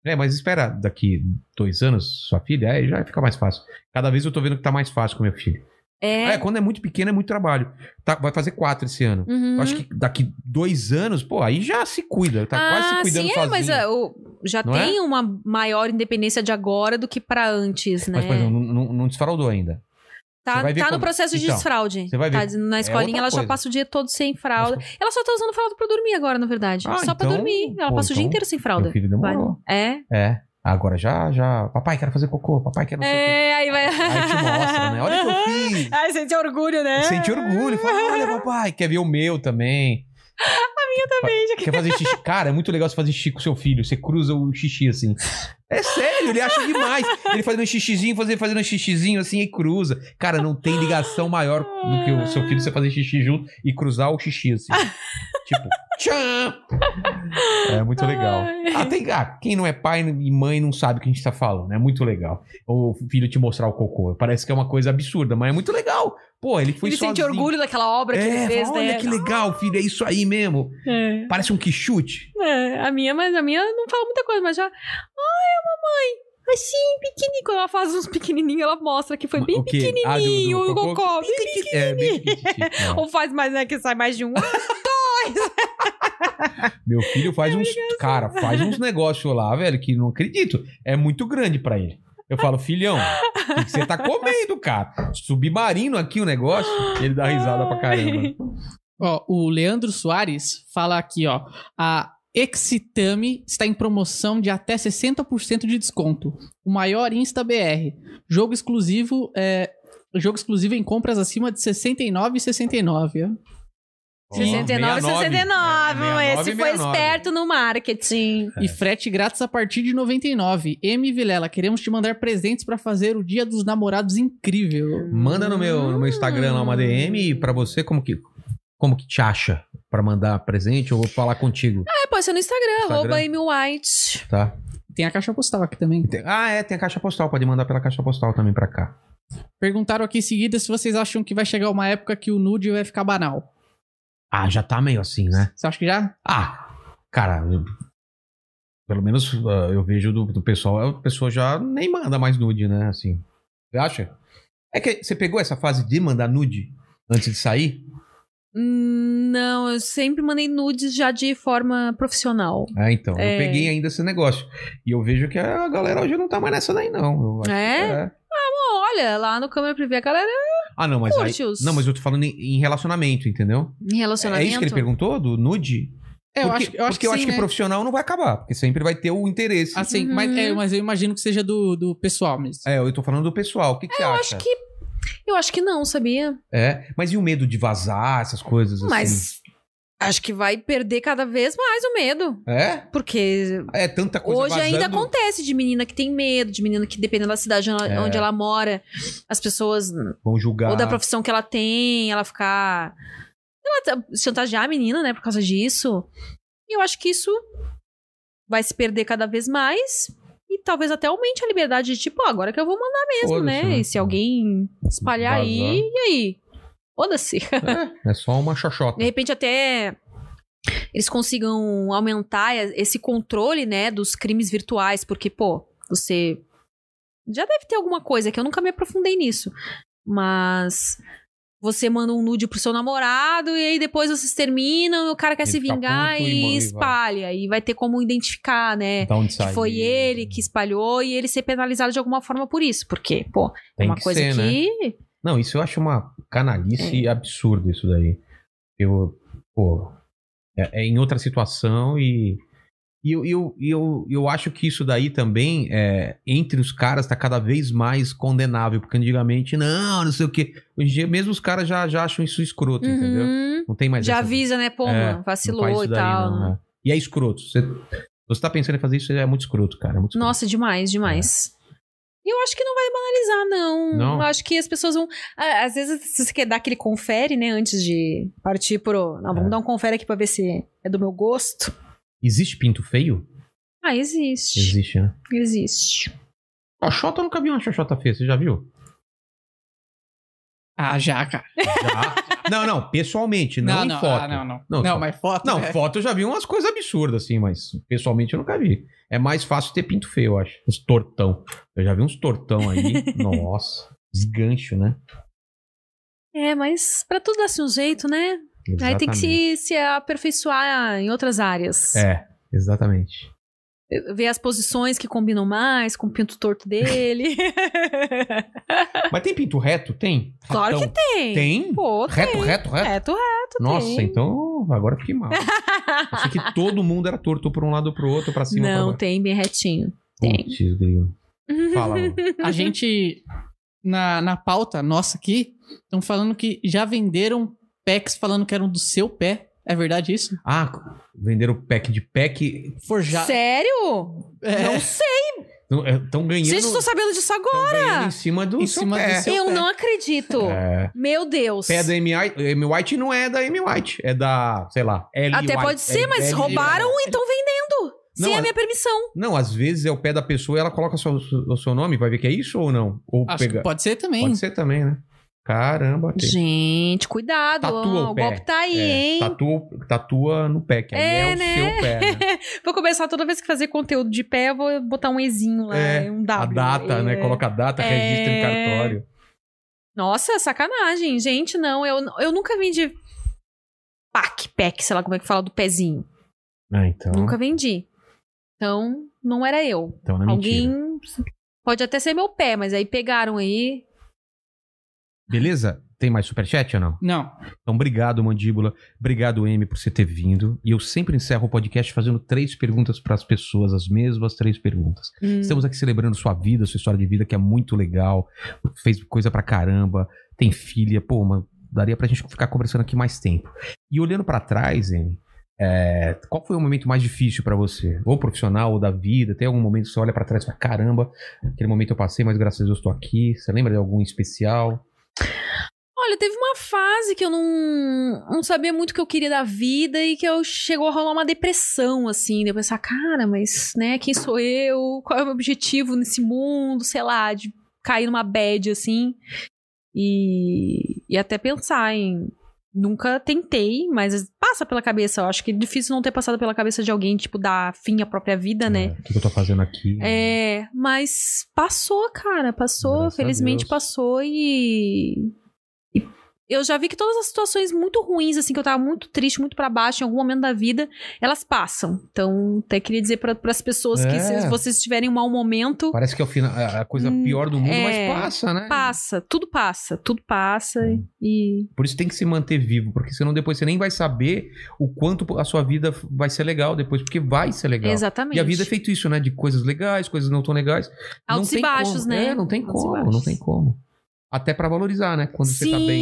Speaker 2: É, mas espera, daqui dois anos, sua filha, aí já fica mais fácil. Cada vez eu tô vendo que tá mais fácil com meu filho. É,
Speaker 4: É.
Speaker 2: quando é muito pequeno é muito trabalho. Tá, vai fazer quatro esse ano.
Speaker 4: Uhum.
Speaker 2: Eu acho que daqui dois anos, pô, aí já se cuida. Tá quase se cuidando
Speaker 4: sim, é,
Speaker 2: sozinho.
Speaker 4: mas é, o- já
Speaker 2: Não
Speaker 4: tem uma maior independência de agora do que pra antes, né?
Speaker 2: Mas, por exemplo, não, não- não desfraudou ainda. você
Speaker 4: tá
Speaker 2: vai ver
Speaker 4: tá no
Speaker 2: como-
Speaker 4: processo de
Speaker 2: Então,
Speaker 4: desfraude.
Speaker 2: você vai ver. É
Speaker 4: Tá na escolinha,
Speaker 2: outra
Speaker 4: ela
Speaker 2: coisa.
Speaker 4: já passa o dia todo sem fralda. Ela só tá usando fralda pra dormir agora, na verdade.
Speaker 2: Ah,
Speaker 4: só pra
Speaker 2: então,
Speaker 4: dormir. Ela
Speaker 2: pô,
Speaker 4: passa o dia
Speaker 2: então,
Speaker 4: inteiro sem
Speaker 2: Meu
Speaker 4: fralda.
Speaker 2: filho demorou.
Speaker 4: É.
Speaker 2: É. Agora já, já. Papai, quero fazer cocô. Papai, quero não sei o quê.
Speaker 4: É, aí vai.
Speaker 2: Aí te mostra, né? Olha o que
Speaker 4: [laughs]
Speaker 2: eu fiz.
Speaker 4: Ai, sente orgulho, né?
Speaker 2: Sente orgulho. Fala, olha, papai, quer ver o meu também.
Speaker 4: também, já que.
Speaker 2: Quer fazer xixi? Cara, é muito legal você fazer xixi com seu filho. Você cruza o xixi assim. É sério, ele acha demais. Ele fazendo um xixizinho, fazer, fazendo um xixizinho assim e cruza. Cara, não tem ligação maior do que o seu filho você fazer xixi junto e cruzar o xixi assim. tipo, tcham! É muito legal.
Speaker 4: Ai.
Speaker 2: Ah, tem, ah, quem não é pai e mãe não sabe o que a gente tá falando. É muito legal. O filho te mostrar o cocô. Parece que é uma coisa absurda, mas é muito legal. Pô, ele foi
Speaker 4: Ele sente
Speaker 2: sozinho.
Speaker 4: orgulho daquela obra que ele
Speaker 2: É,
Speaker 4: fez,
Speaker 2: fala, olha
Speaker 4: né?
Speaker 2: que legal, filho, é isso aí mesmo.
Speaker 4: É.
Speaker 2: Parece um quichute.
Speaker 4: É, a minha, mas a minha não fala muita coisa, mas já. Ai, mamãe! Assim, pequenininho. Quando ela faz uns pequenininhos, ela mostra que foi bem
Speaker 2: O quê? Ah, do- do
Speaker 4: pequenininho o
Speaker 2: cocô?
Speaker 4: cocô. bem pequenininho.
Speaker 2: É, bem quichute. é.
Speaker 4: Ou faz mais, né? Que sai
Speaker 2: [laughs]
Speaker 4: mais de um.
Speaker 2: Meu filho
Speaker 4: É
Speaker 2: faz uns. Cara, faz uns negócios lá, velho, que não acredito. É muito grande pra ele. Eu falo, filhão, o que que você tá comendo, cara? Submarino aqui o negócio. Ele dá risada pra
Speaker 4: [laughs]
Speaker 2: caramba.
Speaker 3: Ó, o Leandro Soares fala aqui, ó. A Exitame está em promoção de até 60% de desconto. O maior Insta BR. Jogo exclusivo é jogo exclusivo em compras acima de R$ 69,69. ó.
Speaker 4: 69, 69.
Speaker 2: né?
Speaker 4: Esse foi esperto no marketing.
Speaker 2: É.
Speaker 3: E frete grátis a partir de 99. M Vilela, queremos te mandar presentes para fazer o Dia dos Namorados incrível.
Speaker 2: Manda no meu, no meu Instagram lá uma DM pra você como que, como que te acha pra mandar presente. Eu vou falar contigo,
Speaker 4: É, pode ser no Instagram,
Speaker 2: Instagram.
Speaker 4: arroba Amy White.
Speaker 2: tá?
Speaker 3: Tem a caixa postal aqui também.
Speaker 2: Tem- Ah, é, tem a caixa postal. Pode mandar pela caixa postal também pra cá.
Speaker 3: Perguntaram aqui em seguida se vocês acham que vai chegar uma época que o nude vai ficar banal.
Speaker 2: Ah, já tá meio assim, né?
Speaker 3: Você acha que já?
Speaker 2: Ah, cara, eu- pelo menos ah, eu vejo do, do pessoal, a pessoa já nem manda mais nude, né? Assim, você acha? É que você pegou essa fase de mandar nude antes de sair?
Speaker 4: Hum, Não, eu sempre mandei nudes já de forma profissional.
Speaker 2: Ah, então,
Speaker 4: É.
Speaker 2: eu peguei ainda esse negócio. E eu vejo que a galera hoje não tá mais nessa daí, não. Eu acho que
Speaker 4: É?
Speaker 2: é.
Speaker 4: Pô, olha, lá no câmera privê a galera
Speaker 2: Ah, não, mas aí,
Speaker 4: Curte-os.
Speaker 2: Não, mas eu tô falando em, em relacionamento, entendeu?
Speaker 4: em
Speaker 2: É
Speaker 4: relacionamento.
Speaker 2: isso que ele perguntou, do nude?
Speaker 3: É, eu
Speaker 2: Porque-
Speaker 3: acho, eu acho
Speaker 2: porque eu
Speaker 3: sim,
Speaker 2: acho que
Speaker 3: né?
Speaker 2: profissional não vai acabar, porque sempre vai ter o interesse.
Speaker 3: Assim,
Speaker 4: Uhum.
Speaker 3: mas, é, mas eu imagino que seja do, do pessoal mesmo.
Speaker 2: É, eu tô falando do pessoal. O que, que você
Speaker 4: É, Eu
Speaker 2: acha?
Speaker 4: acho que. Eu acho que não, sabia?
Speaker 2: É, mas e o medo de vazar, essas coisas assim?
Speaker 4: Mas acho que vai perder cada vez mais o medo.
Speaker 2: É?
Speaker 4: Porque
Speaker 2: É tanta coisa
Speaker 4: hoje
Speaker 2: vazando.
Speaker 4: ainda acontece de menina que tem medo, de menina que, dependendo da cidade ela-
Speaker 2: É. Tá.
Speaker 4: onde ela mora, as pessoas.
Speaker 2: Vão julgar.
Speaker 4: Ou da profissão que ela tem, ela ficar. sei lá, chantagear a menina, né, por causa disso. E eu acho que isso vai se perder cada vez mais. E talvez até aumente a liberdade de, tipo, ó, agora que eu vou mandar mesmo,
Speaker 2: Foda-se,
Speaker 4: né?
Speaker 2: né?
Speaker 4: E se alguém espalhar aí,
Speaker 2: Vazar.
Speaker 4: e aí? Foda-se.
Speaker 2: É só uma xoxota.
Speaker 4: De repente até eles consigam aumentar esse controle, né, dos crimes virtuais, porque, pô, você já deve ter alguma coisa que eu nunca me aprofundei nisso. Mas você manda um nude pro seu namorado e aí depois vocês terminam, e o cara quer
Speaker 2: Ele
Speaker 4: se
Speaker 2: fica
Speaker 4: vingar
Speaker 2: puto e manda
Speaker 4: e,
Speaker 2: e vai.
Speaker 4: espalha e vai ter como identificar, né?
Speaker 2: Da onde
Speaker 4: Que
Speaker 2: saiu.
Speaker 4: foi ele que espalhou e ele ser penalizado de alguma forma por isso, porque, pô, é
Speaker 2: Tem
Speaker 4: uma
Speaker 2: que
Speaker 4: coisa
Speaker 2: ser, né?
Speaker 4: que
Speaker 2: Não, isso eu acho uma canalice
Speaker 4: É.
Speaker 2: absurda, isso daí. Eu, pô, é, é em outra situação e. E eu, e eu, e eu, eu acho que isso daí também, é, entre os caras, tá cada vez mais condenável. Porque antigamente, não, não sei o quê. Hoje em dia, mesmo os caras já, já acham isso escroto, entendeu?
Speaker 4: Uhum.
Speaker 2: Não tem mais
Speaker 4: já
Speaker 2: essa-
Speaker 4: avisa, né, pô,
Speaker 2: É,
Speaker 4: mano, vacilou
Speaker 2: Não faz isso
Speaker 4: e
Speaker 2: daí,
Speaker 4: tal.
Speaker 2: não,
Speaker 4: né?
Speaker 2: é. E é escroto. Você, você tá pensando em fazer isso, é muito escroto, cara. É muito escroto.
Speaker 4: Nossa, demais, demais. E eu acho que não vai banalizar, não.
Speaker 2: Não?
Speaker 4: Eu acho que as pessoas vão. ah, Às vezes, se você quer dar aquele confere, né? Antes de partir pro. Não, vamos
Speaker 2: É.
Speaker 4: dar um confere aqui pra ver se é do meu gosto.
Speaker 2: Existe pinto feio?
Speaker 4: Ah, existe.
Speaker 2: Existe, né?
Speaker 4: Existe.
Speaker 2: Xoxota eu nunca vi uma xoxota feia, você já viu?
Speaker 3: Ah, já, cara.
Speaker 2: Já. não, não, pessoalmente, não, em foto.
Speaker 3: ah,
Speaker 2: não.
Speaker 3: não, não.
Speaker 2: Não,
Speaker 3: Não,
Speaker 2: só-
Speaker 3: mas foto. é.
Speaker 2: foto eu já vi umas coisas absurdas, assim, mas pessoalmente eu nunca vi. É mais fácil ter pinto feio, eu acho. Uns tortão. Eu já vi uns tortão aí. nossa, desgancho, né?
Speaker 4: É, mas pra tudo dá-se um jeito, né? Aí tem que
Speaker 2: Exatamente.
Speaker 4: se, se aperfeiçoar em outras áreas.
Speaker 2: É, exatamente.
Speaker 4: Ver as posições que combinam mais com o pinto torto dele. [laughs]
Speaker 2: Mas tem pinto reto? Tem?
Speaker 4: Claro que
Speaker 2: Ratão.
Speaker 4: tem.
Speaker 2: Tem?
Speaker 4: Pô,
Speaker 2: Reto,
Speaker 4: tem.
Speaker 2: reto, reto?
Speaker 4: Reto, reto,
Speaker 2: Nossa,
Speaker 4: tem. [laughs]
Speaker 2: então agora eu fiquei mal. Achei que todo mundo era torto pra um lado ou pro outro, pra cima
Speaker 4: Não,
Speaker 2: pra baixo.
Speaker 4: tem bem retinho. tem.
Speaker 2: Putz, grilo. Fala,
Speaker 4: [laughs]
Speaker 2: mano.
Speaker 3: A gente, na, na pauta nossa aqui, estão falando que já venderam packs falando que eram do seu pé. É verdade isso?
Speaker 2: Ah, venderam pack de pack.
Speaker 3: Forjado.
Speaker 4: Sério?
Speaker 2: É.
Speaker 4: Não sei.
Speaker 2: Estão é, ganhando.
Speaker 4: Gente, eu tô sabendo disso agora.
Speaker 2: tão ganhando em cima do
Speaker 3: Em
Speaker 2: seu
Speaker 3: cima do
Speaker 2: pé.
Speaker 3: seu-
Speaker 4: eu
Speaker 3: pé.
Speaker 4: não acredito.
Speaker 2: É.
Speaker 4: Meu Deus.
Speaker 2: Pé da Amy White, Amy White não é da Amy White, é da, sei lá, Ellie
Speaker 4: Até
Speaker 2: White.
Speaker 4: pode ser,
Speaker 2: Ellie-
Speaker 4: mas
Speaker 2: Ellie-
Speaker 4: roubaram e estão vendendo.
Speaker 2: Não,
Speaker 4: sem
Speaker 2: é-
Speaker 4: a minha permissão.
Speaker 2: Não, às vezes é o pé da pessoa e ela coloca seu- o seu nome, vai ver que é isso ou não? Ou
Speaker 3: Acho
Speaker 2: pega...
Speaker 3: que pode ser também.
Speaker 2: Pode ser também, né? Caramba. tem-
Speaker 4: Gente, cuidado.
Speaker 2: Tatua
Speaker 4: ó,
Speaker 2: o
Speaker 4: o
Speaker 2: pé.
Speaker 4: golpe tá aí,
Speaker 2: É,
Speaker 4: hein?
Speaker 2: tatua, tatua no pé, que aí é,
Speaker 4: É,
Speaker 2: o
Speaker 4: né?
Speaker 2: seu pé. né?
Speaker 4: Vou começar toda vez que fazer conteúdo de pé, eu vou botar um Ezinho lá,
Speaker 2: É,
Speaker 4: um
Speaker 2: A
Speaker 4: [laughs] W.
Speaker 2: data, né?
Speaker 4: É.
Speaker 2: Coloca a data,
Speaker 4: É.
Speaker 2: registra em cartório.
Speaker 4: Nossa, sacanagem. Gente, não, eu, eu nunca vendi pack, pack, sei lá como é que fala, do pezinho.
Speaker 2: Ah, então,
Speaker 4: Nunca vendi. Então, não era eu.
Speaker 2: então não é
Speaker 4: Alguém.
Speaker 2: mentira.
Speaker 4: Pode até ser meu pé, mas aí pegaram aí.
Speaker 2: Beleza? Tem mais superchat ou não?
Speaker 3: Não.
Speaker 2: Então, obrigado, Mandíbula. Obrigado, M, por você ter vindo. E eu sempre encerro o podcast fazendo três perguntas para as pessoas, as mesmas três perguntas.
Speaker 4: Hum.
Speaker 2: Estamos aqui celebrando sua vida, sua história de vida, que é muito legal. Fez coisa pra caramba, tem filha, pô, mas daria pra gente ficar conversando aqui mais tempo. E olhando pra trás, Amy, é, qual foi o momento mais difícil pra você? Ou profissional, ou da vida? Tem algum momento que você olha pra trás e fala, caramba, aquele momento eu passei, mas graças a Deus eu estou aqui. Você lembra de algum especial?
Speaker 4: Olha, teve uma fase que eu não, não sabia muito o que eu queria da vida e que eu chegou a rolar uma depressão, assim, de eu pensar, cara, mas, né, quem sou eu? Qual é o meu objetivo nesse mundo? Sei lá, de cair numa bad, assim. E, e até pensar em. Nunca tentei, mas passa pela cabeça. Eu acho que é difícil não ter passado pela cabeça de alguém, tipo, dar fim à própria vida, né?
Speaker 2: É, o que eu tô fazendo aqui?
Speaker 4: É, mas passou, cara, passou,
Speaker 2: Graças a
Speaker 4: felizmente
Speaker 2: Deus.
Speaker 4: passou e... e eu já vi que todas as situações muito ruins, assim, que eu tava muito triste, muito pra baixo em algum momento da vida, elas passam. Então, até queria dizer para as pessoas
Speaker 2: É.
Speaker 4: que se vocês tiverem um mau momento,
Speaker 2: Parece que é o fina- a a coisa
Speaker 4: Hum,
Speaker 2: pior do mundo,
Speaker 4: é.
Speaker 2: mas passa, né?
Speaker 4: passa, tudo passa, tudo passa
Speaker 2: Hum.
Speaker 4: e
Speaker 2: Por isso tem que se manter vivo, porque senão depois você nem vai saber o quanto a sua vida vai ser legal depois, porque vai ser legal.
Speaker 4: exatamente.
Speaker 2: E a vida é feito isso, né? De coisas legais, coisas não tão legais. Não
Speaker 4: Altos e
Speaker 2: tem
Speaker 4: baixos,
Speaker 2: como.
Speaker 4: né?
Speaker 2: É, não tem
Speaker 4: Altos e
Speaker 2: como,
Speaker 4: baixos.
Speaker 2: não tem como. Até pra valorizar, né? Quando
Speaker 4: Sim,
Speaker 2: você tá bem.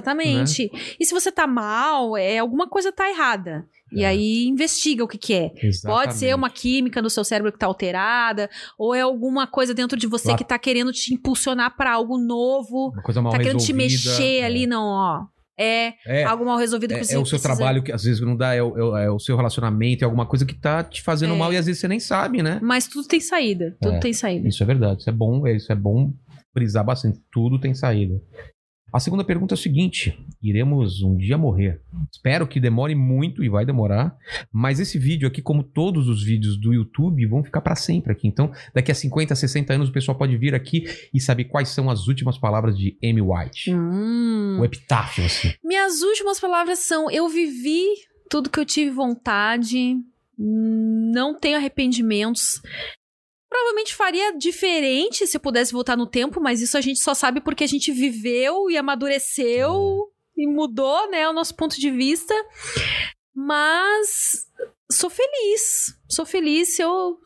Speaker 4: exatamente. E se você tá mal, é alguma coisa tá errada. E
Speaker 2: É.
Speaker 4: aí investiga o que que é. Pode ser uma química no seu cérebro que tá alterada, ou é alguma coisa dentro de você
Speaker 2: Lá-
Speaker 4: que tá querendo te impulsionar pra algo novo,
Speaker 2: Uma coisa mal
Speaker 4: tá querendo
Speaker 2: resolvida.
Speaker 4: te mexer ali, não, ó. É
Speaker 2: É,
Speaker 4: algo mal resolvido
Speaker 2: é,
Speaker 4: que
Speaker 2: é
Speaker 4: você
Speaker 2: o seu
Speaker 4: precisa-
Speaker 2: trabalho que às vezes não dá, é o, é o- é o seu relacionamento, é alguma coisa que tá te fazendo
Speaker 4: É.
Speaker 2: mal e às vezes você nem sabe, né?
Speaker 4: Mas tudo tem saída, tudo
Speaker 2: É.
Speaker 4: tem saída.
Speaker 2: Isso é verdade, isso é bom, é- isso é bom frisar bastante. Tudo tem saída. A segunda pergunta é o seguinte: iremos um dia morrer. Espero que demore muito e vai demorar, mas esse vídeo aqui, como todos os vídeos do YouTube, vão ficar para sempre aqui. Então, daqui a 50, 60 anos, o pessoal pode vir aqui e saber quais são as últimas palavras de Amy White.
Speaker 4: Hum.
Speaker 2: O epitáfio, assim.
Speaker 4: Minhas últimas palavras são: eu vivi tudo que eu tive vontade, não tenho arrependimentos. Provavelmente faria diferente se eu pudesse voltar no tempo, mas isso a gente só sabe porque a gente viveu e amadureceu e mudou, né, o nosso ponto de vista. Mas sou feliz. Sou feliz se eu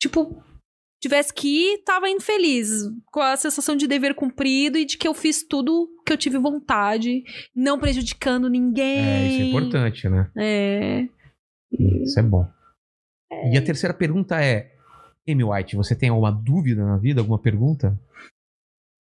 Speaker 4: tipo tivesse que ir, tava indo feliz, com a sensação de dever cumprido e de que eu fiz tudo que eu tive vontade, não prejudicando ninguém.
Speaker 2: É, isso é importante, né?
Speaker 4: É.
Speaker 2: Isso é bom. E a terceira pergunta é: Amy White, você tem alguma dúvida na vida? Alguma pergunta?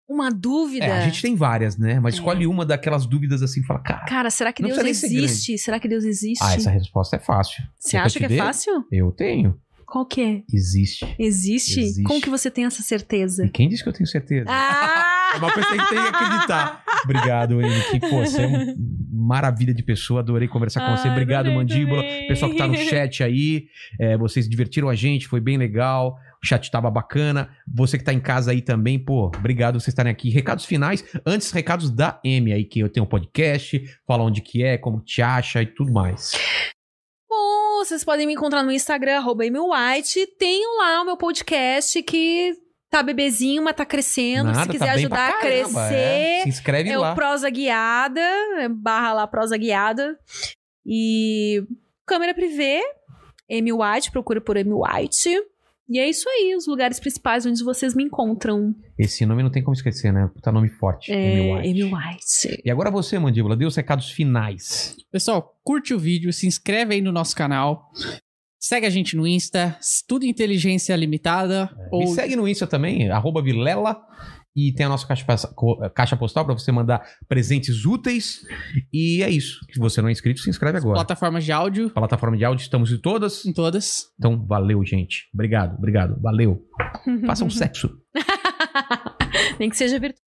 Speaker 4: Uma dúvida. É.
Speaker 2: É, a gente tem várias, né? Mas escolhe uma daquelas dúvidas assim e fala, cara.
Speaker 4: Cara, será que
Speaker 2: Não
Speaker 4: Deus
Speaker 2: precisa nem ser
Speaker 4: existe? Será que Deus existe?
Speaker 2: Ah, essa resposta é fácil.
Speaker 4: Você
Speaker 2: eu
Speaker 4: acha
Speaker 2: te
Speaker 4: que é
Speaker 2: dei.
Speaker 4: fácil?
Speaker 2: Eu tenho.
Speaker 4: Qual que é?
Speaker 2: Existe.
Speaker 4: Existe?
Speaker 2: Existe.
Speaker 4: Como que você tem essa certeza?
Speaker 2: [laughs] E quem disse que eu tenho certeza?
Speaker 4: Ah!
Speaker 2: É uma coisa que tem que acreditar. Obrigado, Amy. Que, pô, você é uma maravilha de pessoa. Adorei conversar com você.
Speaker 4: Ah,
Speaker 2: assim? Obrigado,
Speaker 4: adorei
Speaker 2: Mandíbula.
Speaker 4: também.
Speaker 2: Pessoal que tá no chat aí. é, vocês divertiram a gente, foi bem legal. O chat tava bacana. Você que tá em casa aí também, pô, obrigado vocês estarem aqui. Recados finais, antes recados da M aí, que eu tenho um podcast, fala onde que é, como te acha e tudo mais.
Speaker 4: Bom, vocês podem me encontrar no Instagram, arroba Amy White. Tenho lá o meu podcast que tá bebezinho, mas tá crescendo.
Speaker 2: Nada,
Speaker 4: Se quiser
Speaker 2: tá bem
Speaker 4: ajudar
Speaker 2: pra
Speaker 4: a
Speaker 2: caramba,
Speaker 4: crescer,
Speaker 2: é. Se inscreve
Speaker 4: É
Speaker 2: lá.
Speaker 4: o Prosa Guiada, é barra lá Prosa Guiada. E câmera privê, Amy White, procura por Amy White. E é isso aí, os lugares principais onde vocês me encontram.
Speaker 2: Esse nome não tem como esquecer, né? Puta nome forte.
Speaker 4: É,
Speaker 2: Amy White.
Speaker 4: Amy White. [laughs]
Speaker 2: E agora você, Mandíbula, dê os recados finais.
Speaker 3: Pessoal, curte o vídeo, se inscreve aí no nosso canal. Segue a gente no Insta, tudo Inteligência Limitada. ou
Speaker 2: É. Me segue no Insta também, arroba Vilela. E tem a nossa caixa, passa- co- eh, caixa postal para você mandar presentes úteis. E é isso. Se você não é inscrito, se inscreve agora.
Speaker 3: plataformas de áudio,
Speaker 2: Plataforma de áudio, estamos em todas.
Speaker 3: em todas.
Speaker 2: Então, valeu, [laughs] gente. Obrigado, obrigado. Valeu. Façam um sexo.
Speaker 4: Nem que seja virtual.